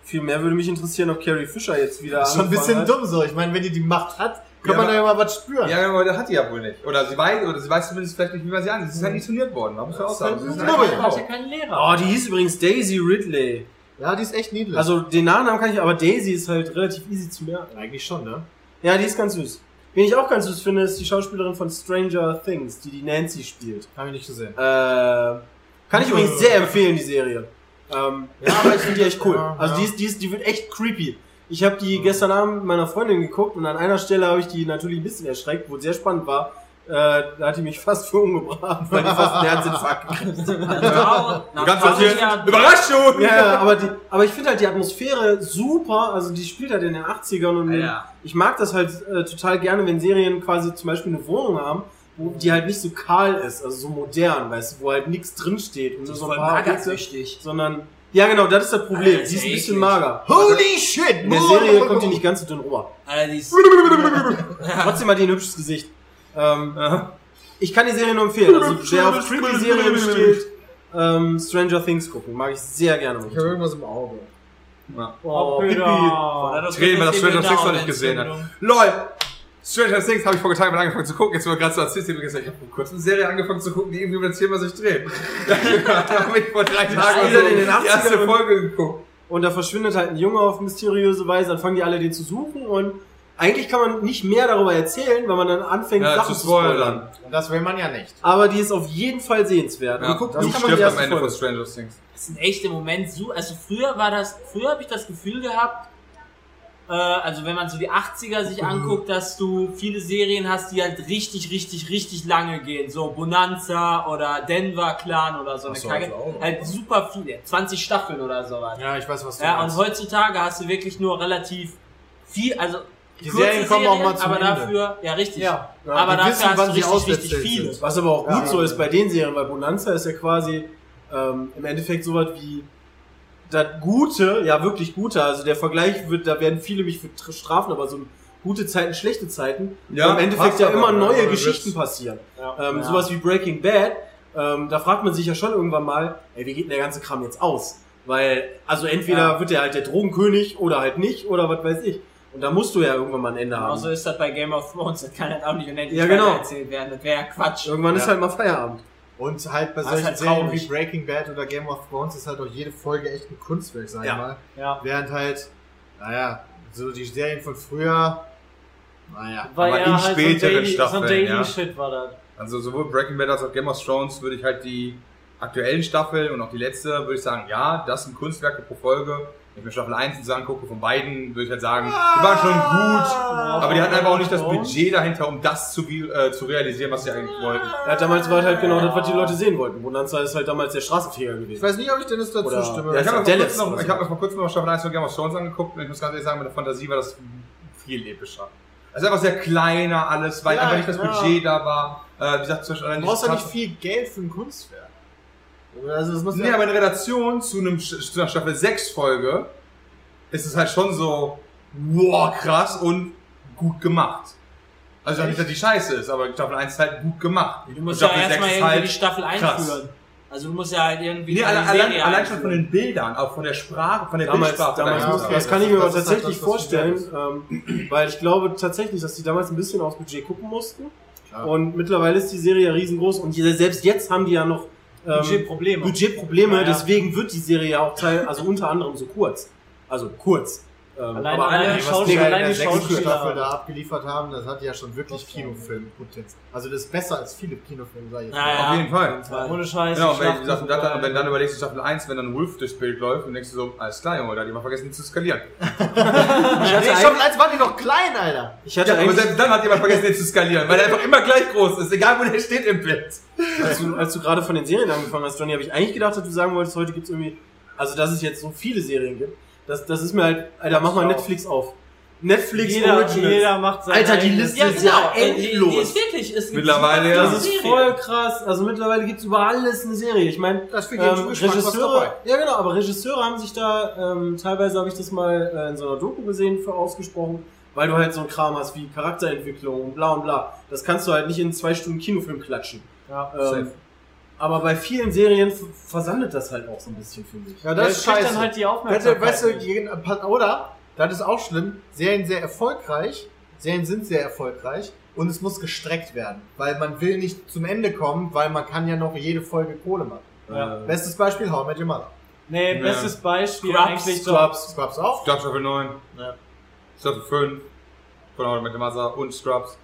[SPEAKER 3] Viel mehr würde mich interessieren, ob Carrie Fisher jetzt wieder.
[SPEAKER 1] Ist schon ein bisschen
[SPEAKER 3] angefangen hat.
[SPEAKER 1] dumm so. Ich meine, wenn die die Macht hat, kann
[SPEAKER 2] Ja,
[SPEAKER 1] man
[SPEAKER 2] aber-
[SPEAKER 1] da ja mal was spüren.
[SPEAKER 2] Ja, aber das hat die ja wohl nicht. Oder sie weiß, oder sie weiß zumindest vielleicht nicht, wie man sie an. Sie ist halt nicht trainiert worden, man muss ja auch sagen. Sie ist
[SPEAKER 1] halt ein
[SPEAKER 2] einfach
[SPEAKER 1] Knubbel.
[SPEAKER 2] eine
[SPEAKER 6] hat ja
[SPEAKER 2] Frau.
[SPEAKER 6] keinen Lehrer.
[SPEAKER 3] Oh, die hieß übrigens Daisy Ridley.
[SPEAKER 1] Ja, die ist echt niedlich.
[SPEAKER 3] Also den Nachnamen kann ich, aber Daisy ist halt relativ easy zu merken.
[SPEAKER 1] eigentlich schon, ne?
[SPEAKER 3] Ja, die ist ganz süß. Wen ich auch ganz süß finde, ist die Schauspielerin von Stranger Things, die die Nancy spielt.
[SPEAKER 1] Hab ich nicht gesehen.
[SPEAKER 3] Äh, kann ich übrigens sehr empfehlen, die Serie. Ähm, ja, aber ich finde die echt cool.
[SPEAKER 1] Ja,
[SPEAKER 3] also die,
[SPEAKER 1] ja.
[SPEAKER 3] ist, die, ist, die wird echt creepy. Ich habe die gestern Abend mit meiner Freundin geguckt und an einer Stelle habe ich die natürlich ein bisschen erschreckt, wo es sehr spannend war. Äh, da hat die mich fast für umgebracht, weil die fast einen Herzinfarkt gekriegt hat.
[SPEAKER 5] Nach
[SPEAKER 2] Du kannst das
[SPEAKER 5] tausend
[SPEAKER 2] hier.
[SPEAKER 5] Jahren-
[SPEAKER 2] Überraschung!
[SPEAKER 3] Ja, ja, aber, die, aber ich finde halt die Atmosphäre super. Also die spielt halt in den 80ern und den,
[SPEAKER 5] Ja.
[SPEAKER 3] ich mag das halt äh, total gerne, wenn Serien quasi zum Beispiel eine Wohnung haben, wo die halt nicht so kahl ist, also so modern, weißt du, wo halt nichts drinsteht und nur so ein paar Objekte, sondern ja genau, das ist das Problem.
[SPEAKER 5] Alter,
[SPEAKER 3] die ist ein
[SPEAKER 5] eklig.
[SPEAKER 3] bisschen mager.
[SPEAKER 1] Holy shit!
[SPEAKER 3] Also, In der Serie kommt die nicht ganz so dünn rüber.
[SPEAKER 5] Allerdings.
[SPEAKER 3] Trotzdem hat die ein hübsches Gesicht. Ähm, ich kann die Serie nur empfehlen. Also wer auf creepy Serien steht, ähm, Stranger Things gucken, mag ich sehr gerne.
[SPEAKER 1] Ich habe irgendwas im Auge.
[SPEAKER 3] Oh,
[SPEAKER 6] genau.
[SPEAKER 2] Reden wir, dass Stranger Things noch nicht gesehen hat. LOL! Stranger Things habe ich vor Tagen mal angefangen zu gucken. Jetzt wurde gerade so erzählt, ich habe gesagt, ich habe vor kurzem eine Serie angefangen zu gucken, die irgendwie über das Thema sich dreht. da habe ich vor drei Tagen
[SPEAKER 3] wieder
[SPEAKER 2] oder so
[SPEAKER 3] in den
[SPEAKER 2] die erste
[SPEAKER 3] 80ern.
[SPEAKER 2] Folge geguckt.
[SPEAKER 3] Und da verschwindet halt ein Junge auf mysteriöse Weise, dann fangen die alle den zu suchen und Eigentlich kann man nicht mehr darüber erzählen, weil man dann anfängt,
[SPEAKER 2] Ja,
[SPEAKER 3] Sachen
[SPEAKER 2] zu
[SPEAKER 3] zu
[SPEAKER 2] spoilern.
[SPEAKER 3] spoilern.
[SPEAKER 1] Das will man ja nicht.
[SPEAKER 3] Aber die ist auf jeden Fall sehenswert.
[SPEAKER 2] Ja,
[SPEAKER 3] Und guckt
[SPEAKER 2] Luke
[SPEAKER 3] nicht
[SPEAKER 2] stirbt
[SPEAKER 3] die
[SPEAKER 2] am
[SPEAKER 3] erste
[SPEAKER 2] Ende von
[SPEAKER 3] Folge.
[SPEAKER 2] Stranger Things.
[SPEAKER 6] Das ist echt im Moment so. Also früher war das, früher habe ich das Gefühl gehabt, äh, also wenn man so die 80er sich anguckt, dass du viele Serien hast, die halt richtig, richtig, richtig lange gehen. So Bonanza oder Denver Clan oder so eine
[SPEAKER 3] so,
[SPEAKER 6] Kacke.
[SPEAKER 3] also auch noch.
[SPEAKER 6] halt super viele, 20 Staffeln oder sowas.
[SPEAKER 1] Ja, ich weiß, was du
[SPEAKER 6] Ja, und
[SPEAKER 1] meinst.
[SPEAKER 6] heutzutage hast du wirklich nur relativ viel, also
[SPEAKER 1] Die Serien kommen auch mal zum
[SPEAKER 6] aber
[SPEAKER 1] Ende.
[SPEAKER 6] dafür, ja richtig,
[SPEAKER 3] Ja, ja,
[SPEAKER 6] aber
[SPEAKER 1] wir
[SPEAKER 6] dafür
[SPEAKER 1] wissen, wann
[SPEAKER 6] hast
[SPEAKER 1] sie
[SPEAKER 6] du richtig, richtig
[SPEAKER 1] ausgewechselt
[SPEAKER 6] viele.
[SPEAKER 1] sind.
[SPEAKER 3] Was aber auch gut
[SPEAKER 1] Ja.
[SPEAKER 3] so ist bei den Serien, weil Bonanza ist ja quasi ähm, im Endeffekt sowas wie das Gute, ja wirklich Gute, also der Vergleich wird, da werden viele mich für tr- strafen, aber so gute Zeiten, schlechte Zeiten,
[SPEAKER 2] Ja,
[SPEAKER 3] ja, im Endeffekt
[SPEAKER 2] passt
[SPEAKER 3] ja
[SPEAKER 2] aber,
[SPEAKER 3] immer
[SPEAKER 2] aber
[SPEAKER 3] neue
[SPEAKER 2] das-
[SPEAKER 3] Geschichten passieren. Ähm,
[SPEAKER 6] Ja.
[SPEAKER 3] Sowas wie Breaking Bad, ähm, da fragt man sich ja schon irgendwann mal, ey, wie geht denn der ganze Kram jetzt aus? Weil, also entweder
[SPEAKER 6] Ja.
[SPEAKER 3] wird er halt der Drogenkönig oder halt nicht oder was weiß ich. Und da musst du ja irgendwann mal ein Ende haben.
[SPEAKER 6] Genauso
[SPEAKER 1] Also,
[SPEAKER 6] ist das bei Game of Thrones, das kann halt auch nicht unendlich
[SPEAKER 3] Ja, genau.
[SPEAKER 6] weiter erzählt werden, das wäre ja Quatsch.
[SPEAKER 3] irgendwann ist
[SPEAKER 1] Ja.
[SPEAKER 3] halt mal Feierabend.
[SPEAKER 1] Und halt bei
[SPEAKER 6] Das
[SPEAKER 1] solchen
[SPEAKER 6] ist halt
[SPEAKER 1] Serien
[SPEAKER 6] traurig.
[SPEAKER 1] wie Breaking Bad oder Game of Thrones ist halt auch jede Folge echt ein Kunstwerk, sag
[SPEAKER 3] Ja.
[SPEAKER 1] ich mal.
[SPEAKER 6] Ja.
[SPEAKER 1] Während halt, naja, so die Serien von früher, naja.
[SPEAKER 2] Aber in
[SPEAKER 6] halt
[SPEAKER 2] späteren Staffeln, ja.
[SPEAKER 6] Shit war das.
[SPEAKER 2] Also sowohl Breaking Bad als auch Game of Thrones würde ich halt die aktuellen Staffeln und auch die letzte, würde ich sagen, ja, das sind Kunstwerke pro Folge. Wenn ich mir Staffel 1 und so angucke, von beiden würde ich halt sagen, die waren schon gut, aber die hatten einfach auch nicht das Budget dahinter, um das zu, wie- äh, zu realisieren, was sie eigentlich wollten.
[SPEAKER 3] Ja, damals war halt genau das, was die Leute sehen wollten. Bonanza ist halt damals der Straßenfeger
[SPEAKER 1] Ich
[SPEAKER 3] gewesen.
[SPEAKER 1] weiß nicht, ob ich Dennis dazu
[SPEAKER 3] Oder-
[SPEAKER 1] stimme.
[SPEAKER 2] Ja, ich
[SPEAKER 3] ist
[SPEAKER 2] habe
[SPEAKER 3] ja
[SPEAKER 2] mir, vor
[SPEAKER 3] Dallas
[SPEAKER 2] kurzem noch-
[SPEAKER 3] oder
[SPEAKER 2] ich
[SPEAKER 3] so.
[SPEAKER 2] hab mir vor kurzem noch Staffel 1 von Game of Thrones angeguckt und ich muss ganz ehrlich sagen, mit der Fantasie war das viel epischer. Es ist einfach sehr kleiner alles, weil
[SPEAKER 1] Ja,
[SPEAKER 2] einfach nicht das
[SPEAKER 1] ja.
[SPEAKER 2] Budget da war. Äh, wie gesagt, zum Beispiel allein
[SPEAKER 1] Du brauchst ja nicht
[SPEAKER 2] dieses
[SPEAKER 1] viel Geld für ein Kunstwerk. Also das muss
[SPEAKER 2] Nee,
[SPEAKER 1] ja,
[SPEAKER 2] aber in Relation zu, einem, Sch- zu einer Staffel 6 Folge ist es halt schon so, wow, krass und gut gemacht. Also nicht, dass die scheiße ist, aber Staffel 1 ist halt gut gemacht.
[SPEAKER 6] Du musst
[SPEAKER 2] Und
[SPEAKER 6] ja
[SPEAKER 2] Staffel
[SPEAKER 6] erstmal
[SPEAKER 2] sechs
[SPEAKER 6] irgendwie
[SPEAKER 2] ist halt
[SPEAKER 6] die Staffel
[SPEAKER 2] krass.
[SPEAKER 6] einführen. Also du musst ja halt irgendwie
[SPEAKER 2] Nee,
[SPEAKER 6] eine
[SPEAKER 2] allein, allein,
[SPEAKER 6] Serie
[SPEAKER 2] allein schon von
[SPEAKER 6] einführen.
[SPEAKER 2] den Bildern, auch von der Sprache, von der
[SPEAKER 3] Damals,
[SPEAKER 2] Bildsprache.
[SPEAKER 3] damals
[SPEAKER 2] Ja,
[SPEAKER 3] muss,
[SPEAKER 2] okay.
[SPEAKER 3] das
[SPEAKER 1] das
[SPEAKER 3] kann ich
[SPEAKER 1] ist-
[SPEAKER 3] mir aber
[SPEAKER 1] das ist halt
[SPEAKER 3] tatsächlich
[SPEAKER 1] das, was du
[SPEAKER 3] vorstellen, ähm, weil ich glaube tatsächlich, dass die damals ein bisschen aufs Budget gucken mussten.
[SPEAKER 1] Klar.
[SPEAKER 3] Und mittlerweile ist die Serie ja riesengroß und die, selbst jetzt haben die ja noch ähm,
[SPEAKER 6] Budgetprobleme.
[SPEAKER 3] Budgetprobleme,
[SPEAKER 6] Ja, ja.
[SPEAKER 3] deswegen wird die Serie ja auch teil, also unter anderem so kurz. Also kurz. Ähm,
[SPEAKER 6] Allein-
[SPEAKER 3] aber
[SPEAKER 6] allein die
[SPEAKER 3] alle, was
[SPEAKER 6] Schauspieler-
[SPEAKER 3] die
[SPEAKER 6] allein
[SPEAKER 3] in der
[SPEAKER 6] die
[SPEAKER 3] sechsten
[SPEAKER 6] Schauspieler-
[SPEAKER 3] Staffel-
[SPEAKER 1] Staffel da abgeliefert haben, das hat ja schon wirklich Kinofilmpotenzial. Also das ist besser als viele Kinofilme, sag ich jetzt. mal.
[SPEAKER 6] Naja.
[SPEAKER 2] Auf jeden Fall.
[SPEAKER 6] Ohne Scheiß.
[SPEAKER 2] Genau,
[SPEAKER 6] die
[SPEAKER 2] wenn,
[SPEAKER 6] Schlachten
[SPEAKER 2] wie gesagt, und
[SPEAKER 6] sind
[SPEAKER 2] dann,
[SPEAKER 6] geil.
[SPEAKER 2] wenn dann überlegst du Staffel 1, wenn dann Wolf durchs Bild läuft und denkst du so, alles klar, Junge, da hat jemand vergessen, die zu skalieren.
[SPEAKER 3] Ich hatte
[SPEAKER 1] Nee,
[SPEAKER 3] eigentlich-
[SPEAKER 1] Staffel 1 waren die noch klein, Alter.
[SPEAKER 3] ich hatte
[SPEAKER 2] Ja, aber
[SPEAKER 3] eigentlich-
[SPEAKER 2] selbst dann hat jemand vergessen, den zu skalieren, weil er einfach immer gleich groß ist, egal wo der steht im Bild.
[SPEAKER 3] als du, als du gerade von den Serien angefangen hast, Johnny, habe ich eigentlich gedacht, dass du sagen wolltest, heute gibt's irgendwie, also dass es jetzt so viele Serien gibt. Das, das ist mir halt, Alter, mach mal Netflix auf. Netflix
[SPEAKER 6] jeder,
[SPEAKER 3] Originals.
[SPEAKER 6] jeder macht seine
[SPEAKER 1] Alter, die
[SPEAKER 6] eigene-
[SPEAKER 1] Liste
[SPEAKER 6] ja,
[SPEAKER 1] ist ja
[SPEAKER 6] genau. Äh,
[SPEAKER 1] endlos.
[SPEAKER 6] Die ist wirklich, es gibt
[SPEAKER 2] Mittlerweile,
[SPEAKER 6] super
[SPEAKER 2] ja.
[SPEAKER 6] viele
[SPEAKER 3] Das ist
[SPEAKER 6] Serien.
[SPEAKER 3] voll krass. Also mittlerweile gibt's über alles eine Serie. Ich meine,
[SPEAKER 1] Das für jeden
[SPEAKER 3] ähm,
[SPEAKER 1] Geschmack was dabei.
[SPEAKER 3] Regisseure, ja genau, aber Regisseure haben sich da, ähm, teilweise habe ich das mal äh, in so einer Doku gesehen, für ausgesprochen, weil du halt so einen Kram hast wie Charakterentwicklung und bla und bla. Das kannst du halt nicht in zwei Stunden Kinofilm klatschen.
[SPEAKER 6] Ja.
[SPEAKER 3] Ähm, aber bei vielen Serien f- versandet das halt auch so ein bisschen, finde ich.
[SPEAKER 1] Ja,
[SPEAKER 6] Ja,
[SPEAKER 1] das
[SPEAKER 6] das
[SPEAKER 1] ist
[SPEAKER 6] kriegt
[SPEAKER 1] scheiße.
[SPEAKER 6] dann halt die
[SPEAKER 1] Weißt du,
[SPEAKER 6] Aufmerksamkeit.
[SPEAKER 1] weißt du,
[SPEAKER 6] nicht.
[SPEAKER 1] jeden- pass- oder, das ist auch schlimm, Serien sehr erfolgreich, Serien sind sehr erfolgreich und es muss gestreckt werden, weil man will nicht zum Ende kommen, weil man kann ja noch jede Folge Kohle machen.
[SPEAKER 6] Ja.
[SPEAKER 3] Äh,
[SPEAKER 1] Bestes Beispiel, How I Met Your Mother.
[SPEAKER 6] nee,
[SPEAKER 2] Ja.
[SPEAKER 6] bestes Beispiel
[SPEAKER 3] Scrubs,
[SPEAKER 6] eigentlich so.
[SPEAKER 3] Scrubs.
[SPEAKER 1] Scrubs auch.
[SPEAKER 2] Scrubs Staffel 9.
[SPEAKER 1] Ja.
[SPEAKER 2] Staffel 5. Von How I Met Your Mother und Scrubs.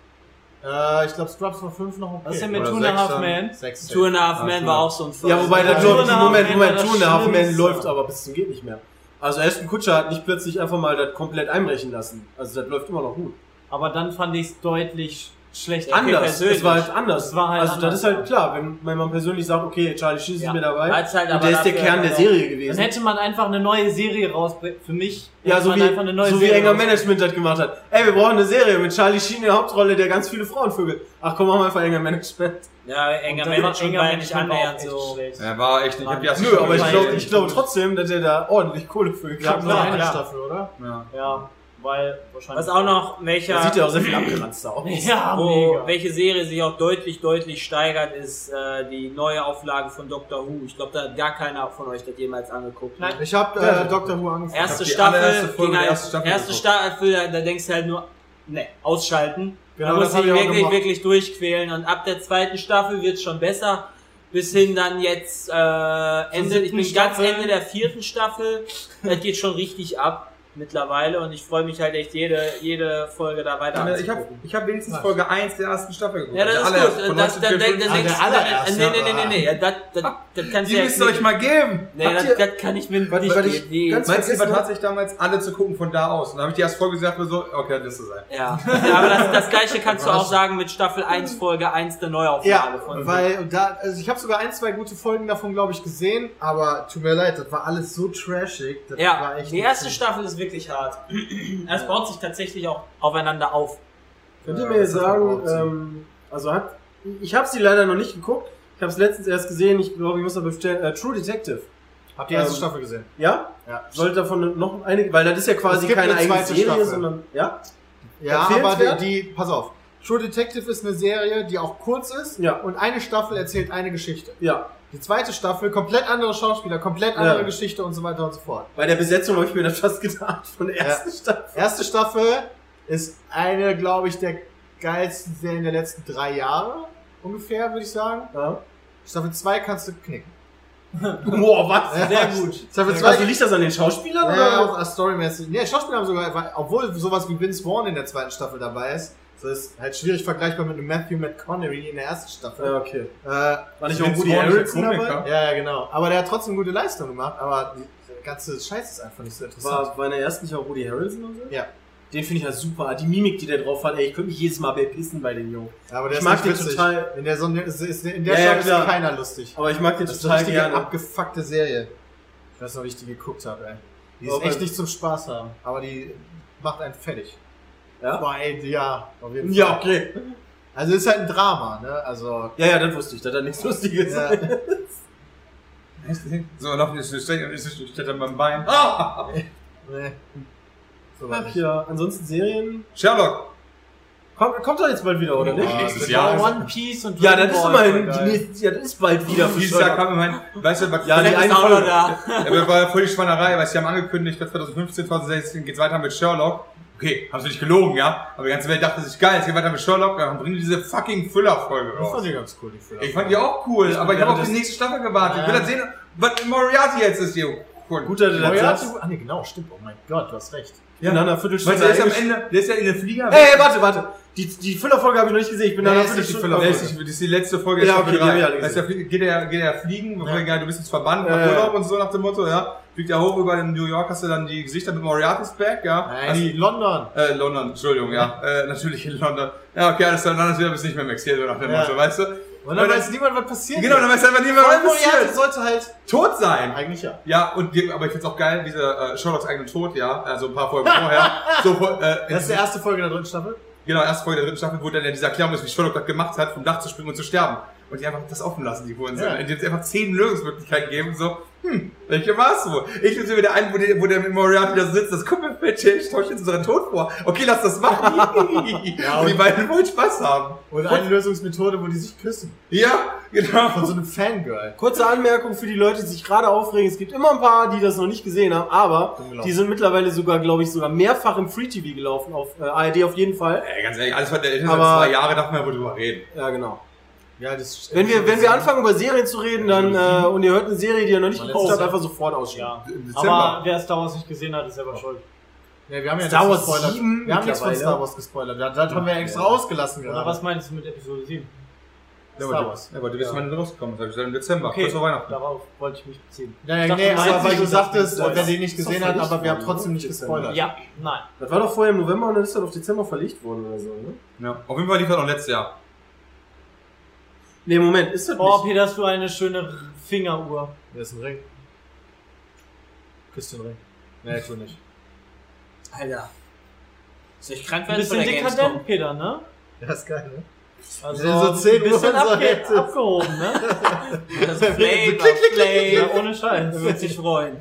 [SPEAKER 1] Äh, ich glaube, Scrubs von 5 noch okay.
[SPEAKER 6] Was ist denn mit
[SPEAKER 2] Oder
[SPEAKER 6] Two and a Half
[SPEAKER 2] sechser.
[SPEAKER 6] Men?
[SPEAKER 1] Sechs.
[SPEAKER 5] Two and a Half
[SPEAKER 2] Ah,
[SPEAKER 5] Man
[SPEAKER 2] Two
[SPEAKER 5] war
[SPEAKER 2] and a-
[SPEAKER 5] auch so ein First.
[SPEAKER 3] ja, wobei der
[SPEAKER 6] Two
[SPEAKER 3] Job,
[SPEAKER 6] and a Half
[SPEAKER 3] Moment,
[SPEAKER 6] Men
[SPEAKER 3] Moment,
[SPEAKER 6] war
[SPEAKER 3] Two
[SPEAKER 6] das
[SPEAKER 3] and a Half Men
[SPEAKER 6] Schlimmste.
[SPEAKER 3] läuft aber bis zum geht nicht mehr. Also Aston Kutscher hat nicht plötzlich einfach mal das komplett einbrechen lassen. Also das läuft immer noch gut.
[SPEAKER 6] Aber dann fand ich es deutlich schlechter.
[SPEAKER 3] anders,
[SPEAKER 6] persönlich.
[SPEAKER 3] es war halt anders.
[SPEAKER 6] Es war halt
[SPEAKER 3] also
[SPEAKER 6] anders.
[SPEAKER 3] das ist halt klar, wenn, wenn man persönlich sagt, okay, Charlie Sheen ist
[SPEAKER 6] Ja.
[SPEAKER 3] mir dabei.
[SPEAKER 5] Hat's halt
[SPEAKER 3] und
[SPEAKER 5] aber
[SPEAKER 3] der ist der
[SPEAKER 5] dafür
[SPEAKER 3] Kern der
[SPEAKER 5] auch-
[SPEAKER 3] Serie
[SPEAKER 6] Dann
[SPEAKER 3] gewesen.
[SPEAKER 6] hätte man einfach eine neue Serie rausbringen. Für mich
[SPEAKER 3] Ja,
[SPEAKER 6] hätte
[SPEAKER 3] so
[SPEAKER 6] man
[SPEAKER 3] wie,
[SPEAKER 6] einfach eine neue
[SPEAKER 3] so wie
[SPEAKER 6] Serie
[SPEAKER 3] Enger
[SPEAKER 6] rausbringen.
[SPEAKER 3] Management das gemacht hat. Ey, wir brauchen eine Serie mit Charlie Sheen in der Hauptrolle, der ganz viele Frauen vögelt. Ach komm, machen wir einfach Enger Management.
[SPEAKER 5] Ja, enger
[SPEAKER 6] Und dann war
[SPEAKER 5] Mensch und
[SPEAKER 6] Enger
[SPEAKER 5] war
[SPEAKER 6] Mensch
[SPEAKER 5] nicht
[SPEAKER 6] war auch
[SPEAKER 5] annähernd
[SPEAKER 6] echt
[SPEAKER 5] so.
[SPEAKER 6] schlecht.
[SPEAKER 2] Er war echt, ich hab die erste
[SPEAKER 3] Nö,
[SPEAKER 2] Staffel
[SPEAKER 3] aber ich
[SPEAKER 2] gesehen.
[SPEAKER 3] glaube ich glaube trotzdem, dass der da ordentlich Kohle für
[SPEAKER 1] Gab
[SPEAKER 3] gekriegt
[SPEAKER 1] nur
[SPEAKER 6] klar,
[SPEAKER 1] eine
[SPEAKER 6] klar.
[SPEAKER 1] Staffel, oder?
[SPEAKER 2] Ja.
[SPEAKER 6] Ja, weil wahrscheinlich.
[SPEAKER 5] Was auch noch,
[SPEAKER 3] Da
[SPEAKER 5] welcher,
[SPEAKER 3] sieht ja auch sehr viel abgeranzt aus.
[SPEAKER 6] Ja,
[SPEAKER 5] wo,
[SPEAKER 6] mega.
[SPEAKER 5] welche Serie sich auch deutlich, deutlich steigert, ist äh, die neue Auflage von Doctor Who. Ich glaube, da hat gar keiner von euch das jemals angeguckt. Ne?
[SPEAKER 6] Nein.
[SPEAKER 1] Ich habe
[SPEAKER 3] Ja.
[SPEAKER 1] äh, Dr. Who angefangen.
[SPEAKER 5] Erste
[SPEAKER 2] die
[SPEAKER 5] Staffel,
[SPEAKER 2] allererste Folge
[SPEAKER 5] ging
[SPEAKER 2] der
[SPEAKER 5] halt,
[SPEAKER 2] ersten Staffel
[SPEAKER 5] erste
[SPEAKER 2] geguckt.
[SPEAKER 5] Staffel, da, da denkst du halt nur, ne, ausschalten.
[SPEAKER 1] Genau,
[SPEAKER 5] da
[SPEAKER 1] das
[SPEAKER 5] musst du
[SPEAKER 1] hab ich
[SPEAKER 5] dich
[SPEAKER 1] auch
[SPEAKER 5] wirklich,
[SPEAKER 1] gemacht.
[SPEAKER 5] wirklich durchquälen. Und ab der zweiten Staffel wird es schon besser. Bis hin dann jetzt äh, Ende, ich
[SPEAKER 6] siebten
[SPEAKER 5] bin ganz
[SPEAKER 6] Staffel.
[SPEAKER 5] Ende der vierten Staffel. Das geht schon richtig ab. mittlerweile und ich freue mich halt echt jede, jede Folge da weiter
[SPEAKER 2] Ich habe
[SPEAKER 5] anzugucken.
[SPEAKER 2] ich hab wenigstens Folge 1 der ersten Staffel geguckt.
[SPEAKER 5] ja, das
[SPEAKER 2] Der
[SPEAKER 5] ist
[SPEAKER 2] allererste
[SPEAKER 5] gut.
[SPEAKER 2] von
[SPEAKER 5] Das, das, das,
[SPEAKER 2] 1954.
[SPEAKER 5] das,
[SPEAKER 1] Ah, der allererste.
[SPEAKER 5] nee, nee, nee, nee, nee. Ja, Das, das, das kannst du
[SPEAKER 2] Die
[SPEAKER 5] ja
[SPEAKER 2] müsst ihr euch
[SPEAKER 5] nicht.
[SPEAKER 2] mal geben.
[SPEAKER 5] Nee,
[SPEAKER 2] Habt
[SPEAKER 5] das,
[SPEAKER 2] ihr-
[SPEAKER 5] das kann ich mir
[SPEAKER 2] Warte, warte, ich-
[SPEAKER 5] nicht geben.
[SPEAKER 1] ganz-
[SPEAKER 5] Nee.
[SPEAKER 2] Meinst du, man
[SPEAKER 1] vergessen,
[SPEAKER 2] hat sich damals alle zu gucken von da aus? Und dann habe ich die erste Folge gesagt, mir so, okay, das ist ein.
[SPEAKER 5] Ja. ja, aber das, das gleiche kannst du auch sagen mit Staffel 1, Folge 1 der Neuauflage
[SPEAKER 1] Ja,
[SPEAKER 5] von
[SPEAKER 1] weil da, also ich habe sogar ein, zwei gute Folgen davon, glaube ich, gesehen, aber tut mir leid, das war alles so trashig. Das
[SPEAKER 5] Ja,
[SPEAKER 1] war echt
[SPEAKER 5] die
[SPEAKER 1] nicht
[SPEAKER 5] erste
[SPEAKER 1] gut.
[SPEAKER 5] Staffel ist wirklich hart. Es baut sich tatsächlich auch aufeinander auf.
[SPEAKER 3] Könnt
[SPEAKER 1] Ja,
[SPEAKER 3] ihr mir
[SPEAKER 1] das ist
[SPEAKER 3] sagen,
[SPEAKER 1] aber auch
[SPEAKER 3] ähm, also hat, ich habe sie leider noch nicht geguckt. Ich habe es letztens erst gesehen. Ich glaube, ich muss aber bestellen. Äh, True Detective.
[SPEAKER 1] Habt ihr die erste
[SPEAKER 3] ähm,
[SPEAKER 1] Staffel gesehen?
[SPEAKER 3] Ja?
[SPEAKER 1] Ja.
[SPEAKER 3] Sollte davon noch eine, weil das ist ja
[SPEAKER 1] Es
[SPEAKER 3] quasi
[SPEAKER 1] gibt
[SPEAKER 3] keine
[SPEAKER 1] eine
[SPEAKER 3] eigene
[SPEAKER 1] zweite
[SPEAKER 3] Serie,
[SPEAKER 1] Staffel.
[SPEAKER 3] sondern ja,
[SPEAKER 1] Ja, aber
[SPEAKER 3] Empfehlenswert?
[SPEAKER 1] die, die, pass auf. True Detective ist eine Serie, die auch kurz ist
[SPEAKER 3] Ja.
[SPEAKER 1] und eine Staffel erzählt eine Geschichte.
[SPEAKER 3] ja.
[SPEAKER 1] Die zweite Staffel, komplett andere Schauspieler, komplett
[SPEAKER 3] Ja.
[SPEAKER 1] andere Geschichte und so weiter und so fort.
[SPEAKER 3] Bei der Besetzung habe ich mir das fast gedacht von der
[SPEAKER 1] Ja.
[SPEAKER 3] ersten Staffel.
[SPEAKER 1] Erste Staffel ist eine, glaube ich, der geilsten Serien der letzten drei Jahre ungefähr, würde ich sagen.
[SPEAKER 3] Ja.
[SPEAKER 1] Staffel 2 kannst du knicken.
[SPEAKER 3] Boah, was? Sehr gut.
[SPEAKER 1] Staffel 2
[SPEAKER 3] Also liegt das an den Schauspielern
[SPEAKER 1] Ja,
[SPEAKER 3] oder?
[SPEAKER 1] auch als storymäßig. Nee, Schauspieler haben sogar, obwohl sowas wie Vince Vaughn in der zweiten Staffel dabei ist, das ist halt schwierig vergleichbar mit einem Matthew McConaughey in der ersten Staffel.
[SPEAKER 3] Ja, okay.
[SPEAKER 1] Äh,
[SPEAKER 3] War nicht
[SPEAKER 1] Vince
[SPEAKER 3] auch Woody
[SPEAKER 1] Vaughn ist der
[SPEAKER 3] Harrelson
[SPEAKER 1] Komiker.
[SPEAKER 3] dabei?
[SPEAKER 1] Ja, ja, genau. Aber der hat trotzdem gute Leistung gemacht, aber die ganze Scheiße ist einfach nicht so interessant.
[SPEAKER 3] War, war in der ersten nicht auch Woody Harrelson oder so?
[SPEAKER 1] Ja.
[SPEAKER 3] Den finde ich ja super. Die Mimik, die der drauf hat, ey, ich könnte mich jedes Mal bepissen bei dem Jungen.
[SPEAKER 1] aber
[SPEAKER 3] ich mag den
[SPEAKER 1] witzig.
[SPEAKER 3] total.
[SPEAKER 1] In der, Sonne, ist, ist, in der
[SPEAKER 3] Ja, ja,
[SPEAKER 1] Staffel
[SPEAKER 3] klar.
[SPEAKER 1] ist keiner lustig.
[SPEAKER 3] Aber ich mag den
[SPEAKER 1] Das ist eine
[SPEAKER 3] total
[SPEAKER 1] richtige
[SPEAKER 3] gerne.
[SPEAKER 1] abgefuckte Serie. Ich weiß noch, wie ich die geguckt habe, ey. Die ist
[SPEAKER 3] Aber-
[SPEAKER 1] echt nicht zum Spaß haben, aber die macht einen fertig.
[SPEAKER 3] Ja?
[SPEAKER 1] Boah, ey, ja, auf jeden Fall.
[SPEAKER 3] ja, okay.
[SPEAKER 1] Also ist halt ein Drama, ne? Also.
[SPEAKER 3] Ja, ja, das wusste ich. Das hat nichts Lustiges.
[SPEAKER 1] Ja.
[SPEAKER 2] So, noch ein bisschen schlecht, ein bisschen schlechter beim Bein. Ah!
[SPEAKER 1] Nee. So war
[SPEAKER 3] Ach
[SPEAKER 1] nicht.
[SPEAKER 3] ja, ansonsten Serien.
[SPEAKER 2] Sherlock!
[SPEAKER 3] Kommt, kommt doch jetzt bald wieder, oder nicht?
[SPEAKER 7] Nächstes Jahr.
[SPEAKER 4] One Piece und
[SPEAKER 3] Ja,
[SPEAKER 4] Dragon
[SPEAKER 3] das ist
[SPEAKER 4] Ball.
[SPEAKER 3] immerhin.
[SPEAKER 4] Geil.
[SPEAKER 3] Die nächste, ja, das ist bald wieder. für
[SPEAKER 2] Dieses Jahr
[SPEAKER 3] Sherlock.
[SPEAKER 2] kam immerhin, weißt du, was
[SPEAKER 3] Ja, die
[SPEAKER 2] ja,
[SPEAKER 3] eine
[SPEAKER 5] ist auch noch
[SPEAKER 3] Folge.
[SPEAKER 5] da.
[SPEAKER 2] aber war ja voll die Schweinerei, weil sie haben angekündigt, ich glaub, 2015, 2016 geht's weiter mit Sherlock. Okay, haben sie nicht gelogen, ja? Aber die ganze Welt dachte sich, geil, es geht weiter mit Sherlock, dann bringen die diese fucking Füllerfolge
[SPEAKER 1] Ich fand
[SPEAKER 2] raus.
[SPEAKER 1] die ganz cool, die Füller.
[SPEAKER 2] Ich fand die auch cool, aber ich
[SPEAKER 3] ja,
[SPEAKER 2] habe auf
[SPEAKER 3] das-
[SPEAKER 2] die nächste Staffel gewartet. Ich will
[SPEAKER 1] Ja.
[SPEAKER 2] dann sehen, was in Moriarty jetzt ist, hier.
[SPEAKER 3] Gut, dass du das
[SPEAKER 4] Oh
[SPEAKER 1] Moriarty,
[SPEAKER 3] sagst.
[SPEAKER 1] ah ne, genau, stimmt. Oh mein Gott, du hast recht.
[SPEAKER 3] Ja. In einer Viertelstunde.
[SPEAKER 2] Weißt du, der ist
[SPEAKER 3] eingesch-
[SPEAKER 2] am Ende, der ist ja in der Flieger.
[SPEAKER 3] Ey, ey, warte, warte. Die, die Füllerfolge habe ich noch nicht gesehen. Ich bin
[SPEAKER 1] Nee,
[SPEAKER 3] da
[SPEAKER 1] ist
[SPEAKER 3] noch
[SPEAKER 1] nicht die
[SPEAKER 2] Nee,
[SPEAKER 1] Füllerfolge.
[SPEAKER 3] Füllerfolge.
[SPEAKER 2] ist nicht- das ist die letzte
[SPEAKER 3] Ja,
[SPEAKER 2] Folge der
[SPEAKER 3] okay, die
[SPEAKER 2] Staffel
[SPEAKER 3] haben wir alle
[SPEAKER 2] 3. Weißt du, da fliegt- geht er, geht er fliegen, ja. egal, du bist jetzt verbannt,
[SPEAKER 3] Ja,
[SPEAKER 2] mach
[SPEAKER 3] ja.
[SPEAKER 2] Urlaub und so nach dem Motto, ja. Fliegt er hoch über in New York, hast du dann die Gesichter mit Moriarty's Back, ja.
[SPEAKER 1] Nein,
[SPEAKER 2] Also,
[SPEAKER 1] die London.
[SPEAKER 2] äh, London, Entschuldigung, ja. äh, natürlich in London. Ja, okay, alles klar, dann ist wieder bis nicht mehr Max hier, so nach dem
[SPEAKER 1] Ja.
[SPEAKER 2] Motto, weißt du?
[SPEAKER 1] Und dann
[SPEAKER 2] Aber
[SPEAKER 1] weiß niemand, was passiert.
[SPEAKER 2] Genau, dann
[SPEAKER 1] ist.
[SPEAKER 2] weiß einfach niemand,
[SPEAKER 1] Vor allem
[SPEAKER 2] was
[SPEAKER 1] Moriarty
[SPEAKER 2] passiert.
[SPEAKER 1] sollte halt.
[SPEAKER 2] Tot sein.
[SPEAKER 1] Eigentlich ja.
[SPEAKER 2] Ja, und die, aber ich find's auch geil, diese äh, Sherlocks eigenen Tod, ja, also ein paar Folgen vorher. So, äh,
[SPEAKER 1] Das ist die erste Folge der dritten Staffel.
[SPEAKER 2] Genau, erste Folge der dritten Staffel, wo dann ja diese Erklärung ist, wie Sherlock das gemacht hat, vom Dach zu springen und zu sterben. Und die einfach das offen lassen, die Huren
[SPEAKER 1] Ja.
[SPEAKER 2] sind. Die jetzt einfach zehn Lösungsmöglichkeiten geben, so, hm, welche war es wohl? Ich nehme wieder ein, wo der, wo der mit Moriarty da sitzt, das Kumpelfettchen, ich täusche jetzt unseren Tod vor. Okay, lass das machen.
[SPEAKER 1] Ja,
[SPEAKER 2] und die
[SPEAKER 1] und-
[SPEAKER 2] beiden wollen Spaß haben.
[SPEAKER 1] Und eine Lösungsmethode, wo die sich küssen.
[SPEAKER 2] Ja,
[SPEAKER 1] Von
[SPEAKER 2] genau.
[SPEAKER 1] so einem Fangirl.
[SPEAKER 3] Kurze Anmerkung für die Leute, die sich gerade aufregen. Es gibt immer ein paar, die das noch nicht gesehen haben, aber
[SPEAKER 1] Ungelaufen.
[SPEAKER 3] die sind mittlerweile sogar, glaube ich, sogar mehrfach im Free TV gelaufen, auf äh, ARD auf jeden Fall.
[SPEAKER 2] Ey, ganz ehrlich, alles was der Internet
[SPEAKER 3] Aber-
[SPEAKER 2] zwei Jahre darf man ja wohl drüber reden.
[SPEAKER 3] Ja, genau.
[SPEAKER 1] Ja, das
[SPEAKER 3] Wenn wir, wenn wir anfangen, über Serien zu reden, dann äh, und ihr hört eine Serie, die ihr noch nicht geguckt habt, einfach sofort ausschalten.
[SPEAKER 4] Ja.
[SPEAKER 2] Im
[SPEAKER 4] Aber wer Star Wars nicht gesehen hat, ist selber schuld.
[SPEAKER 1] Ja, wir haben ja
[SPEAKER 3] Star
[SPEAKER 1] nichts
[SPEAKER 3] Wars
[SPEAKER 1] gespoilert.
[SPEAKER 3] 7
[SPEAKER 1] Wir haben nichts von
[SPEAKER 3] mittlerweile.
[SPEAKER 1] Star Wars gespoilert. Das, das haben wir extra ausgelassen
[SPEAKER 4] Oder
[SPEAKER 1] gerade.
[SPEAKER 4] was meinst du mit Episode 7?
[SPEAKER 2] Ja,
[SPEAKER 1] Star
[SPEAKER 2] aber
[SPEAKER 1] Wars.
[SPEAKER 2] du, ja, aber du bist ja. wann rausgekommen, sag ich, dann im Dezember, kurz vor Weihnachten.
[SPEAKER 4] darauf wollte ich mich beziehen.
[SPEAKER 1] Ja,
[SPEAKER 4] Ich
[SPEAKER 1] ja,
[SPEAKER 4] dachte,
[SPEAKER 1] nee,
[SPEAKER 4] du
[SPEAKER 1] aber
[SPEAKER 4] meinst
[SPEAKER 1] weil du
[SPEAKER 4] nicht, dass
[SPEAKER 1] sagtest,
[SPEAKER 4] wir spoilern.
[SPEAKER 1] dass ihr nicht gesehen habt,
[SPEAKER 3] verlegt
[SPEAKER 1] aber wir haben
[SPEAKER 3] worden,
[SPEAKER 1] trotzdem nicht
[SPEAKER 3] oder?
[SPEAKER 1] gespoilert.
[SPEAKER 4] Ja, nein.
[SPEAKER 3] Das war doch vorher im November und dann ist das auf Dezember verlegt worden oder so, ne?
[SPEAKER 2] Ja. Auf jeden Fall lief das noch letztes Jahr.
[SPEAKER 3] Nee, Moment, ist das
[SPEAKER 4] Oh,
[SPEAKER 3] nicht?
[SPEAKER 4] Peter, hast du eine schöne Fingeruhr.
[SPEAKER 1] Hier ist ein Ring. Küsst den Ring. Nee, tu nicht.
[SPEAKER 5] Alter. Soll ich krank
[SPEAKER 4] Ein
[SPEAKER 5] werden
[SPEAKER 4] bisschen
[SPEAKER 5] von der Gamescom?
[SPEAKER 4] dekadent, Peter, ne?
[SPEAKER 1] Das ist geil, ne?
[SPEAKER 4] Also
[SPEAKER 1] So 10
[SPEAKER 4] ein
[SPEAKER 1] Uhr
[SPEAKER 4] bisschen
[SPEAKER 1] und so
[SPEAKER 4] abge
[SPEAKER 1] hätte.
[SPEAKER 4] abgehoben, ne?
[SPEAKER 5] Das Flame
[SPEAKER 1] klick, klick,
[SPEAKER 5] auf Flame.
[SPEAKER 4] Ja, ohne Scheiß.
[SPEAKER 5] Er wird sich freuen.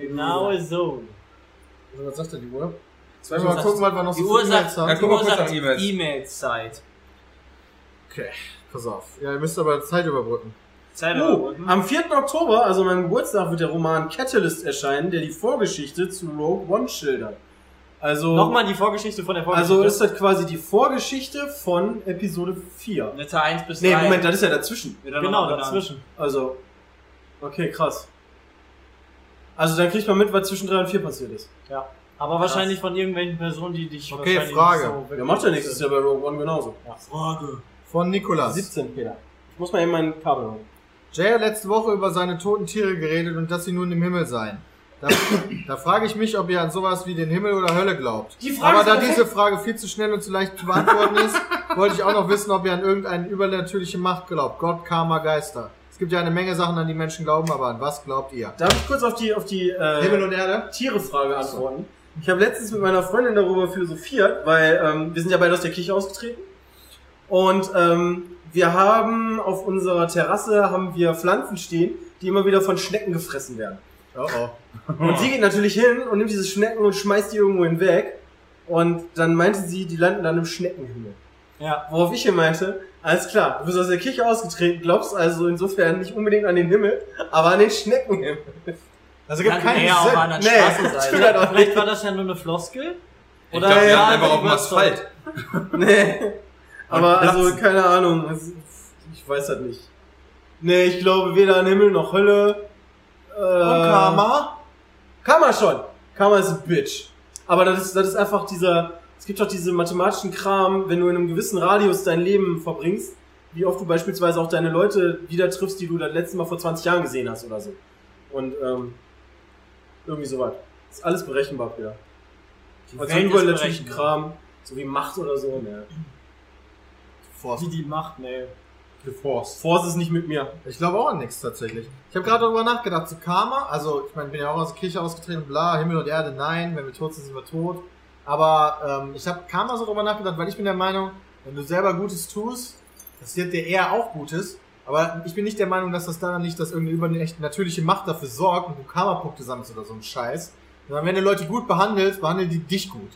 [SPEAKER 4] Genau so.
[SPEAKER 1] Also, was sagt denn die Uhr? Jetzt werden wir mal gucken, was wir noch
[SPEAKER 5] Die
[SPEAKER 1] so
[SPEAKER 5] Uhr
[SPEAKER 1] für
[SPEAKER 5] sagt,
[SPEAKER 1] E-Mails haben.
[SPEAKER 2] Ja,
[SPEAKER 5] die
[SPEAKER 2] guck mal
[SPEAKER 5] Uhr
[SPEAKER 2] kurz
[SPEAKER 5] sagt
[SPEAKER 2] nach E-Mails.
[SPEAKER 5] E-Mail-Zeit.
[SPEAKER 1] Okay, pass auf. Ja, ihr müsst aber Zeit überbrücken.
[SPEAKER 5] Zeit
[SPEAKER 3] Oh,
[SPEAKER 5] überbrücken.
[SPEAKER 3] am 4. Oktober, also meinem Geburtstag, wird der Roman Catalyst erscheinen, der die Vorgeschichte zu Rogue One schildert. Also,
[SPEAKER 4] Nochmal die Vorgeschichte von der Vorgeschichte.
[SPEAKER 3] also ist das quasi die Vorgeschichte von Episode 4.
[SPEAKER 5] Mitte 1 bis 3.
[SPEAKER 3] Nee, Moment, das ist ja dazwischen.
[SPEAKER 5] Wird dann
[SPEAKER 4] genau
[SPEAKER 5] noch mal benannt.
[SPEAKER 4] dazwischen.
[SPEAKER 3] Also, okay, krass. Also dann kriegt man mit, was zwischen 3 und 4 passiert ist.
[SPEAKER 4] Ja. Aber wahrscheinlich von irgendwelchen Personen, die dich
[SPEAKER 1] Okay,
[SPEAKER 4] wahrscheinlich
[SPEAKER 1] Frage.
[SPEAKER 4] nicht
[SPEAKER 3] Ja, macht ja nichts, ist ja bei Rogue One genauso.
[SPEAKER 5] Frage.
[SPEAKER 1] Von Nikolas.
[SPEAKER 3] 17, Peter. Ich muss mal eben mein Kabel holen.
[SPEAKER 1] Jay hat letzte Woche über seine toten Tiere geredet und dass sie nun im Himmel seien. Da, da frage ich mich, ob ihr an sowas wie den Himmel oder Hölle glaubt.
[SPEAKER 3] Die Frage
[SPEAKER 1] Aber da
[SPEAKER 3] ist perfekt.
[SPEAKER 1] diese Frage viel zu schnell und zu leicht zu beantworten ist, wollte ich auch noch wissen, ob ihr an irgendeine übernatürliche Macht glaubt. Gott, Karma, Geister. Es gibt ja eine Menge Sachen, an die Menschen glauben, aber an was glaubt ihr?
[SPEAKER 3] Darf ich kurz auf die, auf die äh,
[SPEAKER 1] Himmel und Erde?
[SPEAKER 3] Tiere-Frage antworten? Ich habe letztens mit meiner Freundin darüber philosophiert, weil ähm, wir sind ja beide aus der Kirche ausgetreten. Und ähm, wir haben auf unserer Terrasse haben wir Pflanzen stehen, die immer wieder von Schnecken gefressen werden.
[SPEAKER 1] Oh oh.
[SPEAKER 3] Und sie geht natürlich hin und nimmt diese Schnecken und schmeißt die irgendwo hinweg. Und dann meinte sie, die landen dann im Schneckenhimmel.
[SPEAKER 4] Ja.
[SPEAKER 3] Worauf ich hier meinte, alles klar, du bist aus der Kirche ausgetreten, glaubst also insofern nicht unbedingt an den Himmel, aber an den Schneckenhimmel.
[SPEAKER 1] Also gibt
[SPEAKER 4] Dann
[SPEAKER 1] keinen
[SPEAKER 4] eher auf einer
[SPEAKER 1] Sinn.
[SPEAKER 4] Straßenseite.
[SPEAKER 3] tut er doch
[SPEAKER 4] Vielleicht war das ja nur eine Floskel.
[SPEAKER 2] Oder ich glaube, die
[SPEAKER 3] ja,
[SPEAKER 2] landen einfach auf dem
[SPEAKER 4] Überzeugung.
[SPEAKER 2] Asphalt.
[SPEAKER 3] Nee. Aber
[SPEAKER 2] platzen.
[SPEAKER 3] also, keine Ahnung. es- Ich weiß halt nicht. Nee, ich glaube weder an Himmel noch Hölle. Äh, und
[SPEAKER 1] Karma?
[SPEAKER 3] Karma schon. Karma ist ein Bitch. Aber das ist, das ist einfach dieser. Es gibt doch diesen mathematischen Kram, wenn du in einem gewissen Radius dein Leben verbringst, wie oft du beispielsweise auch deine Leute wieder triffst, die du das letzte Mal vor 20 Jahren gesehen hast oder so. Und ähm, irgendwie sowas. Ist alles berechenbar wieder. Also
[SPEAKER 4] Welt ist
[SPEAKER 3] übernatürlichen
[SPEAKER 4] berechenbar.
[SPEAKER 3] Kram, so wie Macht oder so. Ne.
[SPEAKER 4] Wie die Macht, nee.
[SPEAKER 3] Force ist nicht mit mir.
[SPEAKER 1] Ich glaube auch an nichts tatsächlich. Ich habe gerade darüber nachgedacht, zu Karma, also ich meine, ich bin ja auch aus der Kirche ausgetreten, bla, Himmel und Erde, nein, wenn wir tot sind, sind wir tot. Aber ähm, ich habe Karma so darüber nachgedacht, weil ich bin der Meinung, wenn du selber Gutes tust, passiert dir eher auch Gutes. Aber ich bin nicht der Meinung, dass das daran liegt, dass irgendeine übernatürliche Macht dafür sorgt und du Karma-Punkte sammelst oder so ein Scheiß. Sondern wenn du Leute gut behandelst, behandeln die dich gut.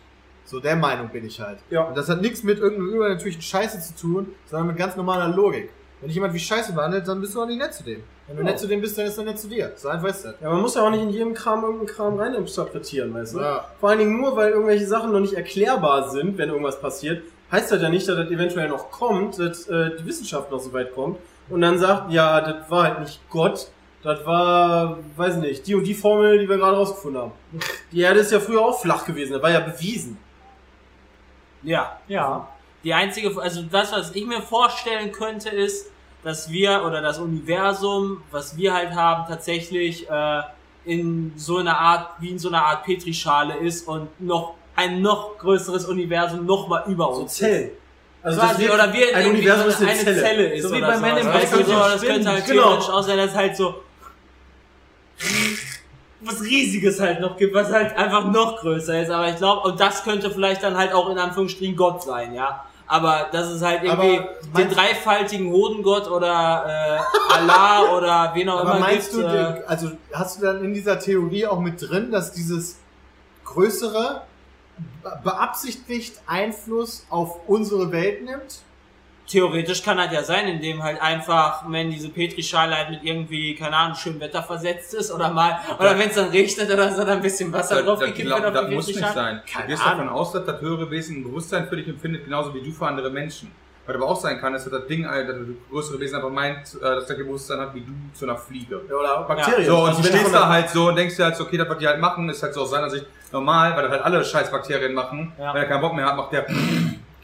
[SPEAKER 1] So der Meinung bin ich halt.
[SPEAKER 3] Ja.
[SPEAKER 1] Und das hat nichts mit irgendeiner übernatürlichen Scheiße zu tun, sondern mit ganz normaler Logik. Wenn dich jemand wie Scheiße behandelt, dann bist du auch nicht nett zu dem. Wenn du
[SPEAKER 3] Genau.
[SPEAKER 1] nett zu dem bist, dann ist er nett zu dir. So einfach ist das.
[SPEAKER 3] Ja, man muss ja auch nicht in jedem Kram irgendeinen Kram reininterpretieren, weißt du?
[SPEAKER 1] Ja.
[SPEAKER 3] Vor allen Dingen nur, weil irgendwelche Sachen noch nicht erklärbar sind, wenn irgendwas passiert, heißt das ja nicht, dass das eventuell noch kommt, dass äh, die Wissenschaft noch so weit kommt und dann sagt, ja, das war halt nicht Gott, das war, weiß nicht, die und die Formel, die wir gerade rausgefunden haben. Die Erde ist ja früher auch flach gewesen, das war ja bewiesen.
[SPEAKER 5] Ja.
[SPEAKER 4] Ja.
[SPEAKER 5] Die einzige, also das, was ich mir vorstellen könnte, ist, dass wir oder das Universum, was wir halt haben, tatsächlich äh, in so einer Art, wie in so einer Art Petrischale ist und noch ein noch größeres Universum nochmal über
[SPEAKER 3] So
[SPEAKER 5] uns.
[SPEAKER 3] Zellen. Also
[SPEAKER 5] Quasi,
[SPEAKER 3] wird-
[SPEAKER 5] oder wir in
[SPEAKER 3] ein
[SPEAKER 5] irgendwie
[SPEAKER 3] Universum
[SPEAKER 5] so
[SPEAKER 3] ist eine, Zelle.
[SPEAKER 5] ist
[SPEAKER 4] So wie
[SPEAKER 5] oder
[SPEAKER 4] bei Men in
[SPEAKER 5] sowas.
[SPEAKER 4] Black
[SPEAKER 5] Weißt du,
[SPEAKER 4] mit
[SPEAKER 5] so, Also
[SPEAKER 4] den
[SPEAKER 5] das könnte
[SPEAKER 4] Spinnen.
[SPEAKER 5] halt
[SPEAKER 3] Genau.
[SPEAKER 5] theoretisch auch sein, dass halt so was riesiges halt noch gibt, was halt einfach noch größer ist, aber ich glaube, und das könnte vielleicht dann halt auch in Anführungsstrichen Gott sein, ja. Aber das ist halt irgendwie
[SPEAKER 1] Aber
[SPEAKER 5] den
[SPEAKER 1] meinst-
[SPEAKER 5] dreifaltigen Hodengott oder äh, Allah oder wen auch
[SPEAKER 1] Aber
[SPEAKER 5] immer
[SPEAKER 1] meinst
[SPEAKER 5] gibt.
[SPEAKER 1] du,
[SPEAKER 5] äh,
[SPEAKER 1] also hast du dann in dieser Theorie auch mit drin, dass dieses größere be- beabsichtigt Einfluss auf unsere Welt nimmt?
[SPEAKER 5] theoretisch kann das ja sein, indem halt einfach, wenn diese Petrischale halt mit irgendwie, keine Ahnung, schönem Wetter versetzt ist oder mal, oder wenn es dann regnet oder so, dann ein bisschen Wasser
[SPEAKER 2] Das, das,
[SPEAKER 5] draufgekippt
[SPEAKER 2] glaub-
[SPEAKER 5] wird auf
[SPEAKER 2] das
[SPEAKER 5] die
[SPEAKER 2] muss nicht
[SPEAKER 5] Petrischale.
[SPEAKER 2] sein. Du gehst davon aus, dass das höhere Wesen ein Bewusstsein für dich empfindet, genauso wie du für andere Menschen. Was aber auch sein kann, ist, dass das Ding, äh, das größere Wesen einfach meint, äh, dass das Bewusstsein hat, wie du zu einer Fliege.
[SPEAKER 3] Ja, Genau. oder Bakterien.
[SPEAKER 2] So, und
[SPEAKER 3] Also
[SPEAKER 2] du
[SPEAKER 3] wenn
[SPEAKER 2] stehst
[SPEAKER 3] von der-
[SPEAKER 2] da halt so und denkst dir halt so, okay, das, was die halt machen, ist halt so aus seiner Sicht normal, weil das halt alle scheiß Bakterien machen.
[SPEAKER 4] Ja.
[SPEAKER 2] Wenn er keinen Bock mehr hat, macht der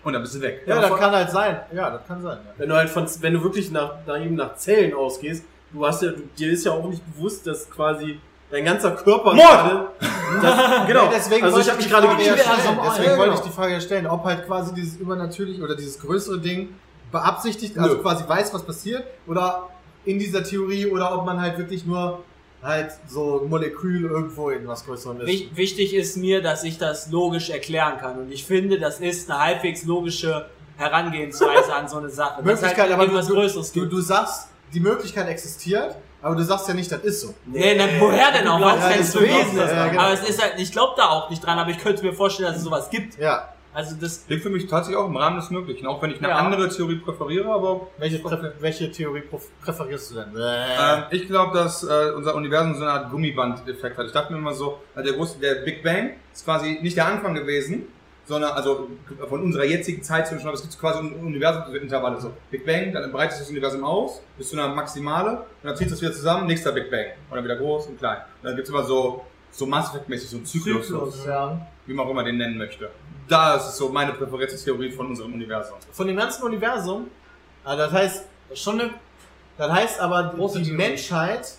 [SPEAKER 2] und dann bist du weg.
[SPEAKER 1] Ja,
[SPEAKER 3] Ja,
[SPEAKER 1] das
[SPEAKER 3] voll-
[SPEAKER 1] kann halt sein. Ja, das kann sein. Ja.
[SPEAKER 3] Wenn du halt von, wenn du wirklich nach, nach eben nach Zellen ausgehst, du hast ja, du, dir ist ja auch nicht bewusst, dass quasi dein ganzer Körper gerade, das, genau.
[SPEAKER 1] Nee, deswegen
[SPEAKER 3] also ich
[SPEAKER 1] wollte
[SPEAKER 3] habe mich
[SPEAKER 1] die
[SPEAKER 3] gerade
[SPEAKER 1] Frage ja
[SPEAKER 3] geirrt.
[SPEAKER 1] stellen.
[SPEAKER 3] Also,
[SPEAKER 1] Deswegen
[SPEAKER 3] ja,
[SPEAKER 1] wollte ich
[SPEAKER 3] genau.
[SPEAKER 1] die Frage ja stellen, ob halt quasi dieses übernatürliche oder dieses größere Ding beabsichtigt, also
[SPEAKER 3] Nö.
[SPEAKER 1] quasi weiß, was passiert, oder in dieser Theorie, oder ob man halt wirklich nur halt so ein Molekül irgendwo in was Größerem ist.
[SPEAKER 5] Wich- Wichtig ist mir, dass ich das logisch erklären kann. Und ich finde, das ist eine halbwegs logische Herangehensweise an so eine Sache. Dass
[SPEAKER 1] Möglichkeit, aber du,
[SPEAKER 5] irgendwas Also, Größeres
[SPEAKER 1] du, du,
[SPEAKER 5] gibt.
[SPEAKER 1] du sagst, die Möglichkeit existiert, aber du sagst ja nicht, das ist so.
[SPEAKER 5] Nee, na, woher denn auch?
[SPEAKER 1] glaubst,
[SPEAKER 5] Was
[SPEAKER 1] ja,
[SPEAKER 5] denn zu
[SPEAKER 1] deswegen,
[SPEAKER 5] Wesen ist?
[SPEAKER 1] ja, genau.
[SPEAKER 5] Aber es ist halt, ich glaube da auch nicht dran, aber ich könnte mir vorstellen, dass es sowas gibt.
[SPEAKER 1] Ja.
[SPEAKER 5] Also das,
[SPEAKER 2] Liegt für mich tatsächlich auch im Rahmen des Möglichen, auch wenn ich eine
[SPEAKER 5] Ja.
[SPEAKER 2] andere Theorie präferiere, aber
[SPEAKER 1] Welche, Präfer- welche Theorie pref- präferierst du denn? Äh,
[SPEAKER 2] Ähm, ich glaube, dass äh, unser Universum so eine Art Gummiband-Effekt hat. Ich dachte mir immer so, also der, große, der Big Bang ist quasi nicht der Anfang gewesen, sondern also von unserer jetzigen Zeit zum Beispiel, aber es gibt quasi Un- Universumsintervalle, so Big Bang, dann breitet sich das Universum aus, bis zu einer Maximale, und dann zieht es wieder zusammen, nächster Big Bang, und dann wieder groß und klein. Und dann gibt es immer so, so Mass Effect-mäßig so einen
[SPEAKER 1] Äh,
[SPEAKER 2] Zyklus,
[SPEAKER 4] Zyklus, ja.
[SPEAKER 2] wie man auch immer den nennen möchte. Das ist so meine Präferenztheorie von unserem Universum.
[SPEAKER 1] Von dem ganzen Universum, ah, das heißt, schon eine, das heißt aber,
[SPEAKER 2] Große
[SPEAKER 1] die
[SPEAKER 2] Theorie.
[SPEAKER 1] Menschheit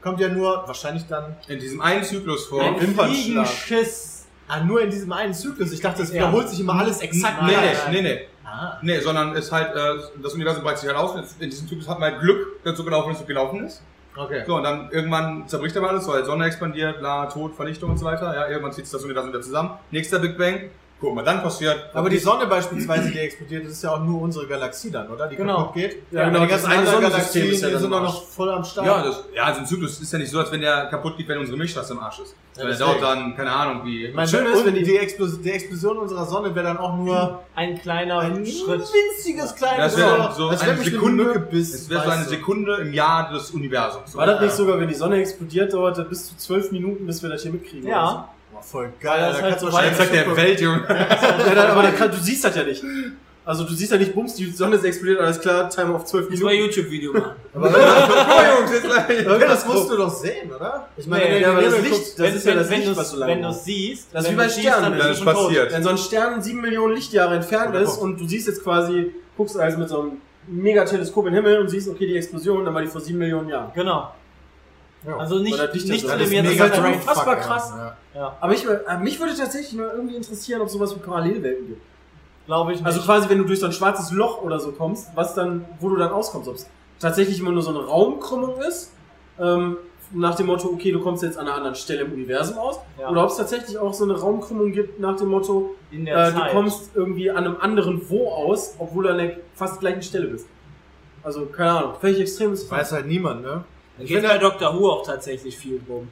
[SPEAKER 1] kommt ja nur, wahrscheinlich dann,
[SPEAKER 2] In diesem einen Zyklus vor.
[SPEAKER 1] ein
[SPEAKER 2] Wimpernschlag.
[SPEAKER 1] Fliegenschiss. Ah, nur in diesem einen Zyklus. Ich dachte, es wiederholt sich immer alles exakt
[SPEAKER 2] Nee,
[SPEAKER 1] gleich.
[SPEAKER 2] nee, nee, nee.
[SPEAKER 1] Ah.
[SPEAKER 2] Nee, sondern ist halt, äh, das Universum breitet sich halt aus. In diesem Zyklus hat man halt Glück, dass es so gelaufen ist, wie es gelaufen ist.
[SPEAKER 1] Okay.
[SPEAKER 2] So, und dann irgendwann zerbricht aber alles, weil Sonne expandiert, bla, Tod, Vernichtung und so weiter. Ja, irgendwann zieht sich das Universum wieder zusammen. Nächster Big Bang. Guck mal, dann passiert.
[SPEAKER 1] Aber die Sonne beispielsweise, die explodiert, das ist ja auch nur unsere Galaxie dann, oder? Die
[SPEAKER 4] Genau.
[SPEAKER 1] kaputt geht.
[SPEAKER 3] Ja,
[SPEAKER 1] Aber
[SPEAKER 3] genau,
[SPEAKER 1] Die ganzen
[SPEAKER 3] das eine
[SPEAKER 1] anderen
[SPEAKER 3] Sonnensystem
[SPEAKER 1] Galaxien,
[SPEAKER 3] ist ja
[SPEAKER 1] die
[SPEAKER 3] dann
[SPEAKER 1] sind auch
[SPEAKER 3] im
[SPEAKER 1] noch voll am Start.
[SPEAKER 2] Ja, das, ja, also ein Zyklus ist ja nicht so, als wenn der kaputt geht, wenn unsere Milchstraße im Arsch ist.
[SPEAKER 1] Ja,
[SPEAKER 2] Weil der
[SPEAKER 1] deswegen.
[SPEAKER 2] dauert dann, keine Ahnung, wie.
[SPEAKER 1] Ich meine,
[SPEAKER 4] Schön
[SPEAKER 1] Schön
[SPEAKER 4] ist,
[SPEAKER 1] ist,
[SPEAKER 4] wenn die-
[SPEAKER 1] die, Explos die Explosion unserer Sonne wäre dann auch nur
[SPEAKER 4] Ein kleiner
[SPEAKER 1] ein
[SPEAKER 4] Schritt.
[SPEAKER 1] winziges kleines
[SPEAKER 2] Das wäre
[SPEAKER 1] Rohr.
[SPEAKER 2] dann so
[SPEAKER 1] als
[SPEAKER 2] eine
[SPEAKER 1] wenn mich
[SPEAKER 2] Sekunde-
[SPEAKER 1] Mücke biss,
[SPEAKER 2] Es wäre so eine
[SPEAKER 1] weißt du.
[SPEAKER 2] Sekunde im Jahr des Universums.
[SPEAKER 3] War das
[SPEAKER 2] Ja.
[SPEAKER 3] nicht sogar, wenn die Sonne explodiert, dauert das bis zu zwölf Minuten, bis wir das hier mitkriegen?
[SPEAKER 4] Ja.
[SPEAKER 1] Boah, voll geil,
[SPEAKER 4] das
[SPEAKER 1] da
[SPEAKER 4] halt
[SPEAKER 1] kannst du
[SPEAKER 4] so
[SPEAKER 2] Dann
[SPEAKER 1] wahrscheinlich
[SPEAKER 2] sagt der
[SPEAKER 1] schon
[SPEAKER 2] Welt, Junge.
[SPEAKER 3] Also. ja dann, aber dann kann, du siehst das ja nicht. Also du siehst ja nicht, bums, die Sonne ist explodiert, alles klar, Time auf zwölf
[SPEAKER 5] Muss mal ein
[SPEAKER 3] Minuten.
[SPEAKER 5] YouTube-Video machen.
[SPEAKER 1] gucken. Das musst du doch sehen, oder? Ich meine,
[SPEAKER 3] Nee,
[SPEAKER 1] wenn
[SPEAKER 3] ja,
[SPEAKER 1] du
[SPEAKER 3] aber
[SPEAKER 1] in
[SPEAKER 3] das
[SPEAKER 1] den Himmel
[SPEAKER 3] Licht-
[SPEAKER 1] guckst,
[SPEAKER 3] das
[SPEAKER 1] wenn-
[SPEAKER 3] ist ja
[SPEAKER 1] wenn-
[SPEAKER 3] das
[SPEAKER 1] wenn
[SPEAKER 3] Licht,
[SPEAKER 1] du's-
[SPEAKER 3] was so lange
[SPEAKER 1] wenn
[SPEAKER 3] braucht.
[SPEAKER 1] du's siehst,
[SPEAKER 3] Das ist
[SPEAKER 1] wenn
[SPEAKER 3] wie bei
[SPEAKER 1] du siehst, dann
[SPEAKER 3] Sternen,
[SPEAKER 1] bist
[SPEAKER 2] Dann
[SPEAKER 1] du
[SPEAKER 2] ist
[SPEAKER 1] schon tot.
[SPEAKER 2] passiert.
[SPEAKER 3] Wenn so ein Stern sieben Millionen Lichtjahre entfernt ist und du siehst jetzt quasi, guckst also mit so einem Megateleskop in den Himmel und siehst, okay, die Explosion, dann war die vor sieben Millionen Jahren.
[SPEAKER 4] Genau.
[SPEAKER 1] Ja.
[SPEAKER 4] Also nicht,
[SPEAKER 3] Weil das Licht ja
[SPEAKER 4] nicht
[SPEAKER 3] so
[SPEAKER 4] zu
[SPEAKER 1] Das
[SPEAKER 4] dem
[SPEAKER 1] ist
[SPEAKER 4] jetzt.
[SPEAKER 1] mega
[SPEAKER 4] Das ist halt
[SPEAKER 1] mindfuck,
[SPEAKER 4] unfassbar
[SPEAKER 1] ja.
[SPEAKER 4] krass.
[SPEAKER 1] Ja.
[SPEAKER 3] Aber ich, äh, mich würde tatsächlich mal irgendwie interessieren, ob sowas wie Parallelwelten gibt.
[SPEAKER 4] Glaube ich nicht.
[SPEAKER 3] Also quasi, wenn du durch so ein schwarzes Loch oder so kommst, was dann, wo du dann auskommst, ob es tatsächlich immer nur so eine Raumkrümmung ist, ähm, nach dem Motto, okay, du kommst jetzt an einer anderen Stelle im Universum aus,
[SPEAKER 4] Ja.
[SPEAKER 3] oder ob es tatsächlich auch so eine Raumkrümmung gibt nach dem Motto,
[SPEAKER 4] in der
[SPEAKER 3] äh, du
[SPEAKER 4] Zeit.
[SPEAKER 3] kommst irgendwie an einem anderen Wo aus, obwohl du an der fast gleichen Stelle bist. Also, keine Ahnung, völlig extrem ist.
[SPEAKER 1] Weiß halt niemand, ne?
[SPEAKER 5] Da geht bei Dr. Who auch tatsächlich viel drum.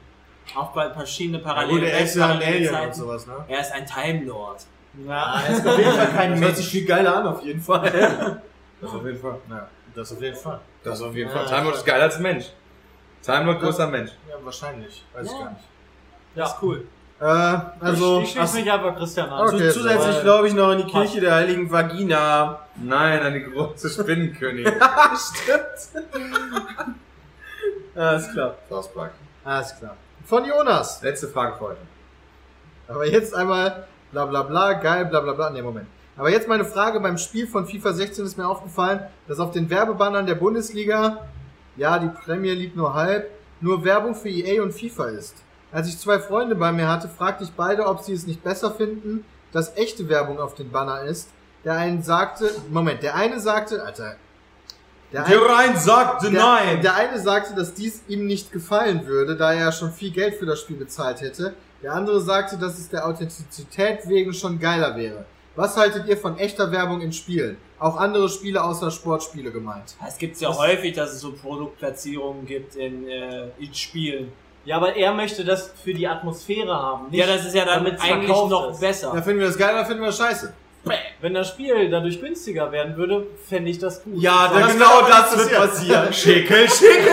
[SPEAKER 5] Auch bei verschiedene
[SPEAKER 1] Gut,
[SPEAKER 5] parallele
[SPEAKER 1] der ist ja ein
[SPEAKER 5] parallele
[SPEAKER 1] Alien
[SPEAKER 5] Zeiten.
[SPEAKER 1] und sowas, ne?
[SPEAKER 5] Er ist ein Time Lord.
[SPEAKER 4] ja.
[SPEAKER 1] Das ist auf jeden Fall kein
[SPEAKER 3] Das hört sich
[SPEAKER 1] Mensch.
[SPEAKER 3] viel geiler an, auf jeden Fall.
[SPEAKER 2] Das auf jeden Fall.
[SPEAKER 1] Ja, das auf jeden Fall.
[SPEAKER 2] Das auf jeden
[SPEAKER 1] Fall.
[SPEAKER 2] Fall. Time Lord ist geiler als Mensch. Time Lord größer Mensch.
[SPEAKER 1] Ja, wahrscheinlich. Weiß ich
[SPEAKER 5] Ja.
[SPEAKER 1] gar nicht.
[SPEAKER 4] ja. Ist cool.
[SPEAKER 1] Äh, also,
[SPEAKER 4] ich ich schließe mich aber Christian an.
[SPEAKER 1] Okay.
[SPEAKER 3] Zu- Zusätzlich
[SPEAKER 4] weil-
[SPEAKER 3] glaube ich noch in die Kirche der Heiligen Vagina.
[SPEAKER 2] Nein, eine große Spinnenkönigin.
[SPEAKER 3] Alles Äh, klar.
[SPEAKER 2] South Park.
[SPEAKER 1] alles klar. Von Jonas.
[SPEAKER 2] Letzte Frage für heute.
[SPEAKER 1] Aber jetzt einmal bla bla bla, geil, bla bla bla. Ne, Moment. Aber jetzt meine Frage beim Spiel von FIFA 16 ist mir aufgefallen, dass auf den Werbebannern der Bundesliga, ja, die Premier League nur halb, nur Werbung für EA und FIFA ist. Als ich zwei Freunde bei mir hatte, fragte ich beide, ob sie es nicht besser finden, dass echte Werbung auf den Banner ist. Der einen sagte, Moment, der eine sagte, Alter, der eine-
[SPEAKER 2] Rhein sagte
[SPEAKER 1] der, der eine sagte, dass dies ihm nicht gefallen würde, da er ja schon viel Geld für das Spiel bezahlt hätte. Der andere sagte, dass es der Authentizität wegen schon geiler wäre. Was haltet ihr von echter Werbung in Spielen? Auch andere Spiele außer Sportspiele gemeint.
[SPEAKER 5] Es gibt ja häufig, dass es so Produktplatzierungen gibt in, äh, in Spielen.
[SPEAKER 4] Ja, aber er möchte das für die Atmosphäre haben. Nicht,
[SPEAKER 5] Ja, das ist ja dann
[SPEAKER 4] damit's
[SPEAKER 5] eigentlich
[SPEAKER 4] verkauft
[SPEAKER 5] noch
[SPEAKER 4] ist.
[SPEAKER 5] besser.
[SPEAKER 1] Da finden wir das geil oder finden wir das scheiße?
[SPEAKER 4] Wenn das Spiel dadurch günstiger werden würde, fände ich das gut.
[SPEAKER 1] Ja,
[SPEAKER 4] Weil
[SPEAKER 1] genau das wird passieren.
[SPEAKER 2] Schickel, schickel.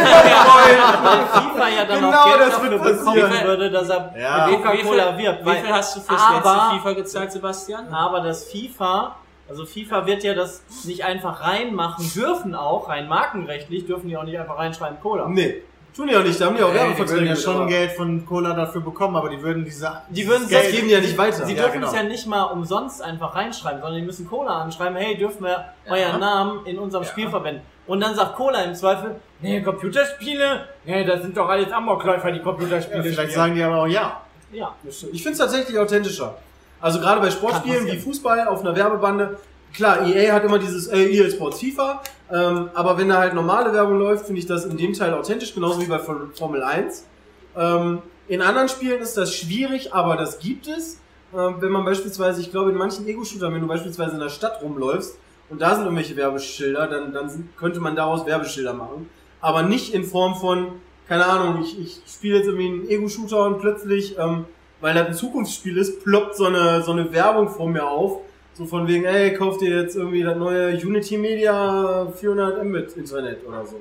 [SPEAKER 4] FIFA ja dann
[SPEAKER 1] Genau
[SPEAKER 4] auch Geld
[SPEAKER 1] das
[SPEAKER 4] dafür
[SPEAKER 1] wird
[SPEAKER 4] bekommen
[SPEAKER 5] passieren.
[SPEAKER 4] würde, dass er
[SPEAKER 1] Ja.
[SPEAKER 4] mit
[SPEAKER 5] Wie
[SPEAKER 4] Coca-Cola
[SPEAKER 5] viel-
[SPEAKER 4] wirbt.
[SPEAKER 5] Wie
[SPEAKER 4] weil-
[SPEAKER 5] viel hast du fürs
[SPEAKER 4] aber-
[SPEAKER 5] letzte FIFA gezahlt, Sebastian?
[SPEAKER 4] Aber das FIFA, also FIFA wird ja das nicht einfach reinmachen dürfen auch, rein markenrechtlich dürfen die auch nicht einfach reinschreiben Cola.
[SPEAKER 3] Nee. Tun die auch nicht, da haben die auch
[SPEAKER 1] Ey, die würden
[SPEAKER 3] Werbeverträge.
[SPEAKER 1] ja genau,
[SPEAKER 3] mit,
[SPEAKER 1] schon
[SPEAKER 3] aber-
[SPEAKER 1] Geld von Cola dafür bekommen, aber die würden diese...
[SPEAKER 4] Die würden
[SPEAKER 1] Geld
[SPEAKER 4] selbst-
[SPEAKER 1] geben die ja nicht weiter.
[SPEAKER 4] Sie
[SPEAKER 1] Ja,
[SPEAKER 4] dürfen
[SPEAKER 1] genau.
[SPEAKER 4] es ja nicht mal umsonst einfach reinschreiben, sondern die müssen Cola anschreiben, hey, dürfen wir euren Namen in unserem Spiel verwenden. Und dann sagt Cola im Zweifel, nee, Computerspiele, nee, das sind doch alles Amokläufer, die
[SPEAKER 1] Ja,
[SPEAKER 4] Computerspiele
[SPEAKER 1] vielleicht
[SPEAKER 4] spielen.
[SPEAKER 1] sagen die aber auch ja.
[SPEAKER 4] Ja.
[SPEAKER 3] Ich finde es tatsächlich authentischer. Also gerade bei Sportspielen wie
[SPEAKER 4] passieren.
[SPEAKER 3] Fußball auf einer Werbebande. Klar, EA hat immer dieses äh, EA Sports FIFA, ähm, aber wenn da halt normale Werbung läuft, finde ich das in dem Teil authentisch, genauso wie bei For- Formel 1. Ähm, in anderen Spielen ist das schwierig, aber das gibt es. Ähm, wenn man beispielsweise, ich glaube in manchen Ego-Shootern, wenn du beispielsweise in der Stadt rumläufst und da sind irgendwelche Werbeschilder, dann, dann sind, könnte man daraus Werbeschilder machen. Aber nicht in Form von, keine Ahnung, ich, ich spiele jetzt irgendwie einen Ego-Shooter und plötzlich ähm, weil das ein Zukunftsspiel ist, ploppt so eine, so eine Werbung vor mir auf. So von wegen, ey, kauft ihr jetzt irgendwie das neue Unity Media 400 Mbit Internet oder so.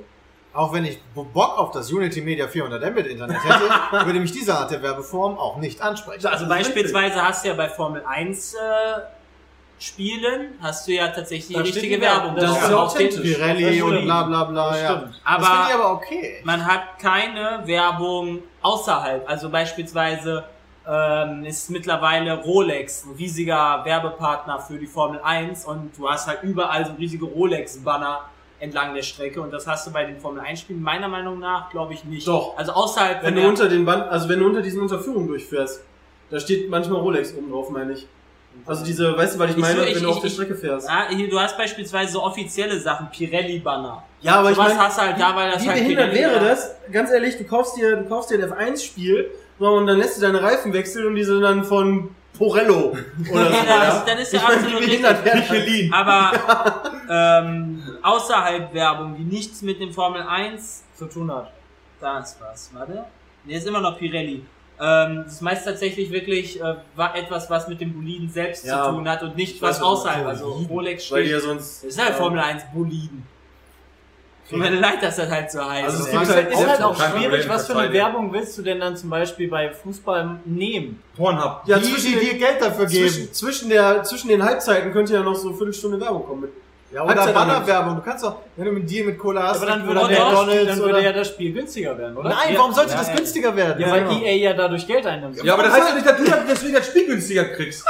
[SPEAKER 1] Auch wenn ich Bo- Bock auf das Unity Media 400 Mbit Internet hätte, würde mich diese Art der Werbeform auch nicht ansprechen.
[SPEAKER 5] Also beispielsweise hast du ja bei Formel 1 äh, Spielen hast du ja tatsächlich die
[SPEAKER 3] Da steht
[SPEAKER 5] richtige
[SPEAKER 3] die Werbung.
[SPEAKER 5] Werbung.
[SPEAKER 3] Das
[SPEAKER 5] drauf.
[SPEAKER 3] ist ja
[SPEAKER 5] Auf den-
[SPEAKER 3] authentisch. Das
[SPEAKER 1] Pirelli
[SPEAKER 3] stimmt.
[SPEAKER 1] und bla bla
[SPEAKER 5] Ah,
[SPEAKER 1] bla.
[SPEAKER 3] Das
[SPEAKER 1] ja.
[SPEAKER 3] stimmt.
[SPEAKER 1] Das finde ich
[SPEAKER 5] Aber
[SPEAKER 1] aber okay.
[SPEAKER 5] man hat keine Werbung außerhalb. Also beispielsweise ähm, ist mittlerweile Rolex ein riesiger Werbepartner für die Formel 1 und du hast halt überall so riesige Rolex-Banner entlang der Strecke und das hast du bei den Formel 1-Spielen meiner Meinung nach, glaube ich, nicht.
[SPEAKER 3] Doch.
[SPEAKER 5] Also außerhalb
[SPEAKER 3] Wenn
[SPEAKER 5] von
[SPEAKER 3] du unter den Band, also wenn du unter diesen Unterführungen durchfährst, da steht manchmal Rolex oben drauf, meine ich. Also diese, weißt du, weil ich
[SPEAKER 5] Ich
[SPEAKER 3] meine,
[SPEAKER 5] so, ich-
[SPEAKER 3] wenn du
[SPEAKER 5] ich-
[SPEAKER 3] auf der
[SPEAKER 5] ich-
[SPEAKER 3] Strecke fährst.
[SPEAKER 5] Ja, hier, du hast beispielsweise so offizielle Sachen, Pirelli-Banner.
[SPEAKER 3] Ja, aber
[SPEAKER 5] Sowas
[SPEAKER 3] ich meine,
[SPEAKER 5] hast du halt da, weil das
[SPEAKER 3] wie
[SPEAKER 5] halt
[SPEAKER 3] behindert
[SPEAKER 5] Pirelli
[SPEAKER 3] wäre
[SPEAKER 5] war.
[SPEAKER 3] das? Ganz ehrlich, du kaufst dir, du kaufst dir ein F1-Spiel so, und dann lässt du deine Reifen wechseln und die sind dann von Porello oder so.
[SPEAKER 5] Ja,
[SPEAKER 3] ja.
[SPEAKER 5] das, dann ist ja
[SPEAKER 3] Ich meine,
[SPEAKER 5] absolut
[SPEAKER 3] wie
[SPEAKER 5] richtig.
[SPEAKER 3] behindert wäre das?
[SPEAKER 5] Aber ähm, außerhalb Werbung, die nichts mit dem Formel 1 zu tun hat. Da ist was, warte. Ne, ist immer noch Pirelli. Ähm, das ist meist tatsächlich wirklich äh, war etwas, was mit dem Boliden selbst
[SPEAKER 3] Ja.
[SPEAKER 5] zu tun hat und nicht
[SPEAKER 3] Ich
[SPEAKER 5] was
[SPEAKER 3] weiß auch,
[SPEAKER 5] außerhalb. Also
[SPEAKER 3] Boliden.
[SPEAKER 5] Rolex
[SPEAKER 3] Weil die
[SPEAKER 5] steht.
[SPEAKER 3] ja
[SPEAKER 5] Das
[SPEAKER 3] sonst.
[SPEAKER 5] ist halt Formel 1 Boliden. Tut mir leid, dass das halt so heißt.
[SPEAKER 3] Also es
[SPEAKER 5] Ja.
[SPEAKER 3] gibt
[SPEAKER 4] Es
[SPEAKER 3] halt
[SPEAKER 4] ist halt auch
[SPEAKER 2] Kein
[SPEAKER 4] schwierig,
[SPEAKER 2] Problem,
[SPEAKER 4] was für eine
[SPEAKER 2] verteidigen.
[SPEAKER 4] Werbung willst du denn dann zum Beispiel bei Fußball nehmen?
[SPEAKER 2] Pornhub.
[SPEAKER 3] Ja,
[SPEAKER 1] die,
[SPEAKER 3] zwischen
[SPEAKER 1] die dir
[SPEAKER 3] den,
[SPEAKER 1] Geld dafür geben.
[SPEAKER 3] zwischen, zwischen, der, zwischen den Halbzeiten könnte ja noch so eine Viertelstunde Werbung kommen. Mit.
[SPEAKER 1] Ja, oder
[SPEAKER 3] Halbzeit-
[SPEAKER 1] Bannerwerbung. Du kannst doch, wenn du einen Deal mit Cola hast,
[SPEAKER 4] Aber dann würde,
[SPEAKER 1] oder
[SPEAKER 4] der Spiel, dann
[SPEAKER 1] McDonalds
[SPEAKER 4] würde ja
[SPEAKER 1] oder...
[SPEAKER 4] das Spiel günstiger werden, oder?
[SPEAKER 1] Nein,
[SPEAKER 4] ja.
[SPEAKER 1] warum sollte
[SPEAKER 4] Ja,
[SPEAKER 1] das
[SPEAKER 4] ja.
[SPEAKER 1] günstiger werden?
[SPEAKER 4] Ja, weil E EA ja dadurch Geld einnimmt.
[SPEAKER 2] Ja, aber das heißt ja nicht, dass du deswegen das Spiel günstiger kriegst.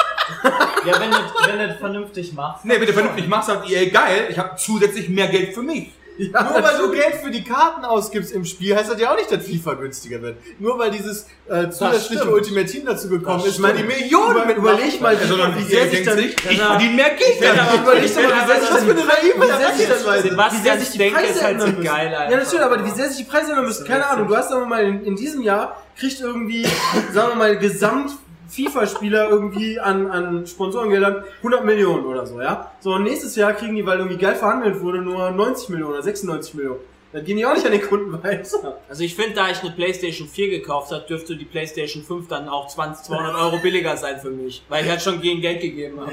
[SPEAKER 4] Ja, wenn du wenn du das vernünftig machst.
[SPEAKER 2] Nee, wenn du vernünftig machst, sagt EA, geil, ich habe zusätzlich mehr Geld für mich.
[SPEAKER 1] Nur weil du Geld für die Karten ausgibst im Spiel, heißt das ja auch nicht, dass FIFA günstiger wird. Nur weil dieses äh, zusätzliche
[SPEAKER 4] stimmt.
[SPEAKER 1] Ultimate Team dazu gekommen ist,
[SPEAKER 3] stimmt.
[SPEAKER 1] weil die Millionen
[SPEAKER 3] Über, überleg mal,
[SPEAKER 2] Sondern
[SPEAKER 3] wie, wie sehr
[SPEAKER 2] EA
[SPEAKER 3] E sich
[SPEAKER 2] denkt
[SPEAKER 3] dann.
[SPEAKER 2] Also, sich, ich verdiene mehr Geld. damit.
[SPEAKER 3] Überleg doch mal, wie
[SPEAKER 1] Was
[SPEAKER 3] sehr sich dann
[SPEAKER 1] für eine naive Herangehensweise.
[SPEAKER 5] Sebastian Denk ist halt so
[SPEAKER 3] ändern müssen.
[SPEAKER 5] geil, Alter.
[SPEAKER 3] Ja, das stimmt, aber wie sehr sich die Preise ändern müssen, keine Ahnung. Du hast aber mal in, in diesem Jahr kriegt irgendwie, sagen wir mal, gesamt FIFA-Spieler irgendwie an, an Sponsorengeldern 100 Millionen oder so, ja? So, und nächstes Jahr kriegen die, weil irgendwie geil verhandelt wurde, nur 90 Millionen oder 96 Millionen. Dann gehen die auch nicht an den Kunden weiter.
[SPEAKER 5] Also ich finde, da ich eine Playstation 4 gekauft habe, dürfte die Playstation 5 dann auch 20, 200 Euro billiger sein für mich. Weil ich halt schon gegen Geld gegeben habe.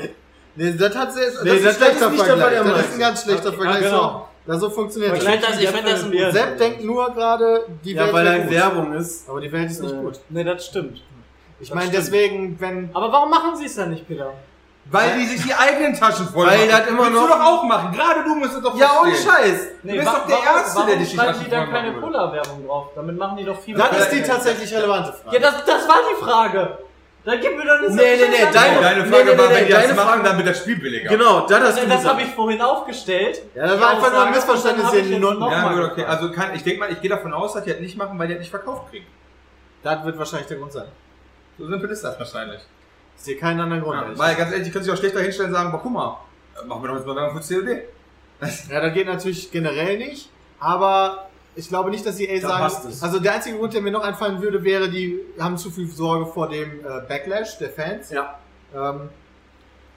[SPEAKER 1] Nee, das hat sehr, das
[SPEAKER 3] Nee,
[SPEAKER 1] ist ein
[SPEAKER 3] das- das ist
[SPEAKER 1] schlechter
[SPEAKER 3] nicht der Fall,
[SPEAKER 1] Vergleich.
[SPEAKER 3] der
[SPEAKER 1] Das
[SPEAKER 3] meint.
[SPEAKER 1] ist ein ganz schlechter Vergleich.
[SPEAKER 4] ja, genau.
[SPEAKER 1] so. Das so funktioniert
[SPEAKER 5] Ich
[SPEAKER 1] das.
[SPEAKER 5] finde das, ich find das ein
[SPEAKER 4] Ja.
[SPEAKER 1] Sepp denkt nur gerade, die
[SPEAKER 3] Ja,
[SPEAKER 1] Welt
[SPEAKER 3] weil
[SPEAKER 1] wäre
[SPEAKER 3] da
[SPEAKER 1] gut.
[SPEAKER 3] Werbung ist.
[SPEAKER 1] Aber die Welt ist nicht
[SPEAKER 3] Äh,
[SPEAKER 1] gut.
[SPEAKER 4] Nee, das stimmt.
[SPEAKER 1] Ich meine, deswegen, wenn...
[SPEAKER 4] Aber warum machen sie es dann nicht, Peter?
[SPEAKER 2] Weil die sich die eigenen Taschen voll
[SPEAKER 3] Weil
[SPEAKER 2] machen.
[SPEAKER 3] das immer
[SPEAKER 2] Willst
[SPEAKER 3] noch-
[SPEAKER 2] du doch auch machen. Gerade du musst es doch
[SPEAKER 3] Ja, ohne
[SPEAKER 2] verstehen.
[SPEAKER 3] Scheiß.
[SPEAKER 4] Nee,
[SPEAKER 2] bist
[SPEAKER 4] wa-
[SPEAKER 2] doch der
[SPEAKER 4] warum-
[SPEAKER 2] Erste, der dich die
[SPEAKER 4] Warum schreiben
[SPEAKER 2] Taschen
[SPEAKER 4] die dann
[SPEAKER 2] voll machen
[SPEAKER 4] keine
[SPEAKER 2] würde.
[SPEAKER 4] Cola-Werbung drauf? Damit machen die doch viel
[SPEAKER 1] Das ist
[SPEAKER 4] Werbung.
[SPEAKER 1] die tatsächlich relevante
[SPEAKER 4] Ja,
[SPEAKER 1] Frage.
[SPEAKER 4] das, das war die Frage. Dann gib mir doch nicht so
[SPEAKER 3] Nee, nee, nee,
[SPEAKER 4] viel
[SPEAKER 3] deine-
[SPEAKER 4] Antwort.
[SPEAKER 3] Nee,
[SPEAKER 2] Deine Frage
[SPEAKER 3] nee, nee,
[SPEAKER 2] war,
[SPEAKER 3] nee,
[SPEAKER 2] wenn die das
[SPEAKER 3] deine
[SPEAKER 2] machen,
[SPEAKER 3] Frage-
[SPEAKER 2] dann wird das Spiel billiger.
[SPEAKER 3] Genau, das hast du
[SPEAKER 4] Also Das, das habe
[SPEAKER 3] gesagt.
[SPEAKER 4] ich vorhin aufgestellt.
[SPEAKER 1] Ja, das war
[SPEAKER 4] Die
[SPEAKER 1] einfach nur ein
[SPEAKER 4] Aussage,
[SPEAKER 1] Missverständnis
[SPEAKER 4] und dann hab
[SPEAKER 1] in
[SPEAKER 4] ich jetzt
[SPEAKER 1] Noten.
[SPEAKER 4] noch
[SPEAKER 2] Ja,
[SPEAKER 4] mal
[SPEAKER 2] gut, okay.
[SPEAKER 4] gefragt.
[SPEAKER 2] Also kann, ich denke mal, ich gehe davon aus, dass die das nicht machen, weil die das nicht verkauft kriegen.
[SPEAKER 1] Das wird wahrscheinlich der Grund sein.
[SPEAKER 2] So simpel ist das wahrscheinlich.
[SPEAKER 1] Ich sehe keinen anderen Grund.
[SPEAKER 2] Ja,
[SPEAKER 1] ehrlich
[SPEAKER 2] weil ganz ehrlich, die können sich auch schlechter hinstellen und sagen, boah, guck mal, äh, machen wir doch jetzt mal Werbung für COD.
[SPEAKER 1] Ja, das geht natürlich generell nicht, aber ich glaube nicht, dass die EA
[SPEAKER 3] passt
[SPEAKER 1] sagen.
[SPEAKER 3] es.
[SPEAKER 1] Also der einzige Grund, der mir noch einfallen würde, wäre, die haben zu viel Sorge vor dem äh, Backlash der Fans.
[SPEAKER 3] Ja.
[SPEAKER 1] Ähm,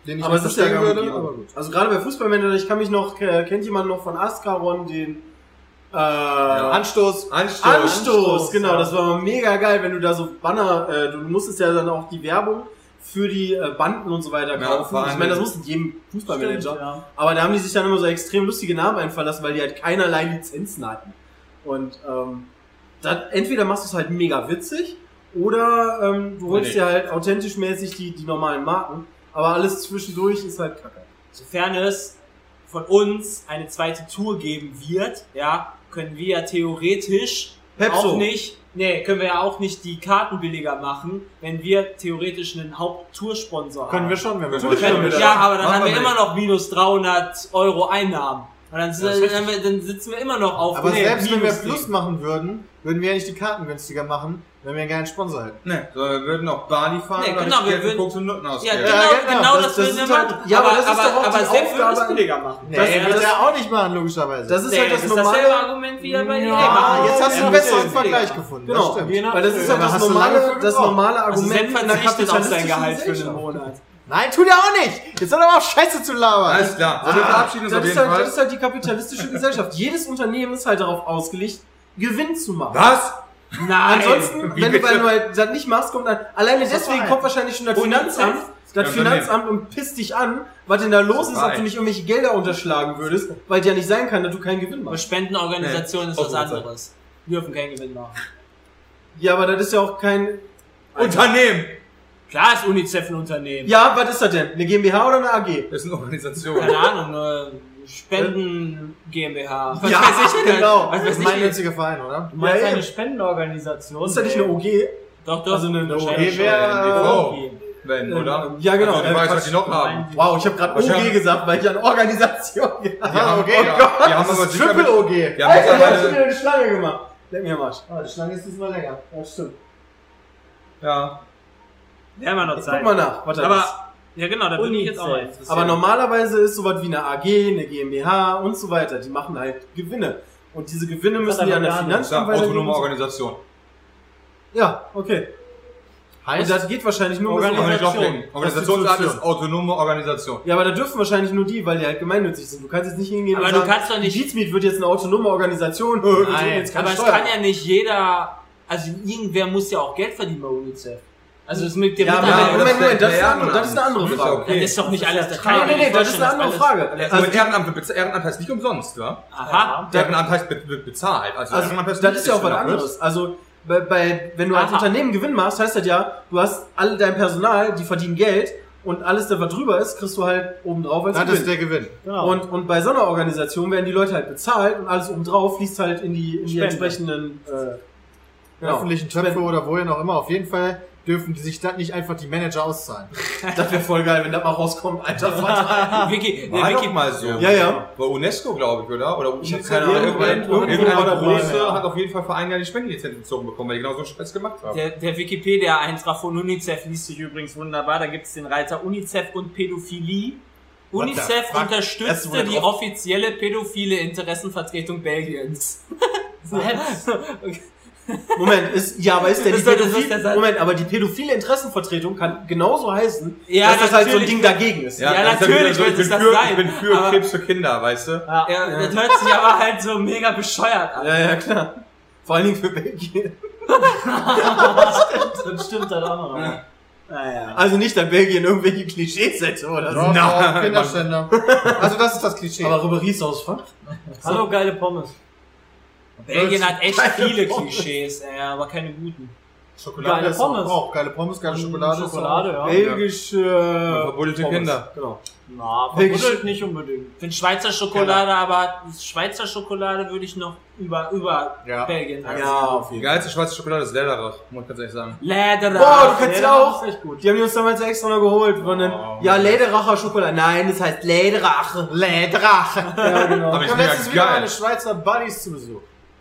[SPEAKER 1] den ich
[SPEAKER 3] Aber
[SPEAKER 1] nicht
[SPEAKER 3] es ist ja
[SPEAKER 1] verstehen
[SPEAKER 3] gang und
[SPEAKER 1] würde,
[SPEAKER 3] gäbe.
[SPEAKER 1] aber gut.
[SPEAKER 3] Also gerade bei Fußballmännern, ich kann mich noch, äh, kennt jemand noch von Ascaron den äh,
[SPEAKER 1] Anstoß.
[SPEAKER 2] Anstoß.
[SPEAKER 3] Anstoß,
[SPEAKER 1] Anstoß,
[SPEAKER 3] genau,
[SPEAKER 1] ja.
[SPEAKER 3] das war mega geil, wenn du da so Banner, äh, du musstest ja dann auch die Werbung für die äh, Banden und so weiter
[SPEAKER 2] Ja,
[SPEAKER 3] kaufen.
[SPEAKER 2] vor
[SPEAKER 3] ich
[SPEAKER 2] allem-
[SPEAKER 3] meine, das musste jedem Fußballmanager.
[SPEAKER 4] Stimmt, ja.
[SPEAKER 3] Aber da haben die sich dann immer so extrem lustige Namen einfallen lassen, weil die halt keinerlei Lizenzen hatten. Und ähm, dann entweder machst du es halt mega witzig oder ähm, du holst
[SPEAKER 2] Nee.
[SPEAKER 3] dir halt authentisch mäßig die, die normalen Marken. Aber alles zwischendurch ist halt kacke.
[SPEAKER 5] Sofern es von uns eine zweite Tour geben wird, ja, können wir ja theoretisch
[SPEAKER 3] Pepsi.
[SPEAKER 5] auch nicht, nee, können wir ja auch nicht die Karten billiger machen, wenn wir theoretisch einen Haupttoursponsor
[SPEAKER 1] Können
[SPEAKER 5] haben.
[SPEAKER 1] wir schon, wenn wir
[SPEAKER 2] Natürlich
[SPEAKER 1] wollen.
[SPEAKER 2] können wir das.
[SPEAKER 5] ja, aber dann
[SPEAKER 2] Machen
[SPEAKER 5] haben
[SPEAKER 2] wir
[SPEAKER 5] wir immer
[SPEAKER 2] nicht.
[SPEAKER 5] noch minus 300 Euro Einnahmen. Und dann,
[SPEAKER 1] ist richtig.
[SPEAKER 5] dann, wir, dann sitzen wir immer noch auf
[SPEAKER 1] Aber
[SPEAKER 5] nee,
[SPEAKER 1] selbst wenn wir
[SPEAKER 5] minus
[SPEAKER 1] Plus machen würden, würden wir ja nicht die Karten günstiger machen, wenn wir einen geilen Sponsor hätten.
[SPEAKER 2] Ne, so, wir würden auch Bali fahren
[SPEAKER 5] Nee,
[SPEAKER 2] oder
[SPEAKER 5] genau,
[SPEAKER 2] das
[SPEAKER 5] wir
[SPEAKER 2] Geld für
[SPEAKER 5] würden-
[SPEAKER 2] Koks und Nutten
[SPEAKER 5] Ja,
[SPEAKER 2] ausgeben.
[SPEAKER 5] genau, genau, das, würden wir
[SPEAKER 3] ist halt-
[SPEAKER 5] machen.
[SPEAKER 3] Ja, aber, das ist doch auch die
[SPEAKER 5] selbst wenn wir es
[SPEAKER 3] Aufgabe-
[SPEAKER 5] billiger machen.
[SPEAKER 1] Das
[SPEAKER 5] ja,
[SPEAKER 1] wird
[SPEAKER 5] das-
[SPEAKER 1] er auch nicht machen, logischerweise.
[SPEAKER 3] halt Das ist
[SPEAKER 5] Nee,
[SPEAKER 3] halt das,
[SPEAKER 5] das ist dasselbe
[SPEAKER 3] normale.
[SPEAKER 5] Argument wie bei EA.
[SPEAKER 1] ah,
[SPEAKER 5] machen.
[SPEAKER 1] jetzt hast du
[SPEAKER 4] Ja,
[SPEAKER 1] einen
[SPEAKER 4] das
[SPEAKER 1] besseren
[SPEAKER 4] ist
[SPEAKER 1] Vergleich
[SPEAKER 4] billiger.
[SPEAKER 1] gefunden.
[SPEAKER 3] Genau.
[SPEAKER 1] Das stimmt.
[SPEAKER 4] Je nach-
[SPEAKER 3] Weil das ist halt
[SPEAKER 1] Da
[SPEAKER 3] das
[SPEAKER 1] hast du lange
[SPEAKER 3] normale,
[SPEAKER 1] für
[SPEAKER 3] das
[SPEAKER 1] gebraucht.
[SPEAKER 3] normale
[SPEAKER 5] Also
[SPEAKER 3] Argument
[SPEAKER 5] Sepp verzichtet auf sein Gehalt für
[SPEAKER 3] den
[SPEAKER 5] einen Monat.
[SPEAKER 1] Nein, tut er auch nicht! Jetzt soll er mal auf Scheiße zu labern!
[SPEAKER 2] Alles klar, so, wir verabschieden uns
[SPEAKER 3] Das
[SPEAKER 2] auf
[SPEAKER 3] ist,
[SPEAKER 2] jeden
[SPEAKER 3] halt,
[SPEAKER 2] Fall.
[SPEAKER 3] das ist halt die kapitalistische Gesellschaft. Jedes Unternehmen ist halt darauf ausgelegt, Gewinn zu machen.
[SPEAKER 2] Was?
[SPEAKER 5] Nein.
[SPEAKER 3] Ansonsten,
[SPEAKER 2] Wie
[SPEAKER 3] wenn du,
[SPEAKER 2] bitte?
[SPEAKER 3] wenn du halt das nicht machst, kommt dann. Alleine deswegen kommt wahrscheinlich schon das
[SPEAKER 5] Und
[SPEAKER 3] Finanzamt. Das
[SPEAKER 2] Ja,
[SPEAKER 3] Finanzamt und pisst dich an, was denn da los ist, ob
[SPEAKER 2] bei.
[SPEAKER 3] du nicht irgendwelche Gelder unterschlagen würdest, weil es ja nicht sein kann, dass du keinen Gewinn
[SPEAKER 5] Bei
[SPEAKER 3] machst.
[SPEAKER 5] Spendenorganisationen ist
[SPEAKER 2] Nee,
[SPEAKER 5] was
[SPEAKER 2] auch gut.
[SPEAKER 5] anderes. Die dürfen keinen Gewinn machen.
[SPEAKER 3] Ja, aber das ist ja auch kein.
[SPEAKER 2] Unternehmen!
[SPEAKER 5] Klar ist UNICEF ein Unternehmen.
[SPEAKER 3] Ja, was ist das denn? Eine GmbH oder eine AG?
[SPEAKER 2] Das ist eine Organisation.
[SPEAKER 5] Keine Ahnung, eine Spenden GmbH.
[SPEAKER 3] Ja, genau.
[SPEAKER 5] Was weiß ich denn?
[SPEAKER 1] Gemeinnütziger Verein, oder?
[SPEAKER 4] Du meinst
[SPEAKER 3] Ja, eben.
[SPEAKER 4] eine Spendenorganisation?
[SPEAKER 3] Ist das nicht eine OG?
[SPEAKER 5] Doch, doch.
[SPEAKER 3] Also eine- eine
[SPEAKER 5] Wahrscheinlich
[SPEAKER 3] OG
[SPEAKER 1] äh,
[SPEAKER 2] Äh,
[SPEAKER 5] schon.
[SPEAKER 2] wäre- Wenn, oder?
[SPEAKER 3] Ja, genau.
[SPEAKER 2] Also, die Frage ist, was die noch haben.
[SPEAKER 3] Wow, ich habe gerade OG
[SPEAKER 2] Wahrscheinlich-
[SPEAKER 3] gesagt, weil ich an Organisation gedacht
[SPEAKER 1] Ah,
[SPEAKER 2] haben-
[SPEAKER 1] okay.
[SPEAKER 2] ja, die haben aber sicher mit-
[SPEAKER 1] Triple OG.
[SPEAKER 2] Wir haben
[SPEAKER 3] Alter, du hast schon
[SPEAKER 2] mittlerweile.
[SPEAKER 3] wieder eine Schlange gemacht. Leck mir am Arsch.
[SPEAKER 1] Ah, die Schlange ist diesmal länger. Ja, stimmt.
[SPEAKER 2] Ja.
[SPEAKER 5] Wir haben ja noch
[SPEAKER 3] Jetzt guck
[SPEAKER 5] Zeit.
[SPEAKER 3] mal nach. Warte,
[SPEAKER 5] Aber, ja genau, da würde mich jetzt auch mal
[SPEAKER 4] UNICEF.
[SPEAKER 5] interessieren.
[SPEAKER 3] das- aber normalerweise ist sowas wie eine AG, eine GmbH und so weiter. Die machen halt Gewinne. Und diese Gewinne müssen
[SPEAKER 4] aber
[SPEAKER 3] die an der
[SPEAKER 4] gar nicht.
[SPEAKER 2] Das ist eine
[SPEAKER 3] Finanzanwalt
[SPEAKER 2] autonome Organisation.
[SPEAKER 3] Ja, okay. Und
[SPEAKER 1] Heißt,
[SPEAKER 3] das geht wahrscheinlich nur
[SPEAKER 2] Kann man nicht
[SPEAKER 3] Organisation.
[SPEAKER 2] aufdecken. Organisationsart ist autonome Organisation.
[SPEAKER 3] Ja, aber da dürfen wahrscheinlich nur die, weil die halt gemeinnützig sind. Du kannst jetzt nicht hingehen
[SPEAKER 5] Aber
[SPEAKER 3] und
[SPEAKER 5] du
[SPEAKER 3] sagen,
[SPEAKER 5] kannst doch nicht-
[SPEAKER 3] die Beatsmeet wird jetzt eine autonome Organisation. Wir kriegen
[SPEAKER 1] Nein,
[SPEAKER 3] jetzt keine
[SPEAKER 5] Aber es
[SPEAKER 3] Steuern.
[SPEAKER 5] kann ja nicht jeder, also irgendwer muss ja auch Geld verdienen bei UNICEF. Also das mit der
[SPEAKER 3] Ja, aber
[SPEAKER 5] Mitarbeiter-
[SPEAKER 3] Moment, Moment, Moment, das ist eine
[SPEAKER 2] Ja,
[SPEAKER 3] andere, das ist eine andere
[SPEAKER 2] das ist
[SPEAKER 3] Frage.
[SPEAKER 2] okay.
[SPEAKER 5] das ist doch nicht alles. Das
[SPEAKER 3] Nein,
[SPEAKER 5] kann ich
[SPEAKER 3] nein,
[SPEAKER 5] mir
[SPEAKER 3] nein,
[SPEAKER 5] nicht
[SPEAKER 3] das ist eine andere
[SPEAKER 5] vorstellen,
[SPEAKER 3] Frage.
[SPEAKER 2] Also Ehrenamt, wird bez- Ehrenamt heißt nicht umsonst, ja?
[SPEAKER 5] dass alles- Aha.
[SPEAKER 2] Ehrenamt heißt be- be- bezahlt. Also,
[SPEAKER 3] Also,
[SPEAKER 2] Ehrenamt heißt
[SPEAKER 3] das
[SPEAKER 2] nicht,
[SPEAKER 3] ist ja auch was
[SPEAKER 2] wenn du
[SPEAKER 3] anderes. Also, bei, bei, wenn du als
[SPEAKER 5] Aha.
[SPEAKER 3] Unternehmen Gewinn machst, heißt das ja, du hast alle dein Personal, die verdienen Geld und alles, das was drüber ist, kriegst du halt obendrauf als
[SPEAKER 1] das ist
[SPEAKER 3] Gewinn.
[SPEAKER 1] der Gewinn.
[SPEAKER 4] Genau.
[SPEAKER 3] Und, und bei so einer Organisation werden die Leute halt bezahlt und alles obendrauf fließt halt in die, in die entsprechenden äh, genau.
[SPEAKER 1] Öffentlichen Töpfe oder wohin auch immer. Auf jeden Fall dürfen die sich das nicht einfach die Manager auszahlen.
[SPEAKER 3] Das wäre voll geil, wenn da mal rauskommt, alter Vater.
[SPEAKER 5] Wiki,
[SPEAKER 2] War
[SPEAKER 5] der
[SPEAKER 2] doch
[SPEAKER 5] Wiki,
[SPEAKER 2] mal so.
[SPEAKER 3] Ja, ja.
[SPEAKER 2] Bei UNESCO, glaube ich, oder? Oder
[SPEAKER 3] Ich hab
[SPEAKER 2] UNICEF,
[SPEAKER 3] keine
[SPEAKER 2] oder
[SPEAKER 3] Ahnung.
[SPEAKER 2] irgendein-
[SPEAKER 3] Irgendwo war
[SPEAKER 2] Irgendeine
[SPEAKER 3] da
[SPEAKER 2] Größe
[SPEAKER 3] Probleme,
[SPEAKER 2] hat auf jeden Fall vor einem Jahr die Spendenlizenz entzogen bekommen, weil die genau so einen Scheiß gemacht haben.
[SPEAKER 5] der, der Wikipedia-Eintrag von UNICEF liest sich übrigens wunderbar. Da gibt es den Reiter UNICEF und Pädophilie. UNICEF
[SPEAKER 3] Erst
[SPEAKER 5] unterstützte
[SPEAKER 3] mal
[SPEAKER 5] die
[SPEAKER 3] drauf.
[SPEAKER 5] offizielle pädophile Interessenvertretung Belgiens.
[SPEAKER 3] Moment, ist, ja, aber ist der die
[SPEAKER 5] Das soll- das muss
[SPEAKER 3] pädophile,
[SPEAKER 5] der sein.
[SPEAKER 3] Moment, aber die pädophile Interessenvertvertretung kann genauso heißen,
[SPEAKER 5] Ja,
[SPEAKER 3] dass das halt so ein
[SPEAKER 5] natürlich.
[SPEAKER 3] Ding dagegen ist.
[SPEAKER 5] Ja,
[SPEAKER 2] das ist wieder
[SPEAKER 5] natürlich
[SPEAKER 2] so, ich
[SPEAKER 5] wird es
[SPEAKER 2] bin
[SPEAKER 5] das
[SPEAKER 2] für,
[SPEAKER 5] sein,
[SPEAKER 2] Ich bin für
[SPEAKER 5] aber-
[SPEAKER 2] Krebs für Kinder, weißt du?
[SPEAKER 5] Ja, Das hört sich aber halt so mega bescheuert an.
[SPEAKER 3] Ja, ja, klar. Vor allen Dingen für Belgien.
[SPEAKER 4] das stimmt dann auch noch. Naja.
[SPEAKER 3] Also nicht, dass Belgien irgendwelche Klischees hätte oder so.
[SPEAKER 1] Nein. Kinderständer. Also das ist das Klischee.
[SPEAKER 3] Aber Ribéry ist aus Frankreich.
[SPEAKER 4] Hallo, geile Pommes.
[SPEAKER 5] Belgien hat echt
[SPEAKER 3] Keine
[SPEAKER 5] viele
[SPEAKER 3] Pommes.
[SPEAKER 5] Klischees, äh, aber keine guten.
[SPEAKER 1] Schokolade
[SPEAKER 4] Geile
[SPEAKER 1] ist auch-
[SPEAKER 4] Pommes.
[SPEAKER 1] Auch geile Pommes,
[SPEAKER 3] Mhm,
[SPEAKER 1] geile Schokolade. ist
[SPEAKER 4] Schokolade, ja.
[SPEAKER 3] Belgische...
[SPEAKER 2] Ja,
[SPEAKER 3] Ja.
[SPEAKER 2] verbuddelte Kinder.
[SPEAKER 3] Genau.
[SPEAKER 4] Na,
[SPEAKER 3] Belgisch-
[SPEAKER 4] verbuddelt nicht unbedingt.
[SPEAKER 5] Ich finde Schweizer Schokolade, aber Schweizer Schokolade würde ich noch über, über
[SPEAKER 1] Ja.
[SPEAKER 5] Belgien
[SPEAKER 3] Ja, auf
[SPEAKER 2] Die
[SPEAKER 3] jeden Fall.
[SPEAKER 2] geilste schwarze Schokolade ist Lederach, muss ich ganz ehrlich sagen.
[SPEAKER 3] Boah, du
[SPEAKER 5] Lederach.
[SPEAKER 3] kannst ja auch. Die haben die uns damals extra noch geholt. Von den, ja, Lederacher Schokolade. Nein, das heißt Lederache. Lederache.
[SPEAKER 1] Ja, genau.
[SPEAKER 2] Aber
[SPEAKER 1] Aber
[SPEAKER 2] ich
[SPEAKER 1] ich habe
[SPEAKER 2] bin ja
[SPEAKER 1] letztens wieder
[SPEAKER 2] geil.
[SPEAKER 1] meine Schweizer Buddies zu Besuch.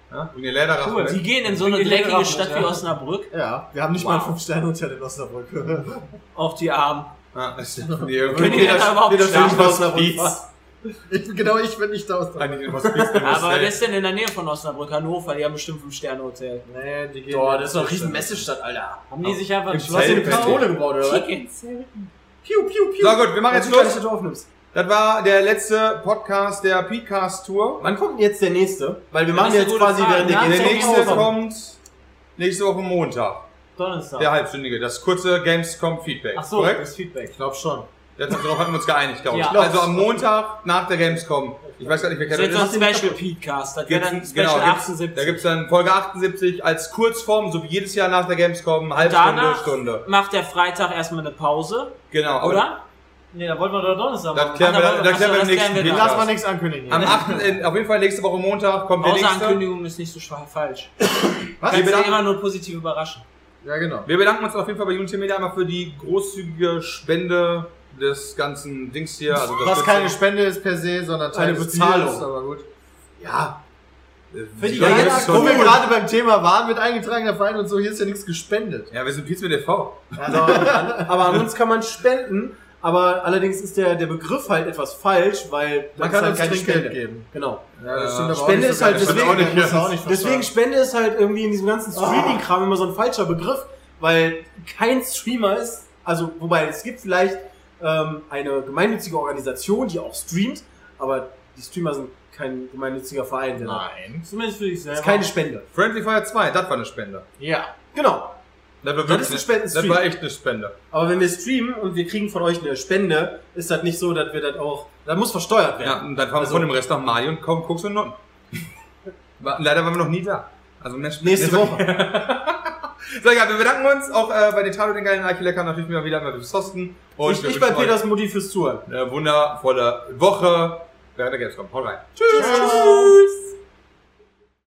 [SPEAKER 2] Und die Lederach.
[SPEAKER 4] Cool.
[SPEAKER 5] Die gehen in so eine
[SPEAKER 4] Die gehen
[SPEAKER 5] dreckige
[SPEAKER 4] auch
[SPEAKER 5] Stadt
[SPEAKER 4] nicht,
[SPEAKER 5] wie
[SPEAKER 4] ja.
[SPEAKER 5] Osnabrück.
[SPEAKER 1] Ja, wir haben nicht
[SPEAKER 5] Wow.
[SPEAKER 1] mal ein Fünf-Sterne-Hotel in Osnabrück.
[SPEAKER 5] Auf die Armen.
[SPEAKER 2] Ah, das ist die
[SPEAKER 5] Können
[SPEAKER 2] irgendwie.
[SPEAKER 5] die denn da überhaupt schlafen?
[SPEAKER 2] Hospiz.
[SPEAKER 1] ich, genau, ich bin nicht da aus
[SPEAKER 2] Ah, die gehen in Hospiz, die muss
[SPEAKER 5] Aber was
[SPEAKER 2] safe.
[SPEAKER 5] ist denn in der Nähe von Osnabrück? Hannover, die haben bestimmt 5 Sterne Hotel.
[SPEAKER 1] Nee, die gehen
[SPEAKER 3] Boah, das ist doch eine riesen Messestadt, Alter.
[SPEAKER 4] Haben die sich einfach
[SPEAKER 2] Im
[SPEAKER 4] was in die
[SPEAKER 2] Zelt.
[SPEAKER 4] Pistole?
[SPEAKER 3] gebaut, oder was? Piu, piu, piu.
[SPEAKER 2] So gut, wir machen jetzt
[SPEAKER 3] Natürlich, dass
[SPEAKER 2] los.
[SPEAKER 3] du aufnimmst.
[SPEAKER 2] Das war der letzte Podcast der Pcast Tour.
[SPEAKER 3] Wann kommt denn jetzt der nächste? Weil wir machen
[SPEAKER 5] ist eine
[SPEAKER 3] jetzt
[SPEAKER 5] gute
[SPEAKER 3] quasi
[SPEAKER 5] Frage.
[SPEAKER 3] während der
[SPEAKER 5] Nach
[SPEAKER 2] Der
[SPEAKER 5] Ach,
[SPEAKER 2] nächste
[SPEAKER 3] Gamescom.
[SPEAKER 2] kommt nächste Woche Montag.
[SPEAKER 4] Donnerstag.
[SPEAKER 2] Der halbstündige, das kurze Gamescom Feedback.
[SPEAKER 4] Ach so,
[SPEAKER 2] korrekt?
[SPEAKER 4] das Feedback.
[SPEAKER 1] Ich glaube schon.
[SPEAKER 2] Jetzt darauf hatten wir uns geeinigt, glaube ich.
[SPEAKER 4] Ja.
[SPEAKER 2] also am Montag nach der Gamescom. Ich weiß gar nicht, wer
[SPEAKER 5] Das
[SPEAKER 2] kennt
[SPEAKER 5] ist
[SPEAKER 2] das.
[SPEAKER 5] jetzt so ein Special Podcast. Das wäre dann
[SPEAKER 2] Gibt's-
[SPEAKER 5] Special
[SPEAKER 2] genau, gibt's-
[SPEAKER 5] 78.
[SPEAKER 2] Da gibt es dann Folge 78 als Kurzform, so wie jedes Jahr nach der Gamescom, halbe Stunde,
[SPEAKER 5] Danach
[SPEAKER 2] Stunde.
[SPEAKER 5] macht der Freitag erstmal eine Pause,
[SPEAKER 2] Genau. aber
[SPEAKER 5] oder?
[SPEAKER 4] Nee, da wollten wir doch Donnerstag
[SPEAKER 2] Das klären wir,
[SPEAKER 5] Ach,
[SPEAKER 2] dann-
[SPEAKER 5] aber-
[SPEAKER 2] das klären wir
[SPEAKER 5] ach
[SPEAKER 2] im
[SPEAKER 5] so, das
[SPEAKER 2] nächsten
[SPEAKER 5] klären wir
[SPEAKER 2] Podcast.
[SPEAKER 1] Lass mal nichts ankündigen. hier.
[SPEAKER 2] Am 8. In, auf jeden Fall nächste Woche Montag kommt der nächste.
[SPEAKER 5] Pauseankündigung ist nicht so schwa- falsch.
[SPEAKER 1] Was?
[SPEAKER 5] Kannst du
[SPEAKER 2] bedanken-
[SPEAKER 5] immer nur positiv überraschen.
[SPEAKER 1] Ja, genau.
[SPEAKER 2] Wir bedanken uns auf jeden Fall bei Unity Media einmal für die großzügige Spende des ganzen Dings hier. Also
[SPEAKER 1] Was
[SPEAKER 2] Unterstützung.
[SPEAKER 1] keine Spende ist per se, sondern Teil
[SPEAKER 3] Eine
[SPEAKER 1] des
[SPEAKER 3] Bezahlung.
[SPEAKER 1] Deals, aber gut.
[SPEAKER 3] Ja.
[SPEAKER 2] Für
[SPEAKER 3] die
[SPEAKER 2] ja,
[SPEAKER 3] Leute,
[SPEAKER 2] das ist
[SPEAKER 1] Wo wir
[SPEAKER 2] cool.
[SPEAKER 1] gerade beim Thema waren mit eingetragener Verein und so, hier ist ja nichts gespendet.
[SPEAKER 2] ja, wir sind Pizza mit TV.
[SPEAKER 3] Also, an, aber an uns kann man spenden. Aber allerdings ist der, der Begriff halt etwas falsch, weil das
[SPEAKER 1] Man
[SPEAKER 3] ist
[SPEAKER 1] kann
[SPEAKER 3] halt
[SPEAKER 1] uns
[SPEAKER 3] keine
[SPEAKER 1] Trinkgeld
[SPEAKER 3] Spende.
[SPEAKER 1] geben.
[SPEAKER 3] Genau.
[SPEAKER 1] Ja, das
[SPEAKER 2] Äh,
[SPEAKER 1] stimmt aber auch
[SPEAKER 3] Spende
[SPEAKER 1] nicht
[SPEAKER 3] ist
[SPEAKER 1] so
[SPEAKER 3] halt
[SPEAKER 1] ganz.
[SPEAKER 3] deswegen-
[SPEAKER 1] Das muss man auch nicht
[SPEAKER 3] Deswegen
[SPEAKER 1] versteuern.
[SPEAKER 3] Spende ist halt irgendwie in diesem ganzen Streaming-Kram immer so ein falscher Begriff, weil kein Streamer ist, also wobei es gibt vielleicht ähm, eine gemeinnützige Organisation, die auch streamt, aber die Streamer sind kein gemeinnütziger Verein. Denn
[SPEAKER 2] Nein.
[SPEAKER 3] Zumindest für dich selber.
[SPEAKER 5] Das ist keine Spende.
[SPEAKER 2] Friendly Fire 2, das war eine Spende.
[SPEAKER 3] ja, genau.
[SPEAKER 2] Das
[SPEAKER 3] Das
[SPEAKER 2] war,
[SPEAKER 3] ist
[SPEAKER 2] wirklich
[SPEAKER 3] ein Spendenstream.
[SPEAKER 2] Das war echt eine Spende.
[SPEAKER 3] Aber wenn wir streamen und wir kriegen von euch eine Spende, ist das nicht so, dass wir das auch. Das muss versteuert
[SPEAKER 2] Ja,
[SPEAKER 3] werden.
[SPEAKER 2] und dann fahren wir von dem Rest nach Mali und kommen, guckst und Nonnen. War- Leider waren wir noch nie da. Also Mensch,
[SPEAKER 3] Nächste Woche.
[SPEAKER 2] So, egal, wir bedanken uns auch äh, bei den Talo, den geilen Archilecker, natürlich mal wieder mal bis Sosten. Und
[SPEAKER 3] Ich,
[SPEAKER 2] wir
[SPEAKER 3] ich bei
[SPEAKER 2] wünschen euch
[SPEAKER 3] Peters Mutti
[SPEAKER 2] Äh,
[SPEAKER 3] fürs Zuhören.
[SPEAKER 2] Eine wundervolle Woche während der Gamescom. Haut rein.
[SPEAKER 3] Tschüss.